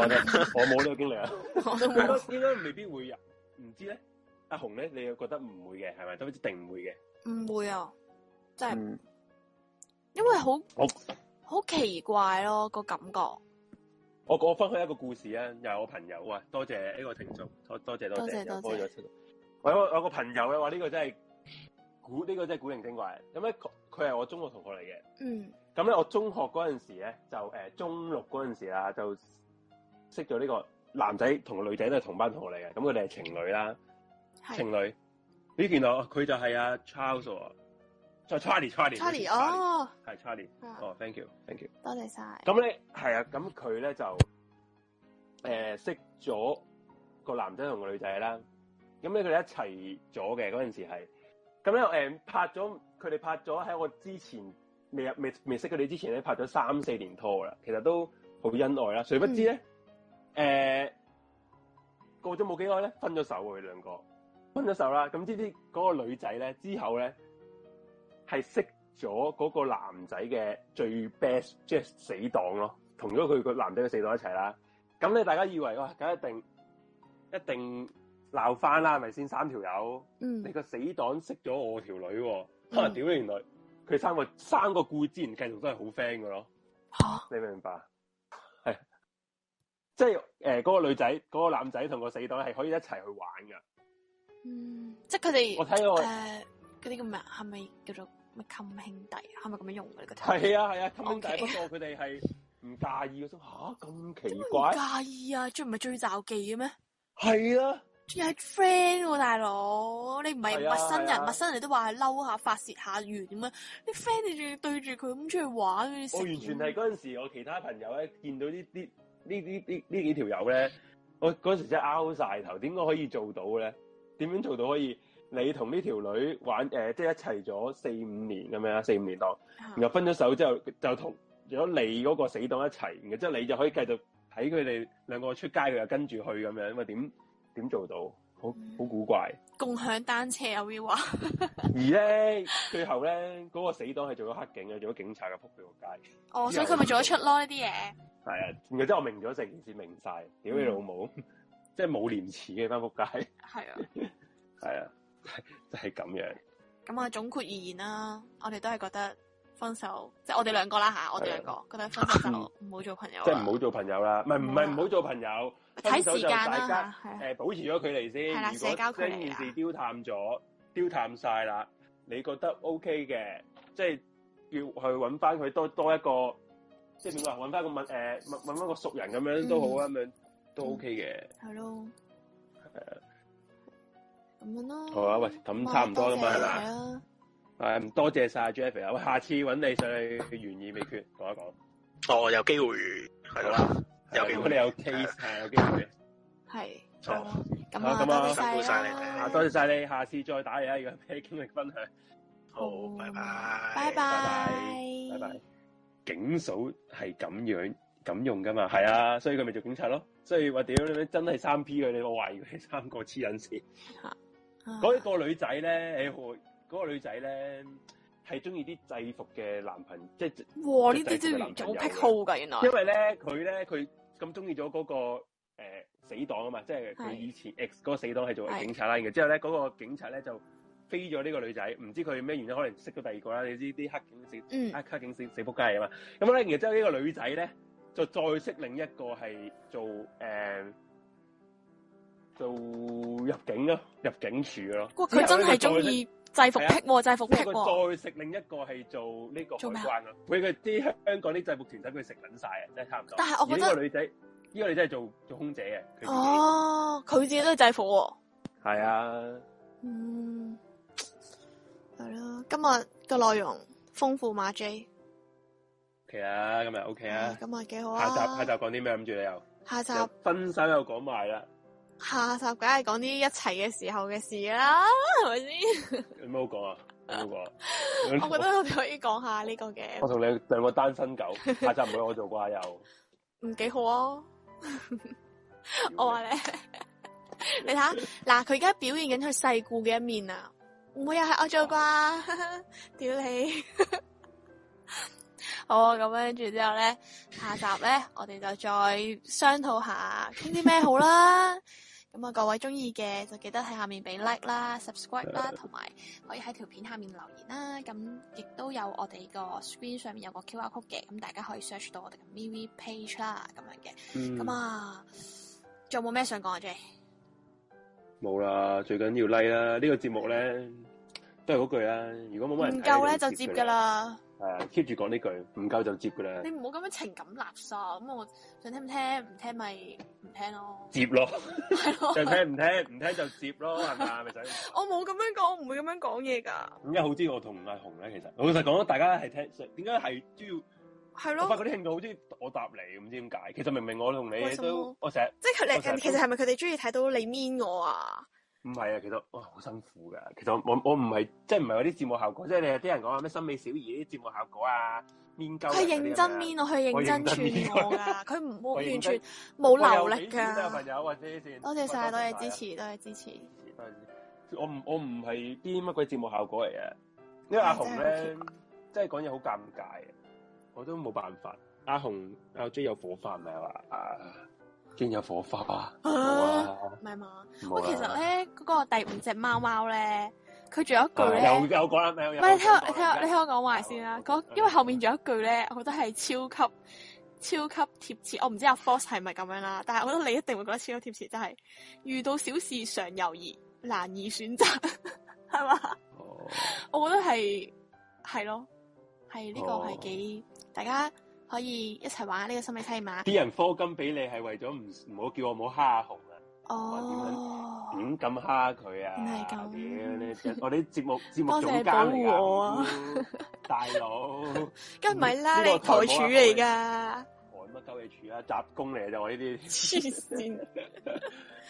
我覺得我冇呢個經歷啊，我都應該冇。應該未必會有，唔知咧。阿紅咧，你又覺得唔會嘅係咪？都一定唔會嘅。唔會啊，真係，嗯，因為好我好奇怪咯個感覺。我我分享一個故事啊，又係我朋友啊，多謝呢個聽眾，多多謝多多謝謝，又多謝幫咗出我有個我有個朋友咧話呢個真係古呢、個真係古靈精怪。咁咧佢佢係我中學同學嚟嘅。嗯咁咧我中學嗰陣時咧就誒、呃中六嗰陣時啦，就識咗呢個男仔同個女仔都係同班同學嚟嘅。咁佢哋係情侶啦，係情侶。你見到佢就係阿 Charles 喎，就 Charlie Charlie ，Charlie，哦，係 Charlie。啊哦，thank you，thank you。多謝晒。咁咧係啊，咁佢咧就誒、呃、識咗個男仔同個女仔啦。咁咧佢哋一齊咗嘅嗰陣時係，咁咧誒拍咗佢哋拍咗喺我之前未入未未識佢哋之前咧拍咗三四年拖啦，其實都好恩愛啦。誰不知咧誒、呃、過咗冇幾耐咧分咗手喎，佢兩個分咗手啦。咁知唔知嗰個女仔咧之後咧係識咗嗰個男仔嘅最 best 即係死黨咯，同咗佢個男仔嘅死黨一齊啦。咁咧大家以為哇，梗係一定一定鬧翻啦，係咪先？三條友，嗯你個死黨識咗我條女、喎，可能屌你原來佢三個三個固之然繼續都係好 friend 嘅咯。吓，你明唔明白？係，即係誒嗰個女仔，嗰、個男仔同個死黨係可以一齊去玩噶。嗯，即係佢哋我睇過誒嗰啲叫咩啊？係咪叫做咩襟兄弟？係咪咁樣用嘅呢個 term？係啊係啊，咁 OK 但 係不過佢哋係唔介意嘅，心吓咁奇唔怪，介意啊，最唔係最罩忌嘅咩？係啦、仲係 friend 喎，大佬，你唔係係啊陌生係啊人，陌生人你都話係嬲下發泄下完咁樣，你 friend 你仲要對住佢咁出去玩，你食我完全嘢係嗰陣時，我其他朋友咧見到呢啲呢呢呢呢幾條友咧，我嗰時真係拗晒頭，點解可以做到咧？點樣做到可以？你同呢條女玩誒、呃即係一齊咗四五年咁樣啦，四五年當，啊然後分咗手之後就同咗你嗰個死黨一齊，然後之後你就可以繼續睇佢哋兩個出街，佢又跟住去咁樣，咁啊點點做到？好嗯好古怪。共享單車啊，Will 話而咧最後咧嗰、個死黨係做咗黑警嘅，做咗警察嘅，撲佢個街。哦，所以佢咪做得出咯呢啲嘢，系嗯 啊，然後之後我明咗成件事明晒，屌你老母，即係冇廉恥嘅翻仆街，系啊，系啊， 就係咁樣。咁啊，總括而言啦，我哋都係覺得分手，即系我哋兩個啦啊吓，我哋兩個覺得分手 就唔好做朋友即係啦唔。好做朋友啦，唔係唔係唔好做朋友，睇分手時就間啦大家嚇係啊誒保持咗距離先。係啦如社交果距離啊將件事丟淡咗、丟淡晒啦，你覺得 OK 嘅，即係要去揾翻佢多多一個，即係點講啊？揾翻個問誒揾揾翻個熟人咁樣都嗯好啊，咁樣都 OK 嘅。啊係咯，咁樣咯。好啊，喂，咁差唔多啦嘛，係嘛？係啊，係哎唔多謝晒 Jeff 啊！喂，下次揾你上去懸疑未決講一講。哦，有機會係好啦啦，有機如果你會。啊有 case 係有機會。係好咁好啊，咁多啊謝辛苦晒晒你哋啊，啦，多謝晒你，下次再打嚟啊！如果咩經歷分享。好，拜拜，拜拜拜拜拜。警嫂係咁樣咁用噶嘛？係啊，所以佢咪做警察咯。所以話屌你咩真係三 P 佢哋，我懷疑佢哋三個黐撚線。啊嗰、個女仔咧，誒我嗰、個女仔咧係中意啲制服嘅男朋友，即係哇！呢啲真係有癖好噶，原來因為咧佢咧佢咁中意咗嗰個、呃、死黨啊嘛，即係佢係以前 ex 嗰個死黨係做係警察啦，然之後咧嗰、個警察咧就飛咗呢個女仔，唔知佢咩原因，可能識咗第二個啦。你知啲黑警死嗯黑黑警死死仆街啊嘛。咁咧，然之後呢個女仔咧就再識另一個係做誒、呃做入境咯，入境處咯。哇！佢真係之後中呢意制服癖喎，制服即癖喎，係佢再食另一個係做呢個做咩啊海關咯，佢嘅啲香港啲制服團體佢食緊晒啊，真係差唔多。但係我覺得而呢個女仔，呢、個女仔係做做空姐嘅，佢自己哦，佢自己都係制服喎。係啊，嗯，系咯，今日嘅內容豐富嘛 J， OK 啊，今日 OK 啊唉，咁啊幾好下啊。集下集講啲咩諗住你又下集又分手又講埋啊啦，下集梗係講啲一齊嘅時候嘅事啦，係咪先？？有咩好講啊？有咩好講 啊我覺得我哋可以講下呢個 我嘅，同你兩個單身狗，下集唔會我做啩 又。嗯幾好 啊！我話咧，你睇下，嗱，佢而家表現緊佢世故嘅一面啊，唔會又係我做啩，屌你！好啊，咁跟住之後咧，下集咧，我哋就再商討下傾啲咩好啦。咁啊，各位中意嘅就記得喺下面俾 like 啦、subscribe 啦，同埋可以喺條片下面留言啦。咁亦都有我哋個 screen 上面有個 QR code 嘅，咁大家可以 search 到我哋嘅 MV page 啦，咁樣嘅。嗯咁啊，仲有冇咩想講啊？J，冇啦，最緊要 like 啦，呢個節目咧都係嗰句啦，如果冇乜唔人睇夠咧就你接㗎噶。啦，係啊 keep 住講呢句，唔夠就接噶啦你，唔好咁樣情感垃圾。咁我想聽唔聽，唔聽咪唔聽咯。接咯，係咯就聽唔聽，唔聽就接咯，係咪啊？咪使我冇咁樣講，我唔會咁樣講嘢噶。點解好知我同阿紅咧？其實老實講，大家係聽，點解係主係要？我發覺咯，啲聽眾好中意我答你，唔知點解。其實明明我同為你什麼都，我成日即係我佢成哋日都其實係咪佢哋中意睇到你 mean 我啊？唔係啊，其實哇好辛苦噶。其實我我我唔係即係唔係嗰啲節目效果，即係你有啲人講話咩森美小儀啲節目效果啊，面鳩佢係人嗰啲認係真咪啊。 mean 我，佢係認真串我㗎，啊佢唔冇我認完真全冇流喂有力俾錢啊朋㗎。友或者先。多謝晒，喂多謝晒支啊持，多謝支持。但係我唔我唔係啲乜鬼節目效果嚟嘅，因為阿紅咧真係講嘢好尷尬嘅，我都冇辦法。阿紅阿 J 有火花咪話啊，竟然有火花啊！冇啊，唔係嘛？冇喂，啊其實咧，嗰個第五隻貓貓咧，佢仲有一句啊咧。有有講啦，有唔有嗯係，你聽我，講你聽我，你聽我講埋有先啦。有嗰有因為後面仲有一句咧，我覺得係超級超級貼切。我唔知阿 Force 係咪咁樣啦，但係我覺得你一定會覺得超級貼切，真係遇到小事常猶豫，難以選 擇，係嘛？哦我覺得係係咯，係呢個哦係幾大家可以一齊玩下呢個心理測驗啊！啲人科金俾你係為咗唔唔好叫我唔好蝦阿紅啊，哦，點敢蝦佢啊？原來係咁屌你真！我哋啲 節目節目多謝總你監保嚟護我啊㗎，嗯大 佬。梗唔係啦，呢你個台台冇柱啊嚟㗎，我乜鳩嘢處啊？雜工嚟嘅就我呢啲，黐線！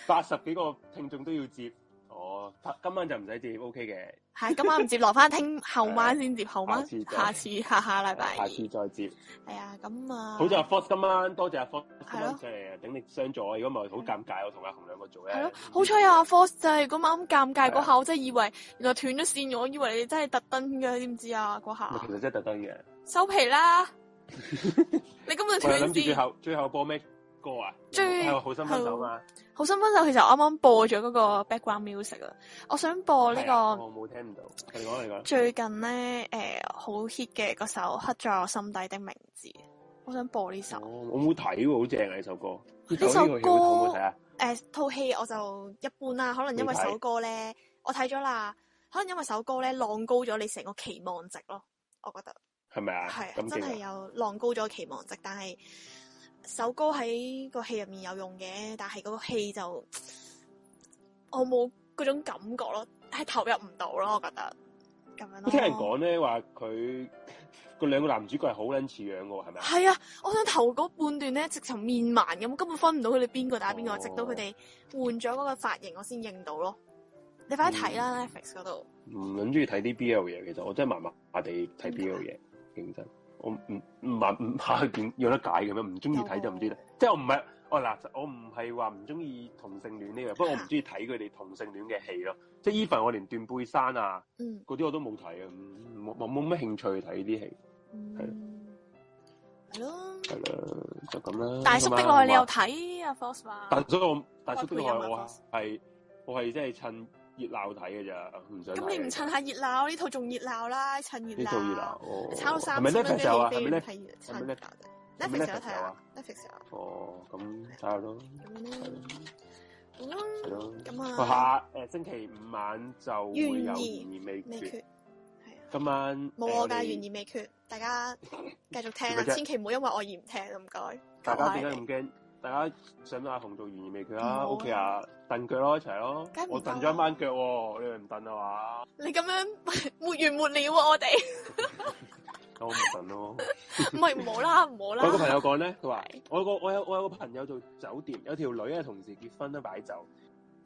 八十幾個聽眾都要接。哦，今晚就唔使接，OK 嘅，係今晚唔接，留翻聽後晚先接，後晚下次再下次下下禮拜 下二。次再接。系啊，咁啊，好在阿 Force 今晚多謝阿 Force 今係咯晚上嚟啊，鼎力相助啊！如果唔係好尷尬，我同阿紅兩個做咧。系咯，好彩啊！Force 就係咁啱尷尬係啊嗰下，我真係以為原來斷咗線，我以為你哋真係特登嘅，知唔知啊？嗰唔係其下實真係特登嘅。收皮啦！ 你根本就我係諗斷住最線，後最後播咩歌啊？最係喎好心分手嘛。好心分手，其實我啱啱播咗嗰個 background music 啦，我想播呢、係啊個我冇聽唔到，你講你講，最近咧诶好 hit 嘅嗰首《刻在我心底的名字》，我想播呢首。我我冇睇喎，好正啊！呢首歌，呢呢首歌好唔好睇啊？诶、呃套戲我就一般啦，可能因為你睇首歌咧，我睇咗啦，可能因為首歌咧浪高咗你成個期望值咯，我覺得。係咪啊？系啊，咁真係勁啊！有浪高咗期望值，但係首歌喺個戲入面有用嘅，但係嗰個戲就我冇嗰種感覺咯，係投入唔到咯，我覺得咁樣我咯。聽人講咧話佢個兩個男主角係好撚似樣嘅喎，係咪啊？係啊，我想頭嗰半段咧，直頭面盲咁，根本分唔到佢哋邊個打邊個，哦直到佢哋換咗嗰個髮型，我先認到咯。你快啲睇嗯啦，Netflix 嗰度。唔撚中意睇啲 BL 嘢，其實我真係麻麻地睇點解 BL 嘢，認真。我唔唔麻唔下點有得解嘅咩？唔中意睇就唔中意睇有，啊即係我唔係我嗱，我唔係話唔中意同性戀呢樣，不過我唔嚇中意睇佢哋同性戀嘅戲咯。即係 even 我連斷背山啊嗯，嗰啲我都冇睇啊，唔冇冇冇乜興趣睇呢啲戲，嗯係咯。係啦，就咁啦。大叔的咁啊愛你又睇啊，Force 嘛？但所以我大叔的開配音愛啊我係我係真係趁熱鬧睇嘅咋，唔想睇咁你唔嘅趁下熱鬧？呢套仲熱鬧啦，趁熱呢套熱鬧鬧，，哦炒到係三咪千 n e 蚊 t f 有啊？係咪嘅 n 戲俾你睇，係趁咪熱 Net- 鬧啫。係咪 Netflix 有 Netflix 得睇有啊啊，Netflix 有啊哦，咁睇下咯，咁樣係咯咯，咁係咯，咯。咁我啊，下誒星期五晚就會有懸疑懸而未未決決，。係啊，今晚呃冇誒我㗎，哋懸而未決，大家繼續聽做啦，乜啫千祈唔好因為我而唔聽啊，唔該。大家點求下解你咁驚？大家想唔想阿紅做懸而未決唔好啊啊？OK 啊，蹬腳咯，一齊咯梗係。唔啊我蹬得啦咗一晚腳喎，你咪唔蹬啊嘛？你咁樣 沒完沒了啊！我哋 咁我唔蹬咯。唔係唔好啦，唔好我啊有個朋啦。友講咧，佢話係我有個我有我有個朋友做酒店，有條女嘅同事結婚都擺酒，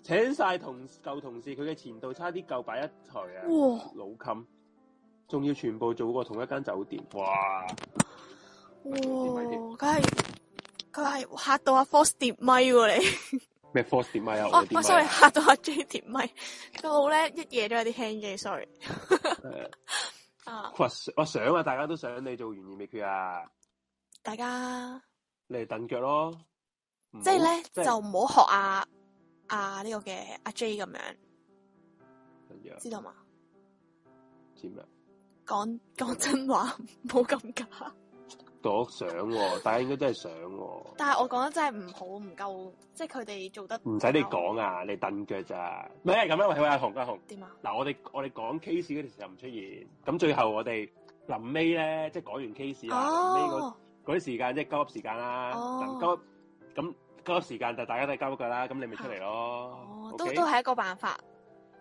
請晒同舊同事，佢嘅前度差啲夠擺一台啊哇老襟，仲要全部做過同一間酒店，哇！哇，咪添佢係佢係嚇到阿 Force 跌咪喎你。咩 force 點啊？我哦哋，我點 sorry 啊？嚇到阿 J 甜咪，佢好咧一夜都有啲輕機，sorry 誒 啊！佢話我想啊，大家都想你做懸而未決啊，大家你嚟蹬腳咯，唔好即係咧即係就唔好學阿阿呢個嘅阿 J 咁樣，咁樣知道嘛？知咩？講講真話， 唔好咁假。我想喎，大家應該真係想喎，但係我講得真係唔好，唔夠，即係佢哋做得唔使你講啊，你蹬腳咋？唔係咁樣，喂喂阿紅阿紅。點啊？嗱，我哋我哋講 case 嗰陣時候唔出現，咁最後我哋臨尾咧，即係講完 case 啦，臨尾嗰哦，嗰啲時間即係交急時間啦，哦臨交咁交急時間就大家都係交急噶啦，咁你咪出嚟咯哦，，都 OK？都係一個辦法，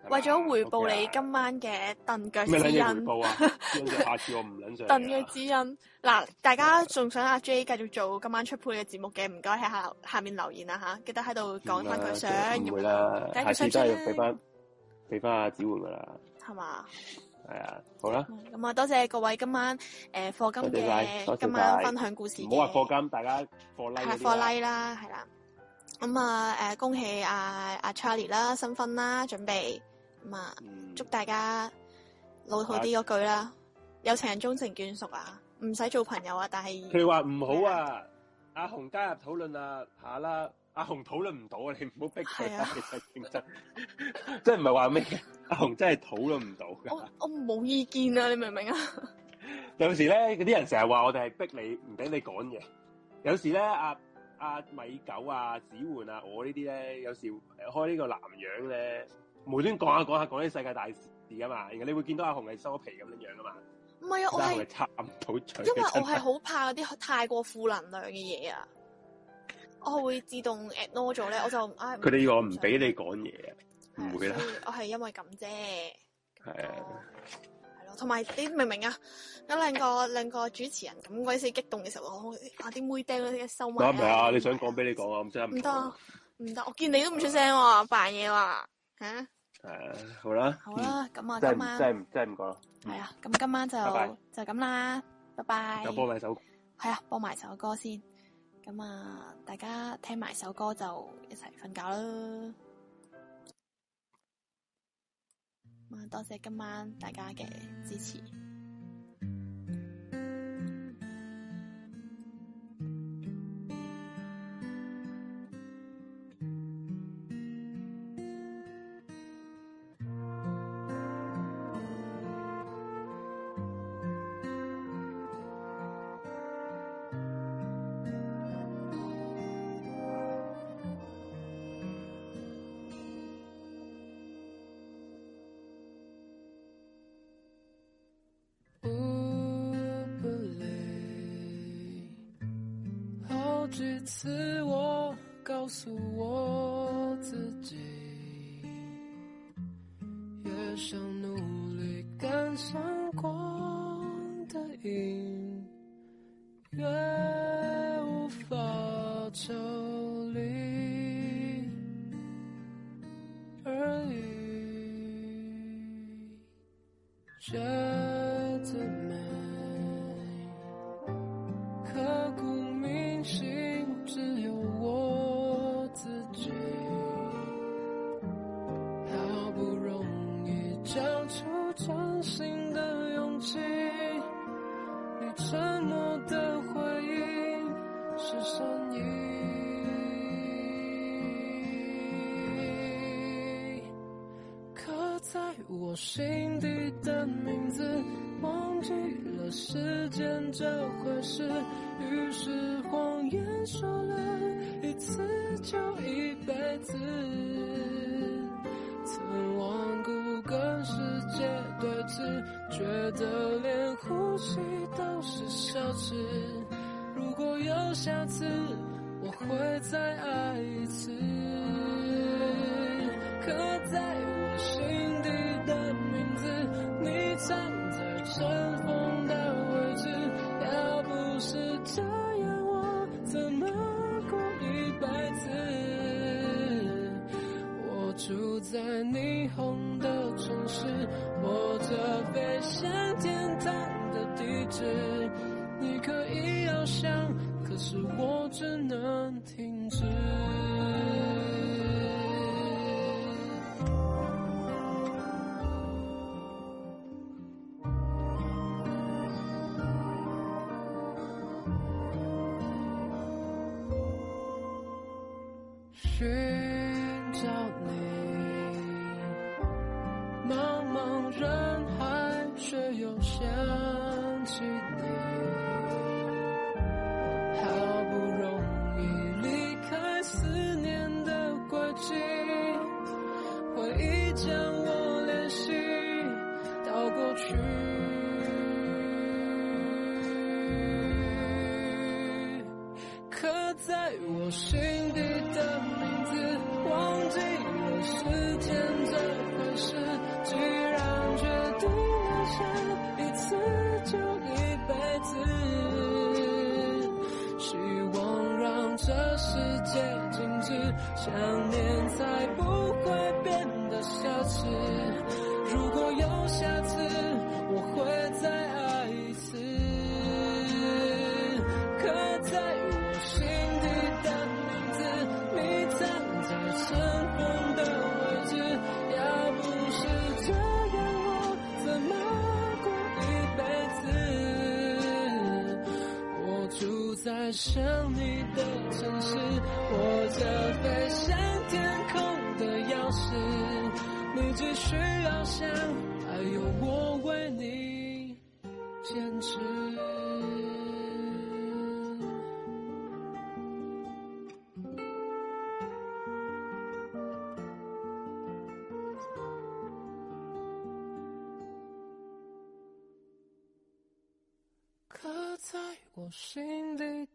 係嘛為咗回報你 OK 啊今晚嘅蹬腳咩指撚嘢回引。 報啊？跟住下次我唔撚上鄧嚟啊嘅啦指引嗱，大家仲想阿 J 繼續做今晚出配嘅節目嘅，唔該喺下下面留言啦啊吓，記得喺度講翻佢想唔會啦，梗係下佢想次都係出要啦俾翻俾翻阿子換噶啦，係嘛？係啊，好啦，咁啊，多謝各位今晚誒課金多謝晒多謝嘅晒今晚分享故事唔嘅，好話課金，大家課 like 嗰係啊啲啊課啦 like 啦，係啦。咁啊誒，恭喜阿阿 Charlie 啦，新婚啦，準備咁啊，嗯祝大家老土啲嗰句啦，有情人終成眷屬啊，唔使做朋友啊，但係佢話唔好啊，阿紅加入討論啊下啦，阿紅討論唔到啊，你唔好逼佢係啊啊，其實認真， 即係唔係話咩嘅，阿紅真係討論唔到我噶。我冇意見啊，你明唔明啊？有時咧，嗰啲人成日話我哋係逼你唔俾你講嘢，有時咧阿阿米九啊、子焕啊、我呢啲咧，有時開呢個南洋咧，無端講下講下講啲世界大事噶嘛，然後你會見到阿紅係收皮咁樣樣噶嘛，唔係啊，我但係係。插唔到嘴嘅，因為我真係好怕嗰啲太過負能量嘅嘢啊，我會自動 ignore 咗咧，我就唉。佢哋以為我唔俾你講嘢啊，係啊，唔會啦所，以我係因為咁啫，係啊。係咯。同埋你明唔明啊？有兩個兩個主持人咁鬼死激動嘅時候，我啊啲妹釘嗰啲收埋嗱啦。唔係啊，你想講俾你講啊，咁真係唔得講啊，唔得，我見你都唔出聲喎，扮嘢話吓。係啊好啦，好啦，咁啊，嗯，真係今唔晚真係唔真係唔講啦，係啊，咁今晚就拜拜就咁啦，拜拜。有波咪手，系啊，播埋首歌先。咁啊，大家聽埋首歌就一齊瞓覺啦。咁啊，多謝今晚大家嘅支持。我有几次我告诉我自己，越想努力赶上光的影，越无法抽离而已，觉得美。刻骨铭心，只有我自己。好不容易交出真心的勇气，你沉默的回应是善意。刻在我心底的名字，忘记了时间这回事，于是谎言说了一次就一辈子。曾顽固跟世界对峙，觉得连呼吸都是奢侈。如果有下次，我会再爱一次。刻在我心底的名字，你藏在尘封的位置。要不是这样，我怎么过一辈子？我住在霓虹的城市，握着飞向天堂的地址。你可以翱翔，可是我只能停止。寻找你，茫茫人海，却又想起你。好不容易离开思念的轨迹，回忆将我联系到过去。刻在我心底的名字，忘记了时间这回事。既然决定留下一次，就一辈子。希望让这世界静止，想念才不会变得奢侈。如果有下次，我会再爱一次。刻在我心底的名字，你站在尘封的位置。要不是这样，我怎么过一辈子？我住在想你的城市，握着飞向天空的钥匙。你只需要想，还有我为你坚持。刻在我心底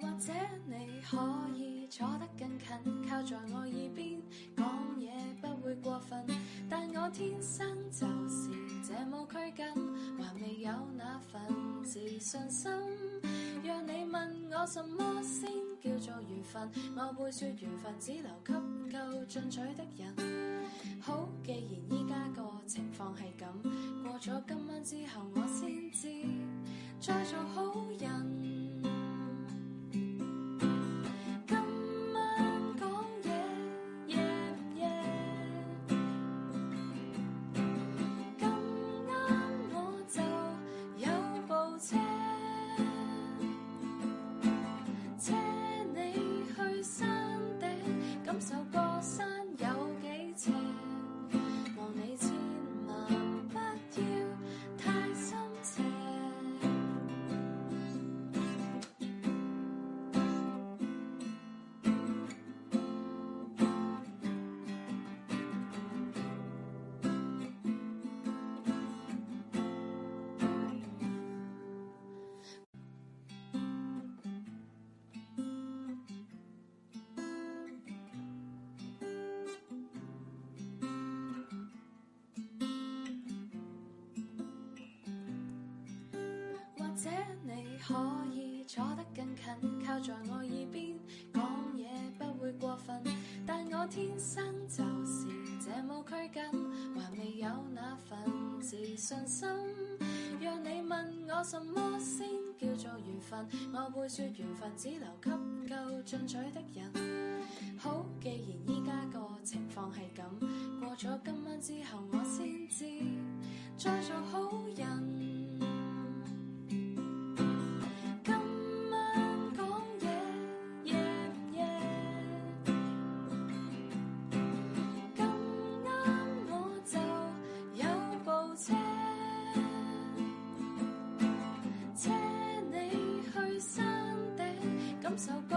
或者你可以坐得更近，靠在我耳邊講嘢不會過分，但我我天生就是這麼拘謹，還未有那份自信心。若你問我什麼先叫做緣分，我會說緣分只留給夠進取的人。好，既然依家個情況係咁，過咗今晚之後我先知，再做好人。今晚講嘢夜唔夜？咁啱我就有部車，車你去山頂，感受個山有幾斜。望你千萬不要太心邪。或者你可以坐得更近，靠在我耳邊講嘢不會過分。但我天生就是這麼拘謹，還未有那份自信心。若你問我什麼先叫做緣分，我會說緣分只留給夠進取的人。好，既然依家個情況係咁，過咗今晚之後我先知，再做好人。今晚講嘢夜唔夜？咁啱我就有部車，車你去山頂，感受個